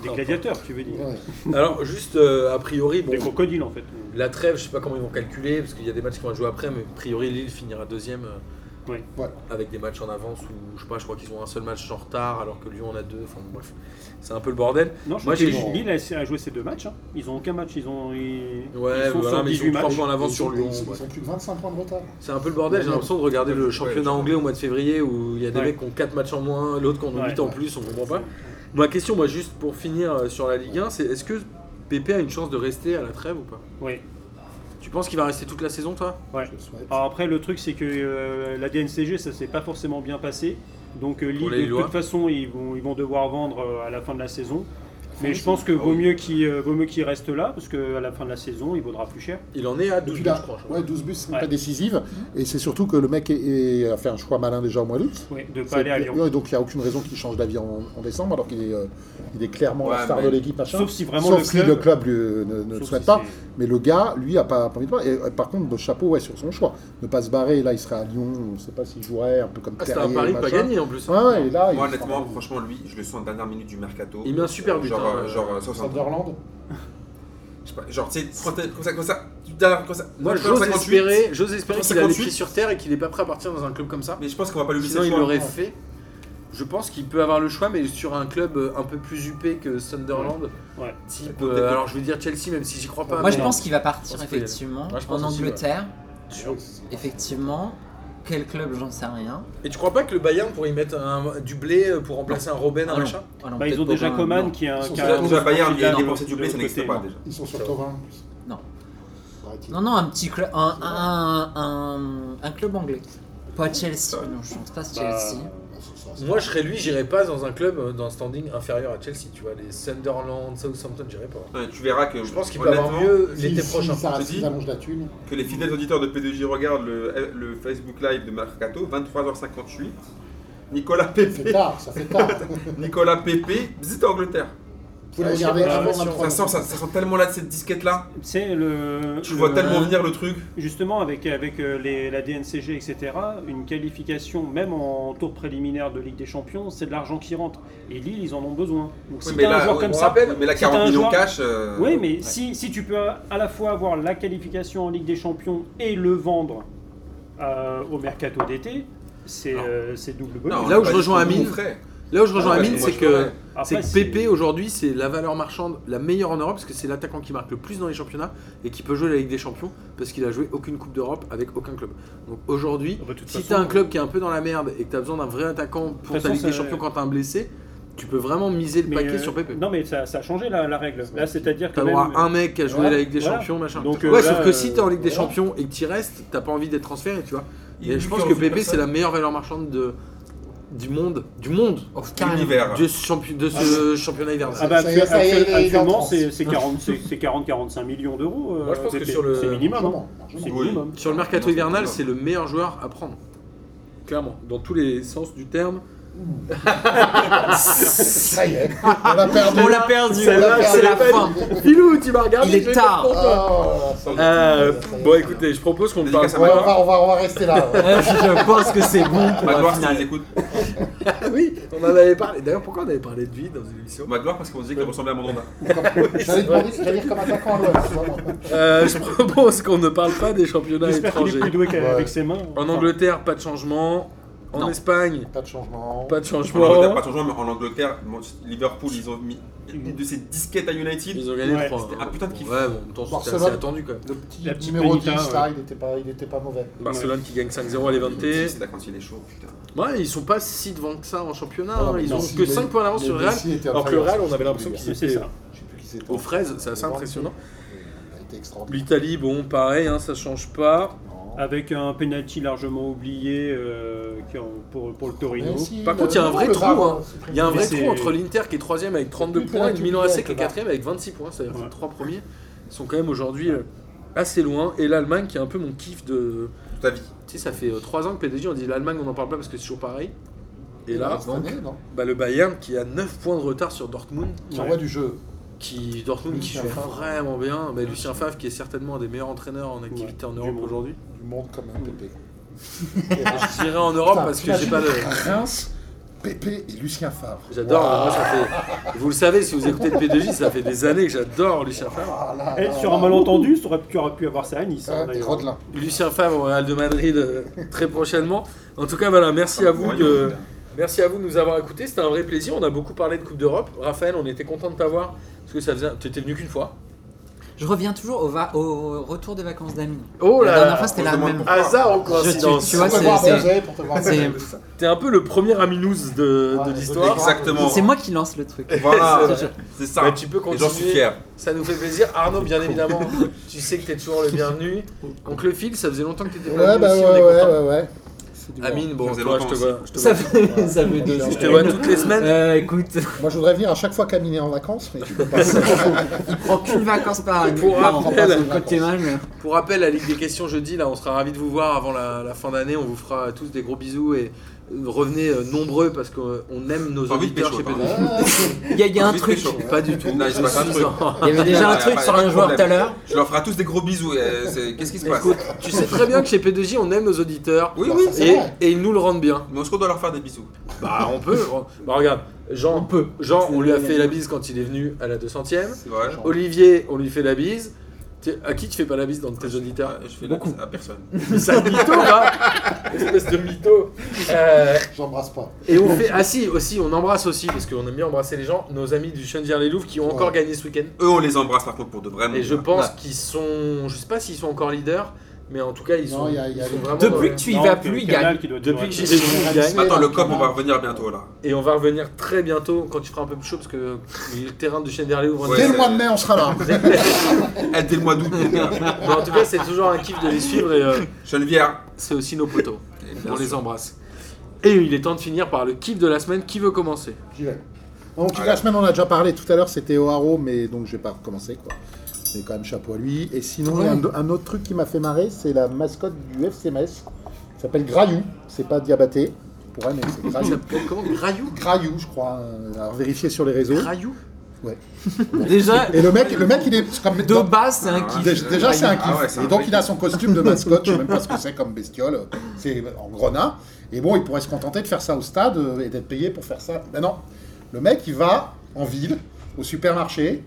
Speaker 5: Des gladiateurs, tu veux dire.
Speaker 4: Ouais.
Speaker 1: Alors, juste, euh, a priori, bon,
Speaker 5: Des crocodiles, en fait.
Speaker 1: La trêve, je sais pas comment ils vont calculer, parce qu'il y a des matchs qui vont être joués après, mais a priori Lille finira deuxième euh,
Speaker 5: Ouais.
Speaker 4: Ouais.
Speaker 1: avec des matchs en avance ou je sais pas, je crois qu'ils ont un seul match en retard alors que Lyon en a deux. Enfin bon, bref, c'est un peu le bordel.
Speaker 5: Non, je
Speaker 1: Moi,
Speaker 5: crois que
Speaker 1: j'ai-
Speaker 5: Lille a a joué ces deux matchs. hein. Ils ont aucun match. Ils ont. Ils,
Speaker 1: Ouais,
Speaker 5: ils sont
Speaker 1: voilà,
Speaker 5: sur
Speaker 1: mais ils
Speaker 5: 18
Speaker 1: ont trois
Speaker 5: matchs.
Speaker 1: points en avance sur Lyon.
Speaker 4: Ils sont, ils
Speaker 1: ouais.
Speaker 4: sont plus de 25 points de retard.
Speaker 1: C'est un peu le bordel. J'ai l'impression de regarder le championnat anglais au mois de février où il y a des
Speaker 5: Ouais.
Speaker 1: mecs qui ont 4 matchs en moins, l'autre qui en ont
Speaker 5: Ouais.
Speaker 1: 8 en plus, on comprend pas. Ma question, moi, juste pour finir euh, sur la Ligue 1, c'est est-ce que Pépé a une chance de rester à la trêve ou pas
Speaker 5: Ouais,
Speaker 1: Tu penses qu'il va rester toute la saison, toi
Speaker 5: ouais.
Speaker 4: Je le souhaite.
Speaker 5: Alors après, le truc, c'est que euh, la DNCG, ça s'est pas forcément bien passé. Donc euh,
Speaker 1: Pour
Speaker 5: Lille,
Speaker 1: les
Speaker 5: de
Speaker 1: Lillois.
Speaker 5: toute façon, ils vont, ils vont devoir vendre euh, à la fin de la saison. Mais je
Speaker 4: saison.
Speaker 5: pense que vaut
Speaker 2: oui.
Speaker 5: mieux qu'il euh, vaut mieux qu'il reste là, parce qu'à la fin de la saison, il vaudra plus cher.
Speaker 1: Il en est à 12
Speaker 4: Depuis
Speaker 1: buts,
Speaker 4: là,
Speaker 1: je crois. je crois.
Speaker 4: ouais, 12 buts, c'est
Speaker 5: Ouais.
Speaker 4: pas décisive. Et c'est surtout que le mec est- est- a fait un choix malin déjà au mois d'août.
Speaker 5: Ouais, de
Speaker 4: C'est-
Speaker 5: pas aller à Lyon.
Speaker 4: ouais, donc il n'y a aucune raison qu'il change d'avis en, en décembre, alors qu'il est, euh, il est clairement
Speaker 2: Ouais,
Speaker 4: la star
Speaker 2: mais-
Speaker 4: de l'équipe. machin.
Speaker 5: Sauf si vraiment
Speaker 4: Sauf
Speaker 5: le
Speaker 4: si
Speaker 5: club-
Speaker 4: le club lui, euh, ne, ne le
Speaker 5: Sauf
Speaker 4: souhaite
Speaker 5: si
Speaker 4: pas.
Speaker 5: c'est-
Speaker 4: Mais le gars, lui, a pas pas envie de voir. Et, euh, par contre, le chapeau, ouais, sur son choix. Ne pas se barrer, là, il serait à Lyon, on ne sait pas s'il jouerait, un peu comme
Speaker 1: Ah, c'était un
Speaker 4: Terrier,
Speaker 1: pari pas
Speaker 4: machin.
Speaker 1: gagné en plus.
Speaker 4: Ouais, ouais, et
Speaker 1: Ah,
Speaker 4: là,
Speaker 2: Moi
Speaker 4: il sera
Speaker 2: honnêtement,
Speaker 4: pas-
Speaker 2: franchement lui, je le sens en dernière minute du mercato.
Speaker 1: Il met un super but,
Speaker 2: Genre,
Speaker 1: hein.
Speaker 2: euh, genre euh, 60.
Speaker 4: Sunderland
Speaker 2: Je sais pas, genre tu sais, 30, comme ça, comme ça, du dernier- comme ça.
Speaker 1: Moi,
Speaker 2: Genre,
Speaker 1: j'ose
Speaker 2: 58.
Speaker 1: espérer, j'ose espérer qu'il a les
Speaker 2: 58.
Speaker 1: pieds sur terre et qu'il n'est pas prêt à partir dans un club comme ça.
Speaker 2: Mais je pense qu'on va pas le laisser
Speaker 1: Sinon,
Speaker 2: le
Speaker 1: il
Speaker 2: choix.
Speaker 1: l'aurait fait. Je pense qu'il peut avoir le choix, mais sur un club euh, un peu plus huppé que Sunderland.
Speaker 5: Ouais.
Speaker 1: Type, euh, alors je veux dire Chelsea, même si j'y crois pas.
Speaker 3: Moi, je
Speaker 1: mais-
Speaker 3: pense qu'il va
Speaker 1: Je
Speaker 3: partir
Speaker 1: pense qu'il y a-
Speaker 3: effectivement
Speaker 1: Moi, je pense
Speaker 3: en
Speaker 1: aussi, ouais.
Speaker 3: Angleterre.
Speaker 4: Ouais, c'est-
Speaker 3: Effectivement, quel club, j'en sais rien.
Speaker 1: Et tu crois pas que le Bayern pourrait y mettre un- du blé euh, pour remplacer un Robben,
Speaker 3: Ah
Speaker 1: un
Speaker 3: non.
Speaker 1: machin
Speaker 3: Ah non,
Speaker 5: Bah,
Speaker 3: peut-être
Speaker 5: ils ont
Speaker 3: pas
Speaker 5: déjà
Speaker 3: un-
Speaker 5: Coman
Speaker 3: non.
Speaker 5: qui a
Speaker 4: Ils sont
Speaker 5: qui a
Speaker 2: Déjà,
Speaker 5: un
Speaker 2: déjà, Bayern, il y a
Speaker 5: de
Speaker 2: dépensé du blé,
Speaker 5: l'autre
Speaker 2: ça n'existe
Speaker 5: côté,
Speaker 2: pas
Speaker 5: non.
Speaker 2: déjà.
Speaker 4: Ils sont sur Tovin. en plus,
Speaker 3: Non.
Speaker 4: paraît-il.
Speaker 3: Non, non, un petit club, un, un, un, un club anglais. Pas Chelsea, non, je pense pas
Speaker 5: bah,
Speaker 3: Chelsea.
Speaker 4: Ah, c'est ça, c'est-
Speaker 1: Moi, je serais lui, j'irais pas dans un club euh, d'un standing inférieur à Chelsea. Tu vois, les Sunderland, Southampton, j'irais pas.
Speaker 2: Ouais, Tu verras que
Speaker 1: Je pense qu'il peut avoir
Speaker 2: honnêtement,
Speaker 1: mieux
Speaker 4: Si-
Speaker 1: l'été
Speaker 4: si
Speaker 1: prochain.
Speaker 4: ça-
Speaker 2: je te
Speaker 4: si
Speaker 2: dis.
Speaker 4: ça allonge la thune.
Speaker 2: que les fidèles auditeurs de P2J regardent le, le Facebook Live de Mercato, 23h58. Nicolas
Speaker 4: Ça
Speaker 2: Pépé. [LAUGHS]
Speaker 4: fait tard, ça
Speaker 1: [LAUGHS]
Speaker 4: fait tard.
Speaker 2: Nicolas Pépé, visite à Angleterre.
Speaker 4: Vous pouvez
Speaker 9: Ah,
Speaker 4: le
Speaker 9: j'ai
Speaker 4: regarder
Speaker 9: pas
Speaker 4: avant
Speaker 9: l'impression.
Speaker 4: l'intro.
Speaker 2: Ça sent, ça, ça sent tellement là de cette disquette là.
Speaker 5: C'est le.
Speaker 2: Tu vois
Speaker 5: le-
Speaker 2: tellement venir le truc.
Speaker 5: Justement, avec, avec euh, les, la DNCG, etc., une qualification, même en tour préliminaire de Ligue des Champions, c'est de l'argent qui rentre. Et Lille, ils en ont besoin. Donc, si
Speaker 2: Oui,
Speaker 5: tu as un joueur
Speaker 2: on
Speaker 5: comme
Speaker 2: me
Speaker 5: ça.
Speaker 2: rappelle, mais là, euh,
Speaker 5: si t'as
Speaker 2: 40
Speaker 5: un
Speaker 2: millions
Speaker 5: joueur-
Speaker 2: cash. euh,
Speaker 5: Oui, mais si, si tu peux à la fois avoir la qualification en Ligue des Champions et le vendre euh, au mercato d'été, c'est
Speaker 1: Non.
Speaker 5: euh, c'est double bonus.
Speaker 2: non, on
Speaker 1: là où
Speaker 2: a
Speaker 1: je
Speaker 2: pas
Speaker 1: rejoins
Speaker 2: dit
Speaker 1: Amine,
Speaker 2: qu'on ferait.
Speaker 1: Là où je rejoins
Speaker 2: Ah,
Speaker 1: Amine,
Speaker 2: parce
Speaker 1: c'est
Speaker 2: que moi,
Speaker 1: que,
Speaker 2: je ferais.
Speaker 1: c'est
Speaker 5: Après,
Speaker 1: que Pépé aujourd'hui c'est la valeur marchande la meilleure en Europe parce que c'est l'attaquant qui marque le plus dans les championnats et qui peut jouer la Ligue des Champions parce qu'il a joué aucune Coupe d'Europe avec aucun club. Donc aujourd'hui,
Speaker 9: Ah bah, de toute
Speaker 1: si
Speaker 9: façon,
Speaker 1: t'as un club qui est un peu dans la merde et que t'as besoin d'un vrai attaquant pour
Speaker 5: euh, De toute
Speaker 1: ta Ligue
Speaker 5: façon,
Speaker 1: des
Speaker 5: ça-
Speaker 1: Champions quand t'as un blessé, tu peux vraiment miser le
Speaker 5: mais,
Speaker 1: paquet
Speaker 5: euh,
Speaker 1: sur Pépé.
Speaker 5: Non, mais ça, ça a changé la, la règle. Là, c'est-à-dire que.
Speaker 1: T'as droit
Speaker 5: même-
Speaker 4: Ah,
Speaker 1: à un mec qui a joué
Speaker 5: voilà,
Speaker 1: la Ligue des
Speaker 5: voilà.
Speaker 1: Champions, machin.
Speaker 5: Donc, euh,
Speaker 1: ouais,
Speaker 5: là,
Speaker 1: sauf que
Speaker 5: euh,
Speaker 1: si t'es en Ligue des
Speaker 5: voilà.
Speaker 1: Champions et que t'y restes, t'as pas envie d'être transféré, tu vois.
Speaker 2: Il
Speaker 1: Et
Speaker 2: dit
Speaker 1: je pense
Speaker 2: qu'on
Speaker 1: que
Speaker 2: fait
Speaker 1: Pépé
Speaker 2: pas
Speaker 1: c'est
Speaker 2: ça.
Speaker 1: la meilleure valeur marchande de, du monde, du monde,
Speaker 8: Oh,
Speaker 2: L'univers.
Speaker 1: de ce, champi- de ce championnat hivernal.
Speaker 5: Ah bah,
Speaker 4: Ça y est, ça y est,
Speaker 5: actu-
Speaker 4: il est
Speaker 5: actuellement,
Speaker 4: en
Speaker 5: c'est c'est 40 c'est- c'est 40-45 millions d'euros. euh,
Speaker 9: Moi, je pense que
Speaker 5: Pépé.
Speaker 9: sur le-
Speaker 5: C'est minimum. hein.
Speaker 4: Largement, largement.
Speaker 5: C'est
Speaker 2: Oui.
Speaker 5: minimum.
Speaker 1: Sur le mercato hivernal, c'est le meilleur joueur à prendre. Clairement, dans tous les sens du terme.
Speaker 4: Ça y est, on l'a perdu.
Speaker 8: On l'a perdu,
Speaker 4: On l'a
Speaker 8: c'est
Speaker 4: perdu.
Speaker 8: la fin.
Speaker 1: Pilou, tu m'as regardé.
Speaker 8: Il est tard.
Speaker 4: Ah, ça y est.
Speaker 1: Euh, bon, écoutez, je propose qu'on parle.
Speaker 2: Dédicace à
Speaker 4: Ouais, on
Speaker 2: Magloire.
Speaker 4: va, on va, on va rester là.
Speaker 1: [LAUGHS]
Speaker 4: ouais.
Speaker 8: Je pense que c'est bon pour la
Speaker 2: Magloire, si tu nous
Speaker 8: finale.
Speaker 2: écoutes.
Speaker 1: Ah oui, on en avait parlé. D'ailleurs, pourquoi on avait parlé de lui dans une émission
Speaker 2: euh, Magloire, parce qu'on disait qu'il ressemblait à Mandanda.
Speaker 4: J'allais demander, j'allais dire comme attaquant à l'ouest. vraiment.
Speaker 1: Euh, Je propose qu'on ne parle pas des championnats
Speaker 5: J'espère qu'il est plus
Speaker 1: étrangers.
Speaker 5: doué qu'avec
Speaker 4: Ouais.
Speaker 5: ses mains.
Speaker 1: En Angleterre, pas de changement. En
Speaker 8: Non.
Speaker 1: Espagne,
Speaker 4: Pas de changement.
Speaker 1: pas de
Speaker 2: En Angleterre,
Speaker 1: changement.
Speaker 2: pas de changement, mais en Angleterre, bon, Liverpool, ils ont mis une de ces disquettes à United.
Speaker 1: Ils ont gagné
Speaker 5: Ouais.
Speaker 1: 3.
Speaker 2: C'était
Speaker 8: ah,
Speaker 2: un putain de kiff.
Speaker 1: Ouais, bon, en même temps, c'était assez
Speaker 4: Barcelone.
Speaker 1: attendu quand même.
Speaker 4: Le petit
Speaker 5: La petite
Speaker 4: numéro 10,
Speaker 5: Benita,
Speaker 4: là,
Speaker 5: ouais.
Speaker 4: il était pas, il était pas mauvais.
Speaker 1: Barcelone qui gagne 5-0 à l'Eventé.
Speaker 2: C'est là quand il est chaud, putain.
Speaker 1: Ouais, ils sont pas si devant que ça en championnat.
Speaker 4: Non,
Speaker 1: hein.
Speaker 4: mais
Speaker 1: Ils
Speaker 4: non,
Speaker 1: ont
Speaker 4: si,
Speaker 1: que
Speaker 4: mais-
Speaker 1: 5 points d'avance
Speaker 4: mais
Speaker 1: sur le Real.
Speaker 4: Messi était
Speaker 1: Alors que le Real, on
Speaker 4: incroyable,
Speaker 1: avait l'impression
Speaker 4: je
Speaker 1: qu'il
Speaker 4: sais
Speaker 5: C'est
Speaker 1: était
Speaker 5: ça.
Speaker 4: plus qui c'était.
Speaker 1: aux fraises, c'est assez
Speaker 4: Le Real,
Speaker 1: impressionnant.
Speaker 4: Il était extraordinaire.
Speaker 1: L'Italie, bon, pareil, hein, ça change pas.
Speaker 5: Avec un penalty largement oublié euh, qui en- pour, pour le Torino.
Speaker 4: Mais si,
Speaker 1: Par
Speaker 4: le-
Speaker 1: contre, il y a un
Speaker 4: non,
Speaker 1: vrai
Speaker 4: le
Speaker 1: trou,
Speaker 4: Bar,
Speaker 1: hein.
Speaker 4: c'est
Speaker 1: Il y a un
Speaker 5: Mais
Speaker 1: vrai
Speaker 5: c'est-
Speaker 1: trou entre l'Inter qui est 3 avec 32
Speaker 4: Plus
Speaker 1: points et le
Speaker 4: penalty
Speaker 1: Milan AC qui est
Speaker 4: oublié,
Speaker 1: 4 avec 26 points. C'est-à-dire que
Speaker 5: Ouais.
Speaker 1: les 3 premiers sont quand même aujourd'hui euh, assez loin. Et l'Allemagne qui est un peu mon kiff de.
Speaker 2: Toute ta vie.
Speaker 1: Tu sais, ça fait 3 ans que PDG, on dit l'Allemagne, on n'en parle pas parce que c'est toujours pareil. Et là,
Speaker 4: cette année, non
Speaker 1: bah, le Bayern qui a 9 points de retard sur Dortmund.
Speaker 4: Qui
Speaker 5: Ouais.
Speaker 4: envoie du jeu.
Speaker 1: qui Dortmund qui
Speaker 4: Lucien
Speaker 1: joue
Speaker 4: Favre.
Speaker 1: vraiment bien. Bah, Lucien Favre qui est certainement un des meilleurs entraîneurs en activité
Speaker 5: Ouais,
Speaker 1: en
Speaker 5: du
Speaker 1: Europe
Speaker 5: monde.
Speaker 1: aujourd'hui.
Speaker 4: Du monde comme un pépé.
Speaker 1: Je dirais en Europe
Speaker 4: Putain,
Speaker 1: parce que
Speaker 4: putain,
Speaker 1: j'ai pas de.
Speaker 4: Reims, Pépé et Lucien Favre.
Speaker 1: J'adore, hein.
Speaker 4: Waouh.
Speaker 1: moi ça fait. Vous le savez, si vous écoutez le P2J, ça fait des années que j'adore Lucien Favre.
Speaker 4: Ah, là,
Speaker 5: Eh,
Speaker 4: là,
Speaker 5: sur
Speaker 4: là.
Speaker 5: un malentendu, tu aurais, tu aurais pu avoir ça à Nice. hein,
Speaker 4: Ah, Des
Speaker 5: d'ailleurs.
Speaker 4: Rodelin.
Speaker 1: Lucien Favre au Real de Madrid euh, très prochainement. En tout cas, voilà, merci à vous de. Merci à vous de nous avoir écoutés, c'était un vrai plaisir. On a beaucoup parlé de Coupe d'Europe. Raphaël, on était content de t'avoir parce que ça faisait. Tu étais venu qu'une fois.
Speaker 8: Je reviens toujours au, va- au retour des vacances d'Amine.
Speaker 1: Oh
Speaker 8: La
Speaker 1: là
Speaker 8: dernière
Speaker 1: là
Speaker 8: fois, c'était
Speaker 2: on
Speaker 8: la
Speaker 2: se demande
Speaker 8: même.
Speaker 2: pourquoi.
Speaker 1: Hasard en
Speaker 8: Je- tu-
Speaker 1: coïncidence.
Speaker 8: tu vois,
Speaker 4: Pour te
Speaker 8: c'est-
Speaker 4: voir
Speaker 8: c'est-
Speaker 4: bronzer, pour te voir
Speaker 8: c'est-
Speaker 4: bronzer.
Speaker 1: T'es un peu le premier Aminous de, de
Speaker 4: Ouais,
Speaker 1: l'histoire.
Speaker 2: Exactement.
Speaker 8: C'est moi qui lance le truc.
Speaker 1: [LAUGHS]
Speaker 2: Voilà, c'est ça.
Speaker 1: Bah, tu peux
Speaker 2: Et
Speaker 1: continuer.
Speaker 2: j'en suis fier.
Speaker 1: Ça nous fait plaisir. Arnaud, bien évidemment, tu sais que t'es toujours le bienvenu. Donc le fil, ça faisait longtemps que t'étais pas
Speaker 4: Ouais,
Speaker 1: venu
Speaker 4: bah
Speaker 1: aussi,
Speaker 4: ouais,
Speaker 1: on est
Speaker 4: ouais,
Speaker 1: content.
Speaker 4: ouais, ouais.
Speaker 1: Amine,
Speaker 2: Ça
Speaker 1: bon,
Speaker 2: faisait
Speaker 1: toi, je
Speaker 2: longtemps
Speaker 1: te vois, je te
Speaker 8: Ça
Speaker 1: vois.
Speaker 8: fait, ça fait deux
Speaker 1: Je te vois toutes les semaines.
Speaker 8: Euh, écoute,
Speaker 3: [LAUGHS]
Speaker 4: Moi, je voudrais venir à chaque fois qu'Amine est en vacances, mais tu
Speaker 1: [LAUGHS]
Speaker 4: peux pas.
Speaker 8: il prend qu'une vacance par année.
Speaker 1: Pour
Speaker 8: Non,
Speaker 1: rappel-
Speaker 8: c'est le côté mal, mais-
Speaker 1: Pour rappel, la Ligue des questions jeudi, là, on sera ravis de vous voir avant la, la fin d'année. On vous fera tous des gros bisous et euh, revenez euh, nombreux parce qu'on aime nos
Speaker 2: J'ai envie de
Speaker 1: auditeurs
Speaker 2: pécho,
Speaker 1: chez
Speaker 2: pardon.
Speaker 1: PD.
Speaker 8: Il y a, il y a un
Speaker 2: Vite
Speaker 8: truc.
Speaker 2: pécho.
Speaker 1: Pas du tout.
Speaker 2: Non, il se passe un
Speaker 1: Je
Speaker 2: truc.
Speaker 1: sens.
Speaker 8: Il y avait déjà un truc sur un joueur tout à l'heure.
Speaker 2: Je leur ferai tous des gros bisous. euh, c'est- Qu'est-ce qui se passe
Speaker 1: Écoute, tu sais très bien que chez P2J, on aime nos auditeurs.
Speaker 2: Oui, oui.
Speaker 4: c'est
Speaker 1: Et,
Speaker 4: vrai.
Speaker 1: et ils nous le rendent bien.
Speaker 2: Mais est-ce qu'on doit leur faire des bisous
Speaker 1: Bah, on peut. Bah, regarde, Jean, on peut. Jean, on lui a fait la bise quand il est venu à la 200ème.
Speaker 2: C'est vrai.
Speaker 1: Olivier, on lui fait la bise. Tu- À qui tu fais pas la bise dans tes auditeurs
Speaker 2: Ah, Je fais la bise à personne.
Speaker 1: C'est un mytho, là Espèce de mytho Euh,
Speaker 4: J'embrasse pas.
Speaker 1: Et on fait... Ah si, aussi, on embrasse aussi, parce qu'on aime bien embrasser les gens, nos amis du chenvière les louvres qui ont encore
Speaker 4: Ouais.
Speaker 1: gagné ce week-end.
Speaker 2: Eux, on les embrasse par contre pour de vrai. mon
Speaker 1: Et je
Speaker 2: gars.
Speaker 1: pense
Speaker 2: Ouais.
Speaker 1: qu'ils sont... Je sais pas s'ils sont encore leaders, mais en tout cas, ils
Speaker 4: Non,
Speaker 1: sont,
Speaker 4: il y a- il y a
Speaker 1: ils sont
Speaker 4: les-
Speaker 1: vraiment... dans
Speaker 8: Depuis
Speaker 1: le-
Speaker 8: que tu y
Speaker 5: Non,
Speaker 8: vas
Speaker 5: que-
Speaker 8: plus, il
Speaker 5: Canal
Speaker 8: gagne.
Speaker 5: qui doit être
Speaker 1: Depuis que
Speaker 5: dans la-
Speaker 1: j'ai ils gagnent.
Speaker 2: Attends, le cop, on va revenir bientôt là.
Speaker 1: Et on va revenir très bientôt, quand il fera un peu plus chaud, parce que le terrain du chenvière les louvres... on
Speaker 2: Ouais,
Speaker 1: est-
Speaker 4: Dès le
Speaker 2: c'est-
Speaker 4: mois de mai, on sera là.
Speaker 2: Eh, Dès le mois d'août, les gars.
Speaker 1: [LAUGHS] Mais en tout cas, c'est toujours un kiff de les suivre et... euh,
Speaker 2: Geneviève.
Speaker 1: c'est aussi nos [LAUGHS] poteaux.
Speaker 2: Et
Speaker 1: on
Speaker 2: bien
Speaker 1: les
Speaker 2: sûr.
Speaker 1: embrasse. Et il est temps de finir par le kiff de la semaine. Qui veut commencer
Speaker 4: J'y vais. Donc,
Speaker 2: Voilà.
Speaker 4: la semaine, on a déjà parlé tout à l'heure, c'était O'Haro, mais donc je vais pas recommencer, quoi. Mais quand même, chapeau à lui. Et sinon, il y a un, un autre truc qui m'a fait marrer, c'est la mascotte du FC Metz. Il s'appelle Graillou, c'est pas Diabaté. pourrait, mais c'est Graillou.
Speaker 1: Comment Graillou
Speaker 4: Graillou, je crois. euh, Alors vérifier sur les réseaux.
Speaker 1: Graillou
Speaker 3: Déjà,
Speaker 4: Et le mec, le mec, il est c'est comme
Speaker 3: de base, Hein, c'est un kiff.
Speaker 4: Dé- Déjà, c'est un kiff.
Speaker 2: Ah ouais, c'est un
Speaker 4: et donc,
Speaker 2: vrai
Speaker 4: il a son costume de mascotte, je sais même pas ce que c'est comme bestiole, c'est en grenat. Et bon, il pourrait se contenter de faire ça au stade euh, et d'être payé pour faire ça. Mais non, le mec, il va en ville, au supermarché,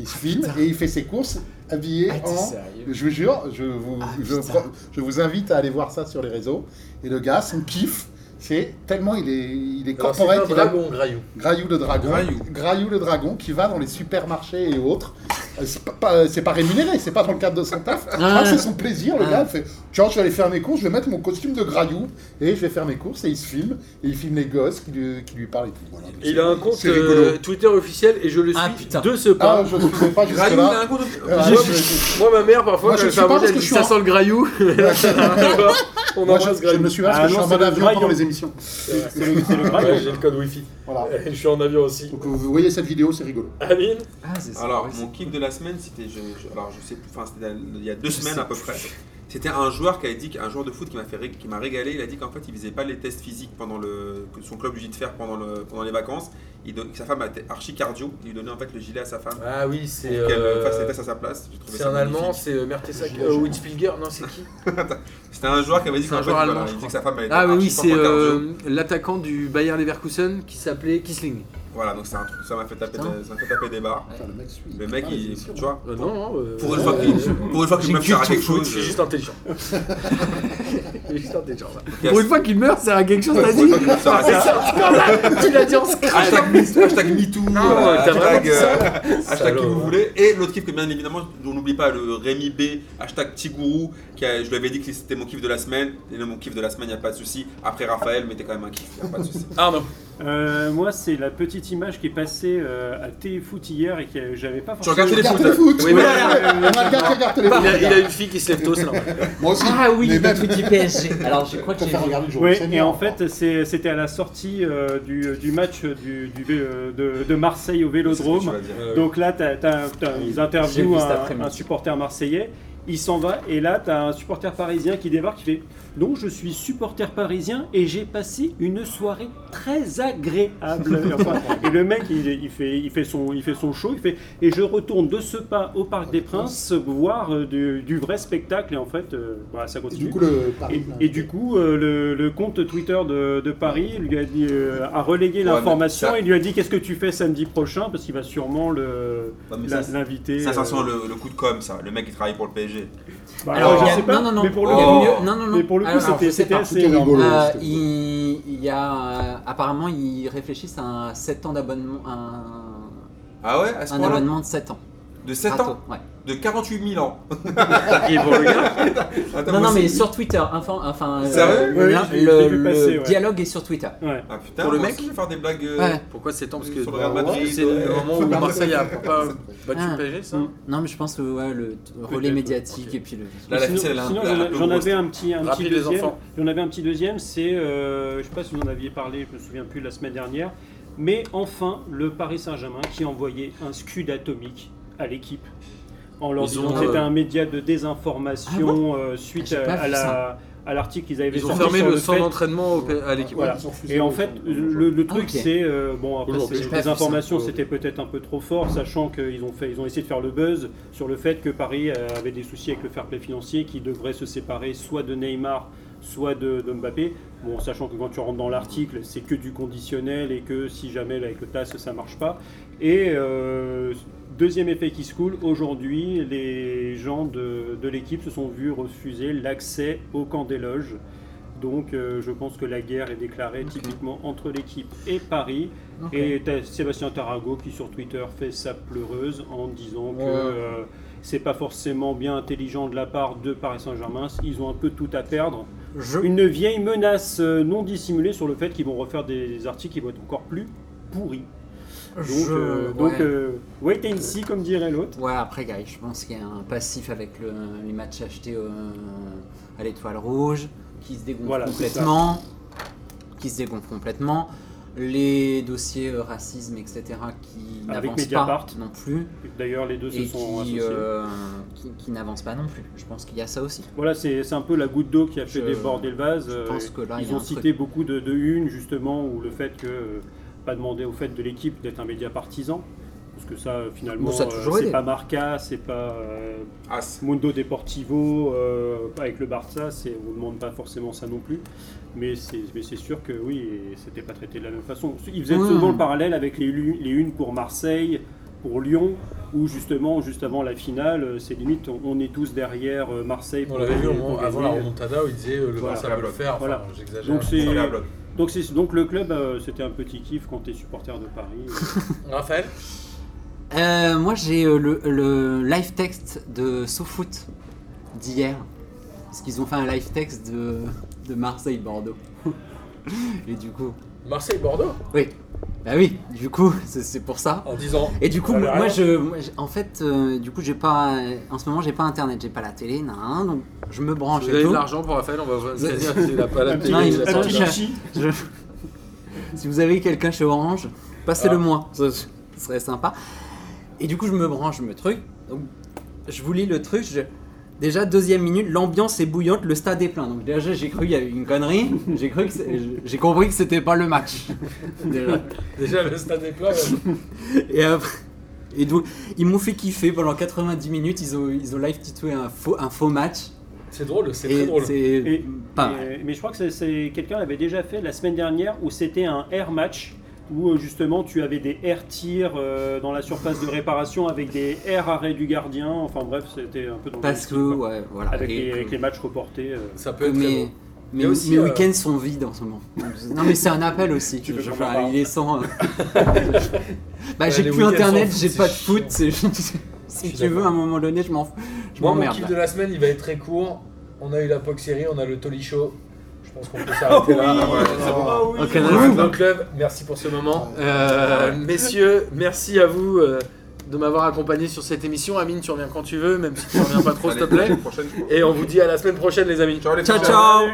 Speaker 4: il se filme et il fait ses courses habillé
Speaker 3: Ah, t'es
Speaker 4: en.
Speaker 3: sérieux Ah,
Speaker 4: Je vous jure, je vous, je,
Speaker 3: putain.
Speaker 4: je vous invite à aller voir ça sur les réseaux. Et le gars, son kiff, c'est tellement il est, il est
Speaker 1: Alors, C'est pas
Speaker 4: corporate, il a-
Speaker 1: dragon, Graillou.
Speaker 4: Graillou le dragon.
Speaker 2: Graillou.
Speaker 4: Graillou le dragon qui va dans les supermarchés et autres. Euh, C'est pas, pas- c'est pas rémunéré, c'est pas dans le cadre de son taf. Je crois que c'est son plaisir, le
Speaker 3: Ah.
Speaker 4: gars. il fait Tiens, je vais aller faire mes courses, je vais mettre mon costume de Graillou et je vais faire mes courses. Et il se filme, et il filme les gosses qui lui, qui lui parlent et tout. Voilà.
Speaker 1: Il a un compte
Speaker 4: C'est rigolo.
Speaker 1: euh, Twitter officiel et je le suis
Speaker 3: Ah, putain.
Speaker 1: de ce pas.
Speaker 4: Ah, je ne suivais pas
Speaker 2: Graillou, il a
Speaker 4: jusque-là.
Speaker 2: un compte
Speaker 4: Euh,
Speaker 1: J'ai-
Speaker 4: ouais, mais-
Speaker 1: Moi, ma mère, parfois,
Speaker 4: Moi, je
Speaker 1: quand elle fait
Speaker 4: suis
Speaker 1: à
Speaker 4: pas
Speaker 1: manger, elle
Speaker 4: parce
Speaker 1: dit
Speaker 4: que je suis
Speaker 1: ça
Speaker 4: en-
Speaker 1: sent le [LAUGHS] graillou. On
Speaker 4: Moi, je,
Speaker 1: embrasse
Speaker 4: je
Speaker 1: Graillou.
Speaker 4: me suis parce
Speaker 5: Ah
Speaker 4: que je suis
Speaker 5: non,
Speaker 4: en
Speaker 5: c'est
Speaker 4: mode
Speaker 5: le
Speaker 4: avion
Speaker 5: Graillou.
Speaker 4: pendant les émissions.
Speaker 5: C'est le, c'est le Graillou.
Speaker 1: Ouais, J'ai le code wifi.
Speaker 4: Voilà.
Speaker 1: [LAUGHS] Je suis en avion aussi.
Speaker 4: Donc euh, vous voyez cette vidéo, c'est rigolo.
Speaker 1: Amine
Speaker 3: Ah, c'est ça.
Speaker 2: Alors,
Speaker 3: ouais,
Speaker 2: mon kiff de la semaine, c'était. Je, je- alors, je sais plus, enfin, c'était il y a deux
Speaker 3: Je
Speaker 2: semaines
Speaker 3: sais
Speaker 2: à peu près. C'était un joueur qui a dit, un joueur de foot qui m'a fait, ré- qui m'a régalé. Il a dit qu'en fait, il faisait pas les tests physiques pendant le, que son club lui dit de faire pendant le, pendant les vacances. Il don- sa femme était archi cardio. Il lui donnait en fait le gilet à sa femme.
Speaker 1: Ah oui, c'est.
Speaker 2: pour qu'elle
Speaker 1: euh,
Speaker 2: fasse les tests à sa place. J'ai trouvé
Speaker 1: C'est
Speaker 2: ça
Speaker 1: un
Speaker 2: magnifique.
Speaker 1: Allemand, c'est euh, Mertesacker.
Speaker 4: Je-
Speaker 1: Euh, Witzpilger, non, c'est qui
Speaker 2: C'était un joueur qui avait dit
Speaker 1: C'est un
Speaker 2: qu'en fait,
Speaker 1: joueur
Speaker 2: voilà,
Speaker 1: allemand, je crois.
Speaker 2: il disait que sa femme elle était
Speaker 1: Ah oui,
Speaker 2: archi
Speaker 1: oui,
Speaker 2: forte
Speaker 1: c'est
Speaker 2: en cardio.
Speaker 1: euh, l'attaquant du Bayer Leverkusen qui s'appelait Kisling.
Speaker 2: Voilà, donc c'est un truc, ça m'a fait taper,
Speaker 3: Putain.
Speaker 2: des- ça m'a fait taper des barres.
Speaker 4: Putain, le mec, suit.
Speaker 2: Le mec,
Speaker 4: Ah, les
Speaker 2: il,
Speaker 4: émissions.
Speaker 2: tu vois,
Speaker 1: Euh, non, non. euh,
Speaker 2: pour une fois
Speaker 1: euh,
Speaker 2: qu'il, pour une fois qu'il
Speaker 1: j'ai
Speaker 2: me
Speaker 1: culte
Speaker 2: fait
Speaker 1: au
Speaker 2: quelque
Speaker 1: foot,
Speaker 2: chose. euh,
Speaker 1: Je suis juste intelligent. [LAUGHS] Je suis juste intelligent. voilà.
Speaker 2: euh,
Speaker 1: Pour une fois qu'il meurt, ça à quelque chose, t'as
Speaker 2: pour
Speaker 1: dit
Speaker 2: une fois qu'il me sort,
Speaker 1: C'est [LAUGHS] ça, scandale. Tu l'as dit en
Speaker 2: Hashtag,
Speaker 1: scratch.
Speaker 2: Me- hashtag MeToo, euh,
Speaker 1: t'as vraiment
Speaker 2: hashtag,
Speaker 1: dit ça
Speaker 2: euh, hashtag
Speaker 1: Salaud.
Speaker 2: qui vous voulez. Et l'autre kiff que bien évidemment, on n'oublie pas le Rémi B, hashtag Tigourou, qui a- je lui avais dit que c'était mon kiff de la semaine. Et là, mon kiff de la semaine, il n'y a pas de souci. Après Raphaël, mais t'es quand même un kiff, il n'y a pas de
Speaker 1: [LAUGHS]
Speaker 2: souci.
Speaker 1: Ah non.
Speaker 5: Euh, moi, c'est la petite image qui est passée euh, à téléfoot hier et que j'avais pas forcément.
Speaker 2: regardes
Speaker 4: Regarde
Speaker 2: téléfoot.
Speaker 4: le foot
Speaker 1: Oui,
Speaker 4: Oui,
Speaker 1: mais-
Speaker 4: regarde le
Speaker 1: Il
Speaker 4: foot
Speaker 1: a, il a une fille qui se lève tôt, c'est normal.
Speaker 4: Moi aussi.
Speaker 3: Ah oui,
Speaker 4: Mais
Speaker 3: le
Speaker 4: même-
Speaker 3: truc du PSG. Alors, je crois que
Speaker 4: Je
Speaker 3: j'ai
Speaker 4: préfère
Speaker 3: vu.
Speaker 4: regarder le jour
Speaker 5: Oui,
Speaker 4: du
Speaker 5: et
Speaker 4: Seigneur,
Speaker 5: en
Speaker 4: encore.
Speaker 5: fait, c'est- c'était à la sortie euh, du, du match du, du- euh, de, de Marseille au
Speaker 2: C'est ce que tu
Speaker 5: Vélodrome.
Speaker 2: vas dire.
Speaker 1: Euh,
Speaker 5: Donc là, t'as- t'as- t'as- ils interviewent
Speaker 3: vu cet
Speaker 5: un,
Speaker 3: après-midi.
Speaker 5: un supporter marseillais. Il s'en va et là, tu as un supporter parisien qui débarque, qui fait « Non, je suis supporter parisien et j'ai passé une soirée très agréable. » Et enfin, Et le mec, il, il fait, il, fait son, il fait son show, il fait « Et je retourne de ce pas au Parc des Princes voir euh, du, du vrai spectacle. » Et en fait, euh, voilà, ça
Speaker 4: Et
Speaker 5: continue.
Speaker 4: du coup, le
Speaker 5: Et,
Speaker 4: Paris,
Speaker 5: Ah, et du coup, euh, le, le compte Twitter de, de Paris lui a, dit, euh, a relayé
Speaker 2: mais
Speaker 5: l'information
Speaker 2: ça-
Speaker 5: et lui a dit qu'est-ce que tu fais samedi prochain parce qu'il va sûrement le-
Speaker 2: Non, mais
Speaker 5: la-
Speaker 2: ça,
Speaker 5: l'inviter.
Speaker 2: Ça, ça sent
Speaker 5: euh,
Speaker 2: le, le coup de com, ça. Le mec qui travaille pour le PSG.
Speaker 5: bah,
Speaker 3: Alors,
Speaker 5: je
Speaker 3: il y a-
Speaker 5: sais pas,
Speaker 3: non, non, non.
Speaker 5: mais pour le
Speaker 3: il y a
Speaker 5: coup,
Speaker 2: Oh.
Speaker 3: mieux- Non, non, non.
Speaker 5: mais pour le coup,
Speaker 3: Alors, je
Speaker 5: c'était
Speaker 3: sais
Speaker 5: c'était
Speaker 3: pas.
Speaker 5: assez
Speaker 4: Tout est
Speaker 5: rigolo.
Speaker 4: rigolo,
Speaker 3: Euh,
Speaker 4: c'était-
Speaker 3: il, il y a euh, apparemment ils réfléchissent à un 7 ans d'abonnement un,
Speaker 2: Ah ouais, à ce
Speaker 3: un
Speaker 2: point-là
Speaker 3: abonnement de 7 ans.
Speaker 2: De 7
Speaker 3: Gratos,
Speaker 2: ans
Speaker 3: ouais.
Speaker 2: De 48 000 ans
Speaker 1: Et bon, le
Speaker 2: [LAUGHS]
Speaker 1: gars,
Speaker 2: Attends,
Speaker 3: Non
Speaker 2: moi,
Speaker 3: non mais
Speaker 2: c'est-
Speaker 3: sur Twitter, enfin enfin euh,
Speaker 2: Sérieux
Speaker 5: Oui,
Speaker 3: le-
Speaker 5: je l'ai- je l'ai vu
Speaker 3: le,
Speaker 5: passer, ouais.
Speaker 3: dialogue est sur Twitter.
Speaker 5: Ouais.
Speaker 2: Ah putain,
Speaker 1: Pour le
Speaker 2: moi
Speaker 1: mec
Speaker 2: aussi, je vais faire des blagues. euh,
Speaker 3: Ouais.
Speaker 1: Pourquoi c'est temps Parce que
Speaker 2: Sur le Real
Speaker 1: bah,
Speaker 2: Madrid,
Speaker 1: c'est le
Speaker 2: euh,
Speaker 1: moment où Marseille a pas battu
Speaker 3: Ah.
Speaker 1: le PSG, ça
Speaker 3: Non mais je pense que ouais, le t- relais
Speaker 5: Peut-être,
Speaker 3: médiatique
Speaker 1: Hein ok.
Speaker 3: et puis le
Speaker 2: Là, la
Speaker 5: Sinon-
Speaker 2: ficelle, elle a un-
Speaker 5: sinon,
Speaker 2: elle a un
Speaker 5: j'en-
Speaker 2: peu
Speaker 5: j'en
Speaker 2: grosse.
Speaker 5: avais un petit, un petit
Speaker 1: Rappelez les
Speaker 5: deuxième.
Speaker 1: enfants.
Speaker 5: J'en avais un petit deuxième, c'est, euh, je sais pas si vous en aviez parlé, je me souviens plus la semaine dernière, mais enfin le Paris Saint-Germain qui envoyait un scud atomique à l'équipe en leur
Speaker 1: Ils
Speaker 5: disant
Speaker 1: ont,
Speaker 5: que c'était
Speaker 1: euh,
Speaker 5: un média de désinformation
Speaker 3: Ah
Speaker 5: euh, suite
Speaker 3: J'ai
Speaker 5: à,
Speaker 3: pas
Speaker 5: à
Speaker 3: vu
Speaker 5: la- à l'article qu'ils avaient
Speaker 1: Ils ont
Speaker 5: sorti
Speaker 1: fermé
Speaker 5: sur
Speaker 1: le
Speaker 5: le
Speaker 1: centre
Speaker 5: fait-
Speaker 1: d'entraînement au P- à l'équipe.
Speaker 5: Voilà.
Speaker 4: euh, Ils sont refusés,
Speaker 5: Et en
Speaker 4: ils
Speaker 5: fait,
Speaker 4: sont-
Speaker 5: le, le
Speaker 3: Ah,
Speaker 5: truc,
Speaker 3: ok.
Speaker 5: c'est euh, bon après
Speaker 1: Aujourd'hui,
Speaker 5: c'est-
Speaker 1: j'ai
Speaker 3: pas
Speaker 5: les
Speaker 3: vu ça.
Speaker 5: informations, c'était peut-être un peu trop fort, sachant qu'ils ont fait, ils ont essayé de faire le buzz sur le fait que Paris euh, avait des soucis avec le fair play financier, qui devrait se séparer soit de Neymar, soit de, de Mbappé. Bon, sachant que quand tu rentres dans l'article, c'est que du conditionnel et que si jamais là, avec le TAS ça marche pas. Et euh, deuxième effet qui se coule, aujourd'hui, les gens de, de l'équipe se sont vus refuser l'accès au camp des loges. Donc euh, je pense que la guerre est déclarée typiquement entre l'équipe et Paris.
Speaker 3: Ok.
Speaker 5: Et t'as Sébastien Tarago qui sur Twitter fait sa pleureuse en disant que
Speaker 3: Ouais.
Speaker 5: euh, c'est pas forcément bien intelligent de la part de Paris Saint-Germain. Ils ont un peu tout à perdre.
Speaker 3: Je-
Speaker 5: Une vieille menace euh, non dissimulée sur le fait qu'ils vont refaire des articles qui vont être encore plus pourris. Donc,
Speaker 3: je-
Speaker 5: euh,
Speaker 3: ouais.
Speaker 5: donc, euh, wait and see comme dirait l'autre.
Speaker 3: Ouais, après, Gary, je pense qu'il y a un passif avec le- les matchs achetés euh, à l'étoile rouge qui se dégonfle
Speaker 5: Voilà, c'est
Speaker 3: complètement. Qui se dégonfle complètement. les dossiers euh, racisme, etc., qui
Speaker 5: Avec
Speaker 3: n'avancent
Speaker 5: Mediapart.
Speaker 3: pas non plus,
Speaker 5: D'ailleurs, les deux se
Speaker 3: et
Speaker 5: sont
Speaker 3: qui,
Speaker 5: associés.
Speaker 3: euh, qui, qui n'avancent pas non plus. Je pense qu'il y a ça aussi.
Speaker 5: Voilà, c'est c'est un peu la goutte d'eau qui a fait
Speaker 3: Je-
Speaker 5: déborder le vase.
Speaker 3: je
Speaker 5: euh,
Speaker 3: pense que là, il y
Speaker 5: ils
Speaker 3: a
Speaker 5: ont
Speaker 3: un truc.
Speaker 5: cité beaucoup de, de une, justement, où le fait que. euh, Pas demander au fait de l'équipe d'être un média partisan. Parce que ça, euh, finalement,
Speaker 3: Bon, ça a
Speaker 5: euh,
Speaker 3: toujours
Speaker 5: c'est
Speaker 3: aidé.
Speaker 5: pas Marca, c'est pas euh,
Speaker 2: As.
Speaker 5: Mundo Deportivo, euh, avec le Barça, c'est- on ne demande pas forcément ça non plus. Mais c'est mais c'est sûr que oui, et c'était pas traité de la même façon. Ils faisaient
Speaker 3: Oui.
Speaker 5: souvent le parallèle avec les, lu- les unes pour Marseille, pour Lyon, où justement, juste avant la finale, euh, c'est limite, on, on est tous derrière euh, Marseille.
Speaker 1: On
Speaker 5: pour
Speaker 1: l'avait vu au
Speaker 5: gagner,
Speaker 1: moment-
Speaker 5: pour
Speaker 1: avant la
Speaker 5: gagner.
Speaker 1: remontada où il disait euh, le
Speaker 5: Voilà.
Speaker 1: Barça va le faire. Enfin,
Speaker 5: Voilà.
Speaker 1: J'exagère.
Speaker 5: Donc, c'est-
Speaker 2: Sur la bloc.
Speaker 5: donc, c'est- donc le club, euh, c'était un petit kiff quand t'es supporter de Paris.
Speaker 1: Raphaël
Speaker 3: Euh, moi, j'ai euh, le, le live text de SoFoot d'hier. Parce qu'ils ont fait un live text de, de Marseille-Bordeaux. [LAUGHS] Et du coup.
Speaker 1: Marseille-Bordeaux
Speaker 3: Oui. Bah oui, du coup, c'est c'est pour ça.
Speaker 1: En disant.
Speaker 3: Et du coup,
Speaker 1: Alors,
Speaker 3: moi,
Speaker 1: alors
Speaker 3: je, moi, je- en fait, euh, du coup, j'ai pas, en ce moment, j'ai pas internet, j'ai pas la télé, nan, nan, donc je me branche.
Speaker 1: Vous
Speaker 3: et
Speaker 1: avez de
Speaker 3: tout.
Speaker 1: l'argent pour Raphaël, on va
Speaker 3: [LAUGHS]
Speaker 1: voir dire qu'il n'a pas la
Speaker 5: Un
Speaker 1: télé.
Speaker 5: petit-
Speaker 3: Non,
Speaker 1: il
Speaker 3: il-
Speaker 1: a
Speaker 5: un
Speaker 1: pas
Speaker 3: attends,
Speaker 5: petit
Speaker 1: d'argent.
Speaker 5: chi.
Speaker 3: Je- si vous avez quelqu'un chez Orange, passez-le
Speaker 1: Ah.
Speaker 3: moi. Ce ce serait sympa. Et du coup, je me branche, je me truc. Donc, je vous lis le truc. je- Déjà, deuxième minute, l'ambiance est bouillante, le stade est plein. Donc, déjà, j'ai cru qu'il y avait une connerie. [LAUGHS] J'ai cru que c'est- j'ai compris que c'était pas le match. Déjà.
Speaker 1: Déjà, le stade est plein.
Speaker 3: Et après. Et donc, ils m'ont fait kiffer pendant 90 minutes. Ils ont, ils ont live titoué un faux, un faux match.
Speaker 1: C'est drôle, c'est
Speaker 3: Et
Speaker 1: très drôle.
Speaker 3: C'est
Speaker 5: Et-
Speaker 3: pas
Speaker 5: et-
Speaker 3: mal.
Speaker 5: mais je crois que c'est- c'est quelqu'un l'avait déjà fait la semaine dernière où c'était un air match où euh, justement tu avais des air tirs euh, dans la surface de réparation avec des air arrêts du gardien. Enfin bref, c'était un peu dans le
Speaker 3: Parce que,
Speaker 5: style, quoi.
Speaker 3: ouais, voilà.
Speaker 5: avec,
Speaker 3: Et-
Speaker 5: les, avec les matchs reportés. euh.
Speaker 1: Ça peut être très
Speaker 3: mais
Speaker 1: beau. Il y
Speaker 3: mais
Speaker 1: a aussi,
Speaker 3: mes
Speaker 1: euh,
Speaker 3: week-ends sont vides en ce moment. Non mais c'est un appel aussi.
Speaker 1: Tu peux
Speaker 3: Je-
Speaker 1: pas
Speaker 3: enfin,
Speaker 1: en parler.
Speaker 3: il
Speaker 1: [LAUGHS]
Speaker 3: est sans. euh, bah
Speaker 1: Ouais,
Speaker 3: j'ai
Speaker 1: les
Speaker 3: plus
Speaker 1: week-ends
Speaker 3: internet,
Speaker 1: sans foot,
Speaker 3: j'ai
Speaker 1: c'est
Speaker 3: pas de
Speaker 1: chiant.
Speaker 3: foot. c'est- si
Speaker 1: suis
Speaker 3: tu veux,
Speaker 1: d'accord.
Speaker 3: à un moment donné, je m'en f- je
Speaker 1: Moi, mon
Speaker 3: m'emmerde.
Speaker 1: kiff
Speaker 3: là.
Speaker 1: de la semaine, il va être très court. On a eu la POC série, on a le Tolly Show. Je pense qu'on
Speaker 3: [LAUGHS]
Speaker 1: peut s'arrêter là.
Speaker 2: Ah, voilà, c'est bon.
Speaker 5: Ah oui.
Speaker 3: Ok,
Speaker 1: Canal
Speaker 3: d'accord.
Speaker 1: Football Club, merci pour ce moment. Euh, messieurs, merci à vous euh, de m'avoir accompagné sur cette émission. Amine, tu reviens quand tu veux, même si tu reviens pas trop, s'il te
Speaker 2: Allez,
Speaker 1: plaît.
Speaker 2: prochaine, je crois.
Speaker 1: Et on vous dit à la semaine prochaine, les amis.
Speaker 2: Ciao les
Speaker 3: Ciao
Speaker 2: petits.
Speaker 3: ciao.